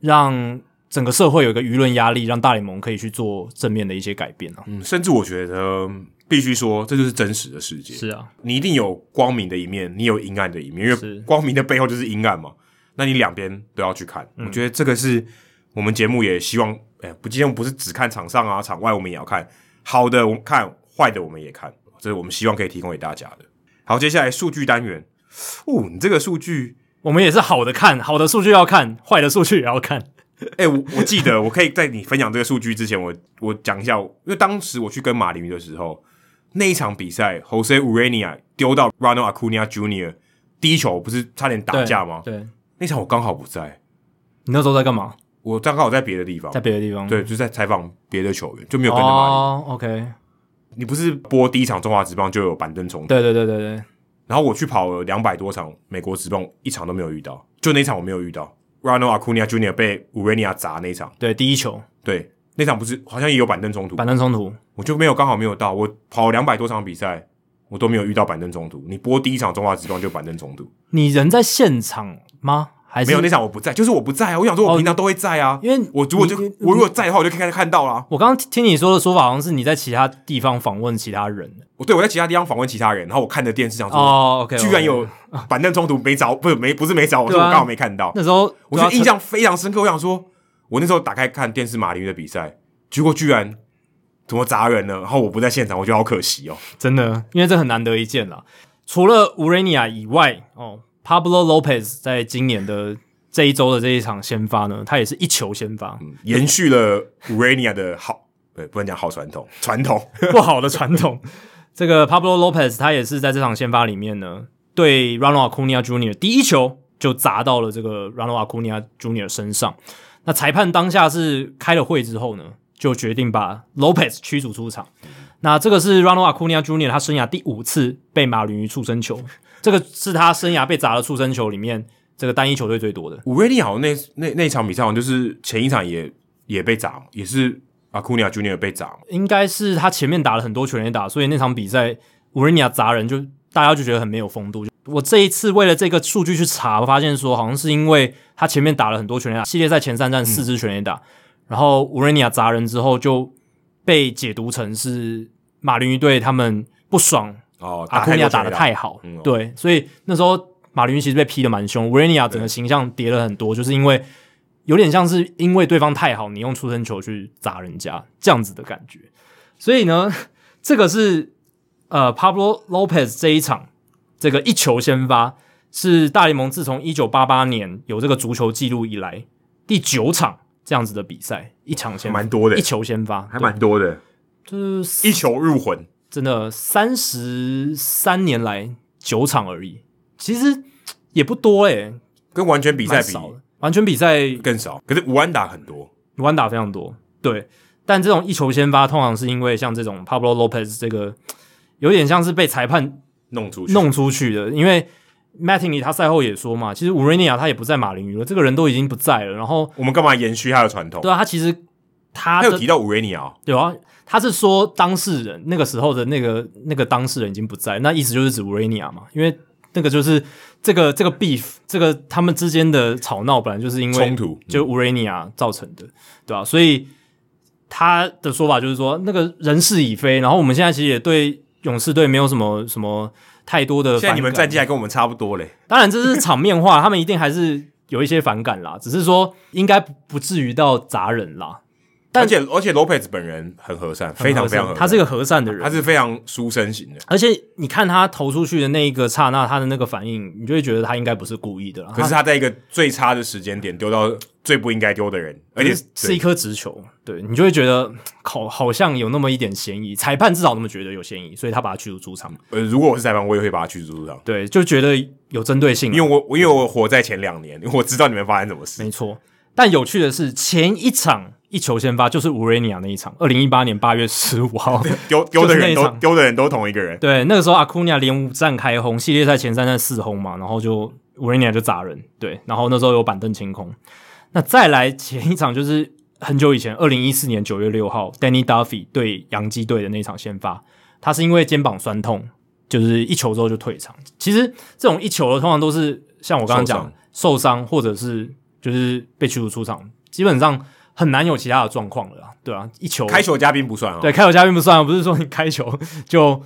S1: 让整个社会有一个舆论压力，让大联盟可以去做正面的一些改变啊。
S2: 嗯，甚至我觉得必须说，这就是真实的世界。
S1: 是啊，
S2: 你一定有光明的一面，你有阴暗的一面，因
S1: 是
S2: 为光明的背后就是阴暗嘛。那你两边都要去看，我觉得这个是我们节目也希望，哎、不，今天不是只看场上啊，场外我们也要看，好的我们看，坏的我们也看，这是我们希望可以提供给大家的。好，接下来数据单元，哦，你这个数据，
S1: 我们也是好的看，好的数据要看，坏的数据也要看。
S2: 哎、我我记得，我可以在你分享这个数据之前，我我讲一下，因为当时我去跟马林鱼的时候，那一场比赛，Jose Urania 丢到 Ronald Acuna Jr. 第一球，不是差点打架吗？
S1: 对，对
S2: 那场我刚好不在，
S1: 你那时候在干嘛？
S2: 我刚好在别的地方
S1: 在，别的地方。
S2: 哦对，就在采访别的球员，就没有跟着马林鱼。
S1: 哦，OK，
S2: 你不是播第一场中华职棒就有板凳冲突，
S1: 对对对对对，
S2: 然后我去跑了两百多场美国职棒，一场都没有遇到，就那一场我没有遇到。Ronald Acuna Jr. 被 Urania 砸那一场，
S1: 对第一球
S2: 对，那场不是好像也有板凳冲突，
S1: 板凳冲突，
S2: 我就没有刚好没有到，我跑两百多场比赛，我都没有遇到板凳冲突。你播第一场中华职棒就板凳冲突，
S1: 你人在现场吗？还是哦
S2: 没有那场我不在，就是我不在啊。我想说，我平常都会在啊，
S1: 因为
S2: 我如果就
S1: 你你
S2: 我如果在的话，我就可以看看到啦。
S1: 我刚刚听你说的说法，好像是你在其他地方访问其他人。
S2: 我对我在其他地方访问其他人，然后我看着电视想说，
S1: 哦，OK，
S2: 居然有板凳冲突没找，不是没不是没找我，是
S1: 对啊
S2: 我刚好没看到。
S1: 那时候
S2: 我
S1: 对啊
S2: 就印象非常深刻，我想说，我那时候打开看电视马林鱼的比赛，结果居然怎么砸人呢？然后我不在现场，我觉得好可惜哦。
S1: 真的，因为这很难得一见啦。除了乌雷尼亚以外，哦，Pablo Lopez 在今年的这一周的这一场先发呢，他也是一球先发，
S2: 嗯延续了 Urania 的好，对，不能讲好传统，传统
S1: 不好的传统。这个 Pablo Lopez 他也是在这场先发里面呢，对 Ronald Acuna Jr. 第一球就砸到了这个 Ronald Acuna Jr. 身上。那裁判当下是开了会之后呢，就决定把 Lopez 驱逐出场。那这个是 Ronald Acuna Jr. 他生涯第五次被马林鱼触身球，这个是他生涯被砸的触身球里面这个单一球队最多的。
S2: Urania 好像那那那场比赛好像就是前一场也也被砸，也是 Acuna Junior 被砸，
S1: 应该是他前面打了很多全垒打，所以那场比赛乌瑞尼亚砸人就，大家就觉得很没有风度。我这一次为了这个数据去查，我发现说好像是因为他前面打了很多全垒打，系列赛前三战四支全垒打，然后乌瑞尼亚砸人之后就被解读成是马林鱼队他们不爽
S2: 哦，
S1: 阿
S2: 打
S1: 库尼
S2: 太多
S1: 亚打的
S2: 全垒
S1: 太好，
S2: 嗯哦
S1: 对，所以那时候马林鱼其实被批的蛮凶，维尼亚整个形象跌了很多，就是因为有点像是因为对方太好，你用出生球去砸人家这样子的感觉。所以呢，这个是呃 Pablo Lopez 这一场这个一球先发是大联盟自从一九八八年有这个足球记录以来第九场这样子的比赛，一场先发
S2: 蛮多的
S1: 一球先发
S2: 还蛮多的，
S1: 对就是
S2: 一球入魂，
S1: 真的三十三年来九场而已，其实也不多诶、欸，
S2: 跟完全比
S1: 比
S2: 赛比
S1: 少的。完全比赛
S2: 更少，可是五安打很多，
S1: 弯打非常多，对。但这种一球先发，通常是因为像这种 Pablo Lopez 这个有点像是被裁判
S2: 弄出去
S1: 弄出去的，因为 Mattingly 他赛后也说嘛，其实乌瑞尼亚他也不在马林鱼了，这个人都已经不在了。然后
S2: 我们干嘛延续他的传统？
S1: 对啊，他其实他
S2: 他
S1: 的
S2: 有提到 Urania 哦
S1: 有啊，他是说当事人那个时候的那个那个当事人已经不在，那意思就是指 Urania 嘛，因为那个就是这个这个 beef，这个他们之间的吵闹本来就是因为
S2: 冲突嗯
S1: 就 Urania 造成的，对吧、啊所以他的说法就是说，那个人事已非，然后我们现在其实也对勇士队没有什么什么太多的反感。
S2: 现在你们战绩还跟我们差不多嘞，
S1: 当然这是场面话，他们一定还是有一些反感啦，只是说应该不不至于到砸人啦，但
S2: 而且而且 Lopez 本人很和善，非常非常和善，
S1: 他是个和善的人，
S2: 他是非常书生型的，
S1: 而且你看他投出去的那一个刹那，他的那个反应，你就会觉得他应该不是故意的啦。
S2: 可是
S1: 他
S2: 他在一个最差的时间点丢到最不应该丢的人，而且
S1: 是是一颗直球，对你就会觉得嗯好，好像有那么一点嫌疑。裁判至少那么觉得有嫌疑，所以他把他驱逐出场。
S2: 呃，如果我是裁判，我也会把他驱逐出场，
S1: 对，就觉得有针对性啊，
S2: 因为我我因为我活在前两年，我知道你们发生什么事
S1: 没。错。但有趣的是，前一场一球先发就是乌瑞尼亚那一场，二零一八年八月十五号。
S2: 丢丢
S1: 就是那
S2: 的人
S1: 一
S2: 都
S1: 场
S2: 丢的人都同一个人，
S1: 对，那个时候阿库尼亚连五战开轰，系列赛前三战四轰嘛，然后就五雷尼亚就砸人，对，然后那时候有板凳清空。那再来前一场就是很久以前，二零一四年九月六号，Danny Duffy 对洋基队的那场先发，他是因为肩膀酸痛，就是一球之后就退场。其实这种一球的通常都是像我刚刚
S2: 受
S1: 讲
S2: 伤
S1: 受伤，或者是就是被驱逐出场，基本上很难有其他的状况了啦，对啊，一球
S2: 开球嘉宾不算啊、
S1: 对，开球嘉宾不算啊，不是说你开球 就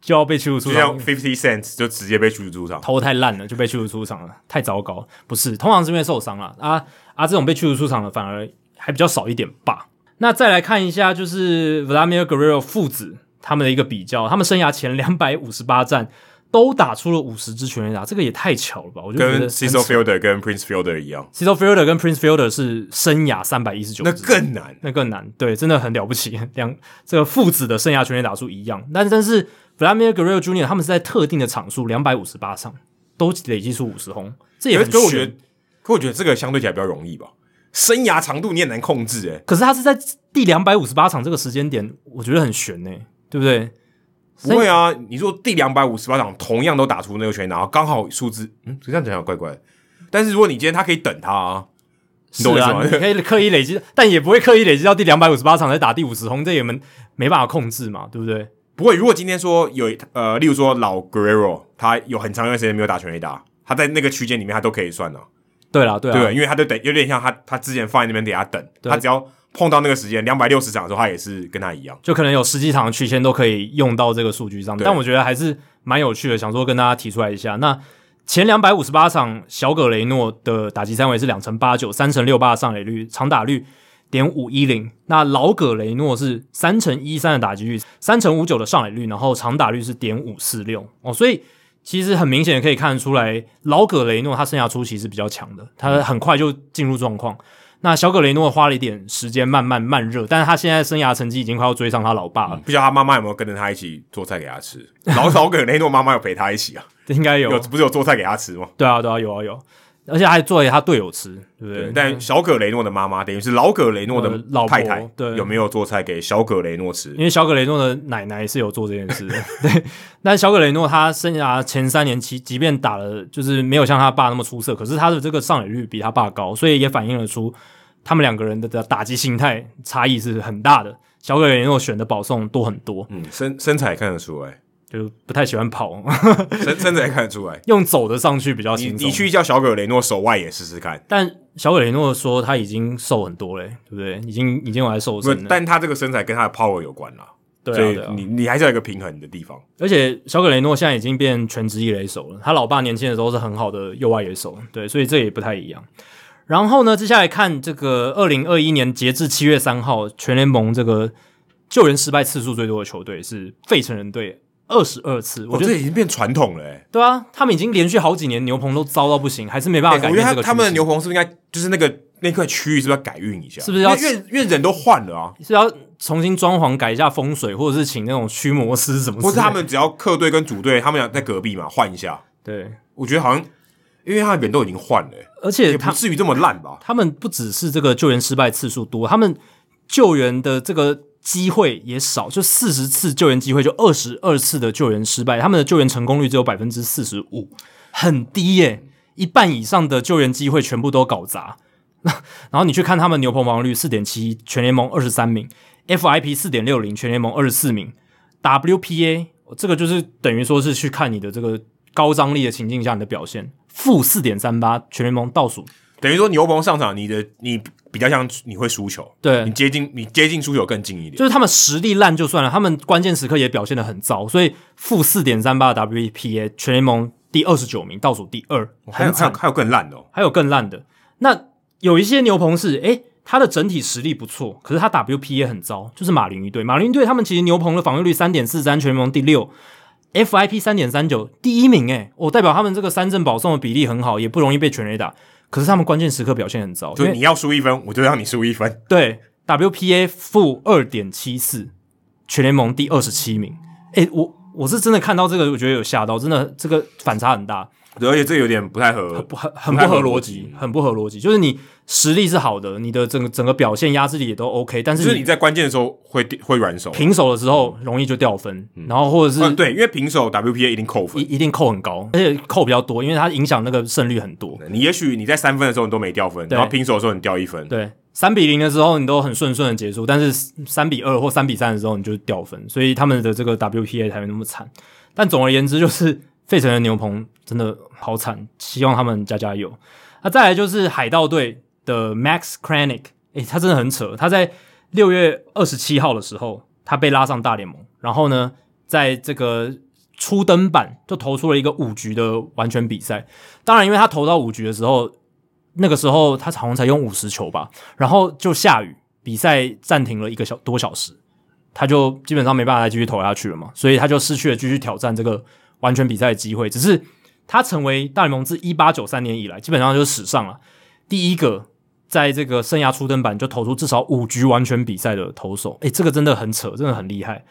S1: 就要被驱逐出
S2: 就
S1: 场
S2: 像，Fifty Cent 就直接被驱逐出场，
S1: 头太烂了就被驱逐出场了，太糟糕。不是，通常是因为受伤了啊啊，这种被驱逐出场的反而还比较少一点吧。那再来看一下，就是 Vladimir Guerrero 父子他们的一个比较，他们生涯前两百五十八战都打出了五十支全垒打，这个也太巧了吧！我就觉得
S2: 跟
S1: 很
S2: Cecil
S1: 扯
S2: Fielder 跟 Prince Fielder 一样，
S1: Cecil Fielder 跟 Prince Fielder 是生涯三百一十九，
S2: 那更难。
S1: 那更难，对，真的很了不起。两这个父子的生涯全垒打数一样，但但是 Vladimir Guerrero Jr. 他们是在特定的场数两百五十八场都累计出五十轰，这也
S2: 可
S1: 很
S2: 是可是我觉
S1: 悬
S2: 得，可我觉得这个相对起来比较容易吧。生涯长度你也难控制欸诶、
S1: 可是他是在第两百五十八场这个时间点，我觉得很悬呢、对不对？
S2: 不会啊，你说第两百五十八场同样都打出那个全垒打，然后刚好数字，嗯，这样讲讲怪怪的。但是如果你今天他可以等他啊，你
S1: 是
S2: 懂我意思
S1: 啊，
S2: 吗
S1: 你可以刻意累积，但也不会刻意累积到第两百五十八场才打第五十轰，这也没没办法控制嘛，对不对？
S2: 不会，如果今天说有呃，例如说老 Guerrero，他有很长一段时间没有打全垒打，他在那个区间里面他都可以算了、
S1: 对啦，对啊，
S2: 对，因为他就等有点像他他之前放在那边给他等，
S1: 对
S2: 他只要碰到那个时间两百六十场的时候，他也是跟他一样。
S1: 就可能有十几场的区间都可以用到这个数据上，
S2: 对
S1: 但我觉得还是蛮有趣的，想说跟大家提出来一下。那前两百五十八场，小葛雷诺的打击三围是两成八九，三成六八的上垒率，长打率点五一零。那老葛雷诺是三成一三的打击率，三成五九的上垒率，然后长打率是点五四六哦，所以。其实很明显可以看得出来，老葛雷诺他生涯初期是比较强的，他很快就进入状况。那小葛雷诺花了一点时间慢慢慢热，但是他现在生涯成绩已经快要追上他老爸了，
S2: 不知道他妈妈有没有跟着他一起做菜给 他吃？老老葛雷诺妈妈有陪他一起啊，
S1: 应该有
S2: 有不是有做菜给他吃吗？
S1: 对啊对啊有啊有，而且还做给他队友吃，对不对？
S2: 但小葛雷诺的妈妈等于是老葛雷诺的
S1: 嗯呃老婆
S2: 太太，
S1: 对
S2: 有没有做菜给小葛雷诺吃
S1: 因？为小葛雷诺的奶奶是有做这件事的， 对。但小葛雷诺他生涯前三年期，即便打了就是没有像他爸那么出色，可是他的这个上垒率比他爸高，所以也反映了出他们两个人的的打击心态差异是很大的。小葛雷诺选的保送多很多，
S2: 嗯，身身材看得出来，
S1: 就不太喜欢跑，。
S2: 身身材看得出来
S1: 用走的上去比较
S2: 你
S1: 轻松。
S2: 你去叫小葛雷诺手外野试试看，
S1: 但小葛雷诺说他已经瘦很多嘞、对不对？已经已经有来瘦
S2: 不
S1: 身了，
S2: 但他这个身材跟他的 power 有关啦，
S1: 对啊
S2: 所以
S1: 对啊
S2: 你你还是要有一个平衡的地方。
S1: 而且小葛雷诺现在已经变全职一垒手了，他老爸年轻的时候是很好的右外野手，对，所以这也不太一样。然后呢，接下来看这个二零二一年截至七月三号，全联盟这个救援失败次数最多的球队是费城人队，二十二次。我
S2: 我
S1: 觉
S2: 哦这
S1: 得
S2: 已经变传统了、欸，
S1: 对啊，他们已经连续好几年牛棚都糟到不行，还是没办法
S2: 欸
S1: 改
S2: 我
S1: 变
S2: 觉
S1: 这
S2: 得
S1: 个
S2: 他他们的
S1: 趋势
S2: 牛棚是不是应该就是那个那块区域是不是要改运一下？
S1: 是不是要
S2: 因为因为因为人都换了啊？
S1: 是要重新装潢改一下风水，或者是请那种驱魔师什么之类的，
S2: 或是他们只要客队跟主队，他们俩在隔壁嘛，换一下。
S1: 对，
S2: 我觉得好像，因为他的人都已经换了、欸
S1: 而且
S2: 也
S1: 他
S2: 不至于这么烂吧？
S1: 他们不只是这个救援失败次数多，他们救援的这个机会也少，就四十次救援机会就二十二次的救援失败，他们的救援成功率只有百分之四十五，很低耶、一半以上的救援机会全部都搞砸。 然后你去看他们牛棚防御率四点七，全联盟二十三名，FIP 四点六零，全联盟二十四名，WPA 这个就是等于说是去看你的这个高张力的情境下你的表现，负四点三八，全联盟倒数
S2: 等于说牛棚上场，你的你比较像你会输球，
S1: 对
S2: 你接近你接近输球更近一点。
S1: 就是他们实力烂就算了，他们关键时刻也表现的很糟，所以负四点三八的 WPA 全联盟第二十九名，倒数第二，
S2: 哦
S1: 很
S2: 还有还有
S1: 惨。
S2: 还有更烂的、哦，
S1: 还有更烂的，那有一些牛棚是，诶、他的整体实力不错，可是他 E WPA 很糟，就是马林鱼队。马林鱼队他们其实牛棚的防御率三点四三，全联盟第六，FIP 三点三九，第一名、诶，哦我、代表他们这个三振保送的比例很好，也不容易被全垒打。可是他们关键时刻表现很糟，
S2: 就
S1: 因
S2: 是
S1: 为
S2: 你要输一分，我就让你输一分。
S1: 对 WPA 负二点七四，全联盟第二十七名。诶、我我是真的看到这个，我觉得有吓到，真的这个反差很大，
S2: 对而且这有点不太合，
S1: 不很很不合逻辑，很不合逻辑。就是你实力是好的，你的整个整个表现压制力也都 OK，但
S2: 就是
S1: 是
S2: 你
S1: 你
S2: 在关键的时候会会软手。
S1: 嗯平手的时候容易就掉分，然后或者
S2: 嗯，
S1: 是
S2: 对，因为平手 WPA 一定扣
S1: 一
S2: 分。
S1: 一定扣很高，而且扣比较多，因为它影响那个胜率很多。
S2: 你也许你在三分的时候你都没掉分，
S1: 对
S2: 然后平手的时候你掉一分。
S1: 对，三比零的时候你都很顺顺的结束，但是三比二或三比三的时候你就掉分，所以他们的这个 WPA 才没那么惨。但总而言之，就是费城的牛棚真的好惨，希望他们加加油。那再来就是海盗队的 Max Kranick，诶、他真的很扯，他在六月二十七号的时候，他被拉上大联盟，然后呢，在这个初登板就投出了一个五局的完全比赛。当然，因为他投到五局的时候，那个时候他好像才用五十球吧，然后就下雨，比赛暂停了一个小多小时，他就基本上没办法再继续投下去了嘛，所以他就失去了继续挑战这个完全比赛的机会。只是他成为大联盟自一八九三年以来，基本上就是史上啊第一个在这个生涯初登板就投出至少五局完全比赛的投手。诶，这个真的很扯，真的很厉害。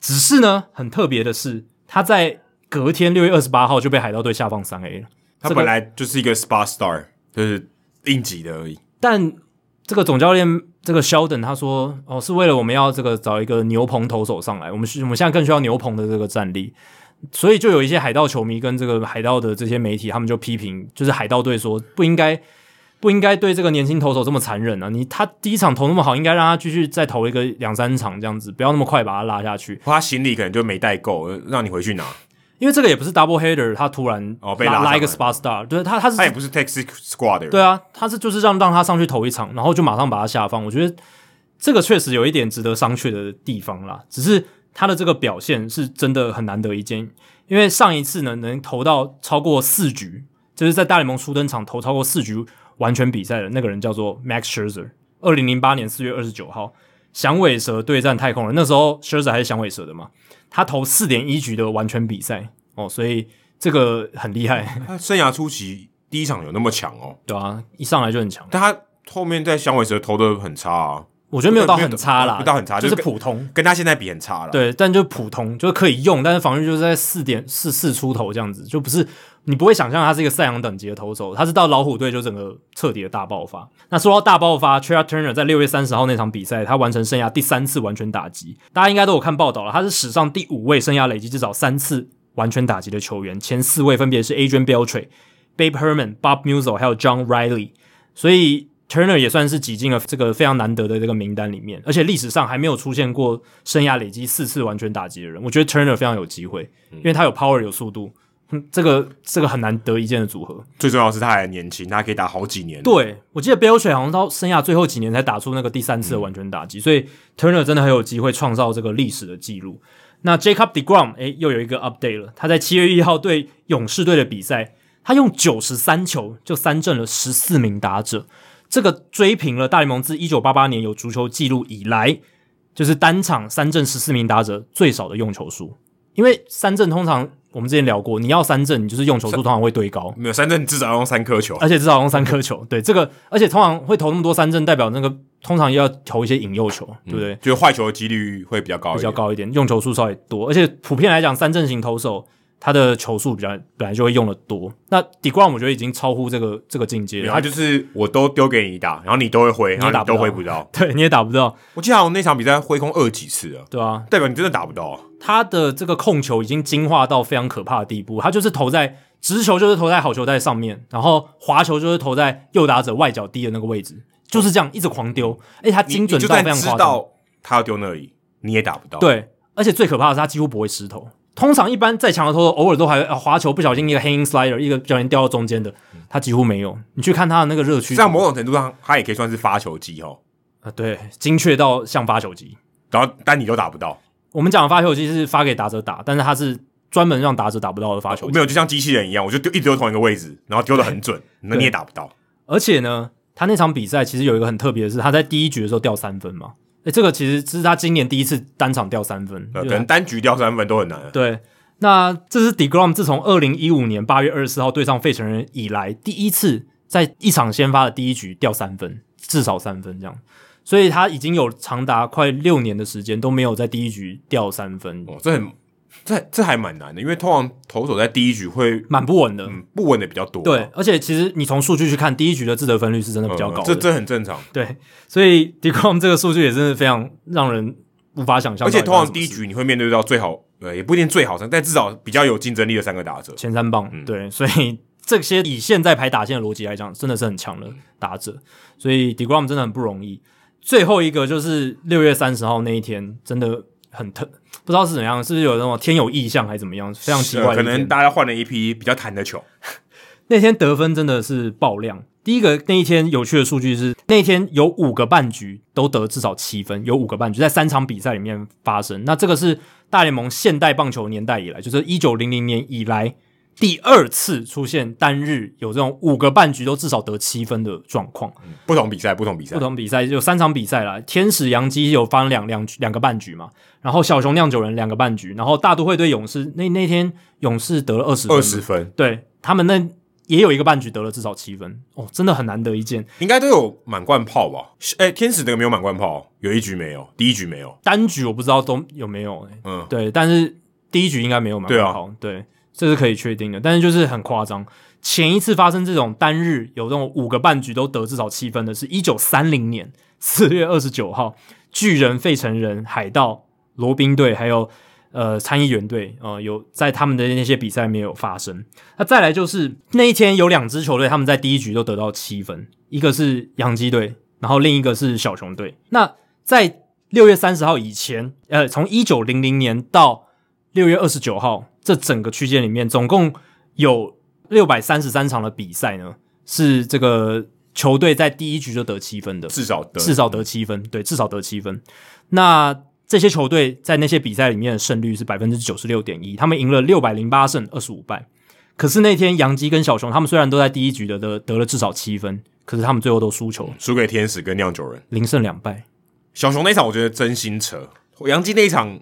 S1: 只是呢，很特别的是，他在隔天六月二十八号就被海盗队下放三 A 了。
S2: 他
S1: 这个
S2: 本来就是一个 SPA star，就是应急的而已。
S1: 但这个总教练这个 Sheldon 他说，哦，是为了我们要这个找一个牛棚投手上来，我们需我们现在更需要牛棚的这个战力，所以就有一些海盗球迷跟这个海盗的这些媒体，他们就批评就是海盗队说不应该。不应该对这个年轻投手这么残忍啊！你他第一场投那么好，应该让他继续再投一个两三场这样子，不要那么快把他拉下去。
S2: 他行李可能就没带够，让你回去拿。
S1: 因为这个也不是 double header，他突然
S2: 哦被
S1: 拉
S2: 拉上
S1: 拉一个
S2: 来
S1: spot star，对他他是
S2: 他也不是 Taxi Squad 的人，
S1: 对啊，他是就是让让他上去投一场，然后就马上把他下放。我觉得这个确实有一点值得商榷的地方啦，只是他的这个表现是真的很难得一见，因为上一次呢能投到超过四局，就是在大联盟初登场投超过四局完全比赛的那个人叫做 Max Scherzer，二零零八年四月二十九号。响尾蛇对战太空人，那时候 Scherzer 还是响尾蛇的嘛，他投四点一局的完全比赛哦，所以这个很厉害，
S2: 他生涯初期第一场有那么强哦，
S1: 对啊，一上来就很强。
S2: 但他后面在响尾蛇投的很差啊，
S1: 我觉得没有到很差啦，
S2: 没有到很差
S1: 就是
S2: 就是
S1: 普通。
S2: 跟他现在比很差了。，
S1: 对，但就普通，就是可以用，但是防御就是在四点四四出头这样子，就不是你不会想象他是一个赛扬等级的投手，他是到老虎队就整个彻底的大爆发。那说到大爆发 t r e y Turner 在六月三十号那场比赛，他完成生涯第三次完全打击，大家应该都有看报道了，他是史上第五位生涯累积至少三次完全打击的球员，前四位分别是 Adrian Beltre、Babe Herman、Bob Musil 还有 John Riley。所以 Turner 也算是挤进了这个非常难得的这个名单里面，而且历史上还没有出现过生涯累积四次完全打击的人。我觉得 Turner 非常有机会，因为他有 power 有速度，嗯、这个这个很难得一见的组合。
S2: 最重要的是他还年轻，他可以打好几年。，
S1: 对，我记得 b e l t r 好像到生涯最后几年才打出那个第三次的完全打击，所以 Turner 真的很有机会创造这个历史的记录。那 Jacob Degrom 诶又有一个 update 了，他在七月一号对勇士队的比赛，他用九十三球就三振了十四名打者，这个追平了大联盟自一九八八年有足球记录以来，就是单场三振十四名打者最少的用球数。因为三振通常我们之前聊过，你要三振，你就是用球数通常会堆高，
S2: 没有三振至少要用三颗球，
S1: 而且至少用三颗球。对，这个而且通常会投那么多三振，代表那个通常要投一些引诱球，对不对？
S2: 就是坏球的几率会比较高，
S1: 比较。高一点，用球数稍微多，而且普遍来讲，三振型投手他的球数比较本来就会用的多。那 d e g r o m 我觉得已经超乎这个这个境界了，
S2: 然后
S1: 他
S2: 就是我都丢给你打，然后你都会挥，然后
S1: 打
S2: 你
S1: 不
S2: 都
S1: 到
S2: 挥不到。
S1: 对你也打不到，
S2: 我记得我那场比赛挥空二几次啊，
S1: 对啊，
S2: 代表你真的打不到。
S1: 他的这个控球已经进化到非常可怕的地步，他就是投在直球就是投在好球带上面，然后滑球就是投在右打者外角低的那个位置，就是这样一直狂丢，哎，他
S2: 你
S1: 精准
S2: 你就
S1: 到
S2: 算
S1: 非常
S2: 知
S1: 夸张。
S2: 道他要丢那里，你也打不到。，
S1: 对，而且最可怕的是他几乎不会失头。通常一般再强的投手，偶尔都还、啊、滑球不小心一个 hanging slider，一个不小心掉到中间的，他几乎没有。你去看他的那个热区，
S2: 这样某种程度上，他也可以算是发球机哦。
S1: 啊，对，精确到像发球机。
S2: 然后但你都打不到，
S1: 我们讲的发球机是发给打者打，但是他是专门让打者打不到的发球机。
S2: 哦没有就像机器人一样，我就丢一直丢同一个位置，然后丢的很准，那你也打不到。
S1: 而且呢，他那场比赛其实有一个很特别的是，他在第一局的时候掉三分嘛。诶，这个其实这是他今年第一次单场掉三分，
S2: 呃，
S1: 就
S2: 可
S1: 是
S2: 能单局掉三分都很难。啊
S1: 对，那这是 Degrom 自从二零一五年八月二十四号对上费城人以来，第一次在一场先发的第一局掉三分，至少三分这样。所以他已经有长达快六年的时间都没有在第一局掉三分，
S2: 哦，这很这这还蛮难的，因为通常投手在第一局会
S1: 蛮不稳的。
S2: 嗯不稳的比较多。
S1: 对，而且其实你从数据去看，第一局的自得分率是真的比较高
S2: 嗯
S1: 的。
S2: 这这很正常。
S1: 对，所以 Degrom 这个数据也真的非常让人无法想象。
S2: 而且通常第一局你会面对到最好，呃，也不一定最好，但至少比较有竞争力的三个打者。
S1: 前三棒，
S2: 嗯
S1: 对，所以这些以现在排打线的逻辑来讲，真的是很强
S2: 嗯
S1: 的打者，所以 Degrom 真的很不容易。最后一个就是六月三十号那一天，真的很特，不知道是怎样，是不是有那种天有异象还是怎么样，非常奇
S2: 呃
S1: 怪的一
S2: 可
S1: 天、
S2: 能大家换了一批比较弹的球，
S1: 那天得分真的是爆量。第一个那一天有趣的数据是，那天有五个半局都得至少七分，有五个半局在三场比赛里面发生。那这个是大联盟现代棒球年代以来，就是一九零零年以来第二次出现单日有这种五个半局都至少得七分的状况。
S2: 不同比赛，不同比赛
S1: 不，同比赛有三场比赛啦，天使、洋基有翻两两两个半局嘛，然后小熊酿酒人两个半局，然后大都会对勇士那那天勇士得了二十
S2: 二十，分
S1: 对他们那也有一个半局得了至少七分哦，真的很难得一见。
S2: 应该都有满贯炮吧？哎、天使那个没有满贯炮，有一局没有，第一局没有。
S1: 单局我不知道都有没有、欸，
S2: 嗯，
S1: 对，但是第一局应该没有蛮
S2: 对啊
S1: 好，对，这是可以确定的，但是就是很夸张。前一次发生这种单日有这种五个半局都得至少七分的，是一九三零年四月二十九号，巨人、费城人、海盗、罗宾队还有呃参议员队，呃有在他们的那些比赛没有发生。那再来就是那一天有两支球队他们在第一局都得到七分，一个是洋基队，然后另一个是小熊队。那在六月三十号以前，呃，从一九零零年到六月二十九号这整个区间里面，总共有六百三十三场的比赛呢，是这个球队在第一局就得七分的，
S2: 至少得
S1: 至少得七分，对，至少得七分。那这些球队在那些比赛里面的胜率是百分之九十六点一，他们赢了六百零八胜二十五败。可是那天杨基跟小熊他们虽然都在第一局的得得了至少七分，可是他们最后都输球，
S2: 输给天使跟酿酒人。
S1: 零胜两败，
S2: 小熊那一场我觉得真心扯，杨基那一场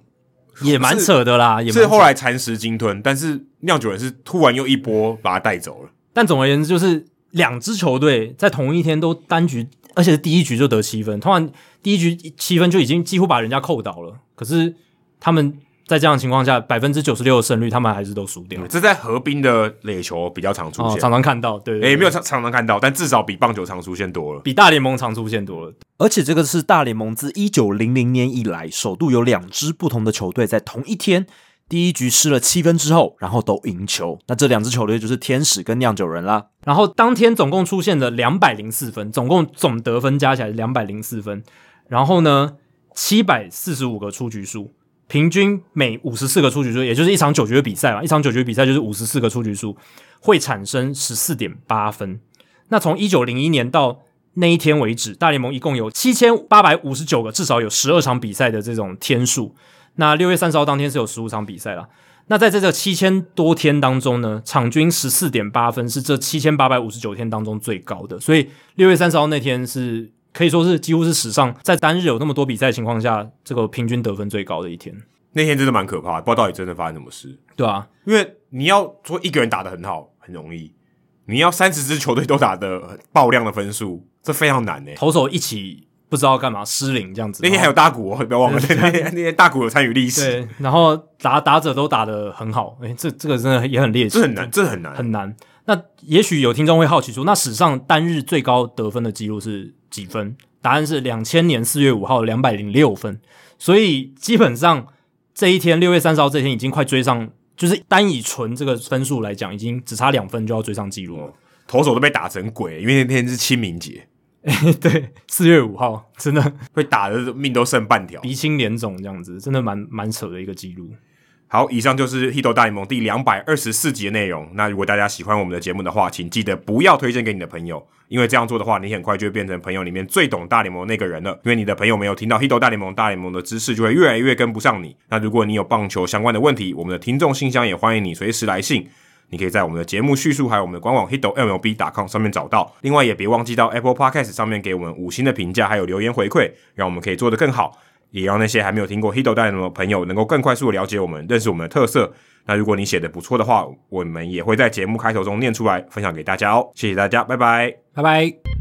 S1: 也蛮扯的啦。也蛮
S2: 是
S1: 扯
S2: 后来蚕食鲸吞，但是酿酒人是突然又一波把他带走了。
S1: 但总而言之，就是两支球队在同一天都单局，而且是第一局就得七分，通常第一局七分就已经几乎把人家扣倒了。可是他们在这样的情况下，百分之九十六的胜率，他们还是都输掉。
S2: 这在河滨的垒球比较常出
S1: 哦，
S2: 现，
S1: 常常看到，对对
S2: 哎、
S1: 对
S2: 没有常常常看到，但至少比棒球常出现多了。
S1: 比大联盟常出现多了。
S3: 而且这个是大联盟自一九零零年以来，首度有两支不同的球队在同一天第一局失了七分之后，然后都赢球。那这两支球队就是天使跟酿酒人啦。
S1: 然后当天总共出现了两百零四分，总共总得分加起来两百零四分。然后呢，七百四十五个出局数，平均每五十四个出局数，也就是一场九局的比赛嘛，一场九局比赛就是五十四个出局数，会产生十四点八分。那从一九零一年到那一天为止，大联盟一共有七千八百五十九个，至少有十二场比赛的这种天数。那六月三十号当天是有十五场比赛啦，那在这这七千多天当中呢，场均十四点八分是这七千八百五十九天当中最高的，所以六月三十号那天是可以说是几乎是史上在单日有那么多比赛的情况下，这个平均得分最高的一天，
S2: 那天真的蛮可怕的，不知道到底真的发生什么事。
S1: 对啊，
S2: 因为你要说一个人打得很好很容易，你要三十支球队都打得爆量的分数，这非常难呢、欸
S1: 投手一起不知道干嘛失灵这样子，
S2: 那天还有大谷、哦，不要忘了，那天那天大谷有参与历史，
S1: 对，然后打打者都打得很好，诶、这这个真的也很猎奇，
S2: 这很难，这很难。
S1: 很难。那也许有听众会好奇说，那史上单日最高得分的记录是几分？答案是两千年四月五号两百零六分。所以基本上这一天六月三十号这一天已经快追上，就是单以纯这个分数来讲，已经只差两分就要追上记
S2: 哦
S1: 录了。
S2: 投手都被打成鬼，因为那天是清明节，
S1: 对，四月五号真的
S2: 被打的命都剩半条。
S1: 鼻青脸肿这样子，真的蛮蛮扯的一个记录。
S2: 好，以上就是《h i t o 大联盟》第两百二十四集的内容。那如果大家喜欢我们的节目的话，请记得不要推荐给你的朋友，因为这样做的话，你很快就会变成朋友里面最懂大联盟那个人了。因为你的朋友没有听到《h i t o 大联盟》大联盟的知识，就会越来越跟不上你。那如果你有棒球相关的问题，我们的听众信箱也欢迎你随时来信。你可以在我们的节目叙述还有我们的官网 hito mlb.com 上面找到。另外，也别忘记到 Apple Podcast 上面给我们五星的评价，还有留言回馈，让我们可以做得更好，也让那些还没有听过 hito 大联盟的朋友能够更快速的了解我们，认识我们的特色。那如果你写的不错的话，我们也会在节目开头中念出来，分享给大家哦。谢谢大家，拜拜。
S1: 拜拜。